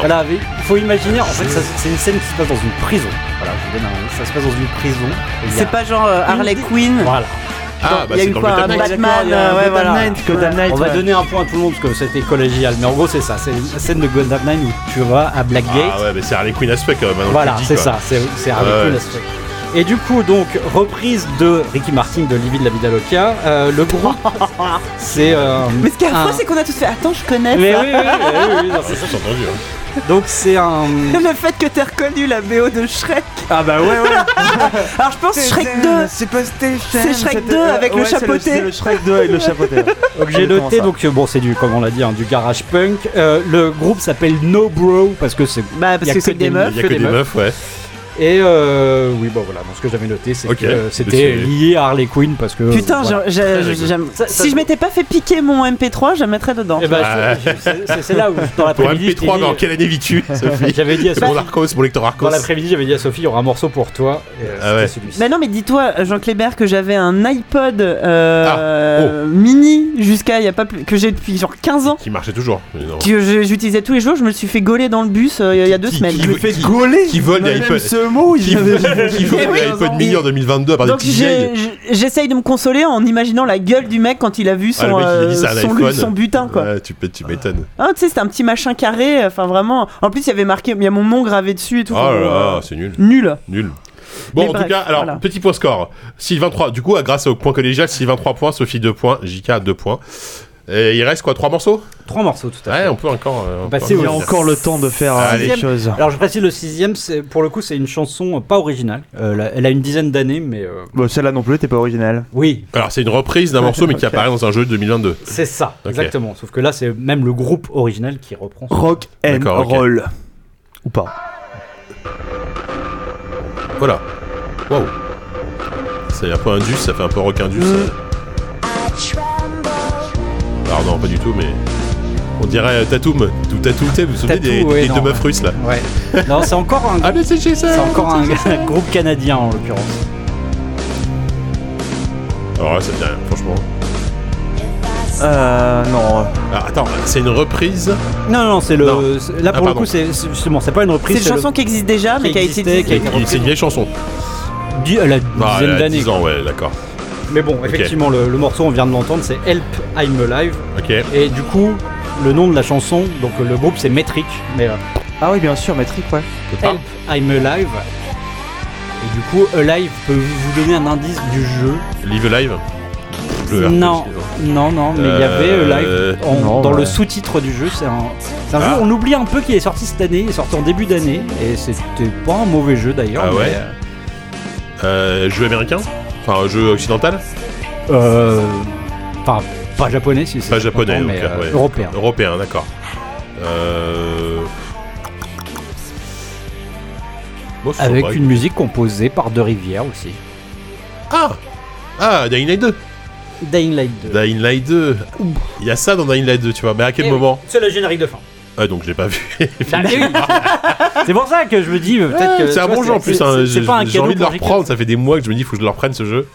[SPEAKER 4] Voilà, mais il faut imaginer, en fait, ça- c'est une scène qui se passe dans une prison. Voilà, je vous donne un indice, ça se passe dans une prison. et il y a-
[SPEAKER 2] C'est pas genre euh, Harley
[SPEAKER 4] Une-
[SPEAKER 2] Quinn.
[SPEAKER 4] Voilà.
[SPEAKER 1] <laughs> Ah,
[SPEAKER 2] Il
[SPEAKER 1] bah
[SPEAKER 2] y a
[SPEAKER 1] c'est
[SPEAKER 2] eu
[SPEAKER 1] dans
[SPEAKER 2] quoi,
[SPEAKER 1] le
[SPEAKER 2] un
[SPEAKER 1] Betamax.
[SPEAKER 2] Batman,
[SPEAKER 3] il y a
[SPEAKER 2] euh,
[SPEAKER 3] un
[SPEAKER 2] ouais,
[SPEAKER 3] Gotham
[SPEAKER 2] voilà.
[SPEAKER 3] Knight, Gotham Knight,
[SPEAKER 4] On va
[SPEAKER 3] ouais.
[SPEAKER 4] donner un point à tout le monde parce que c'était collégial, mais en gros c'est ça, c'est la scène de Gundam 9 où tu vas à Blackgate.
[SPEAKER 1] Ah ouais, mais c'est Harley Quinn aspect quand même. maintenant que
[SPEAKER 4] Voilà,
[SPEAKER 1] tu le dis,
[SPEAKER 4] c'est
[SPEAKER 1] quoi.
[SPEAKER 4] ça, c'est c'est Harley
[SPEAKER 1] Ouais.
[SPEAKER 4] Quinn, la story. Et du coup, donc, reprise de Ricky Martin de Livy de la Vida Loca. Euh,
[SPEAKER 2] <laughs>
[SPEAKER 4] le groupe, c'est. euh,
[SPEAKER 2] Mais ce qui est affreux,
[SPEAKER 4] un-
[SPEAKER 2] c'est qu'on a tous fait. Attends, je connais.
[SPEAKER 4] Mais
[SPEAKER 2] ça.
[SPEAKER 4] oui, oui, oui, oui, oui, non,
[SPEAKER 1] Ah, mais ça, c'est entendu. hein.
[SPEAKER 4] c'est- Donc, c'est un.
[SPEAKER 2] <laughs> Le fait que t'aies reconnu la BO de Shrek.
[SPEAKER 4] Ah bah
[SPEAKER 2] <laughs>
[SPEAKER 4] ouais, ouais.
[SPEAKER 2] Alors je pense Shrek 2. C'est Shrek 2
[SPEAKER 1] euh,
[SPEAKER 2] avec le chapeauté.
[SPEAKER 3] C'est le Shrek 2 avec le chapeauté.
[SPEAKER 4] Donc, J'ai
[SPEAKER 3] Exactement
[SPEAKER 4] noté,
[SPEAKER 3] ça.
[SPEAKER 4] donc, euh, bon, c'est du, comme on l'a dit, hein, du garage punk. Euh, le groupe s'appelle No Bro parce que c'est.
[SPEAKER 2] Bah
[SPEAKER 4] Y
[SPEAKER 2] parce
[SPEAKER 4] a
[SPEAKER 2] que
[SPEAKER 4] que
[SPEAKER 2] c'est des
[SPEAKER 4] des-
[SPEAKER 1] Il
[SPEAKER 2] meufs.
[SPEAKER 1] y a
[SPEAKER 4] que
[SPEAKER 1] que des
[SPEAKER 4] des
[SPEAKER 1] meufs, ouais.
[SPEAKER 4] Et euh, oui, bon, voilà, donc, ce que j'avais noté, c'est
[SPEAKER 1] Ok.
[SPEAKER 4] que euh, c'était
[SPEAKER 1] Bah, c'est-
[SPEAKER 4] lié à Harley Quinn parce que.
[SPEAKER 2] Putain,
[SPEAKER 4] voilà.
[SPEAKER 2] j'ai- j'ai-
[SPEAKER 1] rigolo.
[SPEAKER 2] j'aime.
[SPEAKER 4] Ça- ça-
[SPEAKER 2] Si je m'étais pas fait piquer mon MP3, je la mettrais dedans.
[SPEAKER 4] Eh ben,
[SPEAKER 1] Ah.
[SPEAKER 4] je- je- c'est c'est là où, dans
[SPEAKER 1] Pour
[SPEAKER 4] l'après-midi, je t'ai
[SPEAKER 1] MP3, mais
[SPEAKER 4] dit-
[SPEAKER 1] en quelle année vis-tu Sophie
[SPEAKER 4] j'avais dit à
[SPEAKER 1] C'est pour
[SPEAKER 4] Sophie-
[SPEAKER 1] Narcos, pour lecteur Narcos.
[SPEAKER 4] Dans l'après-midi, j'avais dit à Sophie, il y aura un morceau pour toi. Et, euh,
[SPEAKER 1] Ah
[SPEAKER 4] c'était
[SPEAKER 1] ouais.
[SPEAKER 4] celui-ci.
[SPEAKER 2] Bah non, mais dis-toi, Jean Clébert, que j'avais un iPod
[SPEAKER 1] Ah,
[SPEAKER 2] euh,
[SPEAKER 1] oh.
[SPEAKER 2] mini jusqu'à il y a pas plus que j'ai depuis genre 15 ans.
[SPEAKER 1] Qui marchait toujours. mais non.
[SPEAKER 2] Que je- j'utilisais tous les jours, je me le suis fait gauler dans le bus euh, il y a- il y a deux
[SPEAKER 1] Qui-
[SPEAKER 2] semaines.
[SPEAKER 1] qui-
[SPEAKER 3] Je me
[SPEAKER 1] qui-
[SPEAKER 3] fais gauler
[SPEAKER 1] qui vole des
[SPEAKER 3] Même
[SPEAKER 1] iPods.
[SPEAKER 3] ce mot, il
[SPEAKER 1] Qui
[SPEAKER 3] avait-
[SPEAKER 1] qui
[SPEAKER 2] Mais
[SPEAKER 1] voulait
[SPEAKER 2] Eh oui,
[SPEAKER 1] un iPod
[SPEAKER 2] ils ont-
[SPEAKER 1] mini en 2022 à part des
[SPEAKER 2] Donc
[SPEAKER 1] petites
[SPEAKER 2] j'ai-
[SPEAKER 1] vieilles
[SPEAKER 2] j'ai- j'essaye de me consoler en imaginant la gueule du mec quand il a vu
[SPEAKER 1] Ah, le
[SPEAKER 2] son,
[SPEAKER 1] mec, il a
[SPEAKER 2] euh,
[SPEAKER 1] dit ça à
[SPEAKER 2] son,
[SPEAKER 1] l'iPhone.
[SPEAKER 2] son butin quoi.
[SPEAKER 1] Ouais, tu peux- tu m'étonnes.
[SPEAKER 2] Ah, tu sais, c'était un petit machin carré, enfin vraiment. En plus, il y avait marqué, il y a mon nom gravé dessus et tout.
[SPEAKER 1] Oh
[SPEAKER 2] Enfin,
[SPEAKER 1] là là,
[SPEAKER 2] euh,
[SPEAKER 1] c'est nul.
[SPEAKER 2] Nul.
[SPEAKER 1] Nul. Bon,
[SPEAKER 2] Mais
[SPEAKER 1] en
[SPEAKER 2] bref,
[SPEAKER 1] tout cas, alors,
[SPEAKER 2] voilà.
[SPEAKER 1] petit point score. Sylvain 3, du coup, à- grâce au point collégial, Sylvain 3 points, Sophie 2 points, JK 2 points. Et il reste quoi, 3 morceaux
[SPEAKER 4] Trois morceaux tout à fait.
[SPEAKER 1] Ouais, on peut encore. euh,
[SPEAKER 4] Bah,
[SPEAKER 1] encore-
[SPEAKER 4] c'est
[SPEAKER 3] Il y a
[SPEAKER 4] au-
[SPEAKER 3] encore le temps de faire euh,
[SPEAKER 1] Allez.
[SPEAKER 3] des choses.
[SPEAKER 4] Alors je précise le sixième, c'est- pour le coup c'est une chanson euh, pas originale. Euh, la- elle a une dizaine d'années, mais euh,
[SPEAKER 3] Bon, celle-là non plus, t'es pas original.
[SPEAKER 4] oui,
[SPEAKER 1] Alors, c'est une reprise d'un morceau, mais qui apparaît dans un jeu de 2022.
[SPEAKER 4] c'est ça,
[SPEAKER 1] Ok.
[SPEAKER 4] exactement. Sauf que là c'est même le groupe original qui reprend.
[SPEAKER 3] Rock and
[SPEAKER 1] D'accord, ok.
[SPEAKER 3] roll. Ou pas.
[SPEAKER 1] Voilà. Waouh. C'est un peu indus, ça fait un peu rock indus.
[SPEAKER 4] Mm.
[SPEAKER 1] Alors, non, pas du tout, mais. On dirait euh, Tatoum. Tout Tatoum, tu sais, vous vous souvenez
[SPEAKER 4] Tatou,
[SPEAKER 1] des,
[SPEAKER 4] ouais,
[SPEAKER 1] des
[SPEAKER 4] non,
[SPEAKER 1] deux meufs
[SPEAKER 4] ouais.
[SPEAKER 1] russes là
[SPEAKER 4] Ouais. <laughs> non, c'est encore un,
[SPEAKER 1] Ah, mais c'est chez
[SPEAKER 4] c'est
[SPEAKER 1] ça
[SPEAKER 4] encore un, <laughs> un groupe canadien en l'occurrence.
[SPEAKER 1] Alors là, ça me dit rien, franchement.
[SPEAKER 3] Euh, non.
[SPEAKER 1] Ah, attends, c'est une reprise.
[SPEAKER 4] Non, non, c'est
[SPEAKER 1] Non.
[SPEAKER 4] le. c'est- Là
[SPEAKER 1] Ah,
[SPEAKER 4] pour le
[SPEAKER 1] pardon.
[SPEAKER 4] coup c'est c'est- justement c'est pas une
[SPEAKER 2] C'est
[SPEAKER 4] reprise.
[SPEAKER 2] une chanson qui existe déjà, mais qui a été
[SPEAKER 4] existait, qui a
[SPEAKER 2] utilisée.
[SPEAKER 4] été-
[SPEAKER 1] Il- C'est une vieille chanson.
[SPEAKER 4] le- di- Bah, elle a une
[SPEAKER 1] Ah, elle
[SPEAKER 4] dizaine
[SPEAKER 1] a
[SPEAKER 4] d'années.
[SPEAKER 1] 10 ans, ouais, d'accord.
[SPEAKER 4] Mais bon, effectivement le, le morceau on vient de l'entendre, c'est Help I'm Alive.
[SPEAKER 1] Ok.
[SPEAKER 4] Et du coup le nom de la chanson, donc euh, le groupe c'est Metric, mais euh,
[SPEAKER 3] Ah oui, bien sûr, Matrix, ouais.
[SPEAKER 1] Ah.
[SPEAKER 4] Help, I'm Alive. Et du coup, Alive peut vous donner un indice du jeu.
[SPEAKER 1] Ah, Live hein. Alive Jeu RPG,
[SPEAKER 4] Non, non, non, mais il y
[SPEAKER 1] Euh,
[SPEAKER 4] avait Alive en-
[SPEAKER 3] non,
[SPEAKER 4] dans
[SPEAKER 3] ouais.
[SPEAKER 4] le sous-titre du jeu. C'est un, c'est un
[SPEAKER 1] Ah.
[SPEAKER 4] jeu, on oublie un peu qu'il est sorti cette année, il est sorti en début d'année. Et c'était pas un mauvais jeu d'ailleurs.
[SPEAKER 1] Ah ouais
[SPEAKER 4] mais,
[SPEAKER 1] Euh, jeu américain Enfin, un jeu occidental
[SPEAKER 4] euh, euh, Enfin, pas japonais si c'est
[SPEAKER 1] Pas japonais,
[SPEAKER 4] important,
[SPEAKER 1] donc,
[SPEAKER 4] mais euh,
[SPEAKER 1] ouais.
[SPEAKER 4] européen.
[SPEAKER 1] Européen, d'accord. Euh... Bon, c'est
[SPEAKER 4] Avec
[SPEAKER 1] vrai.
[SPEAKER 4] une musique composée par De Rivière aussi.
[SPEAKER 1] Ah Ah, Dying Light 2
[SPEAKER 4] Dying Light 2.
[SPEAKER 1] Dying Light 2 Il y a ça dans Dying Light 2, tu vois, mais à quel
[SPEAKER 4] Eh oui.
[SPEAKER 1] moment
[SPEAKER 4] C'est le générique de fin.
[SPEAKER 1] Ah, donc j'ai pas vu.
[SPEAKER 4] Ah <laughs> c'est pour ça que je me dis, euh, peut-être que.
[SPEAKER 1] c'est
[SPEAKER 4] tu
[SPEAKER 1] un
[SPEAKER 4] vois,
[SPEAKER 1] bon jeu en plus,
[SPEAKER 4] c'est-
[SPEAKER 1] hein.
[SPEAKER 4] c'est-
[SPEAKER 1] j'ai
[SPEAKER 4] C'est pas un
[SPEAKER 1] j'ai envie de le
[SPEAKER 4] leur
[SPEAKER 1] reprendre, ça fait des mois que je me dis faut que je le reprenne ce jeu.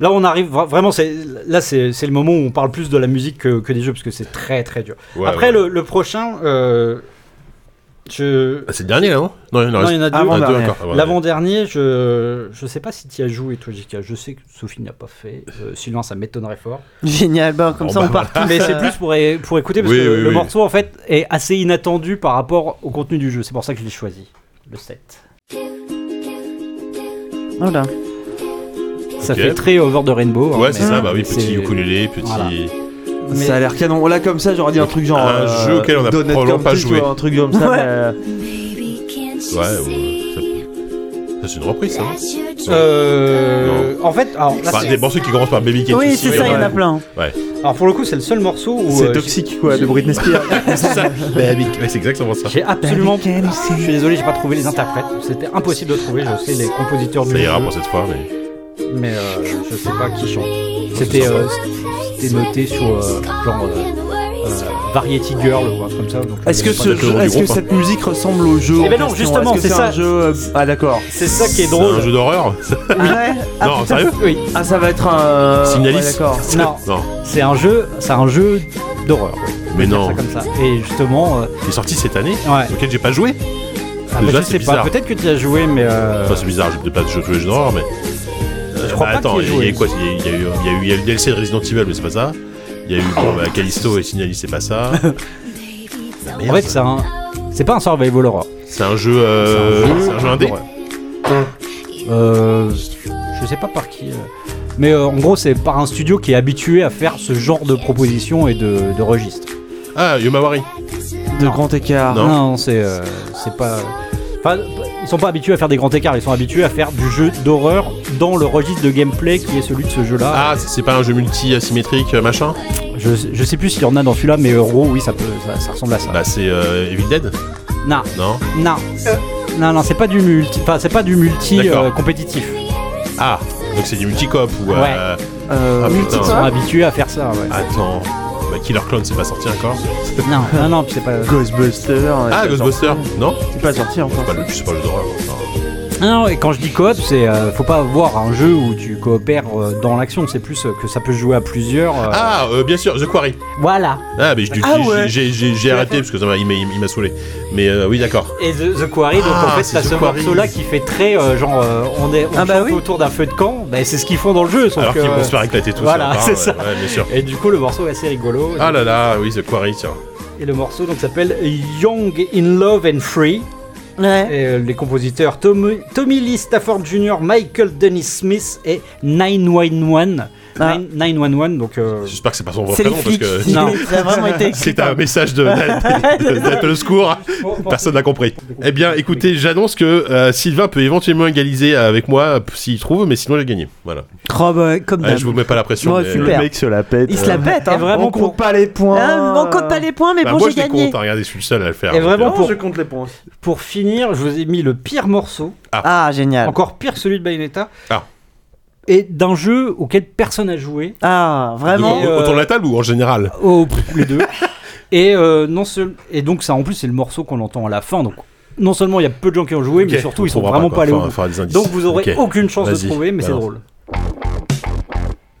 [SPEAKER 4] Là, on arrive vra- vraiment. C'est là, c'est c'est le moment où on parle plus de la musique que, que des jeux parce que c'est très très dur.
[SPEAKER 1] Ouais,
[SPEAKER 4] Après,
[SPEAKER 1] ouais.
[SPEAKER 4] Le, le prochain, euh, je
[SPEAKER 1] Ah, c'est le dernier là, non Non, il en
[SPEAKER 4] non, il y
[SPEAKER 1] reste
[SPEAKER 4] en a deux.
[SPEAKER 1] un, deux
[SPEAKER 3] Avant-dernier.
[SPEAKER 1] encore. Ah, Avant-dernier.
[SPEAKER 4] L'avant dernier, je je sais pas si tu as joué toi, JK. Je sais que Sophie n'a pas fait. Euh, sinon, ça
[SPEAKER 1] <laughs>
[SPEAKER 4] m'étonnerait fort.
[SPEAKER 2] Génial, bah, comme
[SPEAKER 3] Oh,
[SPEAKER 2] ça
[SPEAKER 1] Bon, bah,
[SPEAKER 2] on part tous.
[SPEAKER 4] Mais c'est
[SPEAKER 2] euh,
[SPEAKER 4] plus pour, é- pour écouter parce
[SPEAKER 1] Oui,
[SPEAKER 4] que
[SPEAKER 1] oui,
[SPEAKER 4] le
[SPEAKER 1] oui.
[SPEAKER 4] morceau en fait est assez inattendu par rapport au contenu du jeu. C'est pour ça que je l'ai choisi. Le 7.
[SPEAKER 2] Voilà.
[SPEAKER 4] Ça
[SPEAKER 1] Ok.
[SPEAKER 4] fait très over de rainbow. hein,
[SPEAKER 1] Ouais, c'est
[SPEAKER 4] mais
[SPEAKER 1] ça, bah oui,
[SPEAKER 4] c'est-
[SPEAKER 1] petit ukulélé, petit.
[SPEAKER 4] Voilà. mais-
[SPEAKER 3] Ça a l'air canon. Là, comme ça, j'aurais dit un truc genre.
[SPEAKER 1] Un
[SPEAKER 3] euh,
[SPEAKER 1] jeu auquel on a
[SPEAKER 3] Donut
[SPEAKER 1] probablement pas
[SPEAKER 3] County,
[SPEAKER 1] joué.
[SPEAKER 3] tu vois, Un truc comme ça.
[SPEAKER 2] Ouais.
[SPEAKER 3] mais, euh,
[SPEAKER 1] Ouais, ouais, ça- Ça, C'est une reprise, ça. non
[SPEAKER 5] Euh, en fait, alors,
[SPEAKER 4] Bah,
[SPEAKER 5] là,
[SPEAKER 1] Enfin,
[SPEAKER 5] c'est-
[SPEAKER 1] des morceaux qui commencent par Baby Cat
[SPEAKER 2] Oui,
[SPEAKER 1] aussi,
[SPEAKER 2] c'est ça, il y en
[SPEAKER 3] euh,
[SPEAKER 2] a
[SPEAKER 1] ouais.
[SPEAKER 2] plein.
[SPEAKER 5] alors, pour le coup, c'est le seul morceau où
[SPEAKER 3] C'est
[SPEAKER 5] euh,
[SPEAKER 3] toxique, quoi, de
[SPEAKER 1] <laughs>
[SPEAKER 3] Britney Spears.
[SPEAKER 1] C'est
[SPEAKER 4] <laughs>
[SPEAKER 1] ça. Baby Cat, Bah, ouais, c'est exactement ça.
[SPEAKER 4] J'ai absolument. Je suis désolé, j'ai pas trouvé les interprètes. C'était impossible de trouver. Je sais les compositeurs du
[SPEAKER 1] Ça ira
[SPEAKER 4] jeu,
[SPEAKER 1] pour cette fois, mais.
[SPEAKER 4] mais euh, je sais pas qui chante.
[SPEAKER 5] C'était,
[SPEAKER 4] C'était
[SPEAKER 5] euh,
[SPEAKER 4] c'était noté sur euh, genre euh, euh, Variety Girl ou un truc comme ça. donc euh, je
[SPEAKER 3] Est-ce que,
[SPEAKER 4] connais pas
[SPEAKER 3] ce
[SPEAKER 4] de-
[SPEAKER 1] nom
[SPEAKER 3] jeu-
[SPEAKER 1] du
[SPEAKER 3] est-ce que
[SPEAKER 1] groupe, hein.
[SPEAKER 3] cette musique ressemble au jeu
[SPEAKER 4] Eh ben
[SPEAKER 3] en question
[SPEAKER 4] non, justement,
[SPEAKER 3] Est-ce que
[SPEAKER 4] c'est
[SPEAKER 3] un
[SPEAKER 4] ça.
[SPEAKER 3] jeu, euh, Ah d'accord.
[SPEAKER 4] c'est ça qui est
[SPEAKER 1] C'est
[SPEAKER 4] drôle.
[SPEAKER 1] un jeu d'horreur
[SPEAKER 2] Ouais. Ah,
[SPEAKER 1] <laughs> Non,
[SPEAKER 2] putain.
[SPEAKER 1] sérieux
[SPEAKER 4] Oui,
[SPEAKER 3] Ah, ça va être un.
[SPEAKER 1] Signalis
[SPEAKER 3] Ouais, d'accord.
[SPEAKER 4] Euh, Non.
[SPEAKER 1] Non,
[SPEAKER 4] c'est un jeu, c'est un jeu d'horreur. oui. On peut
[SPEAKER 1] Mais
[SPEAKER 4] dire
[SPEAKER 1] non.
[SPEAKER 4] ça comme ça. Et justement, euh,
[SPEAKER 1] il est sorti cette année,
[SPEAKER 4] ouais.
[SPEAKER 1] auquel j'ai pas joué.
[SPEAKER 4] Ah, bah,
[SPEAKER 1] Déjà,
[SPEAKER 4] je
[SPEAKER 1] c'est
[SPEAKER 4] sais pas.
[SPEAKER 1] bizarre.
[SPEAKER 4] Peut-être que tu as joué, mais euh,
[SPEAKER 1] Enfin, c'est bizarre, j'ai pas joué aux jeux d'horreur, mais. Euh,
[SPEAKER 4] crois
[SPEAKER 1] bah,
[SPEAKER 4] pas
[SPEAKER 1] attends,
[SPEAKER 4] que j'y ai
[SPEAKER 1] il y a
[SPEAKER 4] joué.
[SPEAKER 1] quoi Il y a- il y, a eu- il y a eu- il y a eu le DLC de Resident Evil, mais c'est pas ça. Il y a eu bon, bah, Callisto et Signalis, c'est pas ça.
[SPEAKER 4] en fait, c'est un, c'est pas un survival horror.
[SPEAKER 1] C'est un jeu. euh, C'est un jeu indé.
[SPEAKER 4] Euh, je sais pas par qui. euh. Mais euh, en gros, c'est par un studio qui est habitué à faire ce genre de propositions et de, de registres.
[SPEAKER 1] Ah, Yomawari.
[SPEAKER 3] De
[SPEAKER 4] Non.
[SPEAKER 3] grand écart.
[SPEAKER 1] Ah Non.
[SPEAKER 4] Non, non, c'est euh, c'est pas. Enfin, ils sont pas habitués à faire des grands écarts. Ils sont habitués à faire du jeu d'horreur dans le registre de gameplay qui est celui de ce jeu-là.
[SPEAKER 1] Ah, c'est- c'est pas un jeu multi-asymétrique, euh, machin
[SPEAKER 4] Je, je sais plus s'il y en a dans celui-là, mais en gros, oui, ça peut, ça, ça ressemble à ça.
[SPEAKER 1] Bah, c'est euh, Evil Dead
[SPEAKER 4] Non,
[SPEAKER 1] Non
[SPEAKER 4] non, non, non, c'est pas du multi. Enfin, c'est pas du multi
[SPEAKER 1] D'accord.
[SPEAKER 4] euh, compétitif.
[SPEAKER 1] Ah, donc c'est du multicop ou. euh,
[SPEAKER 3] Euh,
[SPEAKER 1] Ah,
[SPEAKER 4] Ils
[SPEAKER 1] putain.
[SPEAKER 4] sont habitués à faire ça. Ouais.
[SPEAKER 1] Attends. Bah, Killer Clone, c'est pas sorti encore
[SPEAKER 4] Non, non, non, puis c'est pas.
[SPEAKER 3] Ghostbuster.
[SPEAKER 1] Ah, Ghostbuster Non
[SPEAKER 3] C'est pas sorti encore.
[SPEAKER 1] C'est pas le c'est pas le jeu d'horreur. enfin.
[SPEAKER 4] Non, et quand je dis coop, c'est euh, faut pas voir un jeu où tu coopères euh, dans l'action, c'est plus euh, que ça peut se jouer à plusieurs. euh,
[SPEAKER 1] Ah, euh, bien sûr, The Quarry.
[SPEAKER 4] Voilà.
[SPEAKER 1] Ah, mais du-
[SPEAKER 2] Ah
[SPEAKER 1] j'ai-
[SPEAKER 2] ouais.
[SPEAKER 1] j'ai- j'ai j'ai arrêté parce que ça m'a- il m'a- il m'a saoulé. Mais euh, oui, d'accord.
[SPEAKER 4] Et The, The Quarry, donc
[SPEAKER 1] Ah,
[SPEAKER 4] en fait,
[SPEAKER 1] c'est
[SPEAKER 4] t'as
[SPEAKER 1] The
[SPEAKER 4] ce
[SPEAKER 1] Quarry.
[SPEAKER 4] morceau-là qui fait très euh, genre euh, on est on
[SPEAKER 2] Ah bah
[SPEAKER 4] chante
[SPEAKER 2] oui.
[SPEAKER 4] autour d'un feu de camp, bah, c'est ce qu'ils font dans le jeu. Sauf
[SPEAKER 1] Alors
[SPEAKER 4] que,
[SPEAKER 1] qu'ils vont
[SPEAKER 4] euh,
[SPEAKER 1] se faire éclater tous.
[SPEAKER 4] voilà,
[SPEAKER 1] hein,
[SPEAKER 4] c'est
[SPEAKER 1] ouais,
[SPEAKER 4] ça.
[SPEAKER 1] Ouais, bien sûr.
[SPEAKER 4] Et du coup, le morceau est assez rigolo.
[SPEAKER 1] Ah là là, oui, The Quarry, tiens.
[SPEAKER 4] Et le morceau donc s'appelle Young in Love and Free.
[SPEAKER 2] Ouais.
[SPEAKER 4] Et, euh, les compositeurs Tommy, Tommy Lee Stafford Jr., Michael Dennis Smith et 911.
[SPEAKER 2] Ah.
[SPEAKER 4] 911, donc. euh,
[SPEAKER 1] J'espère que c'est pas son vrai
[SPEAKER 2] C'est les
[SPEAKER 1] prénom parce
[SPEAKER 2] flics. <laughs>
[SPEAKER 1] que.
[SPEAKER 4] Non.
[SPEAKER 2] Ça a vraiment été écrit.
[SPEAKER 1] <laughs> C'est un message de d'Apple Secours. Personne n'a compris. Eh bien, écoutez, j'annonce que euh, Sylvain peut éventuellement égaliser avec moi p- s'il trouve, mais sinon j'ai gagné. Voilà.
[SPEAKER 2] Oh, bah, comme
[SPEAKER 1] Ouais,
[SPEAKER 2] d'hab.
[SPEAKER 1] je vous mets pas la pression.
[SPEAKER 2] Bon,
[SPEAKER 1] mais- euh,
[SPEAKER 2] super.
[SPEAKER 3] Le mec se la pète. euh.
[SPEAKER 2] Il se la pète,
[SPEAKER 4] Et
[SPEAKER 2] hein.
[SPEAKER 4] vraiment
[SPEAKER 3] on
[SPEAKER 4] pour,
[SPEAKER 3] compte pas les points.
[SPEAKER 2] Ah, on compte pas les points, mais
[SPEAKER 1] Bah,
[SPEAKER 2] bon,
[SPEAKER 1] moi,
[SPEAKER 2] j'ai
[SPEAKER 1] je les
[SPEAKER 2] gagné.
[SPEAKER 1] compte. hein, Regardez, je suis le seul à le faire.
[SPEAKER 4] Et vraiment,
[SPEAKER 1] Donc,
[SPEAKER 4] pour-
[SPEAKER 3] je compte les points.
[SPEAKER 4] pour finir, je vous ai mis le pire morceau,
[SPEAKER 1] hein.
[SPEAKER 2] Ah, génial.
[SPEAKER 4] encore pire que celui de Bayonetta.
[SPEAKER 1] Ah.
[SPEAKER 4] Et d'un jeu auquel personne n'a joué.
[SPEAKER 2] Ah,
[SPEAKER 1] euh,
[SPEAKER 2] vraiment.
[SPEAKER 1] donc, Autour de la table ou en général
[SPEAKER 4] Oh, pff, les
[SPEAKER 1] <laughs>
[SPEAKER 4] deux. Et, euh, non seul... et donc, ça en plus, c'est le morceau qu'on entend à la fin. Donc, non seulement il y a peu de gens qui ont joué, mais
[SPEAKER 1] Ok,
[SPEAKER 4] surtout, ils
[SPEAKER 1] on
[SPEAKER 4] sont
[SPEAKER 1] trouvera
[SPEAKER 4] vraiment
[SPEAKER 1] quoi.
[SPEAKER 4] pas allés
[SPEAKER 1] Enfin,
[SPEAKER 4] au
[SPEAKER 1] on
[SPEAKER 4] bout.
[SPEAKER 1] fera des indices.
[SPEAKER 4] Donc, vous aurez
[SPEAKER 1] Ok.
[SPEAKER 4] aucune chance de
[SPEAKER 1] Vas-y, Ah
[SPEAKER 4] trouver, mais c'est
[SPEAKER 1] balance.
[SPEAKER 4] drôle.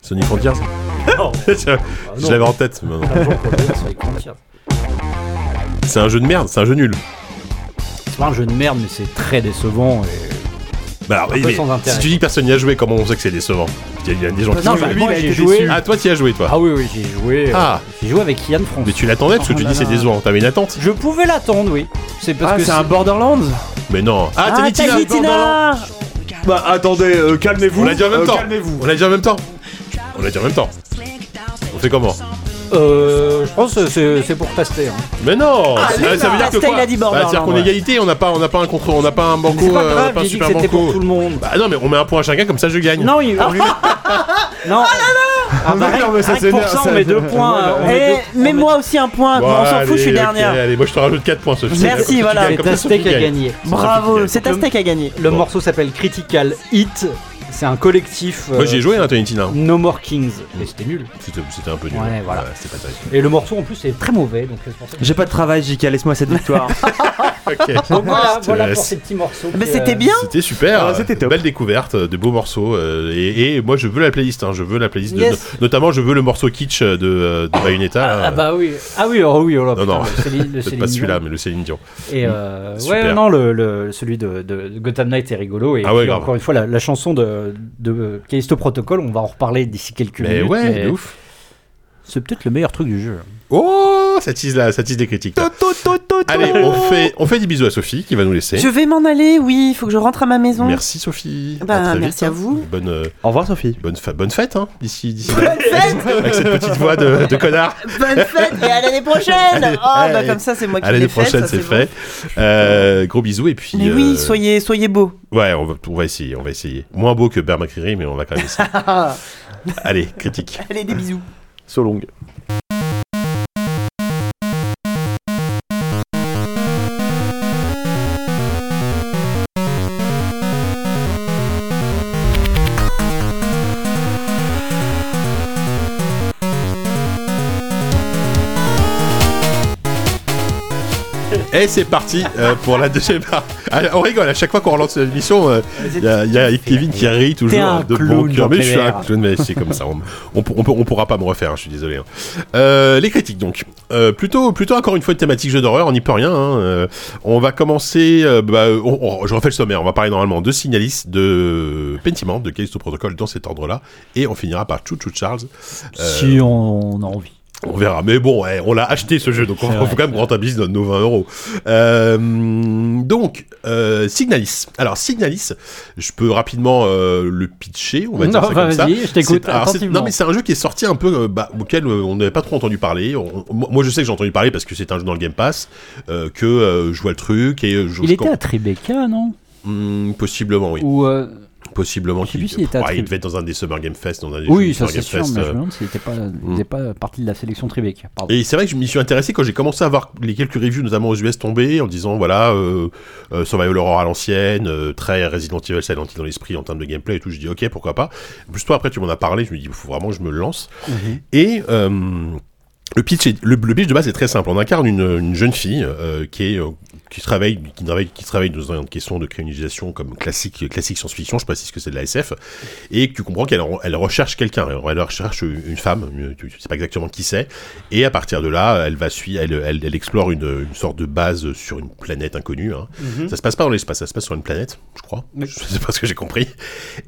[SPEAKER 1] Sony
[SPEAKER 4] <laughs>
[SPEAKER 1] Frontiers <laughs> Je
[SPEAKER 4] Ah
[SPEAKER 1] je l'avais en tête. mais Ah non. C'est un jeu de merde, c'est un jeu nul.
[SPEAKER 4] C'est pas un jeu de merde, mais c'est très décevant. et-
[SPEAKER 1] Bah, oui,
[SPEAKER 4] peu
[SPEAKER 1] mais
[SPEAKER 4] sans intérêt.
[SPEAKER 1] si tu dis que personne n'y a joué, comment on sait que c'est décevant Il y a- il y a des gens qui
[SPEAKER 4] Non,
[SPEAKER 1] jouent.
[SPEAKER 4] bah,
[SPEAKER 3] lui,
[SPEAKER 4] moi,
[SPEAKER 3] il a
[SPEAKER 4] j'ai
[SPEAKER 3] été
[SPEAKER 4] joué.
[SPEAKER 3] déçu.
[SPEAKER 1] Ah, toi, tu y as joué, toi.
[SPEAKER 4] Ah oui, oui, j'ai joué. euh,
[SPEAKER 1] Ah.
[SPEAKER 4] J'ai joué avec Yann France.
[SPEAKER 1] Mais tu l'attendais parce que tu dis c'est décevant. T'avais une attente
[SPEAKER 4] Je pouvais l'attendre, oui. C'est parce
[SPEAKER 3] Ah,
[SPEAKER 4] que
[SPEAKER 3] c'est un Borderlands
[SPEAKER 1] Mais non. Ah,
[SPEAKER 2] Ah,
[SPEAKER 1] Tahiti, là,
[SPEAKER 2] Tahiti,
[SPEAKER 1] encore dans-
[SPEAKER 2] Tina
[SPEAKER 3] Bah attendez, euh, calmez-vous.
[SPEAKER 1] On l'a dit en même
[SPEAKER 3] Euh,
[SPEAKER 1] temps.
[SPEAKER 3] Calmez-vous.
[SPEAKER 1] On l'a dit en même temps. On l'a dit en même temps. On fait comment
[SPEAKER 4] Euh, je pense que c'est c'est pour tester. hein.
[SPEAKER 1] Mais non c'est-
[SPEAKER 2] Ah, mais
[SPEAKER 1] Ça
[SPEAKER 2] non.
[SPEAKER 1] veut dire que
[SPEAKER 2] Asta,
[SPEAKER 1] quoi
[SPEAKER 2] il a dit
[SPEAKER 1] Bah,
[SPEAKER 2] Borderlands,
[SPEAKER 1] C'est-à-dire qu'on est
[SPEAKER 2] ouais.
[SPEAKER 1] égalité, on n'a pas, on n'a pas un contrôle, on n'a pas un banco,
[SPEAKER 4] C'est pas
[SPEAKER 1] euh, on n'a
[SPEAKER 4] grave,
[SPEAKER 1] pas un
[SPEAKER 4] j'ai dit que
[SPEAKER 1] super
[SPEAKER 4] c'était pour tout
[SPEAKER 1] banco.
[SPEAKER 4] le monde.
[SPEAKER 1] Bah non, mais on met un point à chacun, comme ça je gagne.
[SPEAKER 4] Non, il. on lui- non. Ah, bah,
[SPEAKER 3] Non,
[SPEAKER 4] rien-
[SPEAKER 3] mais ça,
[SPEAKER 4] rien que
[SPEAKER 3] c'est
[SPEAKER 4] pour
[SPEAKER 3] éner-
[SPEAKER 4] ça,
[SPEAKER 3] ça-
[SPEAKER 4] on met deux points. euh, on met
[SPEAKER 2] Eh,
[SPEAKER 4] deux- on met-
[SPEAKER 2] mets-moi aussi un point.
[SPEAKER 1] Bon,
[SPEAKER 2] on s'en fout, je suis
[SPEAKER 1] allez, ok,
[SPEAKER 2] dernière.
[SPEAKER 1] Allez, moi je te rajoute 4 points, Sophie.
[SPEAKER 2] Merci,
[SPEAKER 1] Comme ça,
[SPEAKER 2] voilà.
[SPEAKER 1] tu gagnes,
[SPEAKER 4] C'est
[SPEAKER 1] comme ça, Sophie
[SPEAKER 4] Tasté qui a
[SPEAKER 1] gagne.
[SPEAKER 4] gagné.
[SPEAKER 2] Bravo, c'est
[SPEAKER 4] Le-
[SPEAKER 2] Aztec qui a gagné.
[SPEAKER 4] Le morceau s'appelle Critical Hit. C'est un collectif. euh,
[SPEAKER 1] Moi j'y ai joué, hein, Tahiti, hein.
[SPEAKER 4] No More Kings. Mais c'était nul.
[SPEAKER 1] C'était c'était un peu nul.
[SPEAKER 4] Ouais, voilà.
[SPEAKER 1] C'était pas terrible.
[SPEAKER 4] Et le morceau en plus est très mauvais. Donc, euh, c'est pour ça que-
[SPEAKER 3] J'ai pas de travail, JK, laisse-moi cette <laughs> victoire.
[SPEAKER 1] <laughs> Ok.
[SPEAKER 4] Donc voilà,
[SPEAKER 1] te
[SPEAKER 4] voilà
[SPEAKER 1] laisse.
[SPEAKER 4] pour ces petits morceaux.
[SPEAKER 2] Mais
[SPEAKER 4] qui,
[SPEAKER 2] c'était
[SPEAKER 4] euh,
[SPEAKER 2] bien.
[SPEAKER 1] C'était super,
[SPEAKER 3] Ah, c'était
[SPEAKER 1] euh,
[SPEAKER 3] top.
[SPEAKER 1] belle découverte, euh, de beaux morceaux. euh, et, et moi, je veux la playlist. hein, je veux la playlist. de-
[SPEAKER 4] Yes.
[SPEAKER 1] no- notamment, je veux le morceau kitsch euh, de, euh, de Bayonetta. là,
[SPEAKER 4] Ah bah oui, ah oui, oh oui, oh là,
[SPEAKER 1] Non,
[SPEAKER 4] putain,
[SPEAKER 1] non.
[SPEAKER 4] le
[SPEAKER 1] <laughs>
[SPEAKER 4] Céline- le
[SPEAKER 1] Peut-être
[SPEAKER 4] Céline
[SPEAKER 1] pas
[SPEAKER 4] Dion.
[SPEAKER 1] celui-là, mais le Céline Dion.
[SPEAKER 4] Et euh,
[SPEAKER 1] Mmh. Super.
[SPEAKER 4] ouais, non, le, le- celui de, de- de Gotham Knight est rigolo. Et
[SPEAKER 1] Ah ouais,
[SPEAKER 4] puis,
[SPEAKER 1] grave.
[SPEAKER 4] encore une fois, la, la chanson de, de Callisto Protocol, on va en reparler d'ici quelques
[SPEAKER 1] Mais
[SPEAKER 4] minutes.
[SPEAKER 1] ouais,
[SPEAKER 4] mais
[SPEAKER 1] de ouf.
[SPEAKER 4] C'est peut-être le meilleur truc du jeu.
[SPEAKER 1] Oh, ça tease, la, ça tease des critiques. là. Allez, on fait, on fait des bisous à Sophie qui va nous laisser.
[SPEAKER 2] Je vais m'en aller, oui, il faut que je rentre à ma maison.
[SPEAKER 1] Merci Sophie.
[SPEAKER 2] Bah,
[SPEAKER 1] À très
[SPEAKER 2] merci
[SPEAKER 1] vite,
[SPEAKER 2] à
[SPEAKER 1] hein.
[SPEAKER 2] vous.
[SPEAKER 1] Bonne, euh,
[SPEAKER 3] Au revoir Sophie.
[SPEAKER 1] bonne, fa- bonne fête hein, d'ici d'ici là. Avec cette petite voix de, de connard.
[SPEAKER 2] Bonne <laughs> fête et à l'année prochaine
[SPEAKER 1] Allez,
[SPEAKER 2] Oh, bah
[SPEAKER 1] allez.
[SPEAKER 2] comme ça, c'est moi
[SPEAKER 1] À
[SPEAKER 2] qui l'ai
[SPEAKER 1] l'année
[SPEAKER 2] fait.
[SPEAKER 1] prochaine,
[SPEAKER 2] ça,
[SPEAKER 1] c'est
[SPEAKER 2] bon.
[SPEAKER 1] fait. Euh, gros bisous et puis.
[SPEAKER 2] Mais oui,
[SPEAKER 1] euh,
[SPEAKER 2] soyez, soyez beaux.
[SPEAKER 1] Ouais, on va, on va essayer, on va essayer. Moins beau que Bernard Criri, mais on va quand
[SPEAKER 2] <laughs>
[SPEAKER 1] même essayer.
[SPEAKER 2] <laughs> Allez,
[SPEAKER 1] Allez, critique.
[SPEAKER 2] des bisous.
[SPEAKER 3] So long.
[SPEAKER 1] Et c'est parti euh, pour la deuxième part. Ah, On rigole, à chaque fois qu'on relance l'émission, euh, il y a- il y, a Kevin qui rit toujours
[SPEAKER 4] un
[SPEAKER 1] de bon
[SPEAKER 4] clown,
[SPEAKER 1] cœur. Mais je suis un
[SPEAKER 4] Jean-Pierre.
[SPEAKER 1] clown, mais c'est comme ça. On, on, pour- on peut- on pourra pas me refaire, hein, je suis désolé. hein. Euh, les critiques donc. Euh, plutôt, plutôt encore une fois une thématique jeu d'horreur, on n'y peut rien. hein. Euh, on va commencer, euh, bah, on- on- je refais le sommaire, on va parler normalement de Signalis, de Pentiment, de Callisto Protocol dans cet ordre-là. Et on finira par Chou Chou Charles. Euh,
[SPEAKER 4] Si on, on a envie.
[SPEAKER 1] on verra. Mais bon, eh, on l'a acheté ce jeu, donc on
[SPEAKER 4] C'est
[SPEAKER 1] faut
[SPEAKER 4] vrai.
[SPEAKER 1] quand même rentabiliser nos- nos 20 euros. Euh, donc, euh, Signalis. Alors, Signalis, je peux rapidement euh, le pitcher, on va dire
[SPEAKER 4] Non,
[SPEAKER 1] ça
[SPEAKER 4] bah,
[SPEAKER 1] comme ça.
[SPEAKER 4] vas-y, je t'écoute
[SPEAKER 1] C'est- alors, c'est-
[SPEAKER 4] attentivement.
[SPEAKER 1] Non, mais c'est un jeu qui est sorti un peu, euh, bah, auquel euh, on n'avait pas trop entendu parler. On- on- moi, moi, je sais que j'ai entendu parler parce que c'est un jeu dans le Game Pass, euh, que euh, je vois le truc et euh, je...
[SPEAKER 4] Il
[SPEAKER 1] je
[SPEAKER 4] était à Tribeca, non
[SPEAKER 1] Hmm, possiblement, oui.
[SPEAKER 4] Ou, euh,
[SPEAKER 1] Possiblement.
[SPEAKER 4] Je sais
[SPEAKER 1] qu'il-
[SPEAKER 4] plus s'il était à
[SPEAKER 1] Ouais, il
[SPEAKER 4] Trib-
[SPEAKER 1] devait être dans un des Summer Game Fest, dans un des
[SPEAKER 4] Oui,
[SPEAKER 1] jeux
[SPEAKER 4] ça
[SPEAKER 1] Summer
[SPEAKER 4] c'est
[SPEAKER 1] Game
[SPEAKER 4] sûr,
[SPEAKER 1] Fest,
[SPEAKER 4] mais je
[SPEAKER 1] euh,
[SPEAKER 4] me demande s'il n'était pas, il faisait pas partie de la sélection Tribeca. Pardon.
[SPEAKER 1] Et c'est vrai que je m'y suis intéressé quand j'ai commencé à voir les quelques reviews, notamment aux US, tomber en disant voilà, euh, euh, Survival Horror à l'ancienne, euh, très Resident Evil Silent Hill dans l'esprit en termes de gameplay et tout. Je dis ok, pourquoi pas. En Plus toi, après, tu m'en as parlé, je me dis faut vraiment que je me lance. Et. euh, le pitch, est- le, le pitch de base est très simple. On incarne une, une jeune fille euh, qui est euh, qui travaille qui travaille qui travaille dans une question de criminalisation comme classique classique science-fiction. Je précise que c'est de la SF et tu comprends qu'elle re- elle recherche quelqu'un. Elle recherche une femme. une- Tu, tu sais pas exactement qui c'est. Et à partir de là, elle va suivre. Elle, elle, elle explore une, une sorte de base sur une planète inconnue. Hein. Ça se passe pas dans l'espace. Ça se passe sur une planète, je crois.
[SPEAKER 4] Oui.
[SPEAKER 1] Je sais pas ce que j'ai compris.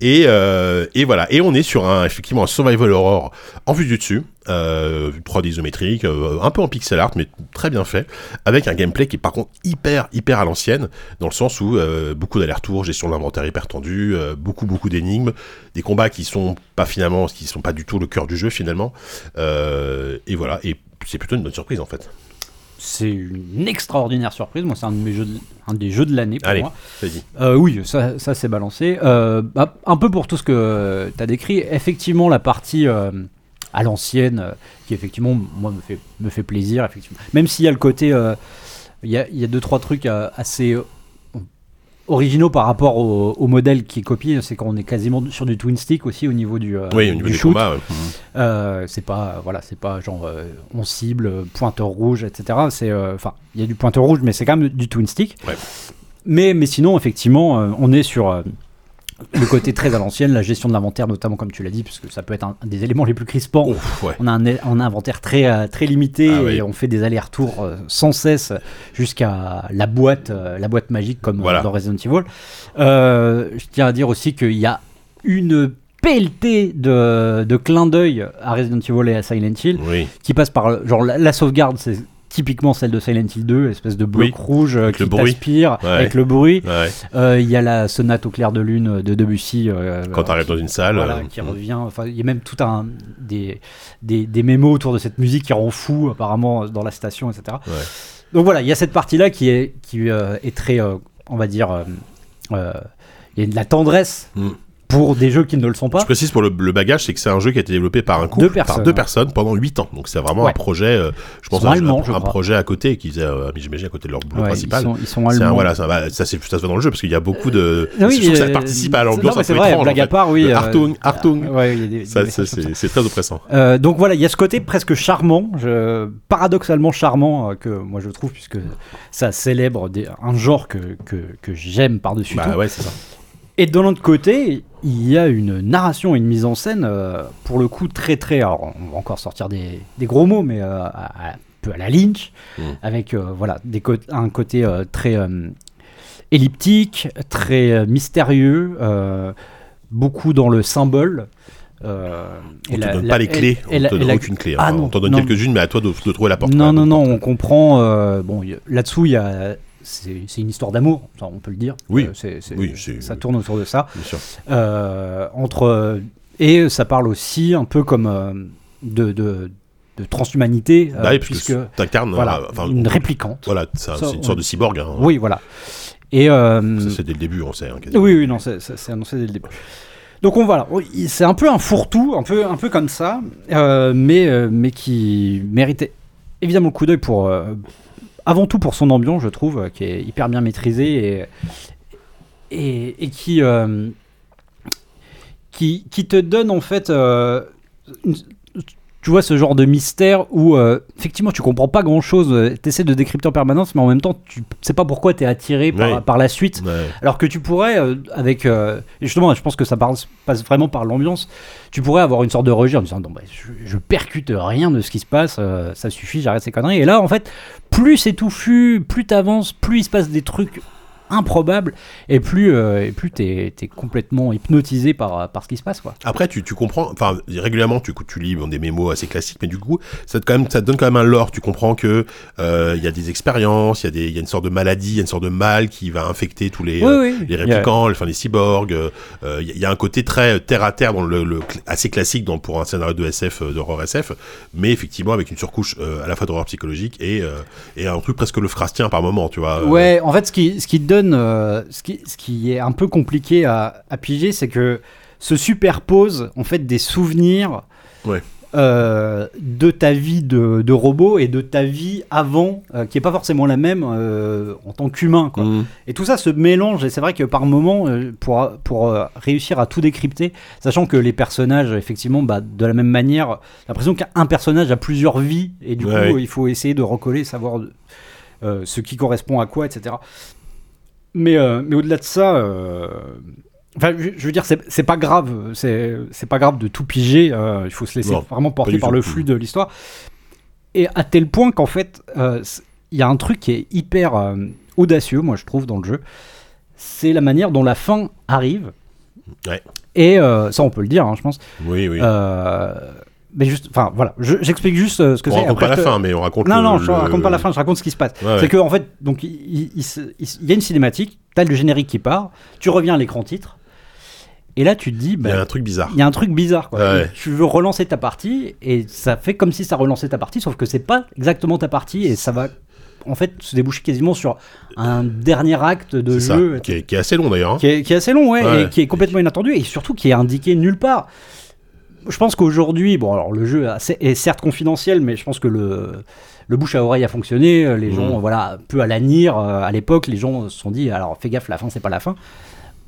[SPEAKER 1] Et, euh, et voilà. Et on est sur un, effectivement un survival horror en vue du dessus, euh, 3D isométrique, euh, un peu en pixel art, mais très bien fait, avec un gameplay qui est par contre hyper, hyper à l'ancienne, dans le sens où euh, beaucoup d'allers-retours, gestion de l'inventaire hyper tendu, euh, beaucoup, beaucoup d'énigmes, des combats qui sont pas finalement, qui sont pas du tout le cœur du jeu finalement. Euh, et voilà. Et c'est plutôt une bonne surprise en fait.
[SPEAKER 4] C'est une extraordinaire surprise. Moi, c'est un, de mes jeux de- un des jeux de l'année pour
[SPEAKER 1] Allez,
[SPEAKER 4] moi.
[SPEAKER 1] vas-y.
[SPEAKER 4] Euh, oui, ça, ça c'est balancé. Euh, bah, un peu pour tout ce que tu as décrit, effectivement, la partie euh, à l'ancienne, euh, qui effectivement, moi, me fait, me fait plaisir, effectivement. Même s'il y a le côté. euh, Il y, a, il y a deux, trois trucs euh, assez euh, originaux par rapport au, au modèle qui est copié. C'est qu'on est quasiment sur du twin stick aussi au niveau du, euh,
[SPEAKER 1] oui, au niveau
[SPEAKER 4] du
[SPEAKER 1] des
[SPEAKER 4] shoot.
[SPEAKER 1] combats. ouais.
[SPEAKER 4] Euh, c'est pas euh, voilà, c'est pas genre euh, on cible euh, pointeur rouge, etc. C'est euh, enfin, il y a du pointeur rouge, mais c'est quand même du twin stick.
[SPEAKER 1] Ouais.
[SPEAKER 4] Mais mais sinon, effectivement, euh, on est sur euh, le côté très à l'ancienne, la gestion de l'inventaire, notamment comme tu l'as dit, parce que ça peut être un, un des éléments les plus crispants.
[SPEAKER 1] Ouf, ouais.
[SPEAKER 4] On a, un, on a un inventaire très, euh, très limité
[SPEAKER 1] Ah oui.
[SPEAKER 4] et on fait des allers-retours euh, sans cesse jusqu'à la boîte, euh, la boîte magique comme euh,
[SPEAKER 1] Voilà.
[SPEAKER 4] dans Resident Evil. Euh, je tiens à dire aussi qu'il y a une pelletée de, de clins d'œil à Resident Evil et à Silent Hill
[SPEAKER 1] Oui.
[SPEAKER 4] qui passe par euh, genre la, la sauvegarde, c'est typiquement celle de Silent Hill 2, espèce de bloc
[SPEAKER 1] Oui.
[SPEAKER 4] rouge euh,
[SPEAKER 1] Avec
[SPEAKER 4] qui
[SPEAKER 1] le bruit.
[SPEAKER 4] t'aspire
[SPEAKER 1] Ouais.
[SPEAKER 4] avec le bruit.
[SPEAKER 1] Ouais.
[SPEAKER 4] Euh, Il y a la sonate au clair de lune de Debussy. euh,
[SPEAKER 1] Quand t'arrives dans une salle.
[SPEAKER 4] voilà,
[SPEAKER 1] euh,
[SPEAKER 4] qui revient. Enfin, il y a même tout un des, des, des mémos autour de cette musique qui rend fou apparemment dans la station, etc.
[SPEAKER 1] Ouais.
[SPEAKER 4] Donc voilà, il y a cette partie là qui est qui euh, est très, euh, on va dire, euh, euh, il y a de la tendresse
[SPEAKER 1] Mm.
[SPEAKER 4] pour des jeux qui ne le sont
[SPEAKER 1] Je
[SPEAKER 4] pas.
[SPEAKER 1] précise pour le, le bagage, c'est que c'est un jeu qui a été développé par un couple,
[SPEAKER 4] Deux personnes,
[SPEAKER 1] par deux
[SPEAKER 4] ouais.
[SPEAKER 1] personnes pendant 8 ans. Donc c'est vraiment un
[SPEAKER 4] Ouais.
[SPEAKER 1] projet, euh, je pense,
[SPEAKER 4] sont
[SPEAKER 1] un,
[SPEAKER 4] allemands,
[SPEAKER 1] un-
[SPEAKER 4] je
[SPEAKER 1] un
[SPEAKER 4] crois.
[SPEAKER 1] projet à côté qui faisait, euh, j'imagine, à côté de leur boulot
[SPEAKER 4] Ouais, ils
[SPEAKER 1] principal.
[SPEAKER 4] sont, ils sont
[SPEAKER 1] C'est un-
[SPEAKER 4] allemands.
[SPEAKER 1] voilà, ça, va- ça, c'est- ça se voit dans le jeu parce qu'il y a beaucoup de.
[SPEAKER 4] Ah oui,
[SPEAKER 1] je trouve que ça
[SPEAKER 4] euh,
[SPEAKER 1] participe à l'ambiance
[SPEAKER 4] non, mais
[SPEAKER 1] un
[SPEAKER 4] c'est
[SPEAKER 1] peu
[SPEAKER 4] vrai,
[SPEAKER 1] étrange.
[SPEAKER 4] blague
[SPEAKER 1] en
[SPEAKER 4] à
[SPEAKER 1] fait.
[SPEAKER 4] part, oui.
[SPEAKER 1] Le
[SPEAKER 4] euh,
[SPEAKER 1] Hartung, Hartung.
[SPEAKER 4] ouais, il y a des- des
[SPEAKER 1] Ça,
[SPEAKER 4] messages
[SPEAKER 1] ça,
[SPEAKER 4] comme ça.
[SPEAKER 1] c'est c'est très oppressant.
[SPEAKER 4] Euh, donc voilà, il y a ce côté presque charmant, je- paradoxalement charmant, euh, que moi je trouve, puisque ça célèbre des- un genre que, que- que j'aime par-dessus tout.
[SPEAKER 1] Bah ouais, c'est ça.
[SPEAKER 4] Et de l'autre côté, il y a une narration et une mise en scène, euh, pour le coup, très très. Alors, on va encore sortir des, des gros mots, mais euh, à- à- un peu à la Lynch,
[SPEAKER 1] Mm.
[SPEAKER 4] avec euh, voilà, des cô- un côté euh, très euh, elliptique, très euh, mystérieux, euh, beaucoup dans le symbole. euh,
[SPEAKER 1] On
[SPEAKER 4] et
[SPEAKER 1] te
[SPEAKER 4] la-
[SPEAKER 1] donne
[SPEAKER 4] la-
[SPEAKER 1] pas les
[SPEAKER 4] et-
[SPEAKER 1] clés,
[SPEAKER 4] et
[SPEAKER 1] on
[SPEAKER 4] la-
[SPEAKER 1] te
[SPEAKER 4] et
[SPEAKER 1] donne
[SPEAKER 4] la-
[SPEAKER 1] aucune clé.
[SPEAKER 4] Ah
[SPEAKER 1] hein.
[SPEAKER 4] non,
[SPEAKER 1] on te donne
[SPEAKER 4] non.
[SPEAKER 1] quelques-unes, mais à toi de, de trouver la porte. hein,
[SPEAKER 4] Non,
[SPEAKER 1] quand
[SPEAKER 4] non,
[SPEAKER 1] même.
[SPEAKER 4] non, on comprend. euh, bon, y- là-dessous, il y a. C'est c'est une histoire d'amour, ça, on peut le dire.
[SPEAKER 1] Oui,
[SPEAKER 4] Euh, c'est- c'est-
[SPEAKER 1] oui, c'est-
[SPEAKER 4] ça tourne autour de ça.
[SPEAKER 1] Bien sûr.
[SPEAKER 4] Euh, entre euh, et ça parle aussi un peu comme euh, de, de, de transhumanité, euh,
[SPEAKER 1] Bah oui, parce
[SPEAKER 4] puisque
[SPEAKER 1] que t'incarnes
[SPEAKER 4] voilà,
[SPEAKER 1] euh, enfin,
[SPEAKER 4] une réplicante.
[SPEAKER 1] Voilà, ça,
[SPEAKER 4] Ça,
[SPEAKER 1] c'est une
[SPEAKER 4] on-
[SPEAKER 1] sorte de cyborg. hein.
[SPEAKER 4] Oui, voilà. Et euh,
[SPEAKER 1] Ça, c'est dès le début, on sait. hein, quasiment.
[SPEAKER 4] oui, oui, non, c'est- c'est c'est annoncé dès le début. Donc on voilà, on- il- c'est un peu un fourre-tout, un peu, un peu comme ça, euh, mais, euh, mais qui méritait évidemment le coup d'œil pour, euh, avant tout pour son ambiance, je trouve, euh, qui est hyper bien maîtrisée et, et, et qui, euh, qui, qui te donne en fait, euh, une- tu vois, ce genre de mystère où euh, effectivement tu comprends pas grand-chose, tu essaies de décrypter en permanence, mais en même temps tu sais pas pourquoi tu es attiré
[SPEAKER 1] Ouais.
[SPEAKER 4] par, par la suite.
[SPEAKER 1] Ouais.
[SPEAKER 4] Alors que tu pourrais, euh, avec. euh, et justement, je pense que ça parle- passe vraiment par l'ambiance. Tu pourrais avoir une sorte de rejet en disant non, bah, je, je percute rien de ce qui se passe, euh, ça suffit, j'arrête ces conneries. Et là, en fait, plus c'est touffu, plus t'avances, plus il se passe des trucs improbables, et plus euh, et plus t'es t'es complètement hypnotisé par, par ce qui se passe, quoi.
[SPEAKER 1] Après, tu, tu comprends, enfin, régulièrement, tu, tu lis bon, des mémos assez classiques, mais du coup, ça te, quand même, ça te donne quand même un lore. Tu comprends que euh, il y a des expériences, il y, a des- il y a une sorte de maladie, il y a une sorte de mal qui va infecter tous les, euh,
[SPEAKER 4] oui,
[SPEAKER 1] les réplicants, enfin, les cyborgs. euh, euh, Il y, a- il y a un côté très euh, terre à terre, dans le, le cl- assez classique dans, pour un scénario de SF, euh, d'horreur SF, mais effectivement avec une surcouche euh, à la fois d'horreur psychologique et, euh, et un truc presque le frastien par moment, tu vois. euh,
[SPEAKER 4] Ouais, en fait, ce qui, ce qui donne, euh, ce, qui, ce qui est un peu compliqué à, à piger, c'est que se superposent en fait des souvenirs
[SPEAKER 1] Ouais.
[SPEAKER 4] euh, de ta vie de, de robot et de ta vie avant, euh, qui est pas forcément la même euh, en tant qu'humain. quoi.
[SPEAKER 1] Mm.
[SPEAKER 4] Et tout ça se mélange, et c'est vrai que par moment, euh, pour, pour euh, réussir à tout décrypter, sachant que les personnages, effectivement, bah, de la même manière, j'ai l'impression qu'un personnage a plusieurs vies, et du
[SPEAKER 1] Ouais,
[SPEAKER 4] coup,
[SPEAKER 1] ouais.
[SPEAKER 4] il faut essayer de recoller, savoir euh, ce qui correspond à quoi, etc. Mais, euh, mais au-delà de ça, euh, enfin, je, je veux dire, c'est c'est pas grave, c'est c'est pas grave de tout piger, euh, il faut se laisser
[SPEAKER 1] Non,
[SPEAKER 4] vraiment porter
[SPEAKER 1] du
[SPEAKER 4] par
[SPEAKER 1] tout.
[SPEAKER 4] le flux de l'histoire. Et à tel point qu'en fait, euh, c'est- il y a un truc qui est hyper euh, audacieux, moi je trouve, dans le jeu. C'est la manière dont la fin arrive.
[SPEAKER 1] Ouais.
[SPEAKER 4] Et euh, ça, on peut le dire, hein, je pense.
[SPEAKER 1] Oui, oui.
[SPEAKER 4] Euh, mais juste, enfin voilà, je- j'explique juste euh, ce que
[SPEAKER 1] on
[SPEAKER 4] c'est.
[SPEAKER 1] raconte
[SPEAKER 4] après,
[SPEAKER 1] pas la
[SPEAKER 4] je te-
[SPEAKER 1] fin, mais on raconte
[SPEAKER 4] non,
[SPEAKER 1] le-
[SPEAKER 4] non, je
[SPEAKER 1] le-
[SPEAKER 4] raconte pas la fin, je raconte ce qui se passe.
[SPEAKER 1] Ouais,
[SPEAKER 4] c'est
[SPEAKER 1] ouais.
[SPEAKER 4] que, en fait, donc, il, il- il se- il se- il y a une cinématique, t'as le générique qui part, tu reviens à l'écran titre, et là, tu te dis,
[SPEAKER 1] Il y a un
[SPEAKER 4] bah,
[SPEAKER 1] truc bizarre.
[SPEAKER 4] il y, a un truc bizarre, quoi.
[SPEAKER 1] Ouais.
[SPEAKER 4] Et Tu veux relancer ta partie, et ça fait comme si ça relançait ta partie, sauf que c'est pas exactement ta partie, et ça va, en fait, se déboucher quasiment sur un dernier acte de
[SPEAKER 1] C'est ça,
[SPEAKER 4] jeu,
[SPEAKER 1] qui est, qui est assez long d'ailleurs. hein.
[SPEAKER 4] qui est, qui est assez long, ouais,
[SPEAKER 1] Ouais.
[SPEAKER 4] et qui est complètement inattendu, et surtout qui est indiqué nulle part. Je pense qu'aujourd'hui, bon, alors le jeu est assez- est certes confidentiel, mais je pense que le, le bouche à oreille a fonctionné. euh, Les
[SPEAKER 1] Mhm.
[SPEAKER 4] gens, voilà, un peu à la NIR, euh, à l'époque, les gens se sont dit, alors fais gaffe, la fin, c'est pas la fin.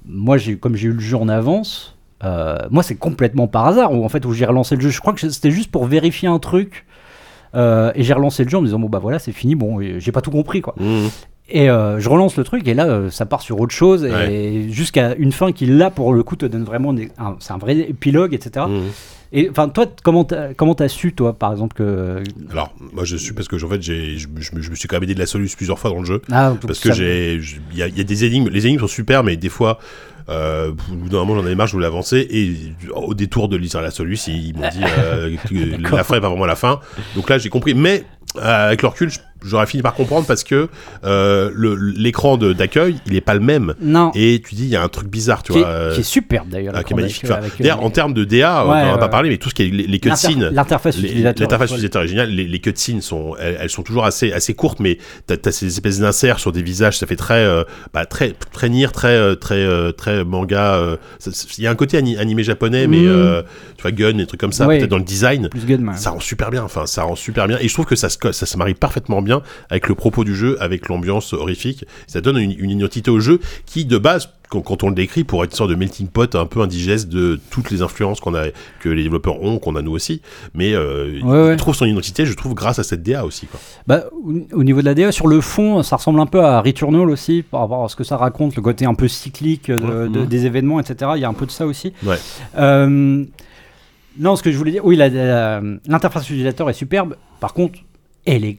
[SPEAKER 4] Moi, j'ai, comme j'ai eu le jeu en avance, euh, moi, c'est complètement par hasard, où, en fait, où j'ai relancé le jeu. Je crois que c'était juste pour vérifier un truc. euh, et j'ai relancé le jeu en me disant, bon, bah voilà, c'est fini, bon, et j'ai pas tout compris, quoi.
[SPEAKER 1] Mm.
[SPEAKER 4] Et euh, je relance le truc et là euh, ça part sur autre chose et jusqu'à une fin qui là pour le coup te donne vraiment des- un, c'est un vrai épilogue etc.
[SPEAKER 1] Mm.
[SPEAKER 4] Et enfin toi t- comment t'as, comment t'as su toi par exemple que
[SPEAKER 1] Alors, moi je suis parce que en fait, j'ai, je, me- je me- je me suis quand même aidé de la solution plusieurs fois dans le jeu.
[SPEAKER 4] ah, donc,
[SPEAKER 1] Parce
[SPEAKER 4] ça-
[SPEAKER 1] que j'ai, je- il y, a- il y a des énigmes, les énigmes sont super, mais des fois, euh, au bout d'un moment, j'en avais marre, je voulais avancer, et au détour de l'histoire de la solution, ils m'ont dit euh, que
[SPEAKER 4] <laughs> D'accord.
[SPEAKER 1] la fin est pas vraiment la fin. Donc là, j'ai compris, mais euh, avec le recul, je- j'aurais fini par comprendre parce que euh, le- l'écran de- d'accueil, il est pas le même.
[SPEAKER 4] non
[SPEAKER 1] Et tu dis, il y a un truc bizarre, tu
[SPEAKER 4] qui,
[SPEAKER 1] vois.
[SPEAKER 4] est,
[SPEAKER 1] euh,
[SPEAKER 4] qui est superbe d'ailleurs
[SPEAKER 1] ah,
[SPEAKER 4] la
[SPEAKER 1] qui est
[SPEAKER 4] grande
[SPEAKER 1] magnifique.
[SPEAKER 4] avec-
[SPEAKER 1] Enfin,
[SPEAKER 4] avec
[SPEAKER 1] D'ailleurs,
[SPEAKER 4] les-
[SPEAKER 1] en termes de DA,
[SPEAKER 4] Ouais,
[SPEAKER 1] on n'en a
[SPEAKER 4] ouais,
[SPEAKER 1] pas
[SPEAKER 4] ouais.
[SPEAKER 1] parlé, mais tout ce qui est les, les
[SPEAKER 4] l'inter-
[SPEAKER 1] cutscenes.
[SPEAKER 4] l'interface
[SPEAKER 1] Les-
[SPEAKER 4] utilisateur
[SPEAKER 1] L'interface
[SPEAKER 4] est folle.
[SPEAKER 1] utilisateur est géniale. Les, les cutscenes sont, elles, elles sont toujours assez, assez courtes, mais t'as as ces espèces d'inserts sur des visages. Ça fait très, euh, bah, très, très nier, très, euh, très, euh, très manga. euh, ça- ça- Il y a un côté ani- animé japonais, mais
[SPEAKER 4] Mm.
[SPEAKER 1] euh, tu vois, gun, des trucs comme ça,
[SPEAKER 4] Ouais.
[SPEAKER 1] peut-être dans le design.
[SPEAKER 4] plus Gunman.
[SPEAKER 1] Ça rend super bien, enfin ça rend super bien, et je trouve que ça se, co- ça se marie parfaitement bien avec le propos du jeu, avec l'ambiance horrifique. Ça donne une, une identité au jeu qui, de base, quand, quand on le décrit, pourrait être une sorte de melting pot un peu indigeste de toutes les influences qu'on a, que les développeurs ont, qu'on a nous aussi. Mais euh,
[SPEAKER 4] Ouais, ouais.
[SPEAKER 1] il trouve son identité, je trouve, grâce à cette DA aussi. Quoi.
[SPEAKER 4] Bah, au au niveau de la DA, sur le fond, ça ressemble un peu à Returnal aussi, par rapport à ce que ça raconte, le côté un peu cyclique de-
[SPEAKER 1] Ouais.
[SPEAKER 4] de-
[SPEAKER 1] Mhm.
[SPEAKER 4] des événements, etc. Il y a un peu de ça aussi.
[SPEAKER 1] Ouais.
[SPEAKER 4] Euh, non, ce que je voulais dire, oui, la- la- l'interface utilisateur est superbe. Par contre, elle est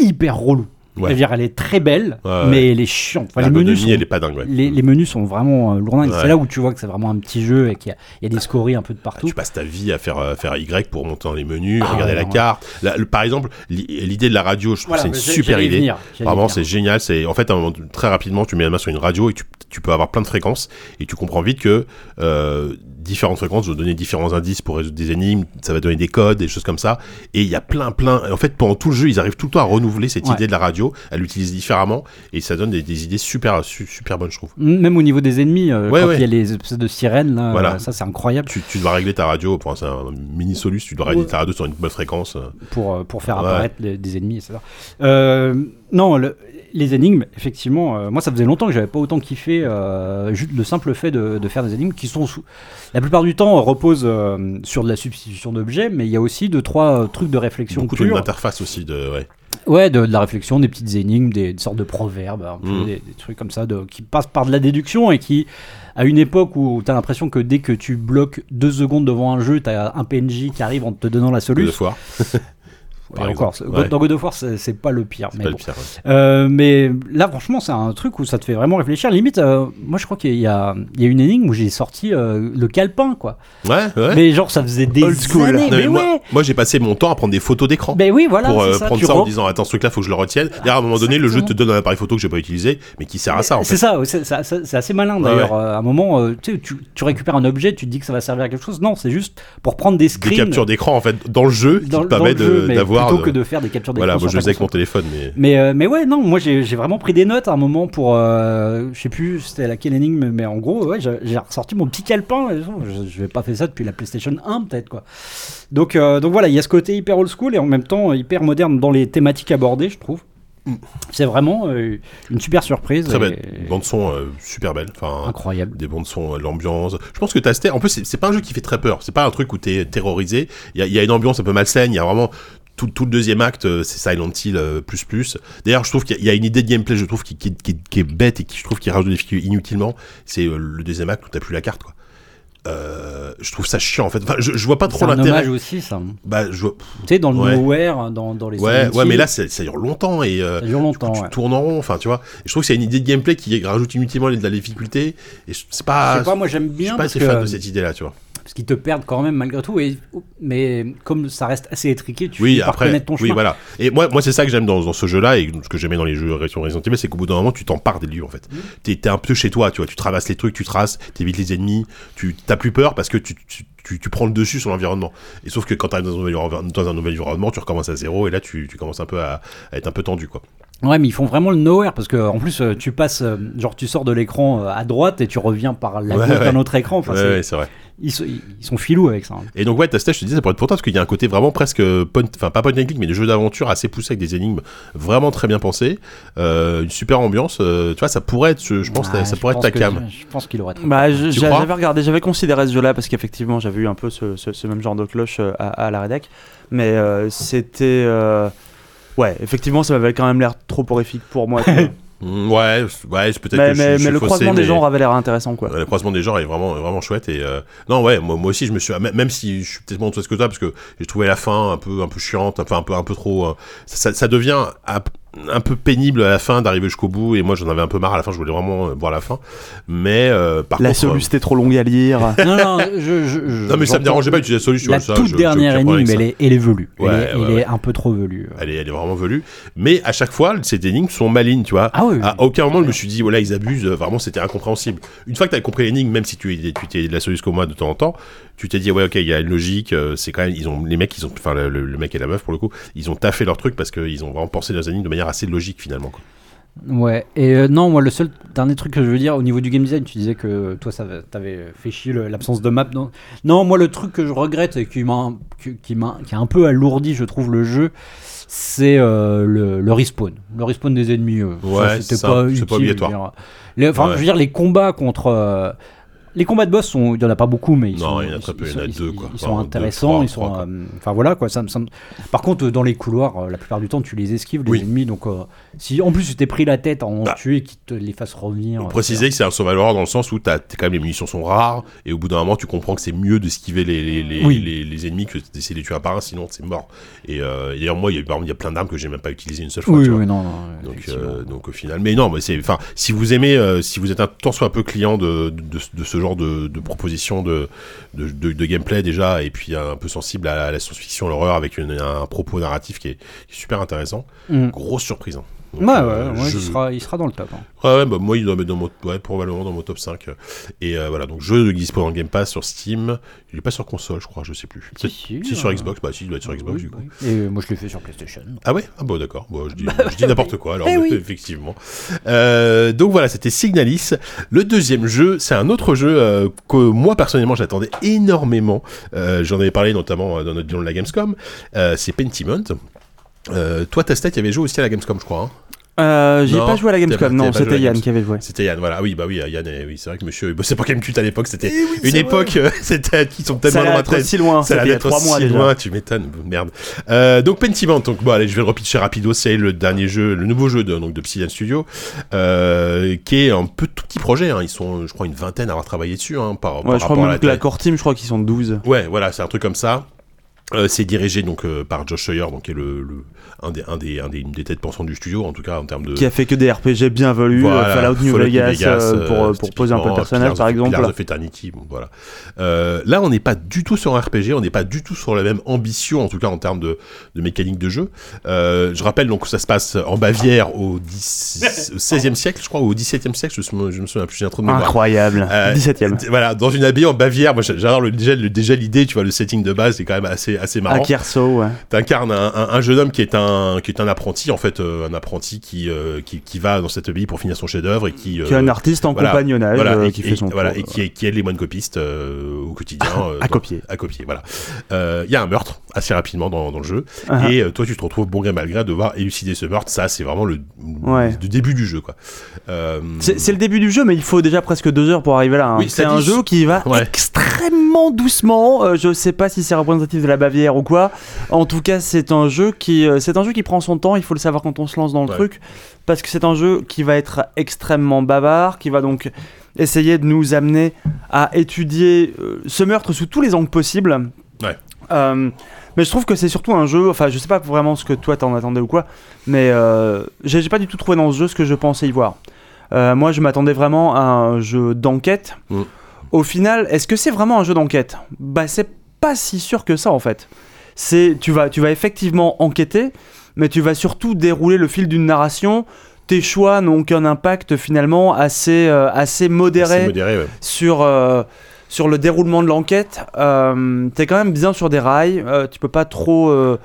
[SPEAKER 4] hyper relou.
[SPEAKER 1] Ouais.
[SPEAKER 4] C'est-à-dire, elle est très belle,
[SPEAKER 1] Ouais,
[SPEAKER 4] mais elle est chiante. Enfin,
[SPEAKER 1] La
[SPEAKER 4] les, menus
[SPEAKER 1] bonhomie,
[SPEAKER 4] sont,
[SPEAKER 1] elle est pas dingue, ouais.
[SPEAKER 4] les, les menus sont vraiment euh, lourdingues.
[SPEAKER 1] Ouais.
[SPEAKER 4] C'est là où tu vois que c'est vraiment un petit jeu et qu'il y a, il y a des scories un peu de
[SPEAKER 1] Ah,
[SPEAKER 4] partout.
[SPEAKER 1] Tu passes ta vie à faire, euh, faire Y pour monter dans les menus,
[SPEAKER 4] Ah,
[SPEAKER 1] regarder
[SPEAKER 4] ouais,
[SPEAKER 1] la
[SPEAKER 4] ouais.
[SPEAKER 1] carte. La- le- par exemple, li- l'idée de la radio, je trouve
[SPEAKER 4] Voilà,
[SPEAKER 1] que
[SPEAKER 4] mais
[SPEAKER 1] c'est
[SPEAKER 4] j'ai-
[SPEAKER 1] une super
[SPEAKER 4] j'allais y
[SPEAKER 1] idée.
[SPEAKER 4] venir, j'allais y
[SPEAKER 1] Vraiment,
[SPEAKER 4] venir.
[SPEAKER 1] c'est génial. C'est en fait, à un moment, très rapidement, tu mets la main sur une radio et tu, tu peux avoir plein de fréquences et tu comprends vite que euh, différentes fréquences vont donner différents indices pour résoudre des énigmes. Ça va donner des codes, des choses comme ça. Et il y a plein, plein. En fait, pendant tout le jeu, ils arrivent tout le temps à renouveler cette
[SPEAKER 4] Ouais.
[SPEAKER 1] idée de la radio, à l'utiliser différemment et ça donne des, des idées super, su- super bonnes, je trouve.
[SPEAKER 4] Même au niveau des ennemis, euh,
[SPEAKER 1] Ouais,
[SPEAKER 4] quand
[SPEAKER 1] ouais.
[SPEAKER 4] il y a les espèces de sirènes, là,
[SPEAKER 1] Voilà.
[SPEAKER 4] euh, ça c'est incroyable
[SPEAKER 1] Tu, tu dois régler ta radio, pour c'est un mini solus, tu dois régler ta radio sur une bonne fréquence. euh.
[SPEAKER 4] pour, euh, pour faire
[SPEAKER 1] Ouais.
[SPEAKER 4] apparaître les- des ennemis, etc. Euh, non, le- les énigmes, effectivement, euh, moi ça faisait longtemps que j'avais pas autant kiffé euh, juste le simple fait de, de faire des énigmes qui sont sous- la plupart du temps euh, reposent euh, sur de la substitution d'objets, mais il y a aussi deux trois euh, trucs de réflexion
[SPEAKER 1] Beaucoup
[SPEAKER 4] pure.
[SPEAKER 1] d'interface aussi de. Ouais.
[SPEAKER 4] Ouais, de, de la réflexion, des petites énigmes, des, des sortes de proverbes, un peu,
[SPEAKER 1] Mm.
[SPEAKER 4] des, des trucs comme ça, de, qui passent par de la déduction et qui, à une époque où t'as l'impression que dès que tu bloques deux secondes devant un jeu, t'as un PNJ qui arrive en te donnant la
[SPEAKER 1] Plus
[SPEAKER 4] solution.
[SPEAKER 1] de foire.
[SPEAKER 4] Et
[SPEAKER 1] par
[SPEAKER 4] encore,
[SPEAKER 1] exemple.
[SPEAKER 4] God-
[SPEAKER 1] Ouais.
[SPEAKER 4] dans God of War, c'est c'est pas le pire.
[SPEAKER 1] C'est
[SPEAKER 4] Mais,
[SPEAKER 1] pas le
[SPEAKER 4] bon.
[SPEAKER 1] pire, hein. ouais.
[SPEAKER 4] Euh, mais là, franchement, c'est un truc où ça te fait vraiment réfléchir. Limite, euh, moi, je crois qu'il y, a il y a une énigme où j'ai sorti euh, le calepin, quoi.
[SPEAKER 1] Ouais, ouais.
[SPEAKER 4] Mais genre, ça faisait des
[SPEAKER 3] Old school.
[SPEAKER 4] années.
[SPEAKER 1] Non, mais
[SPEAKER 4] mais
[SPEAKER 1] moi,
[SPEAKER 4] ouais.
[SPEAKER 1] moi, j'ai passé mon temps à prendre des photos d'écran.
[SPEAKER 4] Ben oui, voilà,
[SPEAKER 1] pour
[SPEAKER 4] c'est
[SPEAKER 1] euh,
[SPEAKER 4] ça.
[SPEAKER 1] prendre
[SPEAKER 4] tu
[SPEAKER 1] ça en
[SPEAKER 4] re-
[SPEAKER 1] disant attends ce truc là faut que je le retienne d'ailleurs à un moment donné le jeu te donne un appareil photo que j'ai pas utilisé mais qui sert à Ah, ça en
[SPEAKER 4] C'est
[SPEAKER 1] fait
[SPEAKER 4] ça, ouais, c'est ça, ça- c'est assez malin
[SPEAKER 1] Ouais,
[SPEAKER 4] d'ailleurs. Euh, À un moment, euh, tu, sais, tu, tu récupères un objet, tu te dis que ça va servir à quelque chose. Non, c'est juste pour prendre des
[SPEAKER 1] des
[SPEAKER 4] screens
[SPEAKER 1] captures d'écran en fait dans le jeu
[SPEAKER 4] dans,
[SPEAKER 1] qui te
[SPEAKER 4] dans
[SPEAKER 1] permet
[SPEAKER 4] le jeu,
[SPEAKER 1] de-
[SPEAKER 4] mais
[SPEAKER 1] d'avoir
[SPEAKER 4] plutôt
[SPEAKER 1] de-
[SPEAKER 4] que de faire des captures d'écran.
[SPEAKER 1] voilà moi
[SPEAKER 4] sur
[SPEAKER 1] je
[SPEAKER 4] ta
[SPEAKER 1] le faisais avec mon
[SPEAKER 4] console.
[SPEAKER 1] téléphone mais
[SPEAKER 4] Mais, euh, mais ouais, non, moi j'ai j'ai vraiment pris des notes à un moment pour. euh, je sais plus c'était laquelle énigme, mais en gros, ouais, j'ai j'ai ressorti mon petit calepin. et Je, je vais pas fait ça depuis la PlayStation 1, peut-être quoi. Donc, euh, donc voilà, il y a ce côté hyper old school et en même temps hyper moderne dans les thématiques abordées, je trouve. C'est vraiment euh, une super surprise.
[SPEAKER 1] Mm. très
[SPEAKER 4] et-
[SPEAKER 1] belle bande son euh, super belle enfin
[SPEAKER 4] Incroyable.
[SPEAKER 1] des bandes son, euh, l'ambiance. Je pense que Taster, en plus, c'est c'est pas un jeu qui fait très peur. C'est pas un truc où t'es terrorisé. Il y a, il y a une ambiance un peu malsaine. Il y a vraiment tout, tout le deuxième acte, euh, c'est Silent Hill euh, plus plus. D'ailleurs, je trouve qu'il y, a- il y a une idée de gameplay, je trouve, qui, qui, qui- qui est bête et qui, je trouve, qui rajoute des difficultés inutilement. C'est euh, le deuxième acte où t'as plus la carte, quoi. Euh, je trouve ça chiant en fait. Enfin, je, je vois pas
[SPEAKER 4] C'est
[SPEAKER 1] trop
[SPEAKER 4] un
[SPEAKER 1] l'intérêt.
[SPEAKER 4] hommage aussi, ça.
[SPEAKER 1] Bah, je vois-
[SPEAKER 4] Tu sais, dans le
[SPEAKER 1] Ouais.
[SPEAKER 4] nowhere, dans, dans les.
[SPEAKER 1] ouais,
[SPEAKER 4] Silent
[SPEAKER 1] ouais, mais
[SPEAKER 4] Hill,
[SPEAKER 1] là, c'est- ça dure longtemps et euh,
[SPEAKER 4] ça dure longtemps.
[SPEAKER 1] tu
[SPEAKER 4] ouais.
[SPEAKER 1] tournes en rond. Enfin, tu vois. Et je trouve que c'est une idée de gameplay qui rajoute inutilement de la difficulté. Et je- c'est pas.
[SPEAKER 4] je sais pas, moi j'aime bien.
[SPEAKER 1] je suis pas
[SPEAKER 4] parce
[SPEAKER 1] assez fan
[SPEAKER 4] que- euh,
[SPEAKER 1] de cette idée-là, tu vois.
[SPEAKER 4] parce qu'ils te perdent quand même malgré tout. Et, mais comme ça reste assez étriqué, tu
[SPEAKER 1] oui,
[SPEAKER 4] finis par
[SPEAKER 1] après,
[SPEAKER 4] connaître ton
[SPEAKER 1] oui,
[SPEAKER 4] chemin.
[SPEAKER 1] voilà. Et moi, moi c'est ça que j'aime dans, dans ce jeu-là et ce que j'aimais dans les jeux Resident Evil, c'est qu'au bout d'un moment, tu t'empares des lieux, en fait.
[SPEAKER 4] Mm.
[SPEAKER 1] T'es t'es un peu chez toi, tu vois. Tu traverses les trucs, tu traces, t'évites les ennemis, tu t'as plus peur parce que tu, tu, tu, tu prends le dessus sur l'environnement. Et sauf que quand t'arrives dans, un nouvel environ- dans un nouvel environnement, tu recommences à zéro et là, tu, tu commences un peu à, à être un peu tendu, quoi.
[SPEAKER 4] Ouais, mais ils font vraiment le nowhere parce que en plus euh, tu passes, euh, genre tu sors de l'écran euh, à droite et tu reviens par la
[SPEAKER 1] Ouais,
[SPEAKER 4] gauche d'un
[SPEAKER 1] ouais.
[SPEAKER 4] autre écran. Enfin,
[SPEAKER 1] ouais,
[SPEAKER 4] Ah, c'est-
[SPEAKER 1] ouais, c'est vrai.
[SPEAKER 4] Ils, sont, ils ils sont filous avec ça. hein.
[SPEAKER 1] Et donc ouais, Tastage, je te disais, ça pourrait être pour toi parce qu'il y a un côté vraiment presque, point- enfin pas point and click, mais des jeux d'aventure assez poussés avec des énigmes vraiment très bien pensées, euh, une super ambiance. euh, tu vois, ça pourrait être, je, je pense,
[SPEAKER 4] Ouais,
[SPEAKER 1] ça pourrait être
[SPEAKER 4] pense
[SPEAKER 1] ta
[SPEAKER 4] que-
[SPEAKER 1] cam.
[SPEAKER 4] Ah, Je pense
[SPEAKER 1] <laughs>
[SPEAKER 4] qu'il aurait.
[SPEAKER 3] Bah, je-
[SPEAKER 1] Tu
[SPEAKER 3] j'a-
[SPEAKER 1] crois
[SPEAKER 3] j'avais regardé, j'avais considéré ce jeu-là parce qu'effectivement, j'avais eu un peu ce, ce- ce même genre de cloche euh, à, à la rédac. Mais euh, c'était. euh, Ouais, effectivement, ça m'avait quand même l'air trop horrifique pour moi. tu vois.
[SPEAKER 1] Mm, ouais, ouais, c'est <laughs> peut-être.
[SPEAKER 3] mais
[SPEAKER 1] que je-
[SPEAKER 3] mais-
[SPEAKER 1] je suis
[SPEAKER 3] mais le
[SPEAKER 1] faussé,
[SPEAKER 3] croisement des
[SPEAKER 1] mais-
[SPEAKER 3] genres avait l'air intéressant, quoi.
[SPEAKER 1] Ouais, Le croisement des genres est vraiment, vraiment chouette. Et euh, non, ouais, moi, moi aussi, je me suis, même- même si je suis peut-être moins enthousiaste que toi, parce que j'ai trouvé la fin un peu, un peu chiante, un peu, un peu, un peu trop. euh, ça, ça- ça devient un, un peu pénible à la fin d'arriver jusqu'au bout. Et moi, j'en avais un peu marre à la fin. Je voulais vraiment euh, voir la fin. Mais euh, par
[SPEAKER 3] La
[SPEAKER 1] contre,
[SPEAKER 3] solution était trop longue à
[SPEAKER 1] <laughs>
[SPEAKER 3] lire.
[SPEAKER 4] non, non, je, je- je-
[SPEAKER 1] Non mais ça me
[SPEAKER 4] j'entends-
[SPEAKER 1] dérangeait pas d'utiliser la solution.
[SPEAKER 4] La
[SPEAKER 1] ça,
[SPEAKER 4] toute
[SPEAKER 1] je-
[SPEAKER 4] dernière
[SPEAKER 1] j'ai aucun problème
[SPEAKER 4] énigme, elle
[SPEAKER 1] avec
[SPEAKER 4] est, elle est velue. Elle
[SPEAKER 1] Ouais,
[SPEAKER 4] est-
[SPEAKER 1] ouais,
[SPEAKER 4] il
[SPEAKER 1] ouais.
[SPEAKER 4] est un peu trop velu.
[SPEAKER 1] ça. elle est, elle est vraiment velue. Mais à chaque fois, ces énigmes sont malines, tu vois.
[SPEAKER 4] Ah oui, oui.
[SPEAKER 1] À aucun moment, je me suis dit, voilà, ils abusent. euh, Vraiment, c'était incompréhensible. Une fois que t'as compris l'énigme, même si tu es, tu t'es de la solution comme moi de temps en temps, tu t'es dit, ouais, ok, il y a une logique. euh, C'est quand même, ils ont, les mecs, ils ont, enfin, le, le- le mec et la meuf pour le coup, ils ont taffé leur truc parce qu'ils ont vraiment pensé leurs énigmes de manière assez logique finalement. quoi.
[SPEAKER 4] Ouais, et euh, non, moi le seul dernier truc que je veux dire au niveau du game design, tu disais que toi ça va- t'avais fait chier le- l'absence de map. Non, non, moi le truc que je regrette et qui m'a qui, qui m'a qui a un peu alourdi, je trouve le jeu, c'est euh, le, le respawn, le respawn des ennemis. euh,
[SPEAKER 1] Ouais,
[SPEAKER 4] ça, c'était
[SPEAKER 1] ça,
[SPEAKER 4] pas
[SPEAKER 1] c'est
[SPEAKER 4] utile,
[SPEAKER 1] pas obligatoire.
[SPEAKER 4] je veux dire. Les- enfin,
[SPEAKER 1] Ouais.
[SPEAKER 4] je veux dire les combats contre euh, les combats de boss sont, il y en a pas beaucoup, mais ils
[SPEAKER 1] Non,
[SPEAKER 4] sont,
[SPEAKER 1] il y en a très peu, il y en a
[SPEAKER 4] ils-
[SPEAKER 1] deux,
[SPEAKER 4] ils-
[SPEAKER 1] quoi.
[SPEAKER 4] Ils
[SPEAKER 1] Enfin,
[SPEAKER 4] sont
[SPEAKER 1] deux,
[SPEAKER 4] intéressants,
[SPEAKER 1] trois,
[SPEAKER 4] ils sont,
[SPEAKER 1] trois, quoi.
[SPEAKER 4] euh, enfin voilà quoi. Ça me semble. Par contre, euh, dans les couloirs, euh, la plupart du temps, tu les esquives les
[SPEAKER 1] Oui.
[SPEAKER 4] ennemis, donc euh, si en plus tu t'es pris la tête à en
[SPEAKER 1] Bah.
[SPEAKER 4] tuer et qu'ils te les fassent revenir.
[SPEAKER 1] On
[SPEAKER 4] euh,
[SPEAKER 1] précisait que c'est un survival horror dans le sens où t'as, t'es- quand même les munitions sont rares et au bout d'un moment tu comprends que c'est mieux d'esquiver les, les, les,
[SPEAKER 4] Oui.
[SPEAKER 1] les, les ennemis que d'essayer de les tuer un par un sinon c'est mort. Et euh, d'ailleurs moi il y a, par exemple, il y a plein d'armes que j'ai même pas utilisées une seule fois.
[SPEAKER 4] Oui,
[SPEAKER 1] tu vois.
[SPEAKER 4] oui, non, non.
[SPEAKER 1] Donc,
[SPEAKER 4] effectivement.
[SPEAKER 1] euh, donc au final, mais non, mais c'est, enfin, si vous aimez, euh, si vous êtes un tant soit un peu client de, de, de ce genre de, de proposition de, de, de- de gameplay déjà, et puis un peu sensible à la, à la science-fiction, l'horreur, avec une- un propos narratif qui est, qui est super intéressant,
[SPEAKER 4] Mm.
[SPEAKER 1] grosse surprise. hein. Donc,
[SPEAKER 4] Ouais, ouais,
[SPEAKER 1] euh,
[SPEAKER 4] Bah ouais,
[SPEAKER 1] je-
[SPEAKER 4] il, sera, il sera dans le top. hein.
[SPEAKER 1] Ouais, ouais, bah, moi, il doit mettre dans mon, ouais, probablement dans mon top 5. euh. Et euh, voilà, donc jeu de dispo en Game Pass sur Steam. Il est pas sur console, je crois, je sais plus. Peut-être-
[SPEAKER 4] Si,
[SPEAKER 1] Si
[SPEAKER 4] euh,
[SPEAKER 1] sur Xbox, bah si, il doit être sur
[SPEAKER 4] oui,
[SPEAKER 1] Xbox du coup.
[SPEAKER 4] oui. Et euh, moi je l'ai fait sur PlayStation.
[SPEAKER 1] Ah ouais Ah bon, d'accord. Bon, je dis,
[SPEAKER 4] Bah,
[SPEAKER 1] je dis
[SPEAKER 4] <laughs>
[SPEAKER 1] n'importe quoi,
[SPEAKER 4] Eh
[SPEAKER 1] alors, effectivement. Euh, donc voilà, c'était Signalis. Le deuxième jeu, c'est un autre jeu euh, que moi, personnellement, j'attendais énormément. Euh, J'en avais parlé notamment euh, dans notre bilan de la Gamescom. Euh, c'est Pentiment. Euh, toi, Tastet, tu avais joué aussi à la Gamescom, je crois. hein
[SPEAKER 3] Euh, J'y ai
[SPEAKER 1] Non,
[SPEAKER 3] pas joué à la
[SPEAKER 1] t'as pas-
[SPEAKER 3] Gamescom,
[SPEAKER 1] t'as
[SPEAKER 3] non,
[SPEAKER 1] pas joué à la
[SPEAKER 3] c'était Yann
[SPEAKER 1] Gamescom.
[SPEAKER 3] qui avait joué.
[SPEAKER 1] C'était Yann, voilà. Ah Oui, bah oui, Yann, eh oui, c'est vrai que monsieur il bossait pour Gamecult à l'époque, c'était
[SPEAKER 3] Eh
[SPEAKER 1] une époque, euh, <laughs> c'était, qui sont tellement
[SPEAKER 3] Ça allait
[SPEAKER 1] loin
[SPEAKER 3] être si loin,
[SPEAKER 1] ça
[SPEAKER 3] c'était
[SPEAKER 1] allait
[SPEAKER 3] il y a
[SPEAKER 1] être
[SPEAKER 3] 3 mois
[SPEAKER 1] si
[SPEAKER 3] déjà.
[SPEAKER 1] loin, tu m'étonnes, merde. Euh, donc Pentiment, donc bon, allez, je vais le repitcher rapido, c'est le dernier jeu, le nouveau jeu de, donc, de Psydian Studio, euh, qui est un peu tout petit projet, hein. ils sont, je crois, une vingtaine à avoir travaillé dessus, hein, par, par
[SPEAKER 3] Ouais, je
[SPEAKER 1] rapport
[SPEAKER 3] crois
[SPEAKER 1] à la
[SPEAKER 3] même que la
[SPEAKER 1] taille.
[SPEAKER 3] core team, je crois qu'ils sont 12.
[SPEAKER 1] Ouais, voilà, c'est un truc comme ça. Euh, c'est dirigé donc euh, par Josh Sawyer, donc qui est le, le- un des un des un des, une des têtes pensantes du studio en tout cas en termes de
[SPEAKER 3] Qui a fait que des RPG bien velus,
[SPEAKER 1] Voilà,
[SPEAKER 3] euh, Fallout New Vegas, euh, pour,
[SPEAKER 1] euh,
[SPEAKER 3] euh, pour poser un peu
[SPEAKER 1] typiquement,
[SPEAKER 3] le personnage
[SPEAKER 1] Pillars
[SPEAKER 3] par
[SPEAKER 1] of-
[SPEAKER 3] exemple.
[SPEAKER 1] Pillars of Eternity, bon, voilà. Euh, là, on n'est pas du tout sur un RPG, on n'est pas du tout sur la même ambition, en tout cas en termes de, de mécanique de jeu. Euh, je rappelle donc que ça se passe en Bavière au, 10 au 16e siècle, je crois, ou au 17e siècle, je, me- je me souviens plus, j'ai un trou de mémoire.
[SPEAKER 3] Incroyable.
[SPEAKER 1] Euh,
[SPEAKER 3] 17ème.
[SPEAKER 1] d- Voilà, dans une abbaye en Bavière, moi j'a- j'adore le, déjà, le- déjà l'idée, tu vois, le setting de base est quand même assez, assez
[SPEAKER 3] À
[SPEAKER 1] marrant.
[SPEAKER 3] Kierso, ouais.
[SPEAKER 1] T'incarnes un, un, un jeune homme qui est un qui est un apprenti en fait, euh, un apprenti qui, euh, qui qui va dans cette abbaye pour finir son chef-d'œuvre et qui
[SPEAKER 3] Qui est
[SPEAKER 1] euh,
[SPEAKER 3] un artiste en
[SPEAKER 1] voilà,
[SPEAKER 3] compagnonnage
[SPEAKER 1] voilà,
[SPEAKER 3] euh,
[SPEAKER 1] et,
[SPEAKER 3] qui
[SPEAKER 1] et-
[SPEAKER 3] fait son.
[SPEAKER 1] voilà,
[SPEAKER 3] tour, Ah,
[SPEAKER 1] et qui, qui aide les moines copistes euh, au quotidien euh, dans-
[SPEAKER 3] À copier.
[SPEAKER 1] à copier. Voilà. Euh, Il y a un meurtre assez rapidement dans, dans le jeu
[SPEAKER 3] Ah ah.
[SPEAKER 1] et euh, toi tu te retrouves bon gré mal gré à devoir élucider ce meurtre. Ça c'est vraiment le,
[SPEAKER 3] Ouais.
[SPEAKER 1] le début du jeu quoi. Euh,
[SPEAKER 3] C'est c'est le début du jeu, mais il faut déjà presque deux heures pour arriver là. hein.
[SPEAKER 1] Oui,
[SPEAKER 3] c'est
[SPEAKER 1] ça
[SPEAKER 3] un
[SPEAKER 1] dit-
[SPEAKER 3] jeu qui va
[SPEAKER 1] Ouais.
[SPEAKER 3] extrêmement doucement. euh, je sais pas si c'est représentatif de la Bavière ou quoi. En tout cas, c'est un jeu qui, euh, c'est un jeu qui prend son temps. Il faut le savoir quand on se lance dans le
[SPEAKER 1] Ouais.
[SPEAKER 3] truc, parce que c'est un jeu qui va être extrêmement bavard, qui va donc essayer de nous amener à étudier euh, ce meurtre sous tous les angles possibles.
[SPEAKER 1] Ouais.
[SPEAKER 3] Euh, mais je trouve que c'est surtout un jeu. Enfin, je sais pas vraiment ce que toi t'en attendais ou quoi, mais euh, j'ai j'ai pas du tout trouvé dans ce jeu ce que je pensais y voir. Euh, moi, je m'attendais vraiment à un jeu d'enquête.
[SPEAKER 1] Mm.
[SPEAKER 3] Au final, est-ce que c'est vraiment un jeu d'enquête Bah, c'est pas si sûr que ça en fait. C'est tu vas tu vas effectivement enquêter, mais tu vas surtout dérouler le fil d'une narration. Tes choix n'ont qu'un impact finalement assez euh, assez
[SPEAKER 1] c'est
[SPEAKER 3] modéré
[SPEAKER 1] modéré. ouais.
[SPEAKER 3] sur, euh, sur le déroulement de l'enquête. Euh, T'es quand même bien sur des rails, euh, tu peux pas trop euh,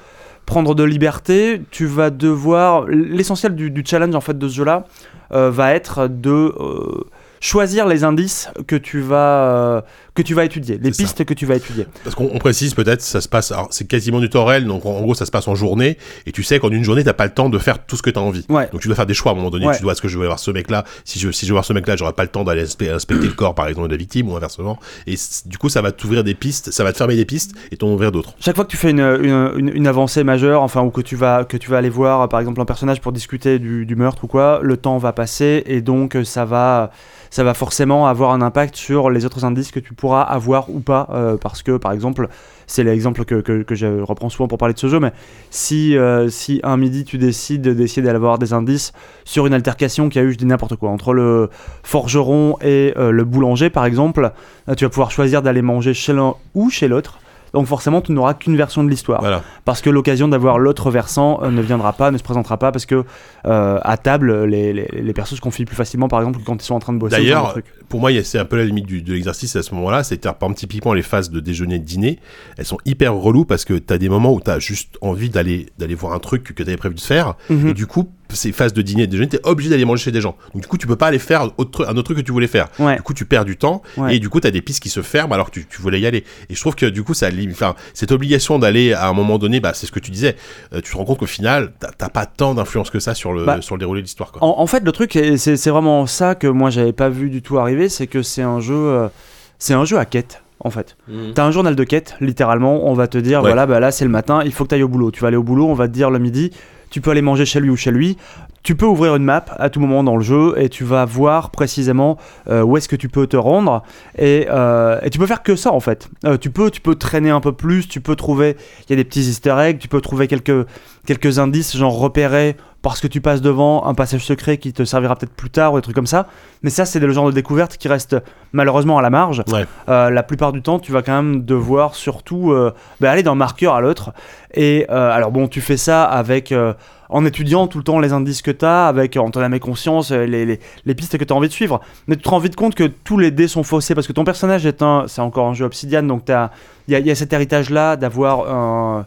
[SPEAKER 3] prendre de liberté, tu vas devoir... L'essentiel du, du challenge en fait de ce jeu-là euh, va être de... euh, choisir les indices que tu vas euh, que tu vas étudier les
[SPEAKER 1] C'est ça.
[SPEAKER 3] pistes que tu vas étudier
[SPEAKER 1] Parce qu'on on précise peut-être, ça se passe, alors, c'est quasiment du temps réel, donc en, en gros ça se passe en journée, et tu sais qu'en une journée t'as pas le temps de faire tout ce que t'as envie.
[SPEAKER 3] ouais
[SPEAKER 1] Donc tu dois faire des choix à un moment donné.
[SPEAKER 3] Ouais.
[SPEAKER 1] Tu dois, est-ce que je vais voir ce mec-là Si je si je vais voir ce mec-là, j'aurai pas le temps d'aller inspe- inspecter le corps, par exemple, de la victime ou inversement. Et c- du coup, ça va t'ouvrir des pistes, ça va te fermer des pistes et t'en ouvrir d'autres.
[SPEAKER 3] Chaque fois que tu fais une, une- une- une avancée majeure, enfin, ou que tu vas, que tu vas aller voir, euh, par exemple, un personnage pour discuter du, du meurtre ou quoi, le temps va passer et donc euh, ça va, ça va forcément avoir un impact sur les autres indices que tu pourras avoir ou pas, euh, parce que, par exemple, c'est l'exemple que, que- que je reprends souvent pour parler de ce jeu, mais si, euh, si un midi tu décides d'essayer d'aller voir des indices sur une altercation qui a eu, je dis n'importe quoi, entre le forgeron et euh, le boulanger, par exemple, euh, tu vas pouvoir choisir d'aller manger chez l'un ou chez l'autre. Donc forcément, tu n'auras qu'une version de l'histoire.
[SPEAKER 1] Voilà.
[SPEAKER 3] Parce que l'occasion d'avoir l'autre versant euh, ne viendra pas, ne se présentera pas, parce que euh, à table, les, les, les persos se confient plus facilement, par exemple, que quand ils sont en train de bosser. ou ce genre de
[SPEAKER 1] D'ailleurs,
[SPEAKER 3] truc.
[SPEAKER 1] pour moi, il y a- c'est un peu la limite du- de l'exercice à ce moment-là. C'est par exemple, typiquement les phases de déjeuner et de dîner, elles sont hyper reloues parce que t'as des moments où t'as juste envie d'aller d'aller voir un truc que t'avais prévu de faire,
[SPEAKER 3] Mhm.
[SPEAKER 1] et du coup, ces phases de dîner et de déjeuner, t'es obligé d'aller manger chez des gens. Donc du coup, tu peux pas aller faire autre, un autre truc que tu voulais faire.
[SPEAKER 3] Ouais.
[SPEAKER 1] Du coup, tu perds du temps
[SPEAKER 3] Ouais.
[SPEAKER 1] et du coup, tu as des pistes qui se ferment alors que tu, tu voulais y aller. Et je trouve que du coup, ça, lim- enfin, cette obligation d'aller à un moment donné, bah, c'est ce que tu disais. euh, tu te rends compte qu'au final, t'as- t'as pas tant d'influence que ça sur le,
[SPEAKER 3] Bah,
[SPEAKER 1] sur le déroulé de l'histoire. quoi.
[SPEAKER 3] En, en fait, le truc, et c'est c'est vraiment ça que moi j'avais pas vu du tout arriver, c'est que c'est un jeu euh, c'est un jeu à quête, en fait.
[SPEAKER 6] Mm.
[SPEAKER 3] T'as un journal de quête, littéralement. On va te dire,
[SPEAKER 1] Mhm. Ouais.
[SPEAKER 3] voilà, bah là, c'est le matin, il faut que t'ailles au boulot. Tu vas aller au boulot, on va te dire le midi, tu peux aller manger chez lui ou chez lui. Tu peux ouvrir une map à tout moment dans le jeu et tu vas voir précisément euh, où est-ce que tu peux te rendre. Et, euh, et tu peux faire que ça, en fait. Euh, tu, peux, tu peux traîner un peu plus, tu peux trouver. Il y a des petits easter eggs, tu peux trouver quelques, quelques indices, genre repérer parce que tu passes devant un passage secret qui te servira peut-être plus tard ou des trucs comme ça. Mais ça, c'est le genre de découverte qui reste malheureusement à la marge.
[SPEAKER 1] Ouais.
[SPEAKER 3] Euh, la plupart du temps, tu vas quand même devoir surtout euh, bah, aller d'un marqueur à l'autre. Et euh, alors bon, tu fais ça avec euh, en étudiant tout le temps les indices que tu as, avec euh, en t'en amène conscience euh, les, les- les pistes que tu as envie de suivre. Mais tu te rends vite compte que tous les dés sont faussés parce que ton personnage est un, c'est encore un jeu Obsidian, donc t'as- il y, a- il y a cet héritage-là d'avoir un-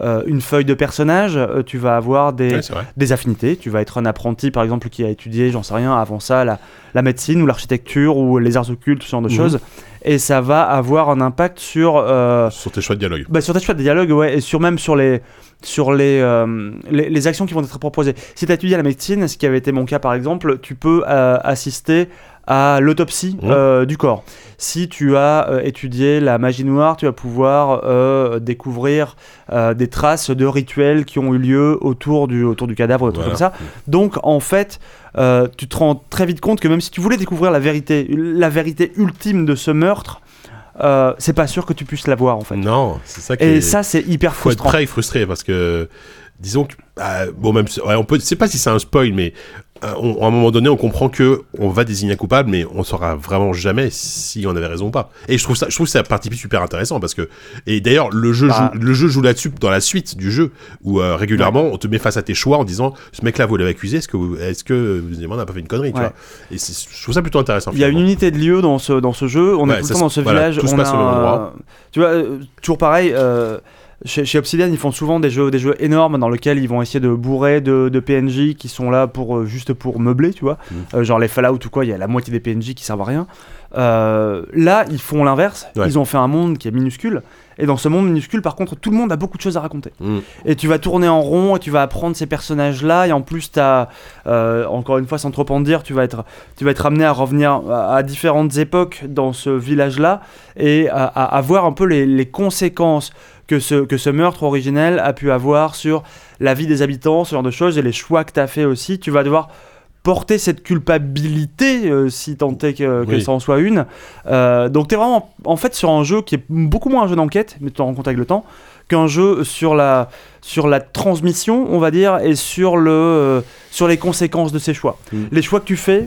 [SPEAKER 3] euh, une feuille de personnage, euh, tu vas avoir des,
[SPEAKER 1] Ouais, c'est vrai.
[SPEAKER 3] des affinités. Tu vas être un apprenti, par exemple, qui a étudié, j'en sais rien, avant ça, la, la médecine ou l'architecture ou les arts occultes, ce genre de
[SPEAKER 1] Mhm.
[SPEAKER 3] choses. Et ça va avoir un impact sur, euh,
[SPEAKER 1] Sur tes choix de dialogue.
[SPEAKER 3] bah, sur tes choix de dialogue, ouais, et sur même sur les, sur les, euh, les, les actions qui vont être proposées. Si tu as étudié la médecine, ce qui avait été mon cas par exemple, tu peux euh, assister à l'autopsie
[SPEAKER 1] Mhm.
[SPEAKER 3] euh, du corps. Si tu as euh, étudié la magie noire, tu vas pouvoir euh, découvrir euh, des traces de rituels qui ont eu lieu autour du, autour du cadavre, des trucs
[SPEAKER 1] Voilà.
[SPEAKER 3] comme ça. Donc en fait, euh, tu te rends très vite compte que même si tu voulais découvrir la vérité, la vérité ultime de ce meurtre, euh, c'est pas sûr que tu puisses la voir en fait.
[SPEAKER 1] Non, c'est ça qui
[SPEAKER 3] Et
[SPEAKER 1] est-
[SPEAKER 3] ça, c'est hyper
[SPEAKER 1] faut être
[SPEAKER 3] frustrant.
[SPEAKER 1] très frustré parce que disons que ah, bon même si- ouais, on peut je sais pas si c'est un spoil mais euh, on- à un moment donné on comprend que on va désigner un coupable mais on saura vraiment jamais si on avait raison ou pas et je trouve ça je trouve ça partie super intéressant parce que et d'ailleurs le jeu
[SPEAKER 3] Bah.
[SPEAKER 1] joue, le jeu joue là-dessus dans la suite du jeu où euh, régulièrement on te met face à tes choix en disant ce mec là vous l'avez accusé est-ce que vous, est-ce que vous on n'a pas fait une connerie tu
[SPEAKER 3] Ouais.
[SPEAKER 1] vois et c'est- je trouve ça plutôt intéressant
[SPEAKER 3] Il y a une
[SPEAKER 1] finalement.
[SPEAKER 3] unité de lieu dans ce, dans ce jeu. On
[SPEAKER 1] Ouais,
[SPEAKER 3] est tout
[SPEAKER 1] ça
[SPEAKER 3] le temps
[SPEAKER 1] se-
[SPEAKER 3] dans ce
[SPEAKER 1] voilà,
[SPEAKER 3] village.
[SPEAKER 1] tout se
[SPEAKER 3] on
[SPEAKER 1] passe
[SPEAKER 3] a
[SPEAKER 1] au même
[SPEAKER 3] un-
[SPEAKER 1] endroit.
[SPEAKER 3] Tu vois, euh, toujours pareil. euh, chez, chez Obsidian, ils font souvent des jeux, des jeux énormes dans lesquels ils vont essayer de bourrer de, de PNJ qui sont là pour euh, juste pour meubler, tu vois.
[SPEAKER 1] Mm.
[SPEAKER 3] Euh, genre les Fallout ou quoi, il y a la moitié des PNJ qui servent à rien. Euh, là, ils font l'inverse.
[SPEAKER 1] Ouais.
[SPEAKER 3] Ils ont fait un monde qui est minuscule. Et dans ce monde minuscule, par contre, tout le monde a beaucoup de choses à raconter.
[SPEAKER 1] Mm.
[SPEAKER 3] Et tu vas tourner en rond et tu vas apprendre ces personnages-là. Et en plus, tu as, encore une fois, sans trop en dire, tu vas être, tu vas être amené à revenir à, à différentes époques dans ce village-là et à, à- à voir un peu les, les conséquences que ce, que ce meurtre originel a pu avoir sur la vie des habitants, ce genre de choses, et les choix que tu as fait aussi. Tu vas devoir porter cette culpabilité, euh, si tant est que, que
[SPEAKER 1] Oui.
[SPEAKER 3] ça en soit une. Euh, donc tu es vraiment, en fait, sur un jeu qui est beaucoup moins un jeu d'enquête, mais tu t'en rends compte avec le temps, qu'un jeu sur la, sur la transmission, on va dire, et sur, le, euh, sur les conséquences de ces choix.
[SPEAKER 1] Mm.
[SPEAKER 3] Les choix que tu fais,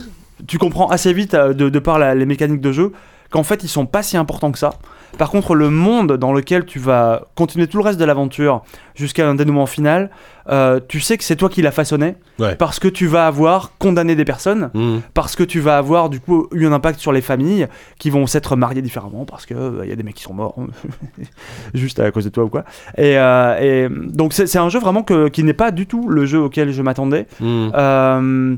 [SPEAKER 3] tu comprends assez vite, euh, de, de par la- les mécaniques de jeu, qu'en fait, ils sont pas si importants que ça. Par contre, le monde dans lequel tu vas continuer tout le reste de l'aventure jusqu'à un dénouement final, euh, tu sais que c'est toi qui l'as façonné,
[SPEAKER 1] Ouais.
[SPEAKER 3] parce que tu vas avoir condamné des personnes,
[SPEAKER 1] Mm.
[SPEAKER 3] parce que tu vas avoir du coup eu un impact sur les familles qui vont s'être mariées différemment parce que euh, y a des mecs qui sont morts <laughs> juste à cause de toi ou quoi. Et, euh, et donc c'est c'est un jeu vraiment que- qui n'est pas du tout le jeu auquel je m'attendais.
[SPEAKER 1] Mm.
[SPEAKER 3] Euh,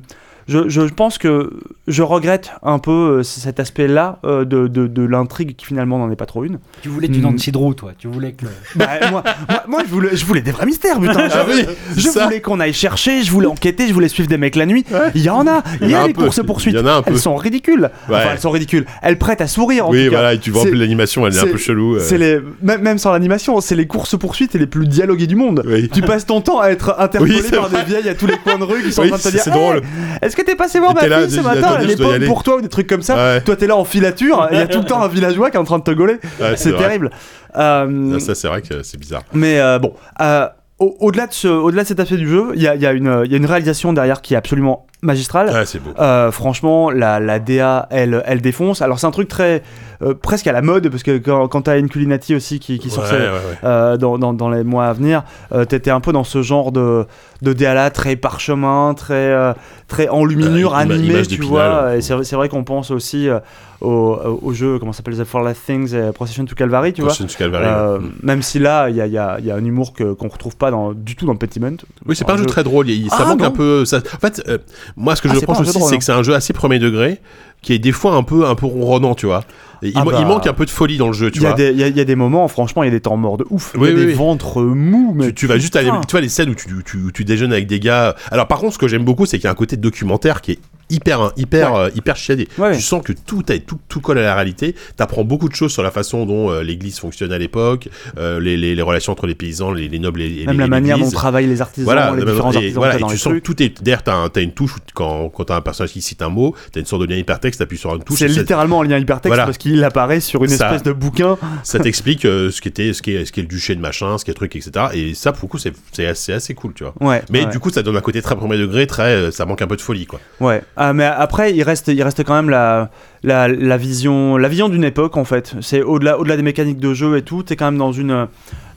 [SPEAKER 3] je, je pense que je regrette un peu euh, cet aspect-là euh, de, de- de l'intrigue qui finalement n'en est pas trop une.
[SPEAKER 4] Tu voulais du
[SPEAKER 3] Hmm.
[SPEAKER 4] Nancy Drew, toi. Tu voulais que.
[SPEAKER 3] <laughs> Bah, moi, moi- moi, je, voulais, je voulais des vrais mystères, putain.
[SPEAKER 1] Ah oui,
[SPEAKER 3] <laughs> Je
[SPEAKER 1] c'est ça.
[SPEAKER 3] voulais qu'on aille chercher, je voulais enquêter, je voulais suivre des mecs la nuit. Il y en a, il y
[SPEAKER 1] en
[SPEAKER 3] a
[SPEAKER 1] un
[SPEAKER 3] les
[SPEAKER 1] peu.
[SPEAKER 3] courses poursuites.
[SPEAKER 1] Il y en a un peu.
[SPEAKER 3] Elles sont ridicules. Enfin,
[SPEAKER 1] Ouais.
[SPEAKER 3] elles sont ridicules. Elles prêtent à sourire en
[SPEAKER 1] oui
[SPEAKER 3] tout cas.
[SPEAKER 1] voilà et tu vois un peu
[SPEAKER 3] C'est-
[SPEAKER 1] l'animation elle est, un
[SPEAKER 3] c'est-
[SPEAKER 1] peu chelou euh.
[SPEAKER 3] C'est les même, même sans l'animation, c'est les courses poursuites et les plus dialoguées du monde.
[SPEAKER 1] Oui.
[SPEAKER 3] Tu passes ton temps à être interpellé
[SPEAKER 1] Oui, c'est
[SPEAKER 3] par des vieilles à tous les coins de rue qui sont
[SPEAKER 1] Oui,
[SPEAKER 3] en train de te
[SPEAKER 1] c'est-
[SPEAKER 3] dire
[SPEAKER 1] c'est
[SPEAKER 3] Hey,
[SPEAKER 1] drôle.
[SPEAKER 3] Est-ce que t'es passé voir
[SPEAKER 1] Et
[SPEAKER 3] ma
[SPEAKER 1] t'es
[SPEAKER 3] fille
[SPEAKER 1] là,
[SPEAKER 3] ce
[SPEAKER 1] je-
[SPEAKER 3] matin
[SPEAKER 1] attendez,
[SPEAKER 3] Elle est
[SPEAKER 1] je dois y
[SPEAKER 3] bonne
[SPEAKER 1] aller.
[SPEAKER 3] pour toi ou des trucs comme ça
[SPEAKER 1] Ouais.
[SPEAKER 3] Toi t'es là en filature et il y a tout le temps un villageois qui est en train de te gauler.
[SPEAKER 1] Ouais,
[SPEAKER 3] c'est
[SPEAKER 1] vrai.
[SPEAKER 3] terrible. Euh,
[SPEAKER 1] Ah, ça c'est vrai que c'est bizarre
[SPEAKER 3] mais euh, bon, euh, au- au-delà de, ce- au-delà de cet aspect du jeu, il y a, il y a une il y a une réalisation derrière qui est absolument magistrale.
[SPEAKER 1] ah c'est beau
[SPEAKER 3] Euh, franchement, la, la DA, elle, elle défonce. Alors, c'est un truc très. euh, presque à la mode, parce que quand, quand t'as une culinati aussi qui, qui
[SPEAKER 1] Ouais,
[SPEAKER 3] sortait
[SPEAKER 1] ouais, ouais.
[SPEAKER 3] euh, dans, dans- dans les mois à venir, euh, t'étais un peu dans ce genre de, de DA là, très parchemin, très, euh, très en luminure,
[SPEAKER 1] Euh, ima-
[SPEAKER 3] animé,
[SPEAKER 1] image
[SPEAKER 3] tu
[SPEAKER 1] d'épinal.
[SPEAKER 3] vois. Et c'est, c'est vrai qu'on pense aussi euh, au, au jeu, comment ça s'appelle, The Four Last Things et Procession to Calvary, tu vois.
[SPEAKER 1] Conscience Calvary,
[SPEAKER 3] Euh,
[SPEAKER 1] ouais. Mm.
[SPEAKER 3] même si là, il y a, il y a- il y a un humour que, qu'on retrouve pas dans, du tout dans Pentiment.
[SPEAKER 1] Oui, c'est pas un jeu
[SPEAKER 3] jeu-
[SPEAKER 1] très drôle. il- ça
[SPEAKER 3] Ah,
[SPEAKER 1] manque
[SPEAKER 3] non.
[SPEAKER 1] un peu. ça- En fait, euh, moi, ce que
[SPEAKER 3] Ah,
[SPEAKER 1] je
[SPEAKER 3] c'est pas
[SPEAKER 1] pense
[SPEAKER 3] un jeu
[SPEAKER 1] aussi,
[SPEAKER 3] drôle,
[SPEAKER 1] c'est
[SPEAKER 3] hein.
[SPEAKER 1] que c'est un jeu assez premier degré, qui est des fois un peu, un peu ronronnant, tu vois. Et il,
[SPEAKER 3] Ah
[SPEAKER 1] ma- il
[SPEAKER 3] bah.
[SPEAKER 1] manque un peu de folie dans le jeu, tu
[SPEAKER 3] Il y, a
[SPEAKER 1] vois.
[SPEAKER 3] des- il y a- il y a des moments, franchement, il y a des temps morts de ouf. Il
[SPEAKER 1] Oui,
[SPEAKER 3] y a
[SPEAKER 1] oui,
[SPEAKER 3] des
[SPEAKER 1] oui.
[SPEAKER 3] ventres mous, mais
[SPEAKER 1] Tu, tu vas juste aller,
[SPEAKER 3] putain.
[SPEAKER 1] euh, tu vois les scènes où tu, tu, où tu déjeunes avec des gars. Alors par contre, ce que j'aime beaucoup, c'est qu'il y a un côté documentaire qui est hyper hyper euh, hyper chiadé.
[SPEAKER 3] Ouais, ouais.
[SPEAKER 1] Tu sens que tout est tout tout colle à la réalité. T'apprends beaucoup de choses sur la façon dont euh, l'Église fonctionne à l'époque, euh, les, les, les relations entre les paysans, les, les nobles et, et
[SPEAKER 3] Même
[SPEAKER 1] les-
[SPEAKER 3] la
[SPEAKER 1] et
[SPEAKER 3] manière dont
[SPEAKER 1] l'Église.
[SPEAKER 3] travaillent les artisans,
[SPEAKER 1] Voilà,
[SPEAKER 3] les
[SPEAKER 1] bah,
[SPEAKER 3] différents
[SPEAKER 1] et,
[SPEAKER 3] artisans
[SPEAKER 1] voilà,
[SPEAKER 3] qu'il y a
[SPEAKER 1] et
[SPEAKER 3] dans
[SPEAKER 1] tu
[SPEAKER 3] les
[SPEAKER 1] sens que
[SPEAKER 3] trucs.
[SPEAKER 1] tout est. D'ailleurs, t'as, un- t'as une touche où t- quand, quand t'as un personnage qui cite un mot, t'as une sorte de lien hypertexte, t'appuies sur une touche.
[SPEAKER 3] C'est
[SPEAKER 1] et ça-
[SPEAKER 3] littéralement en lien hypertexte
[SPEAKER 1] Voilà.
[SPEAKER 3] parce qu'il apparaît sur une
[SPEAKER 1] Ça-
[SPEAKER 3] espèce de bouquin.
[SPEAKER 1] ça t'explique euh, ce qu'était ce qu'est ce qu'est le duché de machin ce qu'est le truc etc et ça pour le coup c'est c'est assez, assez cool tu vois
[SPEAKER 3] Ouais.
[SPEAKER 1] mais
[SPEAKER 3] ouais.
[SPEAKER 1] du coup ça donne un côté très premier degré très euh, ça manque un peu de folie quoi
[SPEAKER 3] Ouais. Ah, mais après, il reste, il reste quand même la, la, la vision, la vision d'une époque en fait. C'est au-delà, au-delà des mécaniques de jeu et tout. T'es quand même dans une,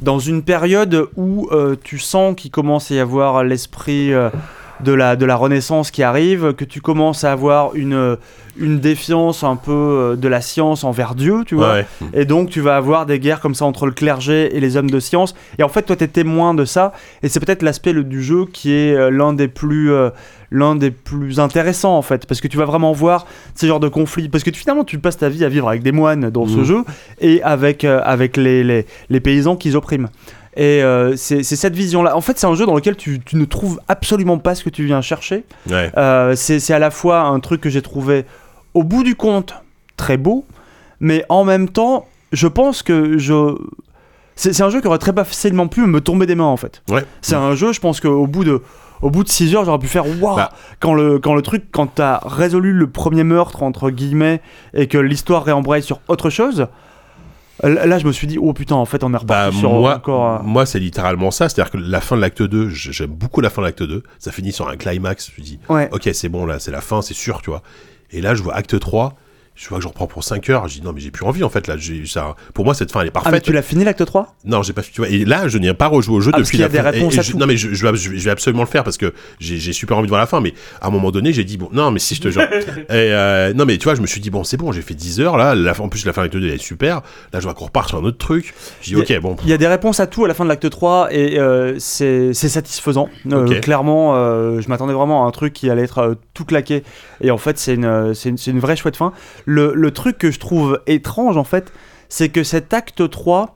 [SPEAKER 3] dans une période où euh, tu sens qu'il commence à y avoir l'esprit euh, de la, de la Renaissance qui arrive, que tu commences à avoir une, une défiance un peu euh, de la science envers Dieu, tu vois.
[SPEAKER 1] ouais
[SPEAKER 3] Et donc tu vas avoir des guerres comme ça entre le clergé et les hommes de science. Et en fait, toi, t'es témoin de ça. Et c'est peut-être l'aspect le- du jeu qui est euh, l'un des plus... euh, l'un des plus intéressants en fait parce que tu vas vraiment voir ces genres de conflits parce que tu- finalement tu passes ta vie à vivre avec des moines dans ce
[SPEAKER 1] Mhm.
[SPEAKER 3] jeu et avec, euh, avec les, les, les paysans qu'ils oppriment et euh, c'est c'est cette vision là en fait c'est un jeu dans lequel tu, tu ne trouves absolument pas ce que tu viens chercher
[SPEAKER 1] ouais
[SPEAKER 3] euh, c'est c'est à la fois un truc que j'ai trouvé au bout du compte très beau, mais en même temps, je pense que je. C'est c'est un jeu qui aurait très facilement pu me tomber des mains en fait.
[SPEAKER 1] ouais
[SPEAKER 3] C'est un jeu, je pense qu'au bout de. Au bout de 6 heures, j'aurais pu faire waouh
[SPEAKER 1] Bah.
[SPEAKER 3] quand le quand le truc quand t'as résolu le premier meurtre entre guillemets et que l'histoire réembraye sur autre chose. Là, là, je me suis dit oh putain, en fait, on est
[SPEAKER 1] bah
[SPEAKER 3] reparti sur
[SPEAKER 1] moi
[SPEAKER 3] encore. euh,
[SPEAKER 1] moi c'est littéralement ça c'est à dire que la fin de l'acte 2 j- j'aime beaucoup la fin de l'acte 2 ça finit sur un climax je me dis
[SPEAKER 3] Ouais.
[SPEAKER 1] ok c'est bon là c'est la fin c'est sûr tu vois et là je vois acte 3 je vois que je reprends pour 5 heures je dis non mais j'ai plus envie en fait là j'ai ça pour moi cette fin elle est
[SPEAKER 3] Ah,
[SPEAKER 1] parfaite
[SPEAKER 3] mais tu l'as fini l'acte 3
[SPEAKER 1] Non, j'ai pas. Tu vois, et là, je n'ai pas rejoué au jeu
[SPEAKER 3] Ah, parce
[SPEAKER 1] depuis
[SPEAKER 3] qu'il y
[SPEAKER 1] la
[SPEAKER 3] a des
[SPEAKER 1] fin. Et-
[SPEAKER 3] réponses
[SPEAKER 1] et
[SPEAKER 3] à
[SPEAKER 1] je-
[SPEAKER 3] tout.
[SPEAKER 1] non, mais je, je, vais- je vais absolument le faire parce que j'ai j'ai super envie de voir la fin. Mais à un moment donné, j'ai dit bon, non, mais si je
[SPEAKER 3] <laughs>
[SPEAKER 1] te jure. et euh, non, mais tu vois, je me suis dit bon, c'est bon, j'ai fait 10 heures là. la fin- en plus, la fin avec 2 elle est super. Là, je vois qu'on repart sur un autre truc. J'ai dit
[SPEAKER 3] Il y
[SPEAKER 1] ok, bon.
[SPEAKER 3] Il y a des réponses à tout à la fin de l'acte 3 et euh, c'est c'est satisfaisant. Euh,
[SPEAKER 1] Ok.
[SPEAKER 3] Clairement, euh, je m'attendais vraiment à un truc qui allait être euh, tout claqué et en fait c'est une, euh, c'est une, c'est une vraie chouette fin. Le, le truc que je trouve étrange en fait, c'est que cet acte 3,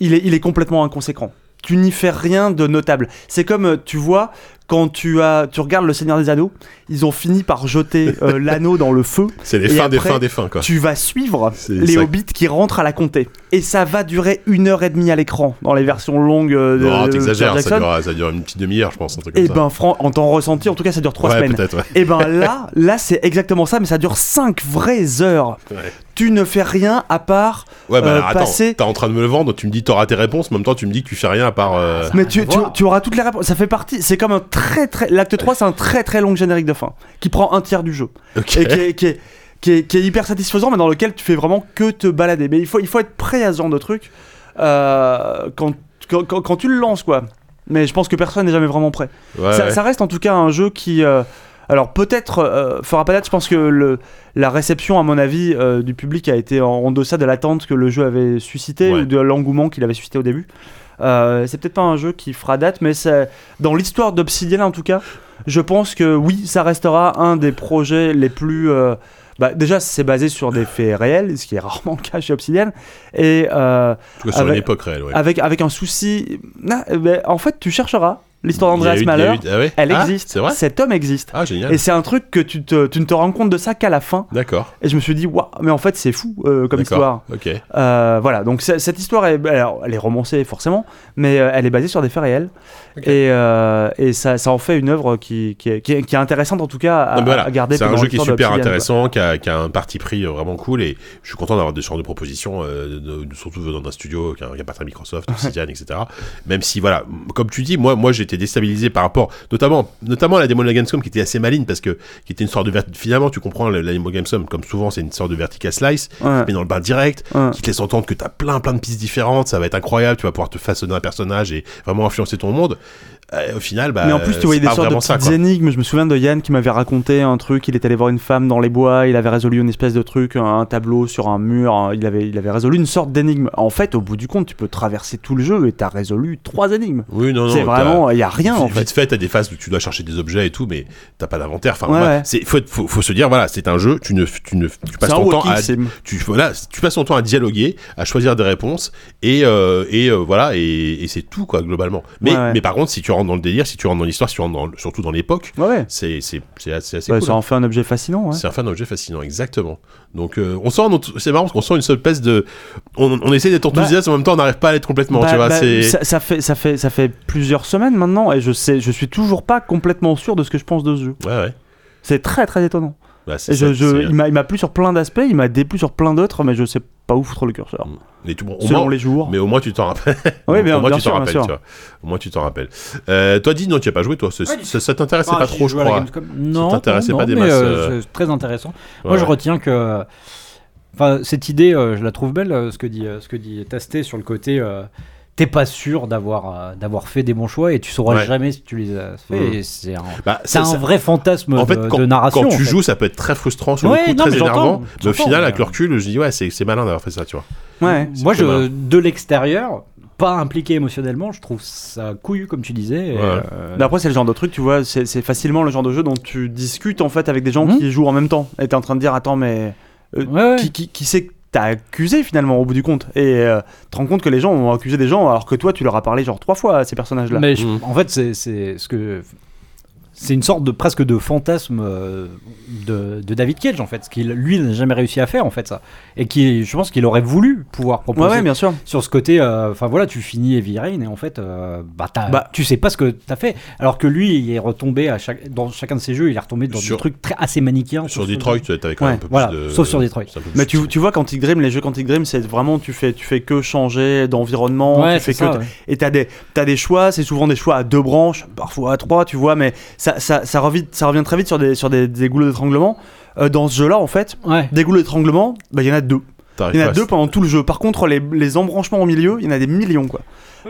[SPEAKER 3] il est, il est complètement inconséquent. Tu n'y fais rien de notable. C'est comme, euh, tu vois, quand tu, as, tu regardes Le Seigneur des Anneaux, ils ont fini par jeter euh, l'anneau dans le feu.
[SPEAKER 1] C'est les
[SPEAKER 3] Et
[SPEAKER 1] fins des
[SPEAKER 3] après,
[SPEAKER 1] fins des fins quoi.
[SPEAKER 3] Tu vas suivre
[SPEAKER 1] C'est
[SPEAKER 3] les
[SPEAKER 1] ça.
[SPEAKER 3] hobbits qui rentrent à la comté. Et ça va durer une heure et demie à l'écran dans les versions longues euh, de,
[SPEAKER 1] Non,
[SPEAKER 3] de Peter
[SPEAKER 1] t'exagères, ça
[SPEAKER 3] Jackson.
[SPEAKER 1] dure, ça dure une petite demi-heure, je pense, un truc comme
[SPEAKER 3] Et
[SPEAKER 1] ça.
[SPEAKER 3] ben, Fran- en temps ressenti, en tout cas, ça dure trois
[SPEAKER 1] ouais,
[SPEAKER 3] semaines.
[SPEAKER 1] peut-être. Ouais.
[SPEAKER 3] Et ben là, là c'est exactement ça, mais ça dure cinq vraies heures.
[SPEAKER 1] Ouais.
[SPEAKER 3] Tu ne fais rien à part.
[SPEAKER 1] Ouais, bah
[SPEAKER 3] Euh,
[SPEAKER 1] alors, attends,
[SPEAKER 3] passer-
[SPEAKER 1] t'es en train de me le vendre, tu me dis t'auras tes réponses, en même temps tu me dis que tu fais rien à part. euh,
[SPEAKER 3] Mais tu,
[SPEAKER 4] à
[SPEAKER 3] tu,
[SPEAKER 4] voir.
[SPEAKER 3] tu auras toutes les réponses. Ça fait partie. C'est comme un très très. L'acte 3, c'est un très très long générique de fin qui prend un tiers du jeu.
[SPEAKER 1] <laughs> Ok.
[SPEAKER 3] et qui est, qui est- qui est- qui est hyper satisfaisant, mais dans lequel tu fais vraiment que te balader. Mais il faut, il faut être prêt à ce genre de truc euh, quand, quand, quand- quand tu le lances, quoi. Mais je pense que personne n'est jamais vraiment prêt.
[SPEAKER 1] Ouais,
[SPEAKER 3] ça,
[SPEAKER 1] ouais.
[SPEAKER 3] ça reste en tout cas un jeu qui. euh, alors peut-être euh, fera pas date, je pense que le, la réception à mon avis euh, du public a été en, en deçà de l'attente que le jeu avait suscité
[SPEAKER 1] Ouais.
[SPEAKER 3] ou de l'engouement qu'il avait suscité au début. Euh, c'est peut-être pas un jeu qui fera date, mais c'est- dans l'histoire d'Obsidian en tout cas, je pense que oui, ça restera un des projets les plus... euh, bah, déjà, c'est basé sur des faits réels, ce qui est <laughs> rarement le cas chez Obsidian, et euh,
[SPEAKER 1] En tout cas, sur
[SPEAKER 3] avec-
[SPEAKER 1] une époque réelle, ouais.
[SPEAKER 3] avec, avec un souci... Ah, eh ben, en fait, tu chercheras l'histoire
[SPEAKER 1] Il y a eu- il
[SPEAKER 3] d'Andreas
[SPEAKER 1] y a
[SPEAKER 3] Mahler.
[SPEAKER 1] eu- ah ouais
[SPEAKER 3] Elle
[SPEAKER 1] Ah,
[SPEAKER 3] existe,
[SPEAKER 1] C'est vrai
[SPEAKER 3] cet homme existe.
[SPEAKER 1] Ah, génial.
[SPEAKER 3] Et c'est un truc que tu, te- tu ne te rends compte de ça qu'à la fin.
[SPEAKER 1] D'accord.
[SPEAKER 3] Et je me suis dit, waouh, mais en fait, c'est fou euh, comme histoire.
[SPEAKER 1] D'accord. Ok.
[SPEAKER 3] Euh, voilà, donc c'est- cette histoire, est, alors, elle est romancée forcément, mais euh, elle est basée sur des faits réels.
[SPEAKER 1] Ok.
[SPEAKER 3] Et, euh, et ça, ça en fait une œuvre qui, qui, est, qui est- qui est intéressante en tout cas à,
[SPEAKER 1] Non, mais voilà,
[SPEAKER 3] à garder
[SPEAKER 1] C'est un
[SPEAKER 3] pendant
[SPEAKER 1] jeu qui est
[SPEAKER 3] l'histoire de
[SPEAKER 1] super
[SPEAKER 3] Obsidian, quoi.
[SPEAKER 1] intéressant, qui a, qui a un parti pris euh, vraiment cool et je suis content d'avoir des genres de propositions, euh, de- de- surtout venant d'un studio qui a, qui a pas très
[SPEAKER 3] <laughs>
[SPEAKER 1] Microsoft, Obsidian, etc. Même si, voilà, m- comme tu dis, moi, moi j'étais déstabilisé par rapport, notamment, notamment à la démo de la Gamescom qui était assez maligne parce que qui était une sorte de. vert- Finalement, tu comprends la, la démo Gamescom, comme souvent, c'est une sorte de vertical slice,
[SPEAKER 3] Ouais,
[SPEAKER 1] mais dans le bain direct,
[SPEAKER 3] ouais.
[SPEAKER 1] qui te laisse entendre que t'as plein plein de pistes différentes, ça va être incroyable, tu vas pouvoir te façonner un personnage et vraiment influencer ton monde. Euh, au final, bah.
[SPEAKER 3] mais en plus,
[SPEAKER 1] c'est
[SPEAKER 3] tu voyais des
[SPEAKER 1] pas
[SPEAKER 3] sortes de
[SPEAKER 1] vraiment ça,
[SPEAKER 3] petites
[SPEAKER 1] quoi.
[SPEAKER 3] énigmes. Je me souviens de Yann qui m'avait raconté un truc. Il est allé voir une femme dans les bois. Il avait résolu une espèce de truc, un tableau sur un mur. hein, Il avait, il avait résolu une sorte d'énigme. En fait, au bout du compte, tu peux traverser tout le jeu et t'as résolu trois énigmes.
[SPEAKER 1] Oui, non, non.
[SPEAKER 3] c'est
[SPEAKER 1] t'as-
[SPEAKER 3] vraiment, il y a rien en
[SPEAKER 1] vite
[SPEAKER 3] fait.
[SPEAKER 1] fait, t'as des phases où tu dois chercher des objets et tout, mais t'as pas d'inventaire. Enfin,
[SPEAKER 3] Ouais,
[SPEAKER 1] voilà,
[SPEAKER 3] ouais.
[SPEAKER 1] c'est faut, faut, faut se dire, voilà, c'est un jeu. Tu ne, tu ne, tu passes
[SPEAKER 3] C'est un
[SPEAKER 1] ton temps
[SPEAKER 3] walking
[SPEAKER 1] à,
[SPEAKER 3] sim.
[SPEAKER 1] tu, voilà, tu passes ton temps à dialoguer, à choisir des réponses et euh, et euh, voilà et, et c'est tout quoi globalement. Mais
[SPEAKER 3] Ouais, ouais.
[SPEAKER 1] mais par contre, si tu rentres dans le délire, si tu rentres dans l'histoire, si tu rentres dans le- surtout dans l'époque,
[SPEAKER 3] Ouais, ouais.
[SPEAKER 1] c'est c'est- c'est assez, assez
[SPEAKER 3] Ouais,
[SPEAKER 1] cool. hein.
[SPEAKER 3] Ça en fait un objet fascinant. ouais.
[SPEAKER 1] C'est un fan d'objet fascinant, exactement. Donc euh, on sent notre... c'est marrant parce qu'on sent une seule peste de on, on essaie d'être enthousiaste en même temps on n'arrive pas à l'être complètement,
[SPEAKER 3] Bah-
[SPEAKER 1] tu vois,
[SPEAKER 3] bah,
[SPEAKER 1] c'est
[SPEAKER 3] ça, ça fait, ça, fait, ça fait plusieurs semaines maintenant et je, sais, je suis toujours pas complètement sûr de ce que je pense de ce jeu.
[SPEAKER 1] ouais ouais.
[SPEAKER 3] C'est très très étonnant.
[SPEAKER 1] Bah, c'est
[SPEAKER 3] Et je,
[SPEAKER 1] ça,
[SPEAKER 3] je-
[SPEAKER 1] c'est-
[SPEAKER 3] il m'a il m'a plu sur plein d'aspects, il m'a déplu sur plein d'autres, mais je sais pas où foutre le curseur.
[SPEAKER 1] mais tout- bon, au
[SPEAKER 3] Selon
[SPEAKER 1] moins-
[SPEAKER 3] les jours.
[SPEAKER 1] mais au moins tu t'en rappelles.
[SPEAKER 3] Oui,
[SPEAKER 1] Au
[SPEAKER 3] bien,
[SPEAKER 1] moins,
[SPEAKER 3] bien
[SPEAKER 1] tu
[SPEAKER 3] sûr,
[SPEAKER 1] t'en
[SPEAKER 3] bien
[SPEAKER 1] rappelles,
[SPEAKER 3] sûr.
[SPEAKER 1] tu vois. Au moins tu t'en rappelles. Euh, toi dis non, tu as pas joué toi, Ce-
[SPEAKER 4] Ouais, du-
[SPEAKER 1] ça, ça t'intéressait
[SPEAKER 4] Ah,
[SPEAKER 1] pas
[SPEAKER 4] j'ai
[SPEAKER 1] trop je
[SPEAKER 4] joué à la
[SPEAKER 1] crois.
[SPEAKER 4] Gamescom. Non,
[SPEAKER 1] t'intéressait
[SPEAKER 4] non,
[SPEAKER 1] pas des
[SPEAKER 4] mais,
[SPEAKER 1] masses,
[SPEAKER 4] euh,
[SPEAKER 1] euh,
[SPEAKER 4] c'est très intéressant. Moi, je
[SPEAKER 1] Ouais.
[SPEAKER 4] retiens que. Enfin, cette idée, euh, je la trouve belle, euh, ce que dit, euh, ce que dit Tasté sur le côté. euh, T'es pas sûr d'avoir euh, d'avoir fait des bons choix et tu sauras
[SPEAKER 1] Ouais.
[SPEAKER 4] jamais si tu les as fait.
[SPEAKER 1] Mhm.
[SPEAKER 4] et C'est un,
[SPEAKER 1] Bah,
[SPEAKER 4] c'est
[SPEAKER 1] ça-
[SPEAKER 4] un
[SPEAKER 1] ça-
[SPEAKER 4] vrai fantasme
[SPEAKER 1] En fait,
[SPEAKER 4] de,
[SPEAKER 1] quand-
[SPEAKER 4] de narration.
[SPEAKER 1] quand
[SPEAKER 4] en
[SPEAKER 1] tu
[SPEAKER 4] fait.
[SPEAKER 1] joues, ça peut être très frustrant sur
[SPEAKER 4] Ouais,
[SPEAKER 1] le coup,
[SPEAKER 4] non,
[SPEAKER 1] très
[SPEAKER 4] mais j'entends,
[SPEAKER 1] énervant. Mais au
[SPEAKER 4] j'entends,
[SPEAKER 1] final,
[SPEAKER 4] mais,
[SPEAKER 1] avec le
[SPEAKER 4] euh,
[SPEAKER 1] recul, je dis ouais, c'est c'est malin d'avoir fait ça, tu vois.
[SPEAKER 3] Ouais.
[SPEAKER 1] C'est
[SPEAKER 4] Moi, je,
[SPEAKER 1] commun.
[SPEAKER 4] de l'extérieur, pas impliqué émotionnellement, je trouve ça couillu, comme tu disais. et,
[SPEAKER 1] Ouais.
[SPEAKER 4] euh,
[SPEAKER 3] Mais après, c'est le genre de truc, tu vois, c'est c'est facilement le genre de jeu dont tu discutes en fait avec des gens
[SPEAKER 4] Mhm.
[SPEAKER 3] qui jouent en même temps. Et t'es en train de dire, attends, mais euh,
[SPEAKER 4] ouais, ouais.
[SPEAKER 3] qui, qui, qui c'est que t'as accusé finalement au bout du compte Et euh, tu te rends compte que les gens ont accusé des gens alors que toi, tu leur as parlé genre trois fois à ces personnages-là.
[SPEAKER 4] Mais je-
[SPEAKER 1] Mhm.
[SPEAKER 4] en fait, c'est c'est ce que c'est une sorte de presque de fantasme euh, de, de David Cage en fait, ce qu'il lui n'a jamais réussi à faire en fait ça, et qui je pense qu'il aurait voulu pouvoir
[SPEAKER 3] Ouais,
[SPEAKER 4] proposer
[SPEAKER 3] ouais, bien sûr.
[SPEAKER 4] sur ce côté. euh, Enfin voilà, tu finis Heavy Rain et en fait, euh, bah, t'as-
[SPEAKER 3] Bah.
[SPEAKER 4] tu sais pas ce que t'as fait, alors que lui il est retombé à chaque dans chacun de ses jeux, il est retombé dans
[SPEAKER 1] Sur-
[SPEAKER 4] des trucs très assez manichéens.
[SPEAKER 1] Sur
[SPEAKER 4] ce-
[SPEAKER 1] Detroit, tu avais quand même
[SPEAKER 3] Ouais,
[SPEAKER 1] un peu
[SPEAKER 4] voilà,
[SPEAKER 1] plus de
[SPEAKER 4] sauf sur Detroit.
[SPEAKER 1] c'est un peu plus
[SPEAKER 3] Mais tu, tu vois, Quantic Dream, les jeux Quantic Dream, c'est vraiment tu fais, tu fais que changer d'environnement,
[SPEAKER 4] Ouais,
[SPEAKER 3] tu fais
[SPEAKER 4] c'est
[SPEAKER 3] que
[SPEAKER 4] ça, ouais.
[SPEAKER 3] Et t'as des, t'as des choix, c'est souvent des choix à deux branches, parfois à trois, tu vois, mais ça, ça, ça, revit- ça revient très vite sur des, sur des, des goulots d'étranglement. Euh, dans ce jeu-là, en fait,
[SPEAKER 4] Ouais.
[SPEAKER 3] des goulots d'étranglement, bah, il y en a deux.
[SPEAKER 1] t'arrives
[SPEAKER 3] Il y en
[SPEAKER 1] pas
[SPEAKER 3] a
[SPEAKER 1] à-
[SPEAKER 3] deux pendant tout le jeu. Par contre, les, les embranchements au milieu, il y en a des millions, quoi,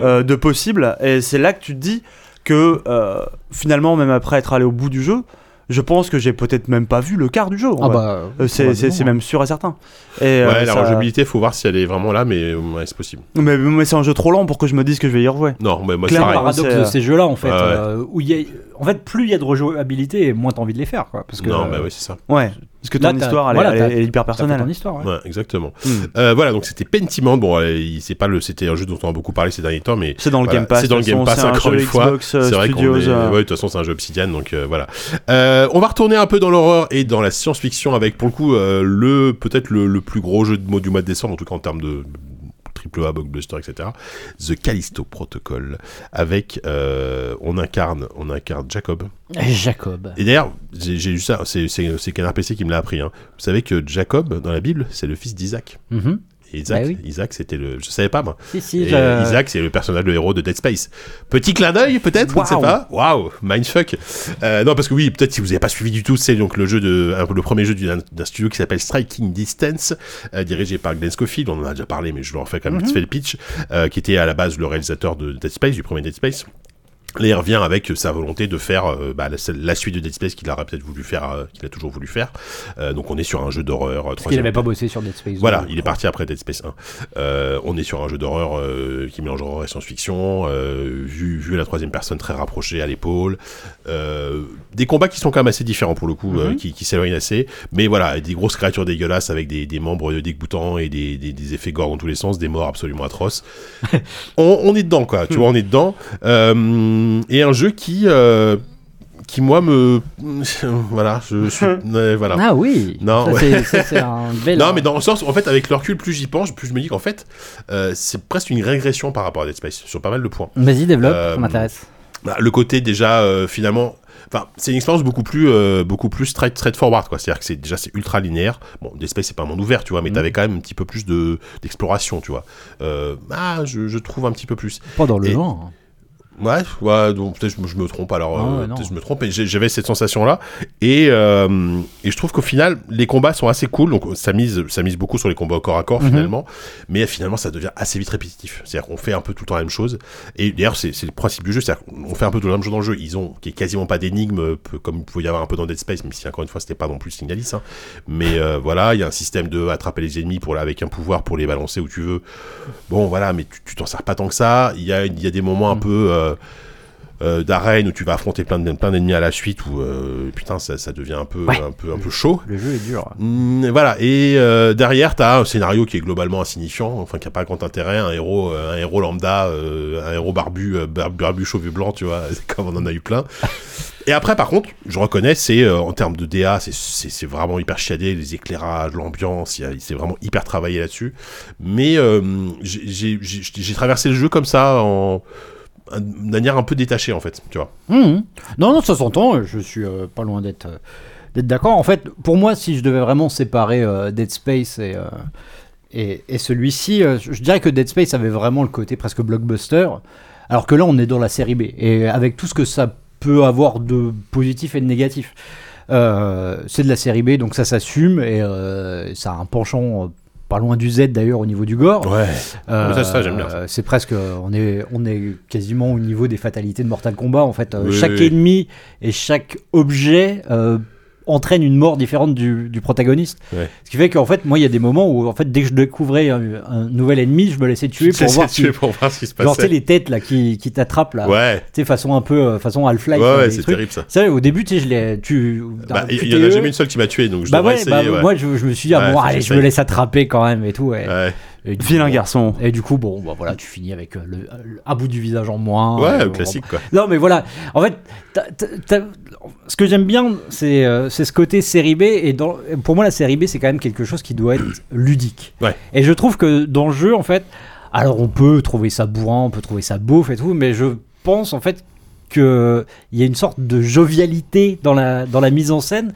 [SPEAKER 3] euh, de possibles. Et c'est là que tu te dis que, euh, finalement, même après être allé au bout du jeu, je pense que j'ai peut-être même pas vu le quart du jeu. en
[SPEAKER 4] Ah
[SPEAKER 3] vrai.
[SPEAKER 4] bah,
[SPEAKER 3] Euh, c'est, c'est,
[SPEAKER 4] probablement,
[SPEAKER 3] c'est
[SPEAKER 4] hein.
[SPEAKER 3] même sûr et certain. Et,
[SPEAKER 1] Ouais,
[SPEAKER 3] euh,
[SPEAKER 1] la
[SPEAKER 3] ça-
[SPEAKER 1] rejouabilité, faut voir si elle est vraiment là, mais ouais, c'est possible.
[SPEAKER 3] mais, mais c'est un jeu trop lent pour que je me dise que je vais y rejouer.
[SPEAKER 1] Non, mais moi, c'est
[SPEAKER 4] C'est le
[SPEAKER 3] Clairement,
[SPEAKER 1] pareil.
[SPEAKER 4] paradoxe
[SPEAKER 3] c'est,
[SPEAKER 4] de
[SPEAKER 3] euh,
[SPEAKER 4] ces jeux-là, en fait.
[SPEAKER 1] ouais, ouais.
[SPEAKER 4] euh, où il y a- En fait, plus il y a de rejouabilité, et moins t'as envie de les faire, quoi. Parce que
[SPEAKER 1] Non,
[SPEAKER 4] euh,
[SPEAKER 1] bah oui, c'est ça.
[SPEAKER 3] Ouais. Parce que
[SPEAKER 4] Là,
[SPEAKER 3] ton
[SPEAKER 4] t'as-
[SPEAKER 3] histoire, elle,
[SPEAKER 4] voilà,
[SPEAKER 3] elle-
[SPEAKER 4] t'as-
[SPEAKER 3] elle est hyper
[SPEAKER 4] t'as fait
[SPEAKER 3] personnelle.
[SPEAKER 4] ton histoire. ouais.
[SPEAKER 1] Ouais, exactement.
[SPEAKER 3] Hmm.
[SPEAKER 1] Euh, voilà, donc c'était Pentiment. Bon, allez, il- c'est pas le, c'était un jeu dont on a beaucoup parlé ces derniers temps, mais
[SPEAKER 3] C'est dans le
[SPEAKER 1] Voilà,
[SPEAKER 3] Game Pass.
[SPEAKER 1] c'est dans le
[SPEAKER 3] de toute
[SPEAKER 1] Game
[SPEAKER 3] façon,
[SPEAKER 1] Pass,
[SPEAKER 3] c'est un
[SPEAKER 1] encore
[SPEAKER 3] jeu
[SPEAKER 1] une fois.
[SPEAKER 3] Xbox, euh,
[SPEAKER 1] c'est vrai qu'on
[SPEAKER 3] Studios,
[SPEAKER 1] est-
[SPEAKER 3] euh,
[SPEAKER 1] ouais, de toute façon, c'est un jeu Obsidian, donc euh, voilà. Euh, on va retourner un peu dans l'horreur et dans la science-fiction avec, pour le coup, euh, le peut-être le, le plus gros jeu de mots du mois de décembre, en tout cas en termes de triple A, blockbuster, etc. The Callisto Protocol. Avec, euh, on incarne, on incarne Jacob.
[SPEAKER 4] Jacob.
[SPEAKER 1] Et d'ailleurs, j'ai j'ai eu ça, c'est- c'est c'est Canard PC qui me l'a appris. hein. Vous savez que Jacob, dans la Bible, c'est le fils d'Isaac.
[SPEAKER 4] Mhm.
[SPEAKER 1] Et Isaac,
[SPEAKER 4] Bah oui.
[SPEAKER 1] Isaac c'était le. Je savais pas, moi.
[SPEAKER 4] Si, si,
[SPEAKER 1] Et,
[SPEAKER 4] je-
[SPEAKER 1] euh, Isaac, c'est le personnage, le héros de Dead Space. Petit clin d'œil, peut-être, je ne sais
[SPEAKER 3] Waouh.
[SPEAKER 1] pas. Waouh, mindfuck. Euh, non, parce que oui, peut-être si vous n'avez pas suivi du tout, c'est donc le jeu de, un- le premier jeu du- d'un d'un studio qui s'appelle Striking Distance, euh, dirigé par Glenn Scofield. On en a déjà parlé, mais je leur refais quand
[SPEAKER 4] Mhm.
[SPEAKER 1] même vite fait le pitch, euh, qui était à la base le réalisateur de Dead Space, du premier Dead Space. Et il revient avec sa volonté de faire euh, bah, la, la suite de Dead Space qu'il aurait peut-être voulu faire, euh, qu'il a toujours voulu faire. Euh, donc on est sur un jeu d'horreur. euh,
[SPEAKER 4] Parce qu'il
[SPEAKER 1] troisième
[SPEAKER 4] n'avait pas bossé sur Dead Space.
[SPEAKER 1] voilà,
[SPEAKER 4] deux.
[SPEAKER 1] il est parti après Dead Space 1. Euh, on est sur un jeu d'horreur euh, qui mélange horreur et science-fiction, euh, vu, vu à la troisième personne très rapprochée à l'épaule. Euh, des combats qui sont quand même assez différents pour le coup,
[SPEAKER 4] Mhm.
[SPEAKER 1] euh, qui, qui s'éloignent assez. Mais voilà, des grosses créatures dégueulasses avec des, des membres dégoûtants et des, des, des effets gore dans tous les sens, des morts absolument
[SPEAKER 4] <laughs>
[SPEAKER 1] atroces. on, on est dedans, quoi. Tu vois, on est dedans. Euh, et un jeu qui... euh, qui moi me <laughs> voilà je
[SPEAKER 4] <laughs>
[SPEAKER 1] suis ouais, voilà
[SPEAKER 4] Ah oui
[SPEAKER 1] Non,
[SPEAKER 4] Ça,
[SPEAKER 1] ouais.
[SPEAKER 4] c'est- ça, c'est un bel.
[SPEAKER 1] non, mais dans le sens, en fait, avec le recul, plus j'y pense, plus je me dis qu'en fait, euh, c'est presque une régression par rapport à Dead Space sur pas mal de points.
[SPEAKER 4] Vas-y, développe,
[SPEAKER 1] Euh,
[SPEAKER 4] ça m'intéresse.
[SPEAKER 1] Bah, le côté déjà, euh, finalement, enfin, c'est une expérience beaucoup plus, euh, beaucoup plus straight, straightforward, quoi. C'est-à-dire que c'est déjà c'est ultra linéaire. Bon, Dead Space c'est pas un monde ouvert, tu vois, mais
[SPEAKER 4] Mhm.
[SPEAKER 1] t'avais quand même un petit peu plus de d'exploration, tu vois. Euh, ah, je, je trouve un petit peu plus.
[SPEAKER 4] Pas dans le hein.
[SPEAKER 1] et-
[SPEAKER 4] genre.
[SPEAKER 1] Ouais, ouais, donc peut-être je, me- je me trompe alors,
[SPEAKER 4] Ah
[SPEAKER 1] euh,
[SPEAKER 4] ouais, non.
[SPEAKER 1] peut-être je me trompe, mais j'ai- j'avais cette sensation-là, et, euh, et je trouve qu'au final, les combats sont assez cool, donc ça mise, ça mise beaucoup sur les combats au corps à corps
[SPEAKER 4] Mhm.
[SPEAKER 1] finalement, mais finalement ça devient assez vite répétitif, c'est-à-dire qu'on fait un peu tout le temps la même chose, et d'ailleurs c'est c'est le principe du jeu, c'est-à-dire qu'on fait un peu tout le même jeu dans le jeu, ils ont qui est quasiment pas d'énigmes, euh, peu- comme il pouvait y avoir un peu dans Dead Space, même si encore une fois c'était pas non plus Signalis, hein. mais euh, voilà, il y a un système de attraper les ennemis pour, là, avec un pouvoir pour les balancer où tu veux, bon voilà, mais tu tu t'en sers pas tant que ça, il y a, il y a des moments un peu... euh, euh, d'arène où tu vas affronter plein de- plein d'ennemis à la suite où euh, putain ça, ça devient un peu
[SPEAKER 4] Ouais.
[SPEAKER 1] un peu un peu chaud.
[SPEAKER 4] Le jeu est dur.
[SPEAKER 1] Mm, et voilà. Et euh, derrière, t'as un scénario qui est globalement insignifiant, enfin qui a pas grand intérêt, un héros, euh, un héros lambda, euh, un héros barbu, euh, bar- barbu chauve et blanc, tu vois, <laughs> comme on en a eu plein. Et après, par contre, je reconnais, c'est euh, en termes de DA, c'est- c'est c'est vraiment hyper chiadé, les éclairages, l'ambiance, il y a- c'est vraiment hyper travaillé là-dessus. Mais euh, j'ai- j'ai j'ai- j'ai traversé le jeu comme ça, en en- de manière un peu détachée en fait, tu vois.
[SPEAKER 4] Hum, hum. Non, non, ça s'entend. Je suis euh, pas loin d'être euh, d'être d'accord. En fait, pour moi, si je devais vraiment séparer euh, Dead Space et, euh, et, et celui-ci, euh, je je dirais que Dead Space avait vraiment le côté presque blockbuster, alors que là, on est dans la série B. Et avec tout ce que ça peut avoir de positif et de négatif. Euh, c'est de la série B, donc ça s'assume et euh, ça a un penchant euh, pas loin du Z d'ailleurs au niveau du gore.
[SPEAKER 1] Ouais. Mais Ah ça, ça, j'aime bien, ça.
[SPEAKER 4] Euh, C'est presque, euh, on est, on est quasiment au niveau des fatalités de Mortal Kombat en fait. Euh,
[SPEAKER 1] Oui,
[SPEAKER 4] chaque
[SPEAKER 1] oui.
[SPEAKER 4] ennemi et chaque objet euh, entraîne une mort différente du, du protagoniste.
[SPEAKER 1] Ouais.
[SPEAKER 4] Ce qui fait qu'en fait, moi, il y a des moments où en fait, dès que je découvrais un, un nouvel ennemi, je me
[SPEAKER 1] <laughs>
[SPEAKER 4] laissais tuer pour voir si,
[SPEAKER 1] tuer pour voir ce qui se
[SPEAKER 4] genre, tu
[SPEAKER 1] passait.
[SPEAKER 4] sais, les têtes là qui, qui t'attrapent là,
[SPEAKER 1] Ouais,
[SPEAKER 4] tu sais, façon un peu, euh, façon Half-Life.
[SPEAKER 1] ouais,
[SPEAKER 4] euh,
[SPEAKER 1] ouais
[SPEAKER 4] des
[SPEAKER 1] c'est
[SPEAKER 4] trucs.
[SPEAKER 1] terrible ça.
[SPEAKER 4] Ça, au début, tu sais, je l'ai, tu,
[SPEAKER 1] Bah,
[SPEAKER 4] tu
[SPEAKER 1] il y en a
[SPEAKER 4] t'es-
[SPEAKER 1] jamais une seule qui m'a tué, donc je
[SPEAKER 4] bah
[SPEAKER 1] devrais
[SPEAKER 4] ouais,
[SPEAKER 1] essayer.
[SPEAKER 4] bah,
[SPEAKER 1] ouais.
[SPEAKER 4] moi, je, je me suis dit, ah,
[SPEAKER 1] Ouais,
[SPEAKER 4] bon,
[SPEAKER 1] faut que
[SPEAKER 4] allez, je me
[SPEAKER 1] j'essaye.
[SPEAKER 4] laisse attraper quand même et tout. ouais.
[SPEAKER 1] Ouais.
[SPEAKER 4] Et du
[SPEAKER 3] Vilain
[SPEAKER 4] coup,
[SPEAKER 3] garçon.
[SPEAKER 4] et du coup, bon, bah voilà, tu finis avec euh, le, le- un bout du visage en moins.
[SPEAKER 1] Ouais,
[SPEAKER 4] Euh, bon,
[SPEAKER 1] classique quoi.
[SPEAKER 4] bah. Non, mais voilà. En fait, t'as- t'as- t'as- ce que j'aime bien, c'est euh, c'est ce côté série B. Et dans, pour moi, la série B, c'est quand même quelque chose qui
[SPEAKER 1] <clears throat>
[SPEAKER 4] doit être ludique.
[SPEAKER 1] Ouais.
[SPEAKER 4] Et je trouve que dans le jeu, en fait, alors on peut trouver ça bourrin, on peut trouver ça beauf et tout, mais je pense en fait qu'il y a une sorte de jovialité dans la, dans la mise en scène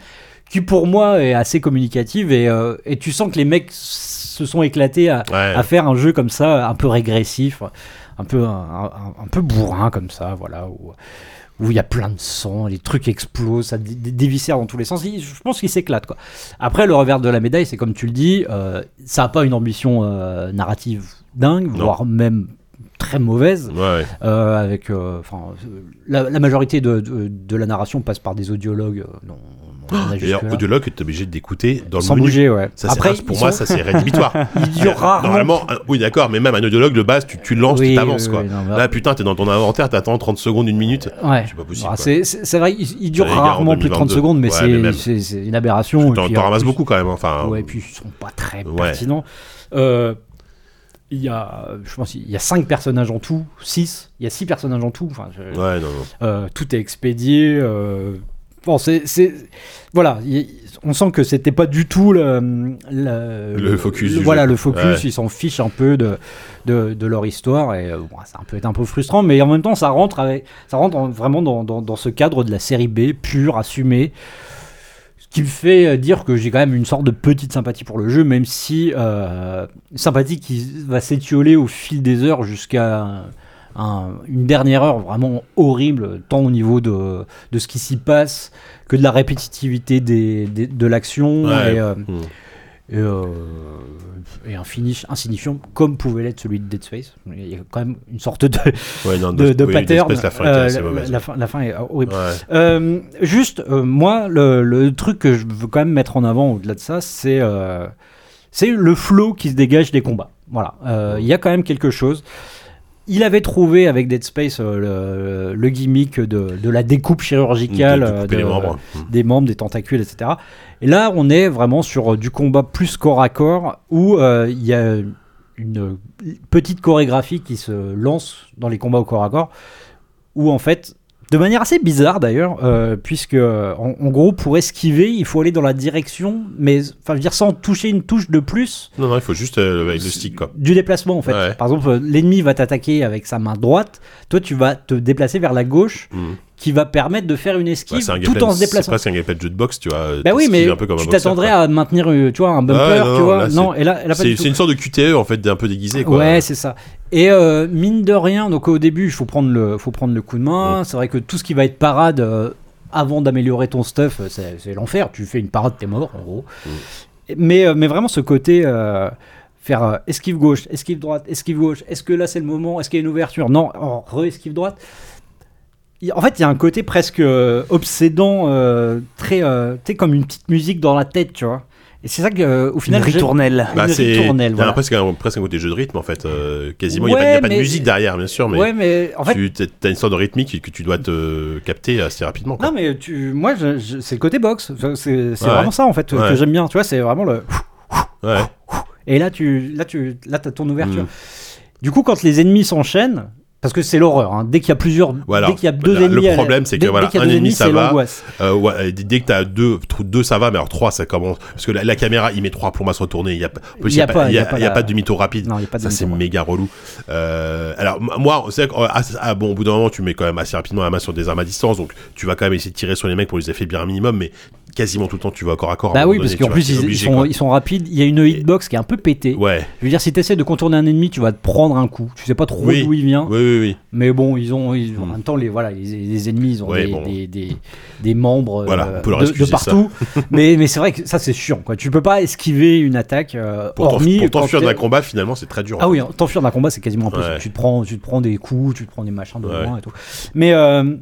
[SPEAKER 4] qui pour moi est assez communicative et, euh, et tu sens que les mecs s- se sont éclatés à,
[SPEAKER 1] Ouais.
[SPEAKER 4] à faire un jeu comme ça, un peu régressif, un peu, un, un- un peu bourrin comme ça, voilà, où où il y a plein de sang, les trucs explosent, ça dé- dé- déviscère dans tous les sens. Il- Je pense qu'il s'éclate, quoi. Après, le revers de la médaille, c'est comme tu le dis, euh, ça n'a pas une ambition euh, narrative dingue,
[SPEAKER 1] Non.
[SPEAKER 4] voire même très mauvaise.
[SPEAKER 1] Ouais, ouais.
[SPEAKER 4] Euh, avec, euh, enfin, euh, la, la majorité de, de- de la narration passe par des audiologues. euh, non, on en a jusque-là.
[SPEAKER 1] D'ailleurs, Audiologue, t'es obligé d'écouter dans le
[SPEAKER 4] Sans
[SPEAKER 1] menu.
[SPEAKER 4] bouger, ouais.
[SPEAKER 1] Ça, c'est rare, pour
[SPEAKER 4] ils
[SPEAKER 1] moi,
[SPEAKER 4] sont-
[SPEAKER 1] ça c'est rédhibitoire.
[SPEAKER 4] ils durent
[SPEAKER 1] <laughs>
[SPEAKER 4] rarement.
[SPEAKER 1] Normalement, un- oui, d'accord, mais même un audiologue de base, tu, tu lances,
[SPEAKER 4] Oui,
[SPEAKER 1] tu t'avances
[SPEAKER 4] oui,
[SPEAKER 1] quoi.
[SPEAKER 4] oui, non, mais-
[SPEAKER 1] Là, putain, t'es dans ton inventaire, t'attends 30 secondes, une minute.
[SPEAKER 4] Ouais.
[SPEAKER 1] C'est pas possible.
[SPEAKER 4] Ah,
[SPEAKER 1] quoi.
[SPEAKER 4] c'est- c'est c'est vrai, il, il dure
[SPEAKER 1] Les gars, en
[SPEAKER 4] rarement plus de 30
[SPEAKER 1] 2022.
[SPEAKER 4] secondes, mais
[SPEAKER 1] Ouais,
[SPEAKER 4] c'est-
[SPEAKER 1] mais même.
[SPEAKER 4] c'est c'est une aberration. et
[SPEAKER 1] T'en
[SPEAKER 4] puis,
[SPEAKER 1] t'en
[SPEAKER 4] en
[SPEAKER 1] ramasses
[SPEAKER 4] plus-
[SPEAKER 1] beaucoup quand même. Enfin,
[SPEAKER 4] Ouais, et puis ils sont pas très
[SPEAKER 1] Ouais.
[SPEAKER 4] pertinents. Euh, Il y a, euh, je pense, il y a 5 personnages en tout, 6, il y a 6 personnages en tout. Enfin, je-
[SPEAKER 1] ouais, non, non.
[SPEAKER 4] euh, tout est expédié. euh, Bon, c'est, c'est- voilà, il- on sent que c'était pas du tout le, le,
[SPEAKER 1] Le focus du
[SPEAKER 4] voilà,
[SPEAKER 1] jeu.
[SPEAKER 4] le focus,
[SPEAKER 1] Ouais.
[SPEAKER 4] ils s'en fichent un peu de, de, de leur histoire et euh, bon, ça peut être un peu frustrant, mais en même temps, ça rentre, avec- ça rentre en- vraiment dans, dans, dans ce cadre de la série B, pure, assumée. Ce qui me fait euh, dire que j'ai quand même une sorte de petite sympathie pour le jeu, même si euh, sympathie qui va s'étioler au fil des heures jusqu'à un- une dernière heure vraiment horrible, tant au niveau de, de ce qui s'y passe que de la répétitivité des, des- de l'action
[SPEAKER 1] Ouais.
[SPEAKER 4] et, euh,
[SPEAKER 1] Hmm.
[SPEAKER 4] et, euh, et un finish insignifiant comme pouvait l'être celui de Dead Space. Il y a quand même une sorte de,
[SPEAKER 1] Ouais, non,
[SPEAKER 4] de, de
[SPEAKER 1] oui,
[SPEAKER 4] pattern.
[SPEAKER 1] d'espèce, La fin
[SPEAKER 4] Euh,
[SPEAKER 1] était assez
[SPEAKER 4] la-
[SPEAKER 1] mauvaise.
[SPEAKER 4] la fin- la fin est horrible.
[SPEAKER 1] Ouais.
[SPEAKER 4] Euh, juste, euh, moi, le, le truc que je veux quand même mettre en avant au-delà de ça, c'est euh, c'est le flow qui se dégage des combats. Voilà, Euh, il y a quand même quelque chose. Il avait trouvé avec Dead Space euh, le, le gimmick de, de la découpe chirurgicale
[SPEAKER 1] De- de
[SPEAKER 4] euh,
[SPEAKER 1] couper
[SPEAKER 4] de-
[SPEAKER 1] les membres. Hmm.
[SPEAKER 4] des membres, des tentacules, etc. Et là, on est vraiment sur euh, du combat plus corps à corps où euh, il y a une petite chorégraphie qui se lance dans les combats au corps à corps où en fait, de manière assez bizarre d'ailleurs, euh, puisque euh, en, en gros, pour esquiver, il faut aller dans la direction, mais enfin, je veux dire, sans toucher une touche de plus
[SPEAKER 1] Non, non, il faut juste euh, avec le stick quoi.
[SPEAKER 4] du déplacement en fait.
[SPEAKER 1] Ouais.
[SPEAKER 4] Par exemple, euh, l'ennemi va t'attaquer avec sa main droite, toi tu vas te déplacer vers la gauche
[SPEAKER 1] Hmm.
[SPEAKER 4] qui va permettre de faire une
[SPEAKER 1] Bah,
[SPEAKER 4] esquive
[SPEAKER 1] c'est un
[SPEAKER 4] tout
[SPEAKER 1] gameplay-
[SPEAKER 4] en se
[SPEAKER 1] C'est
[SPEAKER 4] déplaçant.
[SPEAKER 1] presque un gameplay de jeu de boxe, tu vois.
[SPEAKER 4] Bah oui,
[SPEAKER 1] t'esquives
[SPEAKER 4] mais
[SPEAKER 1] euh, un peu comme un
[SPEAKER 4] tu
[SPEAKER 1] boxeur,
[SPEAKER 4] t'attendrais
[SPEAKER 1] quoi.
[SPEAKER 4] à maintenir, euh, tu vois, un bumper,
[SPEAKER 1] Ah ouais, non,
[SPEAKER 4] tu
[SPEAKER 1] non,
[SPEAKER 4] vois.
[SPEAKER 1] là,
[SPEAKER 4] non, et là, elle a pas
[SPEAKER 1] C'est
[SPEAKER 4] du tout.
[SPEAKER 1] c'est une sorte de QTE en fait, d'un peu déguisé quoi.
[SPEAKER 4] Ouais, c'est ça. Et euh, mine de rien, donc au début, il faut prendre le, faut prendre le coup de main. C'est vrai que tout ce qui va être parade euh, avant d'améliorer ton stuff, euh, c'est c'est l'enfer. Tu fais une parade, t'es mort, en gros. Et- Mais, euh, mais vraiment, ce côté. euh, Faire euh, esquive gauche, esquive droite, esquive gauche. Est-ce que là c'est le moment Est-ce qu'il y a une ouverture Non, oh, re-esquive droite. Il- En fait, il y a un côté presque euh, obsédant, euh, très, euh, tu sais, comme une petite musique dans la tête, tu vois. Et c'est ça que, euh, au
[SPEAKER 3] Une
[SPEAKER 4] final, j'ai-
[SPEAKER 3] ritournelle.
[SPEAKER 1] Ah,
[SPEAKER 4] Une ritournelle,
[SPEAKER 1] Bah,
[SPEAKER 4] voilà.
[SPEAKER 1] t'as presque, un, presque un côté jeu de rythme en fait. euh, quasiment, il
[SPEAKER 4] Ouais,
[SPEAKER 1] n'y a, pas de
[SPEAKER 4] mais-
[SPEAKER 1] musique derrière, bien sûr, mais
[SPEAKER 4] Ouais, mais en fait,
[SPEAKER 1] tu as une sorte de rythmique que tu dois te capter assez rapidement. quoi.
[SPEAKER 5] Non mais tu, moi je- je- c'est le côté box, Enfin, c'est c'est
[SPEAKER 1] Ouais.
[SPEAKER 5] vraiment ça en fait
[SPEAKER 1] Ouais.
[SPEAKER 5] que j'aime bien, tu vois, c'est vraiment le.
[SPEAKER 1] Ouais.
[SPEAKER 5] Et là tu, là tu, là t'as ton ouverture.
[SPEAKER 1] Mm.
[SPEAKER 5] Du coup quand les ennemis s'enchaînent, parce que c'est l'horreur, hein, dès qu'il y a plusieurs,
[SPEAKER 1] Ouais, alors,
[SPEAKER 5] dès qu'il y a deux
[SPEAKER 1] le
[SPEAKER 5] ennemis, à la-
[SPEAKER 1] problème, c'est que,
[SPEAKER 5] dès-
[SPEAKER 1] voilà,
[SPEAKER 5] dès qu'il y a
[SPEAKER 1] un
[SPEAKER 5] deux
[SPEAKER 1] ennemi,
[SPEAKER 5] ennemis,
[SPEAKER 1] ça
[SPEAKER 5] c'est
[SPEAKER 1] va.
[SPEAKER 5] l'angoisse.
[SPEAKER 1] Euh, ouais, et dès- dès que t'as deux, tr- deux ça va, mais alors trois ça commence parce que la, la caméra il met trois plombs à se retourner. Il y a, pas- en plus, il y a pas, il y a- il y a
[SPEAKER 5] la-
[SPEAKER 1] pas de demi-tour rapide.
[SPEAKER 5] Non, il y a pas de
[SPEAKER 1] ça c'est
[SPEAKER 5] demi-tour.
[SPEAKER 1] méga relou. Euh, alors m- moi, c'est vrai que, euh, ah, c'est- ah, bon, au bout d'un moment, tu mets quand même assez rapidement la main sur des armes à distance, donc tu vas quand même essayer de tirer sur les mecs pour les effets bien un minimum, mais quasiment tout le temps tu vas corps à corps. à un
[SPEAKER 4] Bah
[SPEAKER 1] moment
[SPEAKER 4] oui, parce
[SPEAKER 1] donné,
[SPEAKER 4] qu'en
[SPEAKER 1] tu vois,
[SPEAKER 4] plus,
[SPEAKER 1] t'es
[SPEAKER 4] ils,
[SPEAKER 1] obligé,
[SPEAKER 4] ils sont,
[SPEAKER 1] quoi.
[SPEAKER 4] ils sont rapides. Il y a une hitbox qui est un peu pétée.
[SPEAKER 1] Ouais,
[SPEAKER 4] Je veux dire, si tu essaies de contourner un ennemi, tu vas te prendre un coup. Tu sais pas trop
[SPEAKER 1] Oui.
[SPEAKER 4] d'où il vient.
[SPEAKER 1] oui, oui, oui.
[SPEAKER 4] Mais bon, ils ont. ils- En
[SPEAKER 1] Hmm.
[SPEAKER 4] même temps, les, voilà, les, les ennemis, ils ont
[SPEAKER 1] Ouais,
[SPEAKER 4] des,
[SPEAKER 1] bon.
[SPEAKER 4] des, des- des membres euh,
[SPEAKER 1] Voilà, on peut leur
[SPEAKER 4] de,
[SPEAKER 1] excuser
[SPEAKER 4] de partout. <laughs> mais mais c'est vrai que ça, c'est chiant. Quoi. Tu peux pas esquiver une attaque. euh,
[SPEAKER 1] Pour t'en-
[SPEAKER 4] hormis
[SPEAKER 1] pour t'enfuir
[SPEAKER 4] quand
[SPEAKER 1] d'un
[SPEAKER 4] t'es-
[SPEAKER 1] combat, finalement, c'est très dur. hein.
[SPEAKER 4] Ah oui, t'enfuir d'un combat, c'est quasiment impossible.
[SPEAKER 1] Ouais.
[SPEAKER 4] Tu, te prends, tu te prends des coups, tu te prends des machins de
[SPEAKER 1] Ouais.
[SPEAKER 4] loin et tout. Mais euh,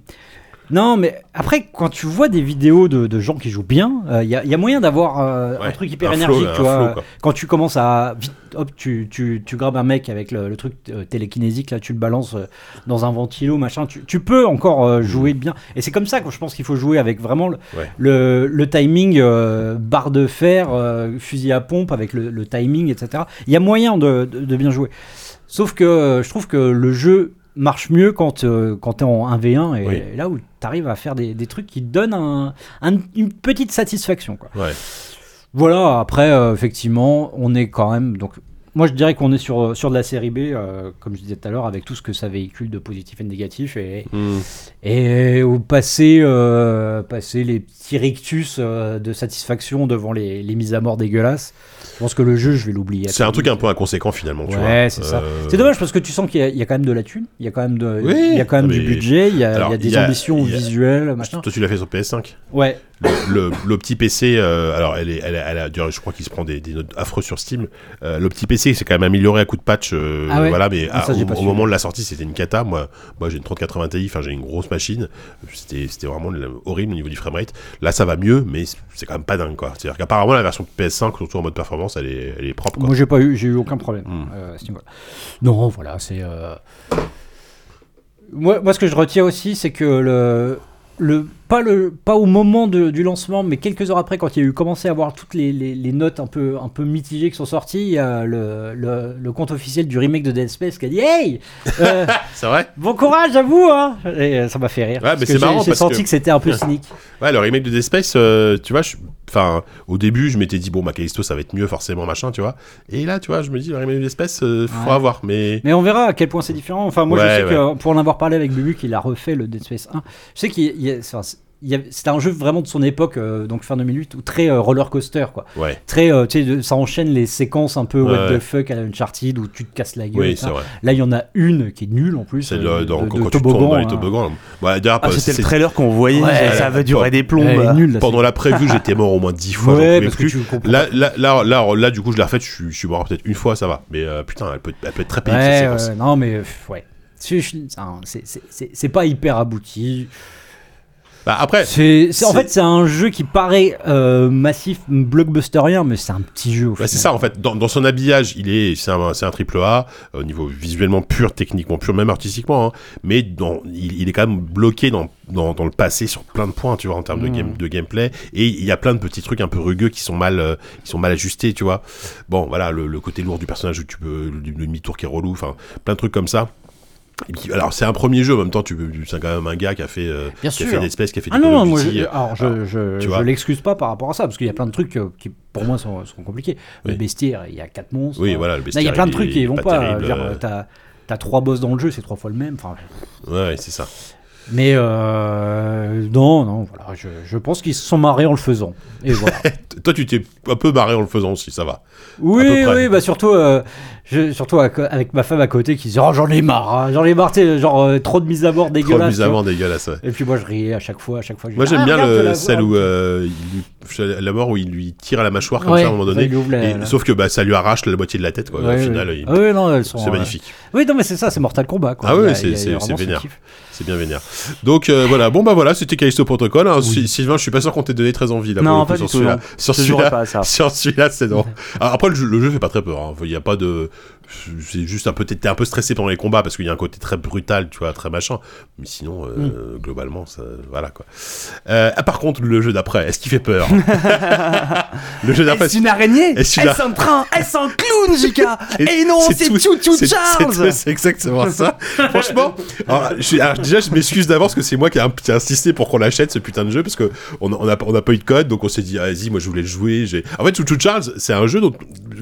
[SPEAKER 4] non, mais après, quand tu vois des vidéos de, de gens qui jouent bien, il y, a- y a moyen d'avoir euh, un
[SPEAKER 1] Ouais,
[SPEAKER 4] truc hyper
[SPEAKER 1] un flow,
[SPEAKER 4] énergique.
[SPEAKER 1] un
[SPEAKER 4] tu vois.
[SPEAKER 1] flow, quoi.
[SPEAKER 4] quand tu commences à. vite, hop, tu, tu, tu grabes un mec avec le, le truc euh, télékinésique, là, tu le balances euh, dans un ventilo, machin. Tu, tu peux encore euh, jouer bien. Et c'est comme ça que je pense qu'il faut jouer avec vraiment le,
[SPEAKER 1] Mm. Ouais.
[SPEAKER 4] le, le timing euh, barre de fer, euh, fusil à pompe avec le, le timing, etc. Il y a moyen de, de- de bien jouer. Sauf que euh, je trouve que le jeu marche mieux quand, euh, quand tu es en 1v1 et,
[SPEAKER 1] Oui.
[SPEAKER 4] et là où tu arrives à faire des, des trucs qui te donnent un- un- une petite satisfaction. Quoi.
[SPEAKER 1] Ouais.
[SPEAKER 4] Voilà, après, euh, effectivement, on est quand même. Donc, moi, je dirais qu'on est sur, sur de la série B, euh, comme je disais tout à l'heure, avec tout ce que ça véhicule de positif et de négatif. Et,
[SPEAKER 1] Hmm.
[SPEAKER 4] et au passé, euh, passer les petits rictus euh, de satisfaction devant les, les mises à mort dégueulasses, je pense que le jeu, je vais l'oublier.
[SPEAKER 1] C'est un truc un peu inconséquent, finalement. tu
[SPEAKER 4] Ouais,
[SPEAKER 1] vois.
[SPEAKER 4] c'est ça.
[SPEAKER 1] Euh,
[SPEAKER 4] C'est dommage parce que tu sens qu'il y, a- il y a quand même de la thune, il y a quand même, de,
[SPEAKER 1] Oui,
[SPEAKER 4] il y a quand même
[SPEAKER 1] mais-
[SPEAKER 4] du budget, il y a,
[SPEAKER 1] Alors,
[SPEAKER 4] il y a des
[SPEAKER 1] il y a-
[SPEAKER 4] ambitions
[SPEAKER 1] il y a-
[SPEAKER 4] visuelles, machin.
[SPEAKER 1] Toi, tu l'as fait sur PS5
[SPEAKER 4] Ouais,
[SPEAKER 1] le, le petit PC, euh, alors elle est, elle, a- elle a- d'ailleurs, je crois qu'il se prend des, des notes affreux sur Steam. Euh, le petit PC, c'est quand même amélioré à coup de patch. euh,
[SPEAKER 4] Ah ouais
[SPEAKER 1] Voilà, mais
[SPEAKER 4] Ah, ça,
[SPEAKER 1] à-
[SPEAKER 4] j'ai pas
[SPEAKER 1] au, au
[SPEAKER 4] suivi.
[SPEAKER 1] moment de la sortie, c'était une cata. Moi, moi, j'ai une 3080 Ti, enfin, j'ai une grosse machine. C'était, c'était vraiment le- horrible au niveau du framerate. Là, ça va mieux, mais c'est- c'est quand même pas dingue, quoi. C'est-à-dire qu'apparemment, la version PS5, surtout en mode performance, elle est, elle est propre. Quoi.
[SPEAKER 4] Moi, j'ai pas eu, j'ai eu aucun problème.
[SPEAKER 1] Mm.
[SPEAKER 4] euh, à ce niveau-là. non, voilà, c'est. euh, Moi, moi, ce que je retiens aussi, c'est que le, le, pas le, pas au moment de- du lancement, mais quelques heures après, quand il y a eu commencé à voir toutes les, les- les notes un peu, un peu mitigées qui sont sorties, il y a le, le- le compte officiel du remake de Dead Space qui a dit Hey,
[SPEAKER 1] <laughs>
[SPEAKER 4] euh,
[SPEAKER 1] C'est vrai.
[SPEAKER 4] bon courage à vous, hein. Et euh, ça m'a fait rire.
[SPEAKER 1] Ouais, mais
[SPEAKER 4] parce que
[SPEAKER 1] c'est
[SPEAKER 4] j'ai-
[SPEAKER 1] marrant
[SPEAKER 4] J'ai
[SPEAKER 1] parce
[SPEAKER 4] senti que,
[SPEAKER 1] que-
[SPEAKER 4] c'était un peu cynique.
[SPEAKER 1] Ouais, le remake de Dead Space, euh, tu vois, je- enfin, au début, je m'étais dit, bon, bah, Callisto, ça va être mieux, forcément, machin, tu vois. Et là, tu vois, je me dis, le remake de Dead Space, euh,
[SPEAKER 4] Ouais.
[SPEAKER 1] faudra voir, mais.
[SPEAKER 4] Mais on verra à quel point c'est différent. Enfin, moi,
[SPEAKER 1] Ouais,
[SPEAKER 4] je sais que pour en avoir parlé avec Bubu, qu'il a refait le Dead Space 1, je sais qu'il y a- enfin, c'est- il y a- c'était un jeu vraiment de son époque, euh, donc fin 2008, ou très euh, roller coaster, quoi.
[SPEAKER 1] Ouais.
[SPEAKER 4] Très, euh, tu sais, de- ça enchaîne les séquences un peu what
[SPEAKER 1] Ouais.
[SPEAKER 4] the fuck à la Uncharted où tu te casses la gueule. et
[SPEAKER 1] Oui,
[SPEAKER 4] ça.
[SPEAKER 1] c'est vrai.
[SPEAKER 4] Là, il y en a une qui est nulle en plus.
[SPEAKER 1] C'est
[SPEAKER 4] euh,
[SPEAKER 1] le- dans-
[SPEAKER 4] de-
[SPEAKER 1] quand,
[SPEAKER 4] de
[SPEAKER 1] quand tu tournes dans les
[SPEAKER 4] hein.
[SPEAKER 1] toboggans. Voilà, d'ailleurs,
[SPEAKER 3] Ah, c'était
[SPEAKER 1] c'est-
[SPEAKER 3] le trailer qu'on voyait,
[SPEAKER 4] Ouais.
[SPEAKER 3] ça- ça va durer des plombes.
[SPEAKER 4] Elle est nulle, là,
[SPEAKER 1] bah, Pendant la preview, j'étais mort au moins
[SPEAKER 4] <laughs>
[SPEAKER 1] 10
[SPEAKER 4] c'est-
[SPEAKER 1] fois. j'en
[SPEAKER 4] Ouais,
[SPEAKER 1] pouvais
[SPEAKER 4] parce que
[SPEAKER 1] plus.
[SPEAKER 4] tu comprends.
[SPEAKER 1] Là, là, là, là, là, du coup, je l'ai refaite. Je, suis- je suis mort peut-être une fois, ça va. Mais euh, putain, elle peut, elle peut être très pénible. cette
[SPEAKER 4] Ouais,
[SPEAKER 1] séquence.
[SPEAKER 4] ouais, non, mais euh, ouais. Je- je- c'est- c'est- c'est c'est pas hyper abouti.
[SPEAKER 1] Bah, après,
[SPEAKER 4] C'est, c'est- en
[SPEAKER 1] C'est-
[SPEAKER 4] fait, c'est un jeu qui paraît euh, massif, blockbusterien, mais c'est un petit jeu. au
[SPEAKER 1] bah,
[SPEAKER 4] final.
[SPEAKER 1] c'est ça en fait. Dans, dans son habillage, il est, c'est un, c'est un triple A euh, au niveau visuellement pur, techniquement pur, même artistiquement. hein. mais dans, il, il est quand même bloqué dans, dans, dans le passé sur plein de points, tu vois, en termes de,
[SPEAKER 4] Mm.
[SPEAKER 1] game, de gameplay. Et il y a plein de petits trucs un peu rugueux qui sont mal, euh, qui sont mal ajustés, tu vois. Bon, voilà, le, le côté lourd du personnage où tu peux, le demi-tour qui est relou, enfin, plein de trucs comme ça. Et puis, alors c'est un premier jeu en même temps tu peux- c'est quand même un gars qui a fait euh,
[SPEAKER 4] Bien
[SPEAKER 1] qui a
[SPEAKER 4] sûr.
[SPEAKER 1] fait des espèces qui a fait
[SPEAKER 4] Ah
[SPEAKER 1] du
[SPEAKER 4] non,
[SPEAKER 1] Call
[SPEAKER 4] non,
[SPEAKER 1] of
[SPEAKER 4] moi,
[SPEAKER 1] Duty. euh,
[SPEAKER 4] je, alors, je, je,
[SPEAKER 1] tu
[SPEAKER 4] je
[SPEAKER 1] vois.
[SPEAKER 4] l'excuse pas par rapport à ça, parce qu'il y a plein de trucs euh, qui, pour moi, sont, sont compliqués. Le
[SPEAKER 1] Oui.
[SPEAKER 4] bestiaire, il y a quatre monstres.
[SPEAKER 1] oui
[SPEAKER 4] euh,
[SPEAKER 1] voilà le
[SPEAKER 4] là, il y a
[SPEAKER 1] bestiaire,
[SPEAKER 4] plein de
[SPEAKER 1] est-
[SPEAKER 4] trucs
[SPEAKER 1] il
[SPEAKER 4] qui
[SPEAKER 1] est
[SPEAKER 4] vont
[SPEAKER 1] pas
[SPEAKER 4] pas.
[SPEAKER 1] terrible,
[SPEAKER 4] euh, dire,
[SPEAKER 1] euh,
[SPEAKER 4] t'as, t'as trois boss dans le jeu, c'est trois fois le même. Enfin,
[SPEAKER 1] ouais c'est ça
[SPEAKER 4] mais euh, non, non, voilà, je, je pense qu'ils se sont marrés en le faisant.
[SPEAKER 1] <laughs>
[SPEAKER 4] Et voilà.
[SPEAKER 1] T- toi tu t'es un peu barré en le faisant aussi ça va
[SPEAKER 4] Oui,
[SPEAKER 1] À peu près.
[SPEAKER 4] oui, bah surtout, euh, je- surtout à co- avec ma femme à côté qui disait Oh, j'en ai marre, hein, j'en ai marre, tu sais, genre euh, trop de mise à mort
[SPEAKER 1] trop
[SPEAKER 4] dégueulasse.
[SPEAKER 1] mis avant dégueulasse ouais.
[SPEAKER 4] tu vois. Et puis moi, je riais à chaque fois, à chaque fois. je
[SPEAKER 1] moi
[SPEAKER 4] disais,
[SPEAKER 1] j'aime
[SPEAKER 4] Ah,
[SPEAKER 1] bien
[SPEAKER 4] regarde,
[SPEAKER 1] le,
[SPEAKER 4] la-
[SPEAKER 1] celle où euh, il lui la mort où il lui tire à la mâchoire comme
[SPEAKER 5] Ouais,
[SPEAKER 1] ça à un moment
[SPEAKER 5] ça,
[SPEAKER 1] donné.
[SPEAKER 5] il ouvre la-
[SPEAKER 1] Et-
[SPEAKER 5] la-
[SPEAKER 1] sauf que bah, ça lui arrache la moitié de la tête. Quoi.
[SPEAKER 5] Ouais,
[SPEAKER 1] Au final,
[SPEAKER 5] ouais.
[SPEAKER 1] il-
[SPEAKER 5] Ah ouais, non, elles sont,
[SPEAKER 1] c'est
[SPEAKER 5] euh,
[SPEAKER 1] magnifique.
[SPEAKER 5] Oui, non, mais c'est ça, c'est Mortal Kombat. Quoi.
[SPEAKER 1] Ah ouais,
[SPEAKER 5] Il y a-
[SPEAKER 1] c'est-
[SPEAKER 5] il y a
[SPEAKER 1] c'est-
[SPEAKER 5] vraiment
[SPEAKER 1] c'est
[SPEAKER 5] son
[SPEAKER 1] vénère.
[SPEAKER 5] kiff.
[SPEAKER 1] C'est bien vénère. Donc euh, voilà, bon bah voilà, c'était Callisto Protocol. hein. Si- Sylvain, je suis pas sûr qu'on t'ait donné très envie là.
[SPEAKER 3] Non,
[SPEAKER 1] pour le coup, sur
[SPEAKER 3] pas du tout,
[SPEAKER 1] celui-là.
[SPEAKER 3] non.
[SPEAKER 1] Sur
[SPEAKER 3] Je jouerai
[SPEAKER 1] celui-là,
[SPEAKER 3] pas à
[SPEAKER 1] <laughs>
[SPEAKER 3] ça.
[SPEAKER 1] sur celui-là, c'est non. Alors, après, le jeu, le jeu fait pas très peur. hein. Il y a pas de, c'est juste un peu, t'es t'es un peu stressé pendant les combats parce qu'il y a un côté très brutal, tu vois, très machin. Mais sinon,
[SPEAKER 3] Mm.
[SPEAKER 1] euh, globalement, ça, voilà quoi. Euh, ah, par contre, le jeu d'après, est-ce qu'il fait
[SPEAKER 3] <laughs>
[SPEAKER 1] peur Le jeu d'après,
[SPEAKER 3] Est-ce une araignée
[SPEAKER 1] Est-ce
[SPEAKER 3] Est-ce
[SPEAKER 1] une
[SPEAKER 3] un train Est-ce un clown, Jika Et non, c'est
[SPEAKER 1] tout-
[SPEAKER 3] Chou Chou
[SPEAKER 1] c'est-
[SPEAKER 3] Charles
[SPEAKER 1] c'est- C'est exactement ça. Franchement, alors, je suis- alors, déjà, je m'excuse d'avance que c'est moi qui ai, un- qui ai insisté pour qu'on l'achète ce putain de jeu parce que on, on, a, on a pas eu de code, donc on s'est dit ah, vas-y, moi je voulais le jouer. j'ai- En fait, Chou Chou Charles, c'est un jeu dont,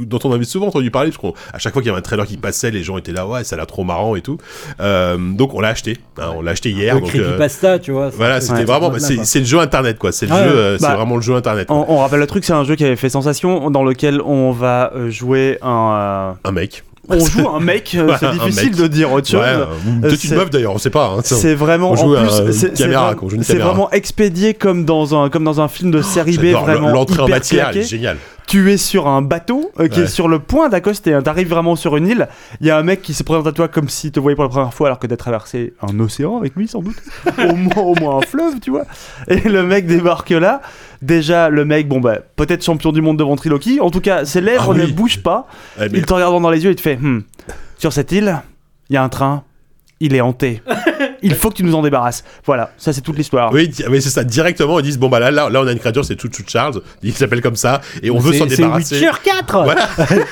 [SPEAKER 1] dont on avait souvent entendu parler parce qu'à chaque fois qu'il y avait un trailer qui passait, les gens étaient là ouais, ça a l'air trop marrant et tout. Euh, donc on l'a acheté, hein, on l'a acheté hier.
[SPEAKER 5] Le
[SPEAKER 1] donc, euh,
[SPEAKER 5] creepypasta, tu vois. c'est-
[SPEAKER 1] voilà,
[SPEAKER 5] c'est-
[SPEAKER 1] c'était
[SPEAKER 5] c'est
[SPEAKER 1] vraiment,
[SPEAKER 5] ce mode-là,
[SPEAKER 1] c'est
[SPEAKER 5] quoi.
[SPEAKER 1] c'est le jeu internet quoi. C'est le
[SPEAKER 5] Ah
[SPEAKER 1] jeu,
[SPEAKER 5] ouais,
[SPEAKER 1] euh,
[SPEAKER 3] bah,
[SPEAKER 1] c'est vraiment le jeu internet.
[SPEAKER 3] on, on rappelle le truc, c'est un jeu qui avait fait sensation, dans lequel on va euh, jouer un.
[SPEAKER 1] Un mec.
[SPEAKER 3] euh, on joue un
[SPEAKER 1] <laughs>
[SPEAKER 3] mec, euh,
[SPEAKER 1] Voilà,
[SPEAKER 3] c'est
[SPEAKER 1] un
[SPEAKER 3] difficile
[SPEAKER 1] mec.
[SPEAKER 3] de dire autre chose.
[SPEAKER 1] Ouais, euh, peut-être une
[SPEAKER 3] c'est-
[SPEAKER 1] meuf d'ailleurs, on sait pas. hein, ça, on-
[SPEAKER 3] C'est vraiment
[SPEAKER 1] on joue
[SPEAKER 3] en
[SPEAKER 1] à
[SPEAKER 3] plus,
[SPEAKER 1] une
[SPEAKER 3] c'est- c'est
[SPEAKER 1] caméra,
[SPEAKER 3] vraiment-
[SPEAKER 1] qu'on joue une
[SPEAKER 3] c'est
[SPEAKER 1] caméra.
[SPEAKER 3] vraiment expédié comme dans un comme dans un film de série B
[SPEAKER 1] J'adore,
[SPEAKER 3] vraiment
[SPEAKER 1] L'entrée en
[SPEAKER 3] hyper
[SPEAKER 1] matière, elle
[SPEAKER 3] claqué.
[SPEAKER 1] est géniale.
[SPEAKER 3] tu es sur un bateau euh, qui
[SPEAKER 1] Ouais.
[SPEAKER 3] est sur le point d'accoster. hein. T'arrives vraiment sur une île. Il y a un mec qui se présente à toi comme s'il te voyait pour la première fois alors que t'as traversé un océan avec lui
[SPEAKER 1] <laughs>
[SPEAKER 3] sans doute. au, moins, au moins un fleuve, tu vois. Et le mec débarque là. Déjà, le mec, bon bah, peut-être champion du monde de ventriloquie. En tout cas, ses lèvres
[SPEAKER 1] Ah
[SPEAKER 3] ne
[SPEAKER 1] oui.
[SPEAKER 3] bougent pas.
[SPEAKER 1] Ouais, Eh, mais-
[SPEAKER 3] Il te regarde dans les yeux et te fait Hmm, Sur cette île, il y a un train. Il
[SPEAKER 1] <laughs>
[SPEAKER 3] est hanté. Il faut que tu nous en débarrasses. Voilà, ça c'est toute l'histoire.
[SPEAKER 1] Oui, di- oui, c'est ça. Directement, ils disent bon bah là, là, là, on a une créature, c'est Chouchou Charles. Il s'appelle comme ça et on veut
[SPEAKER 5] C'est-
[SPEAKER 1] s'en
[SPEAKER 5] C'est
[SPEAKER 1] débarrasser.
[SPEAKER 5] Witcher 4
[SPEAKER 1] Voilà. <laughs>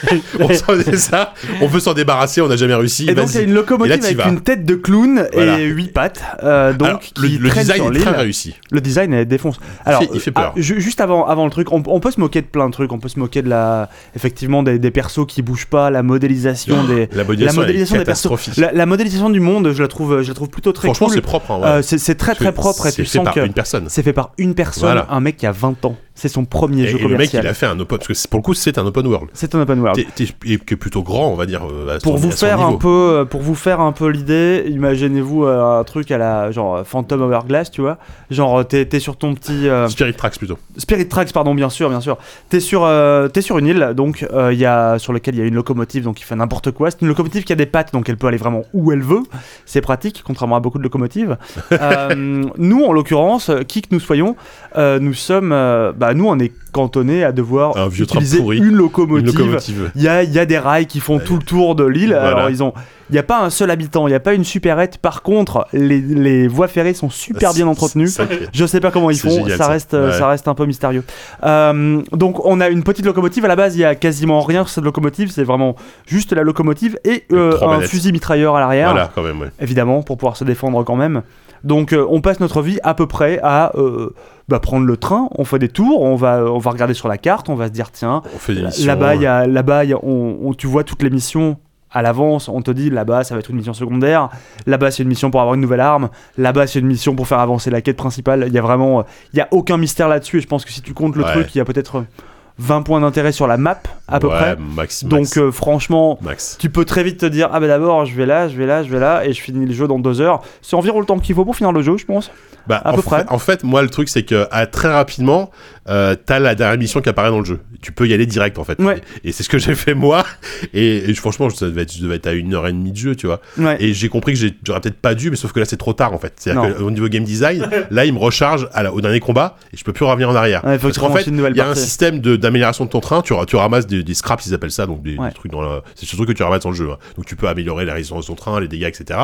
[SPEAKER 1] on s'en- c'est ça. On veut s'en débarrasser. On n'a jamais réussi.
[SPEAKER 3] Et donc, il y a
[SPEAKER 1] Vas-y.
[SPEAKER 3] une locomotive
[SPEAKER 1] Et là, t'y
[SPEAKER 3] avec
[SPEAKER 1] vas.
[SPEAKER 3] une tête de clown
[SPEAKER 1] Voilà.
[SPEAKER 3] et huit pattes. euh, donc,
[SPEAKER 1] Alors,
[SPEAKER 3] qui
[SPEAKER 1] le, le
[SPEAKER 3] traîne
[SPEAKER 1] design
[SPEAKER 3] sur
[SPEAKER 1] est
[SPEAKER 3] l'île.
[SPEAKER 1] très réussi.
[SPEAKER 3] Le design elle défonce. Alors,
[SPEAKER 1] fait- il fait peur.
[SPEAKER 3] ah, ju- juste avant, avant le truc, on, on peut se moquer de plein de trucs. On peut se moquer de la, effectivement, des, des persos qui bougent pas, la modélisation des,
[SPEAKER 1] Ah, La
[SPEAKER 3] la
[SPEAKER 1] modélisation,
[SPEAKER 3] modélisation
[SPEAKER 1] est
[SPEAKER 3] des persos,
[SPEAKER 1] catastrophique.
[SPEAKER 3] la, la modélisation du monde. Je la trouve, je la trouve plutôt très
[SPEAKER 1] Franchement,
[SPEAKER 3] cool.
[SPEAKER 1] c'est propre. hein, ouais.
[SPEAKER 3] Euh, c'est c'est très
[SPEAKER 1] Parce que
[SPEAKER 3] très propre et
[SPEAKER 1] c'est
[SPEAKER 3] tu
[SPEAKER 1] fait
[SPEAKER 3] sens
[SPEAKER 1] par
[SPEAKER 3] que
[SPEAKER 1] une personne.
[SPEAKER 3] c'est fait par une personne,
[SPEAKER 1] Voilà.
[SPEAKER 3] un mec qui a 20 ans. C'est son premier
[SPEAKER 1] Et,
[SPEAKER 3] jeu
[SPEAKER 1] et le mec,
[SPEAKER 3] commercial.
[SPEAKER 1] il a fait un open parce que c'est- pour le coup, c'est un open world.
[SPEAKER 3] C'est un open world.
[SPEAKER 1] T'es- t'es- Et qui est plutôt grand, on va dire. euh, à son-
[SPEAKER 3] Ah. Pour vous,
[SPEAKER 1] à son
[SPEAKER 3] faire un
[SPEAKER 1] niveau.
[SPEAKER 3] peu, euh, pour vous faire un peu l'idée, imaginez-vous euh, un truc à la genre euh, Phantom Hourglass, tu vois. Genre, euh, t'es t'es sur ton petit. euh,
[SPEAKER 1] Spirit Tracks plutôt.
[SPEAKER 3] Spirit Tracks, pardon, bien sûr, bien sûr. T'es sur, euh, t'es sur une île, donc euh, il y a, sur laquelle il y a une locomotive, donc il fait n'importe quoi. C'est une locomotive qui a des pattes, donc elle peut aller vraiment où elle veut. C'est pratique, contrairement à beaucoup
[SPEAKER 1] <laughs>
[SPEAKER 3] de locomotives. Euh, nous, en l'occurrence, euh, qui que nous soyons, euh, nous sommes, euh, bah nous, on est cantonnés à devoir
[SPEAKER 1] Un vieux train
[SPEAKER 3] utiliser
[SPEAKER 1] pourri.
[SPEAKER 3] une locomotive.
[SPEAKER 1] Une locomotive. euh,
[SPEAKER 3] Il y a, il y a des rails qui font tout le tour de l'île.
[SPEAKER 1] Voilà.
[SPEAKER 3] Alors ils ont, il n'y a pas un seul habitant, il n'y a pas une supérette. Par contre, les, les voies ferrées sont super bien entretenues.
[SPEAKER 1] C'est- c'est-
[SPEAKER 3] Je sais pas comment ils
[SPEAKER 1] C'est
[SPEAKER 3] font,
[SPEAKER 1] génial,
[SPEAKER 3] ça,
[SPEAKER 1] ça.
[SPEAKER 3] Reste, euh,
[SPEAKER 1] Ouais.
[SPEAKER 3] ça reste un peu mystérieux. Euh, donc on a une petite locomotive, à la base il y a quasiment rien sur cette locomotive, c'est vraiment juste la locomotive et euh,
[SPEAKER 1] Trois
[SPEAKER 3] un
[SPEAKER 1] manettes.
[SPEAKER 3] fusil mitrailleur à l'arrière,
[SPEAKER 1] Voilà, quand même. ouais.
[SPEAKER 3] évidemment, pour pouvoir se défendre quand même. Donc euh, on passe notre vie à peu près à euh, bah, prendre le train, on fait des tours, on va, on va regarder sur la carte, on va se dire tiens,
[SPEAKER 1] On fait des
[SPEAKER 3] Là-
[SPEAKER 1] missions.
[SPEAKER 3] Là-bas, il y
[SPEAKER 1] euh,
[SPEAKER 3] a- là-bas, il y a- on, on- tu vois toutes les missions à l'avance. On te dit là-bas, ça va être une mission secondaire. Là-bas, c'est une mission pour avoir une nouvelle arme. Là-bas, c'est une mission pour faire avancer la quête principale. Il y a vraiment, euh, il y a aucun mystère là-dessus. Et je pense que si tu comptes le
[SPEAKER 1] Ouais.
[SPEAKER 3] truc, il y a peut-être 20 points d'intérêt sur la map à peu
[SPEAKER 1] ouais,
[SPEAKER 3] près.
[SPEAKER 1] Max.
[SPEAKER 3] Donc,
[SPEAKER 1] max,
[SPEAKER 3] euh, franchement.
[SPEAKER 1] Max.
[SPEAKER 3] Tu peux très vite te dire ah ben d'abord je vais là je vais là je vais là et je finis le jeu dans deux heures c'est environ le temps qu'il faut pour finir le jeu je pense
[SPEAKER 1] Bah,
[SPEAKER 3] À
[SPEAKER 1] en,
[SPEAKER 3] peu
[SPEAKER 1] fait,
[SPEAKER 3] près.
[SPEAKER 1] en fait, moi, le truc, c'est que à, très rapidement, euh, t'as la dernière mission qui apparaît dans le jeu. Tu peux y aller direct, en fait.
[SPEAKER 3] Ouais.
[SPEAKER 1] Et, et c'est ce que <laughs> j'ai fait moi. Et, et franchement, je devais, être, je devais être à une heure et demie de jeu, tu vois.
[SPEAKER 3] ouais.
[SPEAKER 1] Et j'ai compris que j'ai- j'aurais peut-être pas dû, mais sauf que là, c'est trop tard, en fait.
[SPEAKER 3] Non.
[SPEAKER 1] C'est-à-dire qu'au niveau game design, là, il me recharge à la- au dernier combat et je peux plus revenir en arrière.
[SPEAKER 3] Ouais, faut
[SPEAKER 1] Parce
[SPEAKER 3] que tu
[SPEAKER 1] qu'en
[SPEAKER 3] commences
[SPEAKER 1] fait,
[SPEAKER 3] une nouvelle
[SPEAKER 1] il y a un
[SPEAKER 3] partie.
[SPEAKER 1] système de- d'amélioration de, ton train. Tu, ra- tu ramasses des, des scraps, ils appellent ça, donc des, des
[SPEAKER 3] Ouais.
[SPEAKER 1] trucs dans la. C'est ce truc que tu ramasses dans le jeu. hein. Donc tu peux améliorer la résistance de ton train, les dégâts, etc.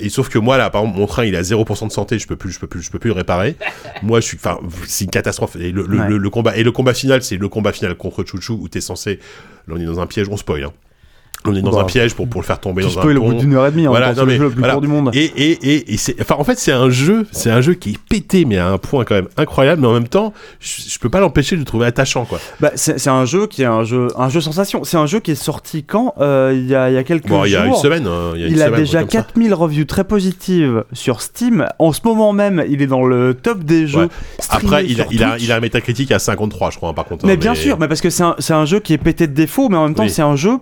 [SPEAKER 1] Et sauf que moi, là, par exemple, mon train, il est à 0% de santé, je peux plus, je peux plus, je peux plus le
[SPEAKER 3] <laughs>
[SPEAKER 1] réparer. moi, je suis, enfin, c'est une catastrophe. Et le, le-
[SPEAKER 3] Ouais.
[SPEAKER 1] le- le combat, et le combat final, c'est le combat final contre Chouchou où t'es censé. Là, on est dans un piège, on spoil. Hein. On est dans
[SPEAKER 3] Bah,
[SPEAKER 1] un piège pour, pour le faire tomber
[SPEAKER 3] tu
[SPEAKER 1] dans un
[SPEAKER 3] spoil au
[SPEAKER 1] pont.
[SPEAKER 3] bout d'une heure et demie hein, en
[SPEAKER 1] Voilà,
[SPEAKER 3] même temps,
[SPEAKER 1] non, mais
[SPEAKER 3] c'est le jeu le plus
[SPEAKER 1] voilà.
[SPEAKER 3] court du monde
[SPEAKER 1] Et, et, et, et c'est, enfin, en fait, c'est un jeu, c'est un jeu qui est pété, mais à un point quand même incroyable, mais en même temps, je, je peux pas l'empêcher de le trouver attachant, quoi.
[SPEAKER 3] Bah, c'est c'est un jeu qui est un jeu, un jeu sensation. C'est un jeu qui est sorti quand Euh, Il y, a, il y a quelques
[SPEAKER 1] Bon,
[SPEAKER 3] jours.
[SPEAKER 1] il y a une semaine, hein, il y a une
[SPEAKER 3] Il a
[SPEAKER 1] semaine,
[SPEAKER 3] déjà
[SPEAKER 1] un truc comme ça.
[SPEAKER 3] 4000 reviews très positives sur Steam. En ce moment même, il est dans le top des jeux.
[SPEAKER 1] Ouais.
[SPEAKER 3] streamés
[SPEAKER 1] Après, il a,
[SPEAKER 3] sur
[SPEAKER 1] il a,
[SPEAKER 3] Twitch.
[SPEAKER 1] il a un métacritique à 53, je crois, hein, par contre.
[SPEAKER 3] Mais
[SPEAKER 1] hein,
[SPEAKER 3] bien sûr, mais parce que c'est un, c'est un jeu qui est pété de défauts, mais en même temps,
[SPEAKER 1] Oui.
[SPEAKER 3] c'est un jeu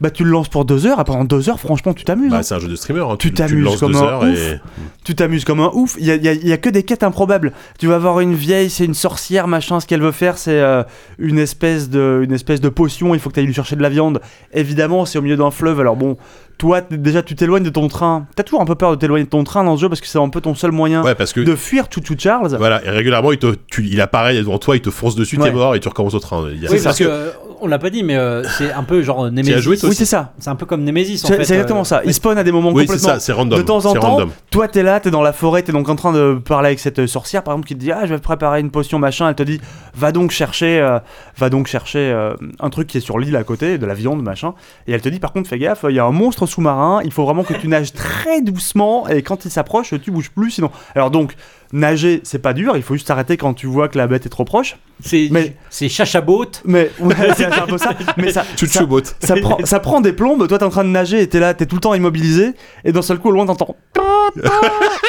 [SPEAKER 3] bah tu le lances pour deux heures, et pendant deux heures, franchement, tu t'amuses. hein.
[SPEAKER 1] Bah, c'est un jeu de streamer, hein.
[SPEAKER 3] Tu
[SPEAKER 1] le-
[SPEAKER 3] t'amuses
[SPEAKER 1] le lances
[SPEAKER 3] comme
[SPEAKER 1] deux
[SPEAKER 3] un
[SPEAKER 1] heures
[SPEAKER 3] ouf. hein.
[SPEAKER 1] et-
[SPEAKER 3] tu t'amuses comme un ouf. Il y a, il y a- il y a que des quêtes improbables. Tu vas voir une vieille, c'est une sorcière, machin. Ce qu'elle veut faire, c'est euh, une espèce de, une espèce de potion. Il faut que tu ailles lui chercher de la viande. Évidemment, c'est au milieu d'un fleuve. Alors bon, toi, t- déjà, tu t'éloignes de ton train. T'as toujours un peu peur de t'éloigner de ton train dans ce jeu parce que c'est un peu ton seul moyen
[SPEAKER 1] Ouais, parce que
[SPEAKER 3] de fuir Chouchou Charles.
[SPEAKER 1] voilà, et régulièrement, il, te, tu- il apparaît devant toi, il te fonce dessus,
[SPEAKER 3] Ouais.
[SPEAKER 1] t'es mort et tu recommences au train. Il y a-
[SPEAKER 4] Oui,
[SPEAKER 1] c'est
[SPEAKER 4] parce
[SPEAKER 1] ça.
[SPEAKER 4] que euh, on l'a pas dit, mais euh, c'est un peu genre euh, Nemesis.
[SPEAKER 1] as joué, toi
[SPEAKER 3] Oui, c'est ça.
[SPEAKER 4] C'est un peu comme Nemesis en
[SPEAKER 3] C'est
[SPEAKER 4] fait.
[SPEAKER 3] c'est exactement
[SPEAKER 4] euh,
[SPEAKER 3] ça. Il spawn à des moments
[SPEAKER 1] Oui, c'est
[SPEAKER 3] complètement
[SPEAKER 1] ça, c'est random.
[SPEAKER 3] de temps en
[SPEAKER 1] c'est
[SPEAKER 3] temps,
[SPEAKER 1] random.
[SPEAKER 3] Toi, t'es là, t'es dans la forêt, t'es donc en train de parler avec cette euh, sorcière, par exemple, qui te dit Ah, je vais préparer une potion, machin. Elle te dit Va donc chercher, euh, va donc chercher euh, un truc qui est sur l'île à côté, de la viande, machin. Et elle te dit Par contre, fais gaffe, il y a un monstre sous-marin, il faut vraiment que tu nages très doucement, et quand il s'approche, tu bouges plus, sinon. Alors donc, nager, c'est pas dur, il faut juste s'arrêter quand tu vois que la bête est trop proche.
[SPEAKER 4] C'est
[SPEAKER 3] Mais-
[SPEAKER 4] c'est Chachabot.
[SPEAKER 3] Mais ouais, <laughs> c'est c'est un peu ça. Mais ça, ça-
[SPEAKER 1] Chuchubot.
[SPEAKER 3] ça prend,
[SPEAKER 1] <laughs>
[SPEAKER 3] ça prend des plombes, toi t'es en train de nager et t'es là, t'es tout le temps immobilisé, et d'un seul coup au loin
[SPEAKER 1] <laughs>
[SPEAKER 3] t'entends.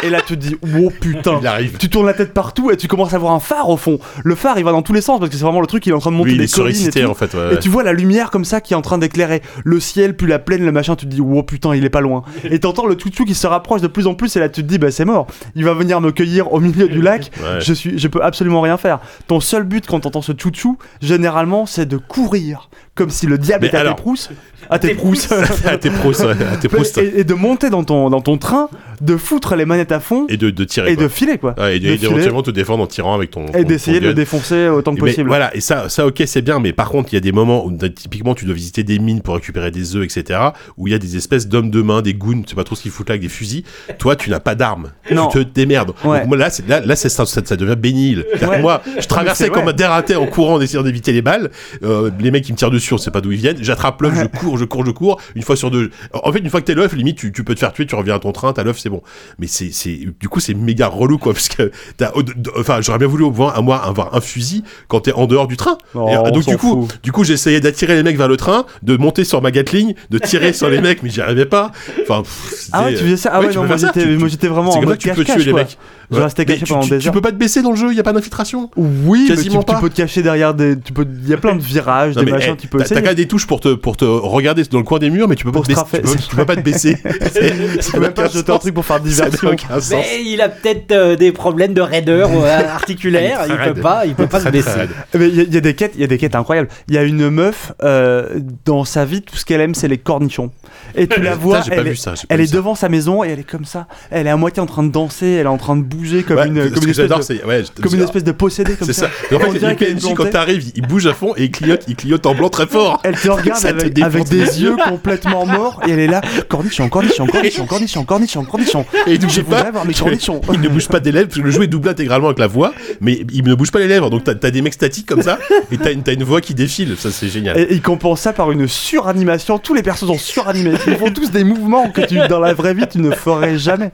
[SPEAKER 3] Et là tu te dis, oh putain.
[SPEAKER 1] Il arrive.
[SPEAKER 3] Tu tournes la tête partout et tu commences à voir un phare au fond. Le phare il va dans tous les sens parce que c'est vraiment le truc il est en train de monter
[SPEAKER 1] Oui, il
[SPEAKER 3] des
[SPEAKER 1] est
[SPEAKER 3] collines et
[SPEAKER 1] surexcité
[SPEAKER 3] tout.
[SPEAKER 1] en fait. ouais,
[SPEAKER 3] Et
[SPEAKER 1] ouais.
[SPEAKER 3] tu vois la lumière comme ça qui est en train d'éclairer le ciel, puis la plaine, le machin, tu te dis, oh putain, il est pas loin. Et t'entends le toutou qui se rapproche de plus en plus, et là tu te dis, bah c'est mort, il va venir me cueillir au milieu du lac,
[SPEAKER 1] Ouais.
[SPEAKER 3] je, suis, je peux absolument rien faire. Ton seul but quand t'entends ce chouchou, généralement, c'est de courir. Comme si le diable
[SPEAKER 1] Mais
[SPEAKER 3] était à
[SPEAKER 1] alors-
[SPEAKER 3] tes prousses. À
[SPEAKER 1] <laughs>
[SPEAKER 3] tes prousses.
[SPEAKER 1] à tes proustes, ouais, à tes proustes. Et,
[SPEAKER 3] et, et de monter dans ton, dans ton train, de foutre les manettes à fond et,
[SPEAKER 1] de, de tirer.
[SPEAKER 3] de
[SPEAKER 1] quoi. Ah,
[SPEAKER 3] filer, quoi.
[SPEAKER 1] Ouais, et de,
[SPEAKER 3] de
[SPEAKER 1] et de
[SPEAKER 3] filer.
[SPEAKER 1] éventuellement te défendre en tirant avec ton.
[SPEAKER 3] Et
[SPEAKER 1] ton-
[SPEAKER 3] d'essayer
[SPEAKER 1] ton
[SPEAKER 3] de le
[SPEAKER 1] gun.
[SPEAKER 3] défoncer autant que
[SPEAKER 1] Mais
[SPEAKER 3] possible.
[SPEAKER 1] voilà, et ça, ça ok, c'est bien, mais par contre, il y a des moments où t- typiquement tu dois visiter des mines pour récupérer des œufs, etc. Où il y a des espèces d'hommes de main, des goons, tu sais pas trop ce qu'ils foutent là avec des fusils. Toi, tu n'as pas d'armes. Tu
[SPEAKER 3] Non.
[SPEAKER 1] te démerdes.
[SPEAKER 3] Ouais.
[SPEAKER 1] Donc, moi, là, c'est- là, là c'est- ça, ça, ça devient bénil.
[SPEAKER 3] Ouais. <laughs>
[SPEAKER 1] Moi, je traversais
[SPEAKER 3] Ah, Mais c'est
[SPEAKER 1] comme
[SPEAKER 3] vrai.
[SPEAKER 1] un dératé en courant en essayant d'éviter les balles. Euh, les mecs, ils me tirent dessus, on sait pas d'où ils viennent. J'attrape l'œuf, je cours, je cours, je cours. Une fois sur deux. En fait, une fois que t'es l'œuf, limite, tu, tu peux te faire tuer, tu reviens à ton train, t'as l'œuf, c'est bon. Mais c'est, c'est, du coup, c'est méga relou, quoi, parce que t'as, oh, de- de- enfin, j'aurais bien voulu au moins, à moi, avoir un fusil quand t'es en dehors du train.
[SPEAKER 3] Oh,
[SPEAKER 1] Et, euh,
[SPEAKER 3] on
[SPEAKER 1] donc,
[SPEAKER 3] s'en
[SPEAKER 1] du coup,
[SPEAKER 3] fout.
[SPEAKER 1] du coup, j'essayais d'attirer les mecs vers le train, de monter sur ma gatling, de tirer sur les mecs, mais j'y arrivais pas. Enfin, pff,
[SPEAKER 3] Ah ouais,
[SPEAKER 1] c'était-
[SPEAKER 3] tu faisais ça Ah
[SPEAKER 1] oui,
[SPEAKER 3] ouais,
[SPEAKER 1] tu
[SPEAKER 3] non,
[SPEAKER 1] peux
[SPEAKER 3] moi
[SPEAKER 1] faire ça,
[SPEAKER 3] j'étais
[SPEAKER 1] tu-
[SPEAKER 3] moi, j'étais vraiment
[SPEAKER 1] c'est
[SPEAKER 3] en
[SPEAKER 1] comme ça
[SPEAKER 3] mode
[SPEAKER 1] que tu peux
[SPEAKER 3] cache-cache,
[SPEAKER 1] tuer les
[SPEAKER 3] quoi.
[SPEAKER 1] mecs.
[SPEAKER 3] Je
[SPEAKER 1] euh, Ouais.
[SPEAKER 3] restais
[SPEAKER 1] Mais
[SPEAKER 3] caché
[SPEAKER 1] tu-
[SPEAKER 3] pendant
[SPEAKER 1] tu-
[SPEAKER 3] des
[SPEAKER 1] Tu
[SPEAKER 3] heures.
[SPEAKER 1] peux pas te baisser dans le jeu, il y a pas d'infiltration.
[SPEAKER 3] Oui, mais tu,
[SPEAKER 1] Quasiment
[SPEAKER 3] tu
[SPEAKER 1] pas.
[SPEAKER 3] peux te cacher derrière des. Tu peux, il y a plein de virages,
[SPEAKER 1] Non,
[SPEAKER 3] des
[SPEAKER 1] mais,
[SPEAKER 3] machins,
[SPEAKER 1] eh,
[SPEAKER 3] tu peux
[SPEAKER 1] t'as- T'as
[SPEAKER 3] essayer.
[SPEAKER 1] qu'à des touches pour te, pour te regarder dans le coin des murs, mais tu peux pas
[SPEAKER 3] Pour
[SPEAKER 1] te
[SPEAKER 3] se
[SPEAKER 1] baisser. Tu
[SPEAKER 3] trafer-
[SPEAKER 1] peux, tu peux pas te
[SPEAKER 3] <laughs>
[SPEAKER 1] baisser.
[SPEAKER 3] Tu peux même pas jeter un truc pour faire
[SPEAKER 1] <laughs> Ça n'a
[SPEAKER 3] diversion.
[SPEAKER 1] aucun sens.
[SPEAKER 4] Mais il a peut-être euh, des problèmes de raideur ou, euh,
[SPEAKER 1] <laughs>
[SPEAKER 4] articulaire.
[SPEAKER 1] Il est
[SPEAKER 4] il
[SPEAKER 1] très
[SPEAKER 4] peut
[SPEAKER 1] raide.
[SPEAKER 4] pas, il peut pas se
[SPEAKER 1] Très,
[SPEAKER 4] baisser.
[SPEAKER 1] très raide.
[SPEAKER 3] Mais Eh ben, il y, a- il y a des quêtes, il y a des quêtes incroyables. Il y a une meuf euh, dans sa vie, tout ce qu'elle aime, c'est les cornichons.
[SPEAKER 1] <laughs>
[SPEAKER 3] Et tu la
[SPEAKER 1] Ça,
[SPEAKER 3] vois,
[SPEAKER 1] j'ai pas
[SPEAKER 3] elle,
[SPEAKER 1] vu
[SPEAKER 3] est,
[SPEAKER 1] ça. j'ai pas
[SPEAKER 3] elle
[SPEAKER 1] vu
[SPEAKER 3] est
[SPEAKER 1] ça.
[SPEAKER 3] devant sa maison et elle est comme ça. Elle est à moitié en train de danser, elle est en train de bouger comme
[SPEAKER 1] Ouais,
[SPEAKER 3] une,
[SPEAKER 1] ce
[SPEAKER 3] comme
[SPEAKER 1] que
[SPEAKER 3] une espèce,
[SPEAKER 1] j'adore,
[SPEAKER 3] de,
[SPEAKER 1] c'est- ouais, je-
[SPEAKER 3] comme une espèce de possédée comme
[SPEAKER 1] C'est
[SPEAKER 3] ça.
[SPEAKER 1] ça. Mais En
[SPEAKER 3] On
[SPEAKER 1] fait,
[SPEAKER 3] dirait
[SPEAKER 1] les
[SPEAKER 3] qu'elle est
[SPEAKER 1] PNJ, quand
[SPEAKER 3] plantée.
[SPEAKER 1] t'arrives, ils bougent à fond et ils clignotent, ils clignotent en blanc très
[SPEAKER 3] <laughs>
[SPEAKER 1] fort.
[SPEAKER 3] Elle
[SPEAKER 1] <laughs>
[SPEAKER 3] te regarde
[SPEAKER 1] Ça te
[SPEAKER 3] avec,
[SPEAKER 1] défonce.
[SPEAKER 3] avec des yeux complètement morts et elle est là, cornichon, cornichon, cornichon, cornichon, cornichon, cornichon.
[SPEAKER 1] Et ils
[SPEAKER 3] Je
[SPEAKER 1] bougent
[SPEAKER 3] voudrais
[SPEAKER 1] pas.
[SPEAKER 3] avoir mes cornichons.
[SPEAKER 1] Ils ne bougent pas des lèvres, parce que le jeu est doublé intégralement avec la voix, mais ils ne bougent pas les lèvres. Donc t'as t'as des mecs statiques comme ça, et t'as une, t'as une voix qui défile. Ça, c'est génial.
[SPEAKER 3] Et ils compensent ça par une suranimation. Tous les persos sont suranimés. Ils font tous des mouvements que tu, dans la vraie vie, tu ne ferais jamais.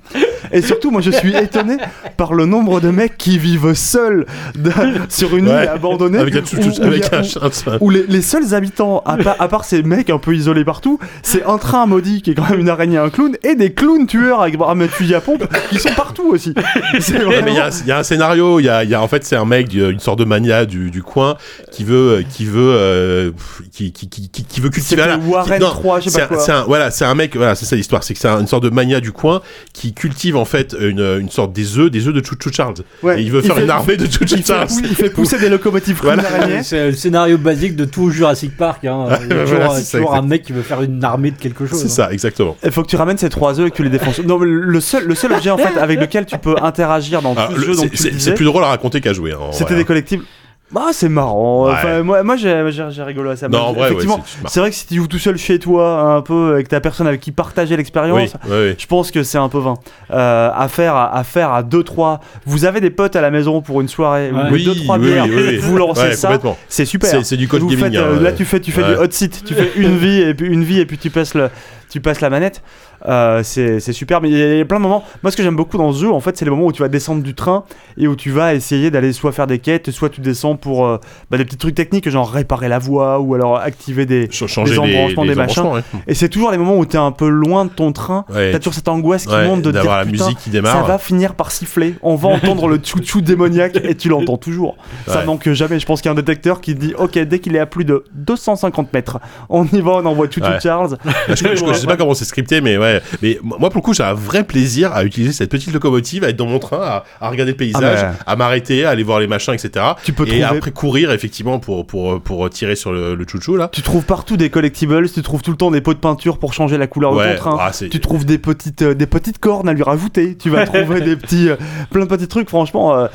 [SPEAKER 3] Et surtout, moi, je suis étonné par le nombre de mecs qui vivent seuls de- sur une
[SPEAKER 1] Ouais.
[SPEAKER 3] île abandonnée.
[SPEAKER 1] Avec un
[SPEAKER 3] où-
[SPEAKER 1] chouchou,
[SPEAKER 3] où il
[SPEAKER 1] avec
[SPEAKER 3] y a-
[SPEAKER 1] un
[SPEAKER 3] où-
[SPEAKER 1] chat.
[SPEAKER 3] où les, les seuls habitants, à, pa- à part ces mecs un peu isolés partout, c'est un train maudit qui est quand même une araignée, un clown, et des clowns tueurs avec bras à fusil à pompe qui sont partout aussi. C'est
[SPEAKER 1] Ouais, mais il y,
[SPEAKER 3] vraiment-
[SPEAKER 1] a- il y a un scénario, il y a, il y a- en fait c'est un mec, du- une sorte de mania du, du coin qui veut, qui veut, euh, pff, qui, qui, qui, qui- qui veut cultiver.
[SPEAKER 3] C'était
[SPEAKER 1] voilà,
[SPEAKER 3] Warren
[SPEAKER 1] qui- non,
[SPEAKER 3] 3, je sais
[SPEAKER 1] c'est
[SPEAKER 3] pas
[SPEAKER 1] un,
[SPEAKER 3] quoi.
[SPEAKER 1] c'est un- voilà, c'est un mec, voilà, c'est ça l'histoire, c'est que c'est un- une sorte de mania du coin qui cultive en fait une, une sorte des œufs, des œufs de Chouchou Charles.
[SPEAKER 3] Ouais.
[SPEAKER 1] Et il veut faire
[SPEAKER 3] fait-
[SPEAKER 1] une armée de Chouchou
[SPEAKER 3] il fait,
[SPEAKER 1] Charles.
[SPEAKER 3] il fait pousser des locomotives comme
[SPEAKER 1] Voilà.
[SPEAKER 3] une araignée.
[SPEAKER 4] C'est le scénario basique de tout Jurassic Park. Hein. Il y a toujours,
[SPEAKER 1] <laughs> voilà, c'est ça,
[SPEAKER 4] toujours un mec qui veut faire une armée de quelque chose. hein.
[SPEAKER 1] C'est
[SPEAKER 3] hein.
[SPEAKER 1] ça, exactement.
[SPEAKER 3] Il faut que tu ramènes ces trois œufs et que tu les défonces. Non, mais le seul, le seul objet en fait avec lequel tu peux interagir dans
[SPEAKER 1] Alors,
[SPEAKER 3] tout
[SPEAKER 1] Ah, le-
[SPEAKER 3] ce jeu,
[SPEAKER 1] c'est-
[SPEAKER 3] donc tu le
[SPEAKER 1] c'est c'est
[SPEAKER 3] disais,
[SPEAKER 1] plus drôle à raconter qu'à jouer. hein, en
[SPEAKER 3] c'était
[SPEAKER 1] vrai,
[SPEAKER 3] des collectibles. Bah, c'est marrant.
[SPEAKER 1] Ouais.
[SPEAKER 3] Enfin, moi, moi j'ai j'ai- j'ai rigolo à ça.
[SPEAKER 1] hein. Non,
[SPEAKER 3] Mais
[SPEAKER 1] en vrai, ouais,
[SPEAKER 3] effectivement,
[SPEAKER 1] c'est- tu te marres.
[SPEAKER 3] c'est vrai que si tu joues tout seul chez toi, un peu, avec ta personne avec qui partager
[SPEAKER 1] Oui,
[SPEAKER 3] l'expérience,
[SPEAKER 1] oui, oui.
[SPEAKER 3] je pense que c'est un peu vain. Euh, à faire à, à faire à 2-3. Vous avez des potes à la maison pour une soirée,
[SPEAKER 4] Ouais.
[SPEAKER 3] ou 2-3 bières, vous lancez
[SPEAKER 1] Ouais,
[SPEAKER 3] ça,
[SPEAKER 1] complètement.
[SPEAKER 3] c'est super.
[SPEAKER 1] C'est c'est du code
[SPEAKER 3] Vous
[SPEAKER 1] gaming.
[SPEAKER 3] faites, euh,
[SPEAKER 1] hein,
[SPEAKER 3] Là,
[SPEAKER 1] ouais.
[SPEAKER 3] tu fais, tu fais
[SPEAKER 1] Ouais.
[SPEAKER 3] du hot seat. Tu fais une vie et puis une vie et puis tu passes le, tu passes la manette. Euh, c'est c'est super, mais il y a plein de moments. Moi, ce que j'aime beaucoup dans ce jeu, en fait, c'est les moments où tu vas descendre du train et où tu vas essayer d'aller soit faire des quêtes, soit tu descends pour euh, bah, des petits trucs techniques, genre réparer la voie ou alors activer des.
[SPEAKER 1] Ch- changer les,
[SPEAKER 3] embranchements,
[SPEAKER 1] les
[SPEAKER 3] des machins.
[SPEAKER 1] embranchements,
[SPEAKER 3] Et c'est toujours les moments où t'es un peu loin de ton train.
[SPEAKER 1] ouais.
[SPEAKER 3] T'as toujours cette angoisse qui
[SPEAKER 1] Ouais,
[SPEAKER 3] monte de te dire
[SPEAKER 1] d'avoir la
[SPEAKER 3] putain,
[SPEAKER 1] musique qui démarre.
[SPEAKER 3] ça va finir par siffler. On va entendre
[SPEAKER 1] <laughs>
[SPEAKER 3] le tchou-tchou démoniaque et tu l'entends toujours. Ça
[SPEAKER 1] Ouais.
[SPEAKER 3] manque jamais. Je pense qu'il y a un détecteur qui dit Ok, dès qu'il est à plus de 250 mètres, on y va, on envoie tchou-tchou
[SPEAKER 1] Ouais. <laughs>
[SPEAKER 3] Charles.
[SPEAKER 1] Je, je- je sais pas comment c'est scripté, mais ouais. Mais moi, pour le coup, j'ai un vrai plaisir à utiliser cette petite locomotive, à être dans mon train, à, à regarder le paysage,
[SPEAKER 3] Ah, mais-
[SPEAKER 1] à m'arrêter, à aller voir les machins, etc.
[SPEAKER 3] Tu peux
[SPEAKER 1] Et
[SPEAKER 3] trouver.
[SPEAKER 1] après courir, effectivement, pour, pour, pour tirer sur le, le chouchou, là.
[SPEAKER 3] Tu trouves partout des collectibles, tu trouves tout le temps des pots de peinture pour changer la couleur de ton train.
[SPEAKER 1] ah, c'est-
[SPEAKER 3] Tu trouves des petites, euh, des petites cornes à lui rajouter.
[SPEAKER 1] <laughs>
[SPEAKER 3] Tu vas trouver des petits, euh, plein de petits trucs. Franchement, euh,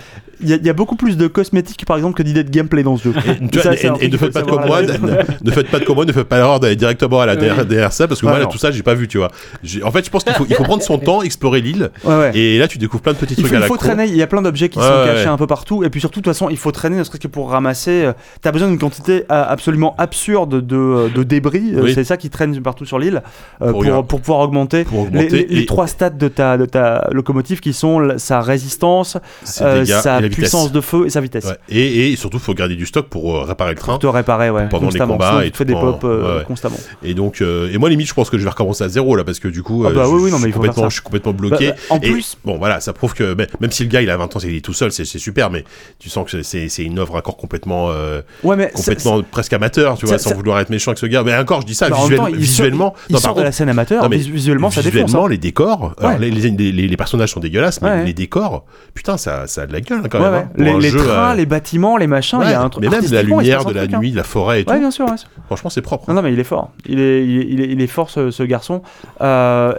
[SPEAKER 3] il y, a- il y a beaucoup plus de cosmétiques, par exemple, que d'idées de gameplay dans ce jeu.
[SPEAKER 1] Et, tu vois,
[SPEAKER 3] Ça,
[SPEAKER 1] et-
[SPEAKER 3] c'est un
[SPEAKER 1] et
[SPEAKER 3] truc
[SPEAKER 1] ne
[SPEAKER 3] qu'il
[SPEAKER 1] faites pas
[SPEAKER 3] faut
[SPEAKER 1] comme
[SPEAKER 3] savoir
[SPEAKER 1] moi,
[SPEAKER 3] à
[SPEAKER 1] ne,
[SPEAKER 3] la base.
[SPEAKER 1] <laughs> ne faites pas de comme moi, ne faites pas l'erreur d'aller directement à la derrière, derrière ça, parce que
[SPEAKER 3] Ah,
[SPEAKER 1] moi, là,
[SPEAKER 3] non.
[SPEAKER 1] tout ça, j'ai pas vu, tu vois. J'ai- En fait, je pense qu'il faut, il faut prendre son temps, explorer l'île,
[SPEAKER 3] Ouais, ouais.
[SPEAKER 1] et là, tu découvres plein de petits
[SPEAKER 3] Il
[SPEAKER 1] trucs
[SPEAKER 3] faut,
[SPEAKER 1] à
[SPEAKER 3] il
[SPEAKER 1] la
[SPEAKER 3] faut
[SPEAKER 1] con.
[SPEAKER 3] traîner, il y a plein d'objets qui
[SPEAKER 1] Ouais,
[SPEAKER 3] sont
[SPEAKER 1] ouais,
[SPEAKER 3] cachés
[SPEAKER 1] ouais.
[SPEAKER 3] un peu partout. Et puis surtout, de toute façon, il faut traîner, ne serait-ce que pour ramasser. euh, T'as besoin d'une quantité euh, absolument absurde de, euh, de débris. euh,
[SPEAKER 1] Oui.
[SPEAKER 3] C'est ça qui traîne partout sur l'île euh,
[SPEAKER 1] Pour
[SPEAKER 3] pour,
[SPEAKER 1] rien.
[SPEAKER 3] pour pouvoir augmenter.
[SPEAKER 1] Pour
[SPEAKER 3] Les,
[SPEAKER 1] augmenter
[SPEAKER 3] les- les
[SPEAKER 1] et-
[SPEAKER 3] trois stats de ta, de ta locomotive qui sont la- sa résistance,
[SPEAKER 1] ses
[SPEAKER 3] euh,
[SPEAKER 1] dégâts
[SPEAKER 3] sa
[SPEAKER 1] et la vitesse.
[SPEAKER 3] puissance de feu et sa vitesse.
[SPEAKER 1] Ouais. Et, et surtout, faut garder du stock pour euh, réparer le train.
[SPEAKER 3] Te réparer, ouais.
[SPEAKER 1] Pendant les
[SPEAKER 3] constamment.
[SPEAKER 1] combats
[SPEAKER 3] Sinon,
[SPEAKER 1] et
[SPEAKER 3] tu te fais
[SPEAKER 1] tout,
[SPEAKER 3] des
[SPEAKER 1] pendant-
[SPEAKER 3] pops euh,
[SPEAKER 1] ouais, ouais.
[SPEAKER 3] constamment.
[SPEAKER 1] Et donc, euh, et moi limite, je pense que je vais recommencer à zéro là, parce que du coup,
[SPEAKER 3] Ah
[SPEAKER 1] euh,
[SPEAKER 3] bah
[SPEAKER 1] je,
[SPEAKER 3] oui,
[SPEAKER 1] je
[SPEAKER 3] oui, non, mais
[SPEAKER 1] suis
[SPEAKER 3] il faut
[SPEAKER 1] complètement,
[SPEAKER 3] faire ça.
[SPEAKER 1] je suis complètement bloqué.
[SPEAKER 3] Bah, bah, en
[SPEAKER 1] Et
[SPEAKER 3] plus-
[SPEAKER 1] bon voilà, ça prouve que mais- même si le gars il a 20 ans, il est tout seul, c'est c'est super, mais tu sens que c'est- c'est une œuvre encore complètement, euh,
[SPEAKER 3] Ouais, mais c'est-
[SPEAKER 1] complètement presque amateur, tu vois,
[SPEAKER 3] ça-
[SPEAKER 1] sans
[SPEAKER 3] ça-
[SPEAKER 1] vouloir être méchant avec ce gars. Mais encore, je dis ça
[SPEAKER 3] Bah, en même
[SPEAKER 1] visuel-
[SPEAKER 3] temps, il sort-
[SPEAKER 1] visuellement.
[SPEAKER 3] il
[SPEAKER 1] non,
[SPEAKER 3] sort
[SPEAKER 1] par
[SPEAKER 3] de la
[SPEAKER 1] contre,
[SPEAKER 3] scène amateur.
[SPEAKER 1] Non, mais
[SPEAKER 3] vis- visuellement, ça défonce.
[SPEAKER 1] visuellement,
[SPEAKER 3] hein.
[SPEAKER 1] les décors, euh, alors, les,
[SPEAKER 3] Ouais.
[SPEAKER 1] les, les- les personnages sont dégueulasses, mais
[SPEAKER 3] Ouais.
[SPEAKER 1] les décors, putain, ça, ça a de la gueule quand
[SPEAKER 3] Ouais,
[SPEAKER 1] même.
[SPEAKER 3] ouais.
[SPEAKER 1] hein, pour
[SPEAKER 3] Les,
[SPEAKER 1] un
[SPEAKER 3] les
[SPEAKER 1] jeu,
[SPEAKER 3] trains,
[SPEAKER 1] euh,
[SPEAKER 3] les bâtiments, les machins, il y a
[SPEAKER 1] ouais,
[SPEAKER 3] un truc.
[SPEAKER 1] mais même la
[SPEAKER 3] artistiquement, il se
[SPEAKER 1] lumière
[SPEAKER 3] passe un
[SPEAKER 1] de la
[SPEAKER 3] truc, hein.
[SPEAKER 1] nuit, la forêt et tout.
[SPEAKER 3] Ouais, bien sûr. ouais.
[SPEAKER 1] Franchement, c'est propre.
[SPEAKER 3] Non, non, mais il est fort. Il est, il est, il est, il est fort ce, ce garçon. Euh,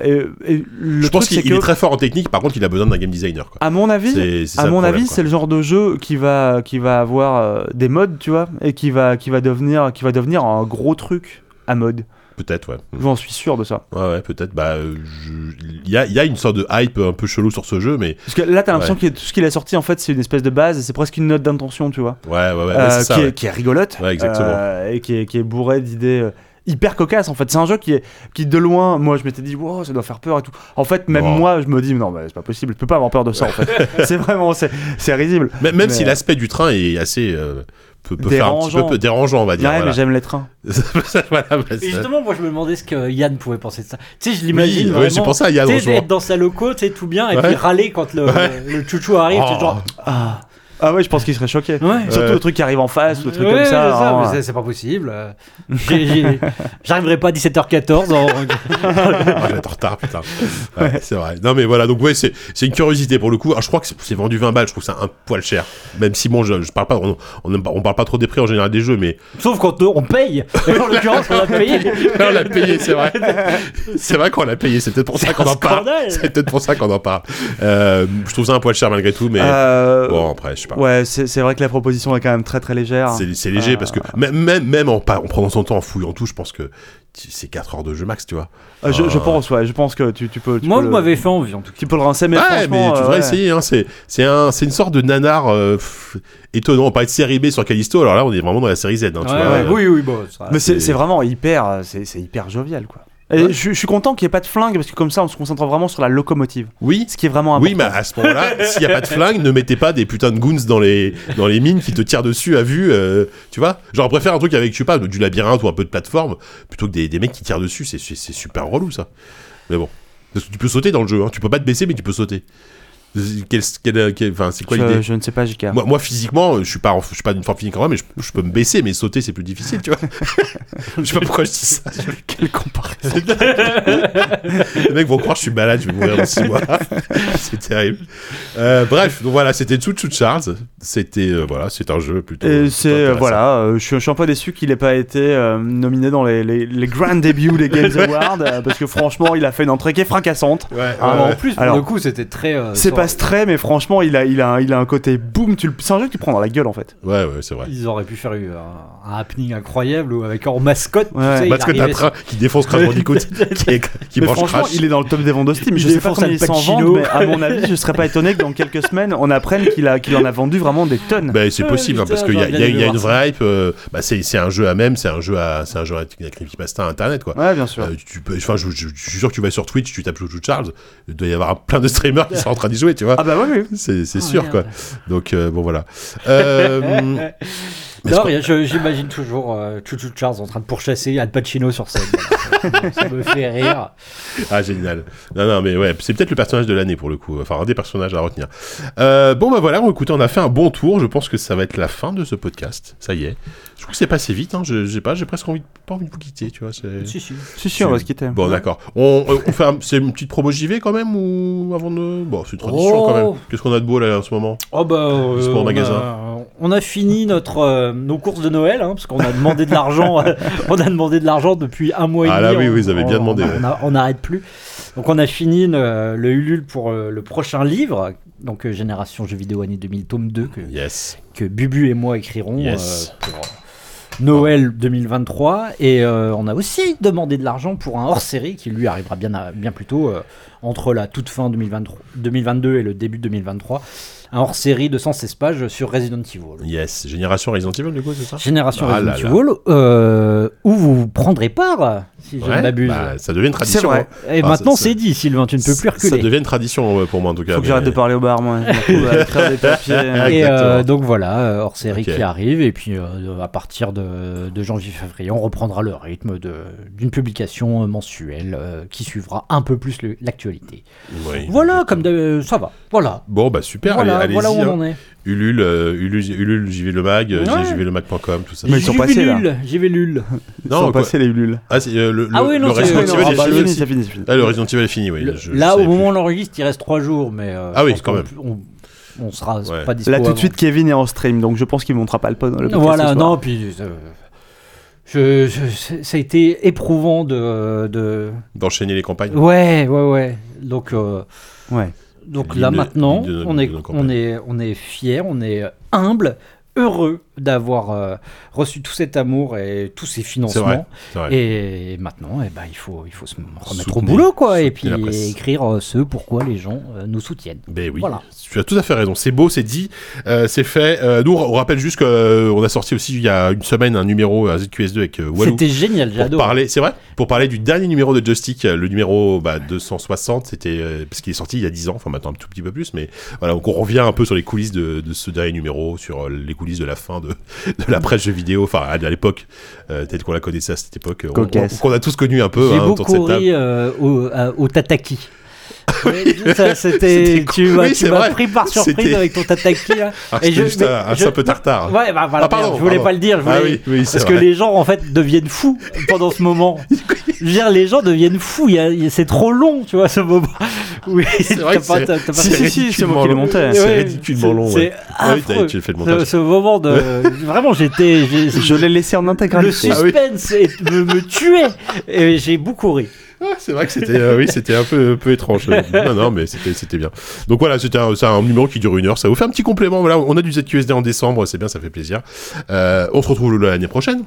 [SPEAKER 3] et, et le
[SPEAKER 1] je pense
[SPEAKER 3] truc,
[SPEAKER 1] qu'il
[SPEAKER 3] c'est
[SPEAKER 1] il
[SPEAKER 3] que,
[SPEAKER 1] est très fort en technique, par contre, il a besoin d'un game designer. Quoi.
[SPEAKER 3] à mon avis,
[SPEAKER 1] C'est- c'est ça
[SPEAKER 3] à
[SPEAKER 1] le
[SPEAKER 3] mon
[SPEAKER 1] problème,
[SPEAKER 3] avis,
[SPEAKER 1] quoi.
[SPEAKER 3] c'est le genre de jeu qui va, qui va avoir euh, des modes, tu vois, et qui va, qui va devenir, qui va devenir un gros truc à mode.
[SPEAKER 1] Peut-être, ouais. Mm.
[SPEAKER 3] J'en suis sûr de ça.
[SPEAKER 1] Ouais, ouais, peut-être. Bah, euh, je- il y a, il y a une sorte de hype un peu chelou sur ce jeu, mais
[SPEAKER 3] Parce que là, t'as l'impression
[SPEAKER 1] Ouais.
[SPEAKER 3] que tout ce qu'il a sorti, en fait, c'est une espèce de base, et c'est presque une note d'intention, tu vois,
[SPEAKER 1] ouais, ouais, ouais, ouais,
[SPEAKER 3] euh,
[SPEAKER 1] c'est ça.
[SPEAKER 3] qui,
[SPEAKER 1] ouais.
[SPEAKER 3] est, qui est rigolote,
[SPEAKER 1] Ouais, exactement.
[SPEAKER 3] euh, et qui est, qui est bourrée d'idées. euh, hyper cocasses en fait c'est un jeu qui est qui de loin moi je m'étais dit wow, ça doit faire peur et tout en fait même
[SPEAKER 1] Wow.
[SPEAKER 3] moi je me dis non mais c'est pas possible je peux pas avoir peur de ça en
[SPEAKER 1] <laughs>
[SPEAKER 3] fait c'est vraiment c'est c'est risible
[SPEAKER 1] Même, même
[SPEAKER 3] mais,
[SPEAKER 1] si
[SPEAKER 3] euh,
[SPEAKER 1] l'aspect du train est assez. euh, peut, peut faire un petit peu
[SPEAKER 3] Dérangeant.
[SPEAKER 1] peu dérangeant, on va
[SPEAKER 3] Ouais,
[SPEAKER 1] dire.
[SPEAKER 3] mais
[SPEAKER 1] voilà.
[SPEAKER 3] j'aime les trains.
[SPEAKER 1] <laughs> Voilà, bah,
[SPEAKER 4] Et
[SPEAKER 1] ça-
[SPEAKER 4] justement, moi je me demandais ce que Yann pouvait penser de ça. Tu sais, je
[SPEAKER 1] Oui,
[SPEAKER 4] l'imagine
[SPEAKER 1] ouais, j'ai
[SPEAKER 4] vraiment.
[SPEAKER 1] pensé à Yann
[SPEAKER 4] tu
[SPEAKER 1] en
[SPEAKER 4] sais,
[SPEAKER 1] ce moment.
[SPEAKER 4] être dans sa loco, tu sais, tout bien, et
[SPEAKER 1] Ouais.
[SPEAKER 4] puis râler quand le,
[SPEAKER 1] Ouais.
[SPEAKER 4] le chouchou arrive,
[SPEAKER 1] Oh.
[SPEAKER 4] c'est genre.
[SPEAKER 3] Ah. ah ouais, je pense qu'ils seraient choqués.
[SPEAKER 4] Ouais.
[SPEAKER 3] Surtout
[SPEAKER 1] Ouais.
[SPEAKER 3] le truc qui arrive en face, le truc
[SPEAKER 4] Ouais,
[SPEAKER 3] comme ça.
[SPEAKER 4] c'est
[SPEAKER 3] hein.
[SPEAKER 1] oh.
[SPEAKER 4] mais c'est- c'est pas possible. euh, j'ai- j'ai- J'arriverai pas à 17h14.
[SPEAKER 1] <laughs>
[SPEAKER 4] En...
[SPEAKER 1] Ah, j'étais en retard,
[SPEAKER 4] <laughs>
[SPEAKER 1] putain. Ouais, c'est vrai. Non, mais voilà, donc ouais, c'est c'est une curiosité pour le coup. Alors, je crois que c'est- c'est vendu 20 balles, je trouve ça un poil cher. Même si, bon, je, je parle pas, on, on, aime pas- on parle pas trop des prix en général des jeux, mais
[SPEAKER 4] Sauf quand euh, on paye. Et en l'occurrence, on
[SPEAKER 1] <laughs>
[SPEAKER 4] a payé.
[SPEAKER 1] Là, on l'a payé, c'est vrai. C'est vrai qu'on l'a payé, c'est peut-être pour ça qu'on en parle.
[SPEAKER 4] scandale.
[SPEAKER 1] C'est peut-être pour ça qu'on en parle. Euh, je trouve ça un poil cher malgré tout, mais
[SPEAKER 3] Euh,
[SPEAKER 1] bon, après, je sais pas.
[SPEAKER 3] Ouais, c'est c'est vrai que la proposition est quand même très très légère.
[SPEAKER 1] C'est c'est léger
[SPEAKER 3] Euh,
[SPEAKER 1] parce que même, même, même en, pa- en prenant son temps, en fouillant tout, je pense que tu- c'est 4 heures de jeu max, tu vois.
[SPEAKER 3] Euh, je, je
[SPEAKER 1] Euh,
[SPEAKER 3] pense, ouais, je pense que tu, tu peux. tu
[SPEAKER 4] Moi,
[SPEAKER 3] peux
[SPEAKER 4] vous
[SPEAKER 3] le-
[SPEAKER 4] m'avez fait envie, en tout cas.
[SPEAKER 3] Tu peux le rincer, mais
[SPEAKER 1] ouais, mais
[SPEAKER 3] franchement,
[SPEAKER 1] tu
[SPEAKER 3] euh,
[SPEAKER 1] devrais
[SPEAKER 3] ouais.
[SPEAKER 1] essayer. Hein, c'est c'est un, c'est une sorte de nanar euh, pff, étonnant. On parlait de série B sur Callisto, alors là, on est vraiment dans la série Z. hein, tu vois.
[SPEAKER 4] Ouais, ouais, Oui, oui, bon. ça-
[SPEAKER 3] Mais c'est
[SPEAKER 1] c'est-
[SPEAKER 3] c'est vraiment hyper, euh, c'est c'est hyper jovial, quoi. Et
[SPEAKER 1] Ouais.
[SPEAKER 3] je, je suis content qu'il n'y ait pas de flingue parce que comme ça, on se concentre vraiment sur la locomotive,
[SPEAKER 1] Oui,
[SPEAKER 3] ce qui est vraiment important.
[SPEAKER 1] Oui, mais à ce moment-là, s'il n'y a pas de flingue, ne mettez pas des putains de goons dans les, dans les mines qui te tirent dessus à vue, euh, tu vois. Genre, préfère un truc avec, je sais pas, du labyrinthe ou un peu de plateforme, plutôt que des, des mecs qui tirent dessus, c'est, c'est, c'est super relou ça. Mais bon. Parce que tu peux sauter dans le jeu, hein. tu peux pas te baisser, mais tu peux sauter. Quel- quel- quel- Enfin, c'est quoi
[SPEAKER 3] je,
[SPEAKER 1] l'idée
[SPEAKER 3] je ne sais pas, JK.
[SPEAKER 1] moi, moi, physiquement, euh, je suis pas, en- je suis pas d'une forme physique quand même, mais je, je peux me baisser, mais sauter, c'est plus difficile, tu vois. <laughs> je sais pas pourquoi je dis ça.
[SPEAKER 3] Quelle comparaison.
[SPEAKER 1] Les mecs vont croire que je suis malade, je vais mourir dans 6 mois. <laughs> c'est terrible. Euh, bref, donc voilà, c'était Chou Chou Charles. C'était euh, voilà, c'est un jeu plutôt.
[SPEAKER 3] Et
[SPEAKER 1] plutôt
[SPEAKER 3] c'est euh,
[SPEAKER 1] intéressant.
[SPEAKER 3] voilà, euh, je suis, je suis un peu déçu qu'il n'ait pas été euh, nominé dans les, les, les grands débuts des Games Awards euh, parce que franchement, il a fait une entrée qui est fracassante.
[SPEAKER 1] Ouais, ouais,
[SPEAKER 3] Ah,
[SPEAKER 1] ouais.
[SPEAKER 4] En plus, pour
[SPEAKER 3] Alors-
[SPEAKER 4] le coup, c'était très. euh,
[SPEAKER 3] C'est
[SPEAKER 4] sur
[SPEAKER 3] passe très, mais franchement, il a, il a, il a un côté boum. tu le- C'est un jeu que tu prends dans la gueule en fait.
[SPEAKER 1] Ouais, ouais, c'est vrai.
[SPEAKER 4] Ils auraient pu faire euh, un, un happening incroyable ou avec en mascotte. tu
[SPEAKER 3] Ouais.
[SPEAKER 4] sais, il
[SPEAKER 1] Parce que
[SPEAKER 4] arrive
[SPEAKER 1] t'as un
[SPEAKER 4] et-
[SPEAKER 1] train qui défonce Crash
[SPEAKER 3] <laughs>
[SPEAKER 1] Bandicoot, qui, est- qui
[SPEAKER 3] mais
[SPEAKER 1] branche
[SPEAKER 3] franchement,
[SPEAKER 1] Crash.
[SPEAKER 3] il est dans le top des ventes de Steam.
[SPEAKER 4] Il
[SPEAKER 3] Je sais pas
[SPEAKER 4] défonce
[SPEAKER 3] combien
[SPEAKER 4] Al
[SPEAKER 3] il s'en
[SPEAKER 4] Pacino.
[SPEAKER 3] vend, mais à mon avis, je serais pas étonné que dans quelques semaines, on apprenne qu'il a, qu'il en a vendu vraiment des tonnes.
[SPEAKER 1] Ben, c'est possible, hein,
[SPEAKER 4] putain,
[SPEAKER 1] parce qu'il y a,
[SPEAKER 4] j'aurais bien
[SPEAKER 1] y a-
[SPEAKER 4] aimé
[SPEAKER 1] y a une
[SPEAKER 4] voir
[SPEAKER 1] vraie hype. euh, bah, c'est, c'est un jeu à même, c'est un jeu à, c'est un jeu à, à creepypasta à internet, quoi.
[SPEAKER 3] Ouais, bien sûr.
[SPEAKER 1] Euh, tu peux, enfin, je, je- je suis sûr que tu vas sur Twitch, tu tapes Joujou Charles, il doit y avoir plein de streamers qui sont en train d'y jouer, tu vois.
[SPEAKER 3] Ah bah oui, oui.
[SPEAKER 1] C'est, c'est
[SPEAKER 4] Oh,
[SPEAKER 1] sûr,
[SPEAKER 4] merde.
[SPEAKER 1] quoi. Donc, euh, bon, voilà.
[SPEAKER 3] <laughs>
[SPEAKER 1] Euh, Mais
[SPEAKER 4] Non,
[SPEAKER 1] est-ce
[SPEAKER 4] rien, je- j'imagine toujours euh, Chouchou Charles en train de pourchasser Al Pacino sur scène. ça me fait rire.
[SPEAKER 1] Ah génial. Non non mais ouais, c'est peut-être le personnage de l'année pour le coup. Enfin un des personnages à retenir. Euh, bon bah voilà, bon, écoutez, on a fait un bon tour. Je pense que ça va être la fin de ce podcast. Ça y est. Je trouve que c'est passé vite. Hein. Je j'ai pas, j'ai presque envie, de- pas envie de vous quitter, tu vois. c'est-
[SPEAKER 4] Si, si.
[SPEAKER 3] Si, si, on va se quitter.
[SPEAKER 1] Bon d'accord. On, euh, on fait un- c'est une petite promo JV quand même ou avant de. Bon c'est une tradition
[SPEAKER 4] Oh.
[SPEAKER 1] quand même. Qu'est-ce qu'on a de beau là en ce moment
[SPEAKER 4] Oh bah, euh,
[SPEAKER 1] Juste pour
[SPEAKER 4] on,
[SPEAKER 1] le magasin.
[SPEAKER 4] A, on a fini notre euh, nos courses de Noël hein, parce qu'on a demandé de l'argent, euh, <laughs> on a demandé de l'argent depuis un mois et
[SPEAKER 1] Ah
[SPEAKER 4] demi.
[SPEAKER 1] là, oui,
[SPEAKER 4] on-
[SPEAKER 1] oui, vous avez bien
[SPEAKER 4] on-
[SPEAKER 1] demandé,
[SPEAKER 4] on
[SPEAKER 1] ouais.
[SPEAKER 4] a- On n'arrête plus. Donc on a fini euh, le Ulule pour euh, le prochain livre, donc euh, Génération jeux vidéo année 2000 tome 2 que,
[SPEAKER 1] Yes.
[SPEAKER 4] que Bubu et moi écrirons
[SPEAKER 1] Yes.
[SPEAKER 4] euh, pour euh, Noël 2023 et euh, on a aussi demandé de l'argent pour un hors-série qui lui arrivera bien à- bien plus tôt euh, entre la toute fin 2023 2022 et le début 2023 un hors-série de 116 pages sur Resident Evil.
[SPEAKER 1] Yes. Génération Resident Evil du coup c'est ça.
[SPEAKER 4] Génération
[SPEAKER 1] Ah
[SPEAKER 4] Resident
[SPEAKER 1] là là.
[SPEAKER 4] Evil euh, où vous prendrez part si je
[SPEAKER 1] Ouais,
[SPEAKER 4] ne m'abuse.
[SPEAKER 1] bah, ça devient une
[SPEAKER 3] C'est
[SPEAKER 1] tradition.
[SPEAKER 3] vrai.
[SPEAKER 1] hein.
[SPEAKER 4] et
[SPEAKER 1] Ah,
[SPEAKER 4] maintenant
[SPEAKER 1] ça- ça-
[SPEAKER 4] c'est dit Sylvain, tu ne peux plus
[SPEAKER 1] Ça- Ça
[SPEAKER 4] reculer.
[SPEAKER 1] devient une tradition ouais, pour moi en tout cas.
[SPEAKER 3] Faut que j'arrête
[SPEAKER 1] mais-
[SPEAKER 3] de parler au bar, moi. Je me retrouve
[SPEAKER 2] <laughs>
[SPEAKER 3] à écrire
[SPEAKER 1] <laughs>
[SPEAKER 3] des papiers.
[SPEAKER 4] Et
[SPEAKER 1] Ah, Exactement.
[SPEAKER 4] euh, donc voilà, euh, hors série
[SPEAKER 1] Ok.
[SPEAKER 4] qui arrive, et puis euh, à partir de, de janvier-février, on reprendra le rythme de- d'une publication euh, mensuelle euh, qui suivra un peu plus le- l'actualité.
[SPEAKER 1] Oui.
[SPEAKER 4] Voilà, comme de- euh, ça va, voilà.
[SPEAKER 1] Bon bah super.
[SPEAKER 4] Voilà,
[SPEAKER 1] allez,
[SPEAKER 4] voilà où
[SPEAKER 1] allez-y, hein.
[SPEAKER 4] on en est.
[SPEAKER 1] Ulule, euh, Ulule, Ulule, JV Le Mag, euh,
[SPEAKER 4] Ouais.
[SPEAKER 1] JV Le Mag.com, tout ça.
[SPEAKER 3] Mais ils sont passés, là.
[SPEAKER 4] Lul, J'y vais Lul.
[SPEAKER 3] Ils sont
[SPEAKER 1] quoi.
[SPEAKER 3] passés les lules.
[SPEAKER 1] Ah, c'est, euh, le,
[SPEAKER 4] Ah
[SPEAKER 1] le-
[SPEAKER 4] oui, non,
[SPEAKER 1] le
[SPEAKER 4] c'est-
[SPEAKER 1] Resident
[SPEAKER 4] oui, non,
[SPEAKER 1] Evil
[SPEAKER 4] ah
[SPEAKER 1] est
[SPEAKER 4] bah,
[SPEAKER 1] fini
[SPEAKER 4] oui,
[SPEAKER 1] aussi.
[SPEAKER 3] c'est fini, c'est fini.
[SPEAKER 1] Ah, le Resident Evil est fini, oui.
[SPEAKER 4] Le-
[SPEAKER 1] je- je
[SPEAKER 4] Là,
[SPEAKER 1] savais
[SPEAKER 4] au
[SPEAKER 1] plus.
[SPEAKER 4] moment où on enregistre, il reste trois jours, mais euh,
[SPEAKER 1] Ah
[SPEAKER 4] je
[SPEAKER 1] oui,
[SPEAKER 4] pense
[SPEAKER 1] quand
[SPEAKER 4] qu'on
[SPEAKER 1] même.
[SPEAKER 4] peut- On, on sera
[SPEAKER 1] Ouais.
[SPEAKER 4] pas dispo
[SPEAKER 3] Là, tout
[SPEAKER 4] avant.
[SPEAKER 3] de suite, Kevin est en stream, donc je pense qu'il montrera pas le pod. le podcast ce
[SPEAKER 4] Voilà,
[SPEAKER 3] soir.
[SPEAKER 4] non, puis... euh, je, je- c'est- ça a été éprouvant de- de,
[SPEAKER 1] D'enchaîner les campagnes.
[SPEAKER 4] Ouais, ouais, ouais. Donc, euh,
[SPEAKER 3] Ouais.
[SPEAKER 4] donc
[SPEAKER 1] L'hymne-
[SPEAKER 4] là maintenant,
[SPEAKER 1] l'hymne de-
[SPEAKER 4] on
[SPEAKER 1] de
[SPEAKER 4] est,
[SPEAKER 1] nos campagnes.
[SPEAKER 4] on est, on est fier, on est humble, heureux d'avoir euh, reçu tout cet amour et tous ces
[SPEAKER 1] vrai,
[SPEAKER 4] financements.
[SPEAKER 1] c'est vrai.
[SPEAKER 4] Et maintenant, eh ben, il faut, il faut se remettre au
[SPEAKER 1] Soutenir-
[SPEAKER 4] boulot, quoi, et puis
[SPEAKER 1] soutenir la presse.
[SPEAKER 4] écrire euh, ce pourquoi les gens euh, nous soutiennent.
[SPEAKER 1] Ben oui,
[SPEAKER 4] Voilà.
[SPEAKER 1] tu as tout à fait raison. C'est beau, c'est dit, euh, c'est fait. Euh, nous, on on rappelle juste qu'on a sorti aussi il y a une semaine un numéro à ZQS2 avec euh, Walou.
[SPEAKER 4] C'était génial,
[SPEAKER 1] Pour
[SPEAKER 4] j'adore.
[SPEAKER 1] parler, c'est vrai, pour parler du dernier numéro de Joystick, euh, le numéro bah, 260, c'était euh, parce qu'il est sorti il y a 10 ans, enfin maintenant un tout petit peu plus, mais voilà, donc on revient un peu sur les coulisses de, de ce dernier numéro, sur euh, les coulisses de la fin de, <laughs> de la presse jeux vidéo, enfin à, à l'époque, euh, peut-être qu'on la connaissait à cette époque, euh, on-
[SPEAKER 3] Cocasse.
[SPEAKER 1] on- qu'on a tous connu un peu
[SPEAKER 4] J'ai
[SPEAKER 1] hein, autour de
[SPEAKER 4] beaucoup
[SPEAKER 1] cette table.
[SPEAKER 4] ri euh, au, à- au tataki.
[SPEAKER 1] <laughs>
[SPEAKER 4] Ça,
[SPEAKER 1] C'était
[SPEAKER 4] c'était tu
[SPEAKER 1] cool.
[SPEAKER 4] m'as
[SPEAKER 1] Oui,
[SPEAKER 4] tu
[SPEAKER 1] c'est
[SPEAKER 4] m'as
[SPEAKER 1] vrai.
[SPEAKER 4] pris par surprise
[SPEAKER 1] C'était-
[SPEAKER 4] avec ton tataki hein. là.
[SPEAKER 1] Ah,
[SPEAKER 4] Et
[SPEAKER 1] c'était
[SPEAKER 4] je-
[SPEAKER 1] juste
[SPEAKER 4] mais
[SPEAKER 1] un, un
[SPEAKER 4] je-
[SPEAKER 1] peu tartare.
[SPEAKER 4] Ouais, bah voilà,
[SPEAKER 1] Ah, pardon,
[SPEAKER 4] merde, je voulais
[SPEAKER 1] pardon.
[SPEAKER 4] pas le dire. Je voulais...
[SPEAKER 1] Ah oui, oui, c'est
[SPEAKER 4] Parce
[SPEAKER 1] vrai.
[SPEAKER 4] que les gens, en fait, deviennent fous pendant ce moment.
[SPEAKER 1] <laughs>
[SPEAKER 4] Je veux dire, les gens deviennent fous. il y a- il y a- C'est trop long, tu vois, ce moment. <laughs> Oui,
[SPEAKER 1] C'est vrai
[SPEAKER 4] t'as
[SPEAKER 1] que
[SPEAKER 4] pas-
[SPEAKER 1] c'est-
[SPEAKER 4] t'as- t'as pas-
[SPEAKER 1] c'est
[SPEAKER 3] Si, si, c'est
[SPEAKER 1] ridiculement
[SPEAKER 3] moi qui l'ai
[SPEAKER 1] long.
[SPEAKER 3] monté.
[SPEAKER 1] C'est
[SPEAKER 4] Ouais,
[SPEAKER 1] ridiculement
[SPEAKER 4] c'est-
[SPEAKER 1] long, Eh ouais.
[SPEAKER 4] C'est
[SPEAKER 1] Ah oui, t'as-
[SPEAKER 4] affreux.
[SPEAKER 1] tu fais le
[SPEAKER 4] Ce,
[SPEAKER 1] montage.
[SPEAKER 4] ce
[SPEAKER 1] <laughs>
[SPEAKER 4] moment de. Vraiment, j'étais. j'ai-
[SPEAKER 3] Je l'ai laissé en
[SPEAKER 4] Le
[SPEAKER 3] intégralité.
[SPEAKER 1] Ah oui.
[SPEAKER 4] suspense est- me, me tuait. Et j'ai beaucoup ri.
[SPEAKER 1] Ah, c'est vrai que c'était euh, oui, c'était un peu, un peu
[SPEAKER 3] <laughs>
[SPEAKER 1] étrange. Euh, Non, non, mais c'était c'était bien. Donc voilà, c'était un, c'est un numéro qui dure une heure. Ça vous fait un petit complément. Voilà, on a du ZQSD en décembre, c'est bien, ça fait plaisir. Euh, on se retrouve l'année prochaine.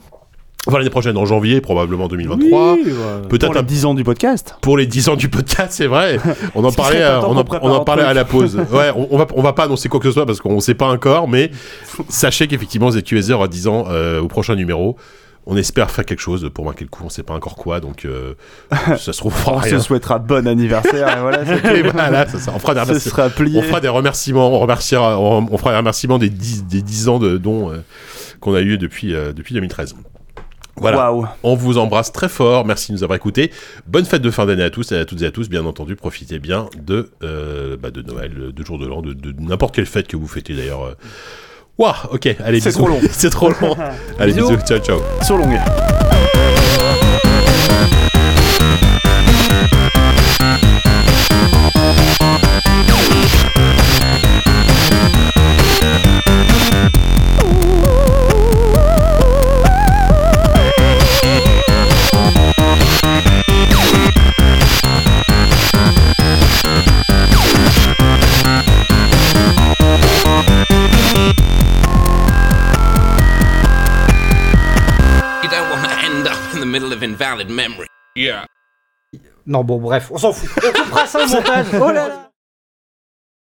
[SPEAKER 1] Enfin, l'année prochaine, en janvier, probablement 2023.
[SPEAKER 4] Oui, ouais.
[SPEAKER 1] Peut-être
[SPEAKER 3] Pour
[SPEAKER 1] un
[SPEAKER 3] les 10 ans du podcast.
[SPEAKER 1] pour les 10 ans du podcast, c'est
[SPEAKER 3] <laughs>
[SPEAKER 1] vrai. On en
[SPEAKER 3] Parce qu'il
[SPEAKER 1] parlait,
[SPEAKER 3] serait pas
[SPEAKER 1] euh,
[SPEAKER 3] temps
[SPEAKER 1] on
[SPEAKER 3] qu'on
[SPEAKER 1] en,
[SPEAKER 3] prépare
[SPEAKER 1] on en
[SPEAKER 3] un
[SPEAKER 1] parlait à
[SPEAKER 3] truc.
[SPEAKER 1] la
[SPEAKER 3] <laughs>
[SPEAKER 1] pause. Ouais, on, on va, on va pas annoncer quoi que ce soit parce qu'on sait pas encore, mais sachez qu'effectivement, ZQSD aura 10 ans euh, au prochain numéro. On espère faire quelque chose pour marquer le coup. On sait pas encore quoi, donc
[SPEAKER 3] <laughs>
[SPEAKER 1] euh, ça se trouve on fera
[SPEAKER 3] On
[SPEAKER 1] Ah, rien.
[SPEAKER 3] se souhaitera bon anniversaire.
[SPEAKER 1] <laughs>
[SPEAKER 3] et voilà, c'est-
[SPEAKER 1] Et voilà, ça, ça, on fera des
[SPEAKER 3] ce
[SPEAKER 1] remercie-
[SPEAKER 3] sera plié.
[SPEAKER 1] on fera des remerciements, on remerciera, on, on fera des remerciements des 10, des 10 ans de dons euh, qu'on a eu depuis, euh, depuis 2013. Voilà.
[SPEAKER 3] Waouh.
[SPEAKER 1] On vous embrasse très fort. Merci de nous avoir écoutés. Bonne fête de fin d'année à tous et à toutes et à tous. Bien entendu, profitez bien de, euh, bah, de Noël, de jour de l'an, de, de n'importe quelle fête que vous fêtez d'ailleurs. Waouh, ok, allez,
[SPEAKER 3] C'est
[SPEAKER 1] bisous.
[SPEAKER 3] trop long.
[SPEAKER 1] <laughs> C'est trop
[SPEAKER 3] <laughs>
[SPEAKER 1] long. allez,
[SPEAKER 3] Bisous.
[SPEAKER 1] bisous, ciao, ciao.
[SPEAKER 3] Sur longue.
[SPEAKER 6] Thank you.
[SPEAKER 7] invalid memory. Yeah.
[SPEAKER 4] <laughs> Non, bon, bref, on s'en fout. On fera ça au montage. Oh là là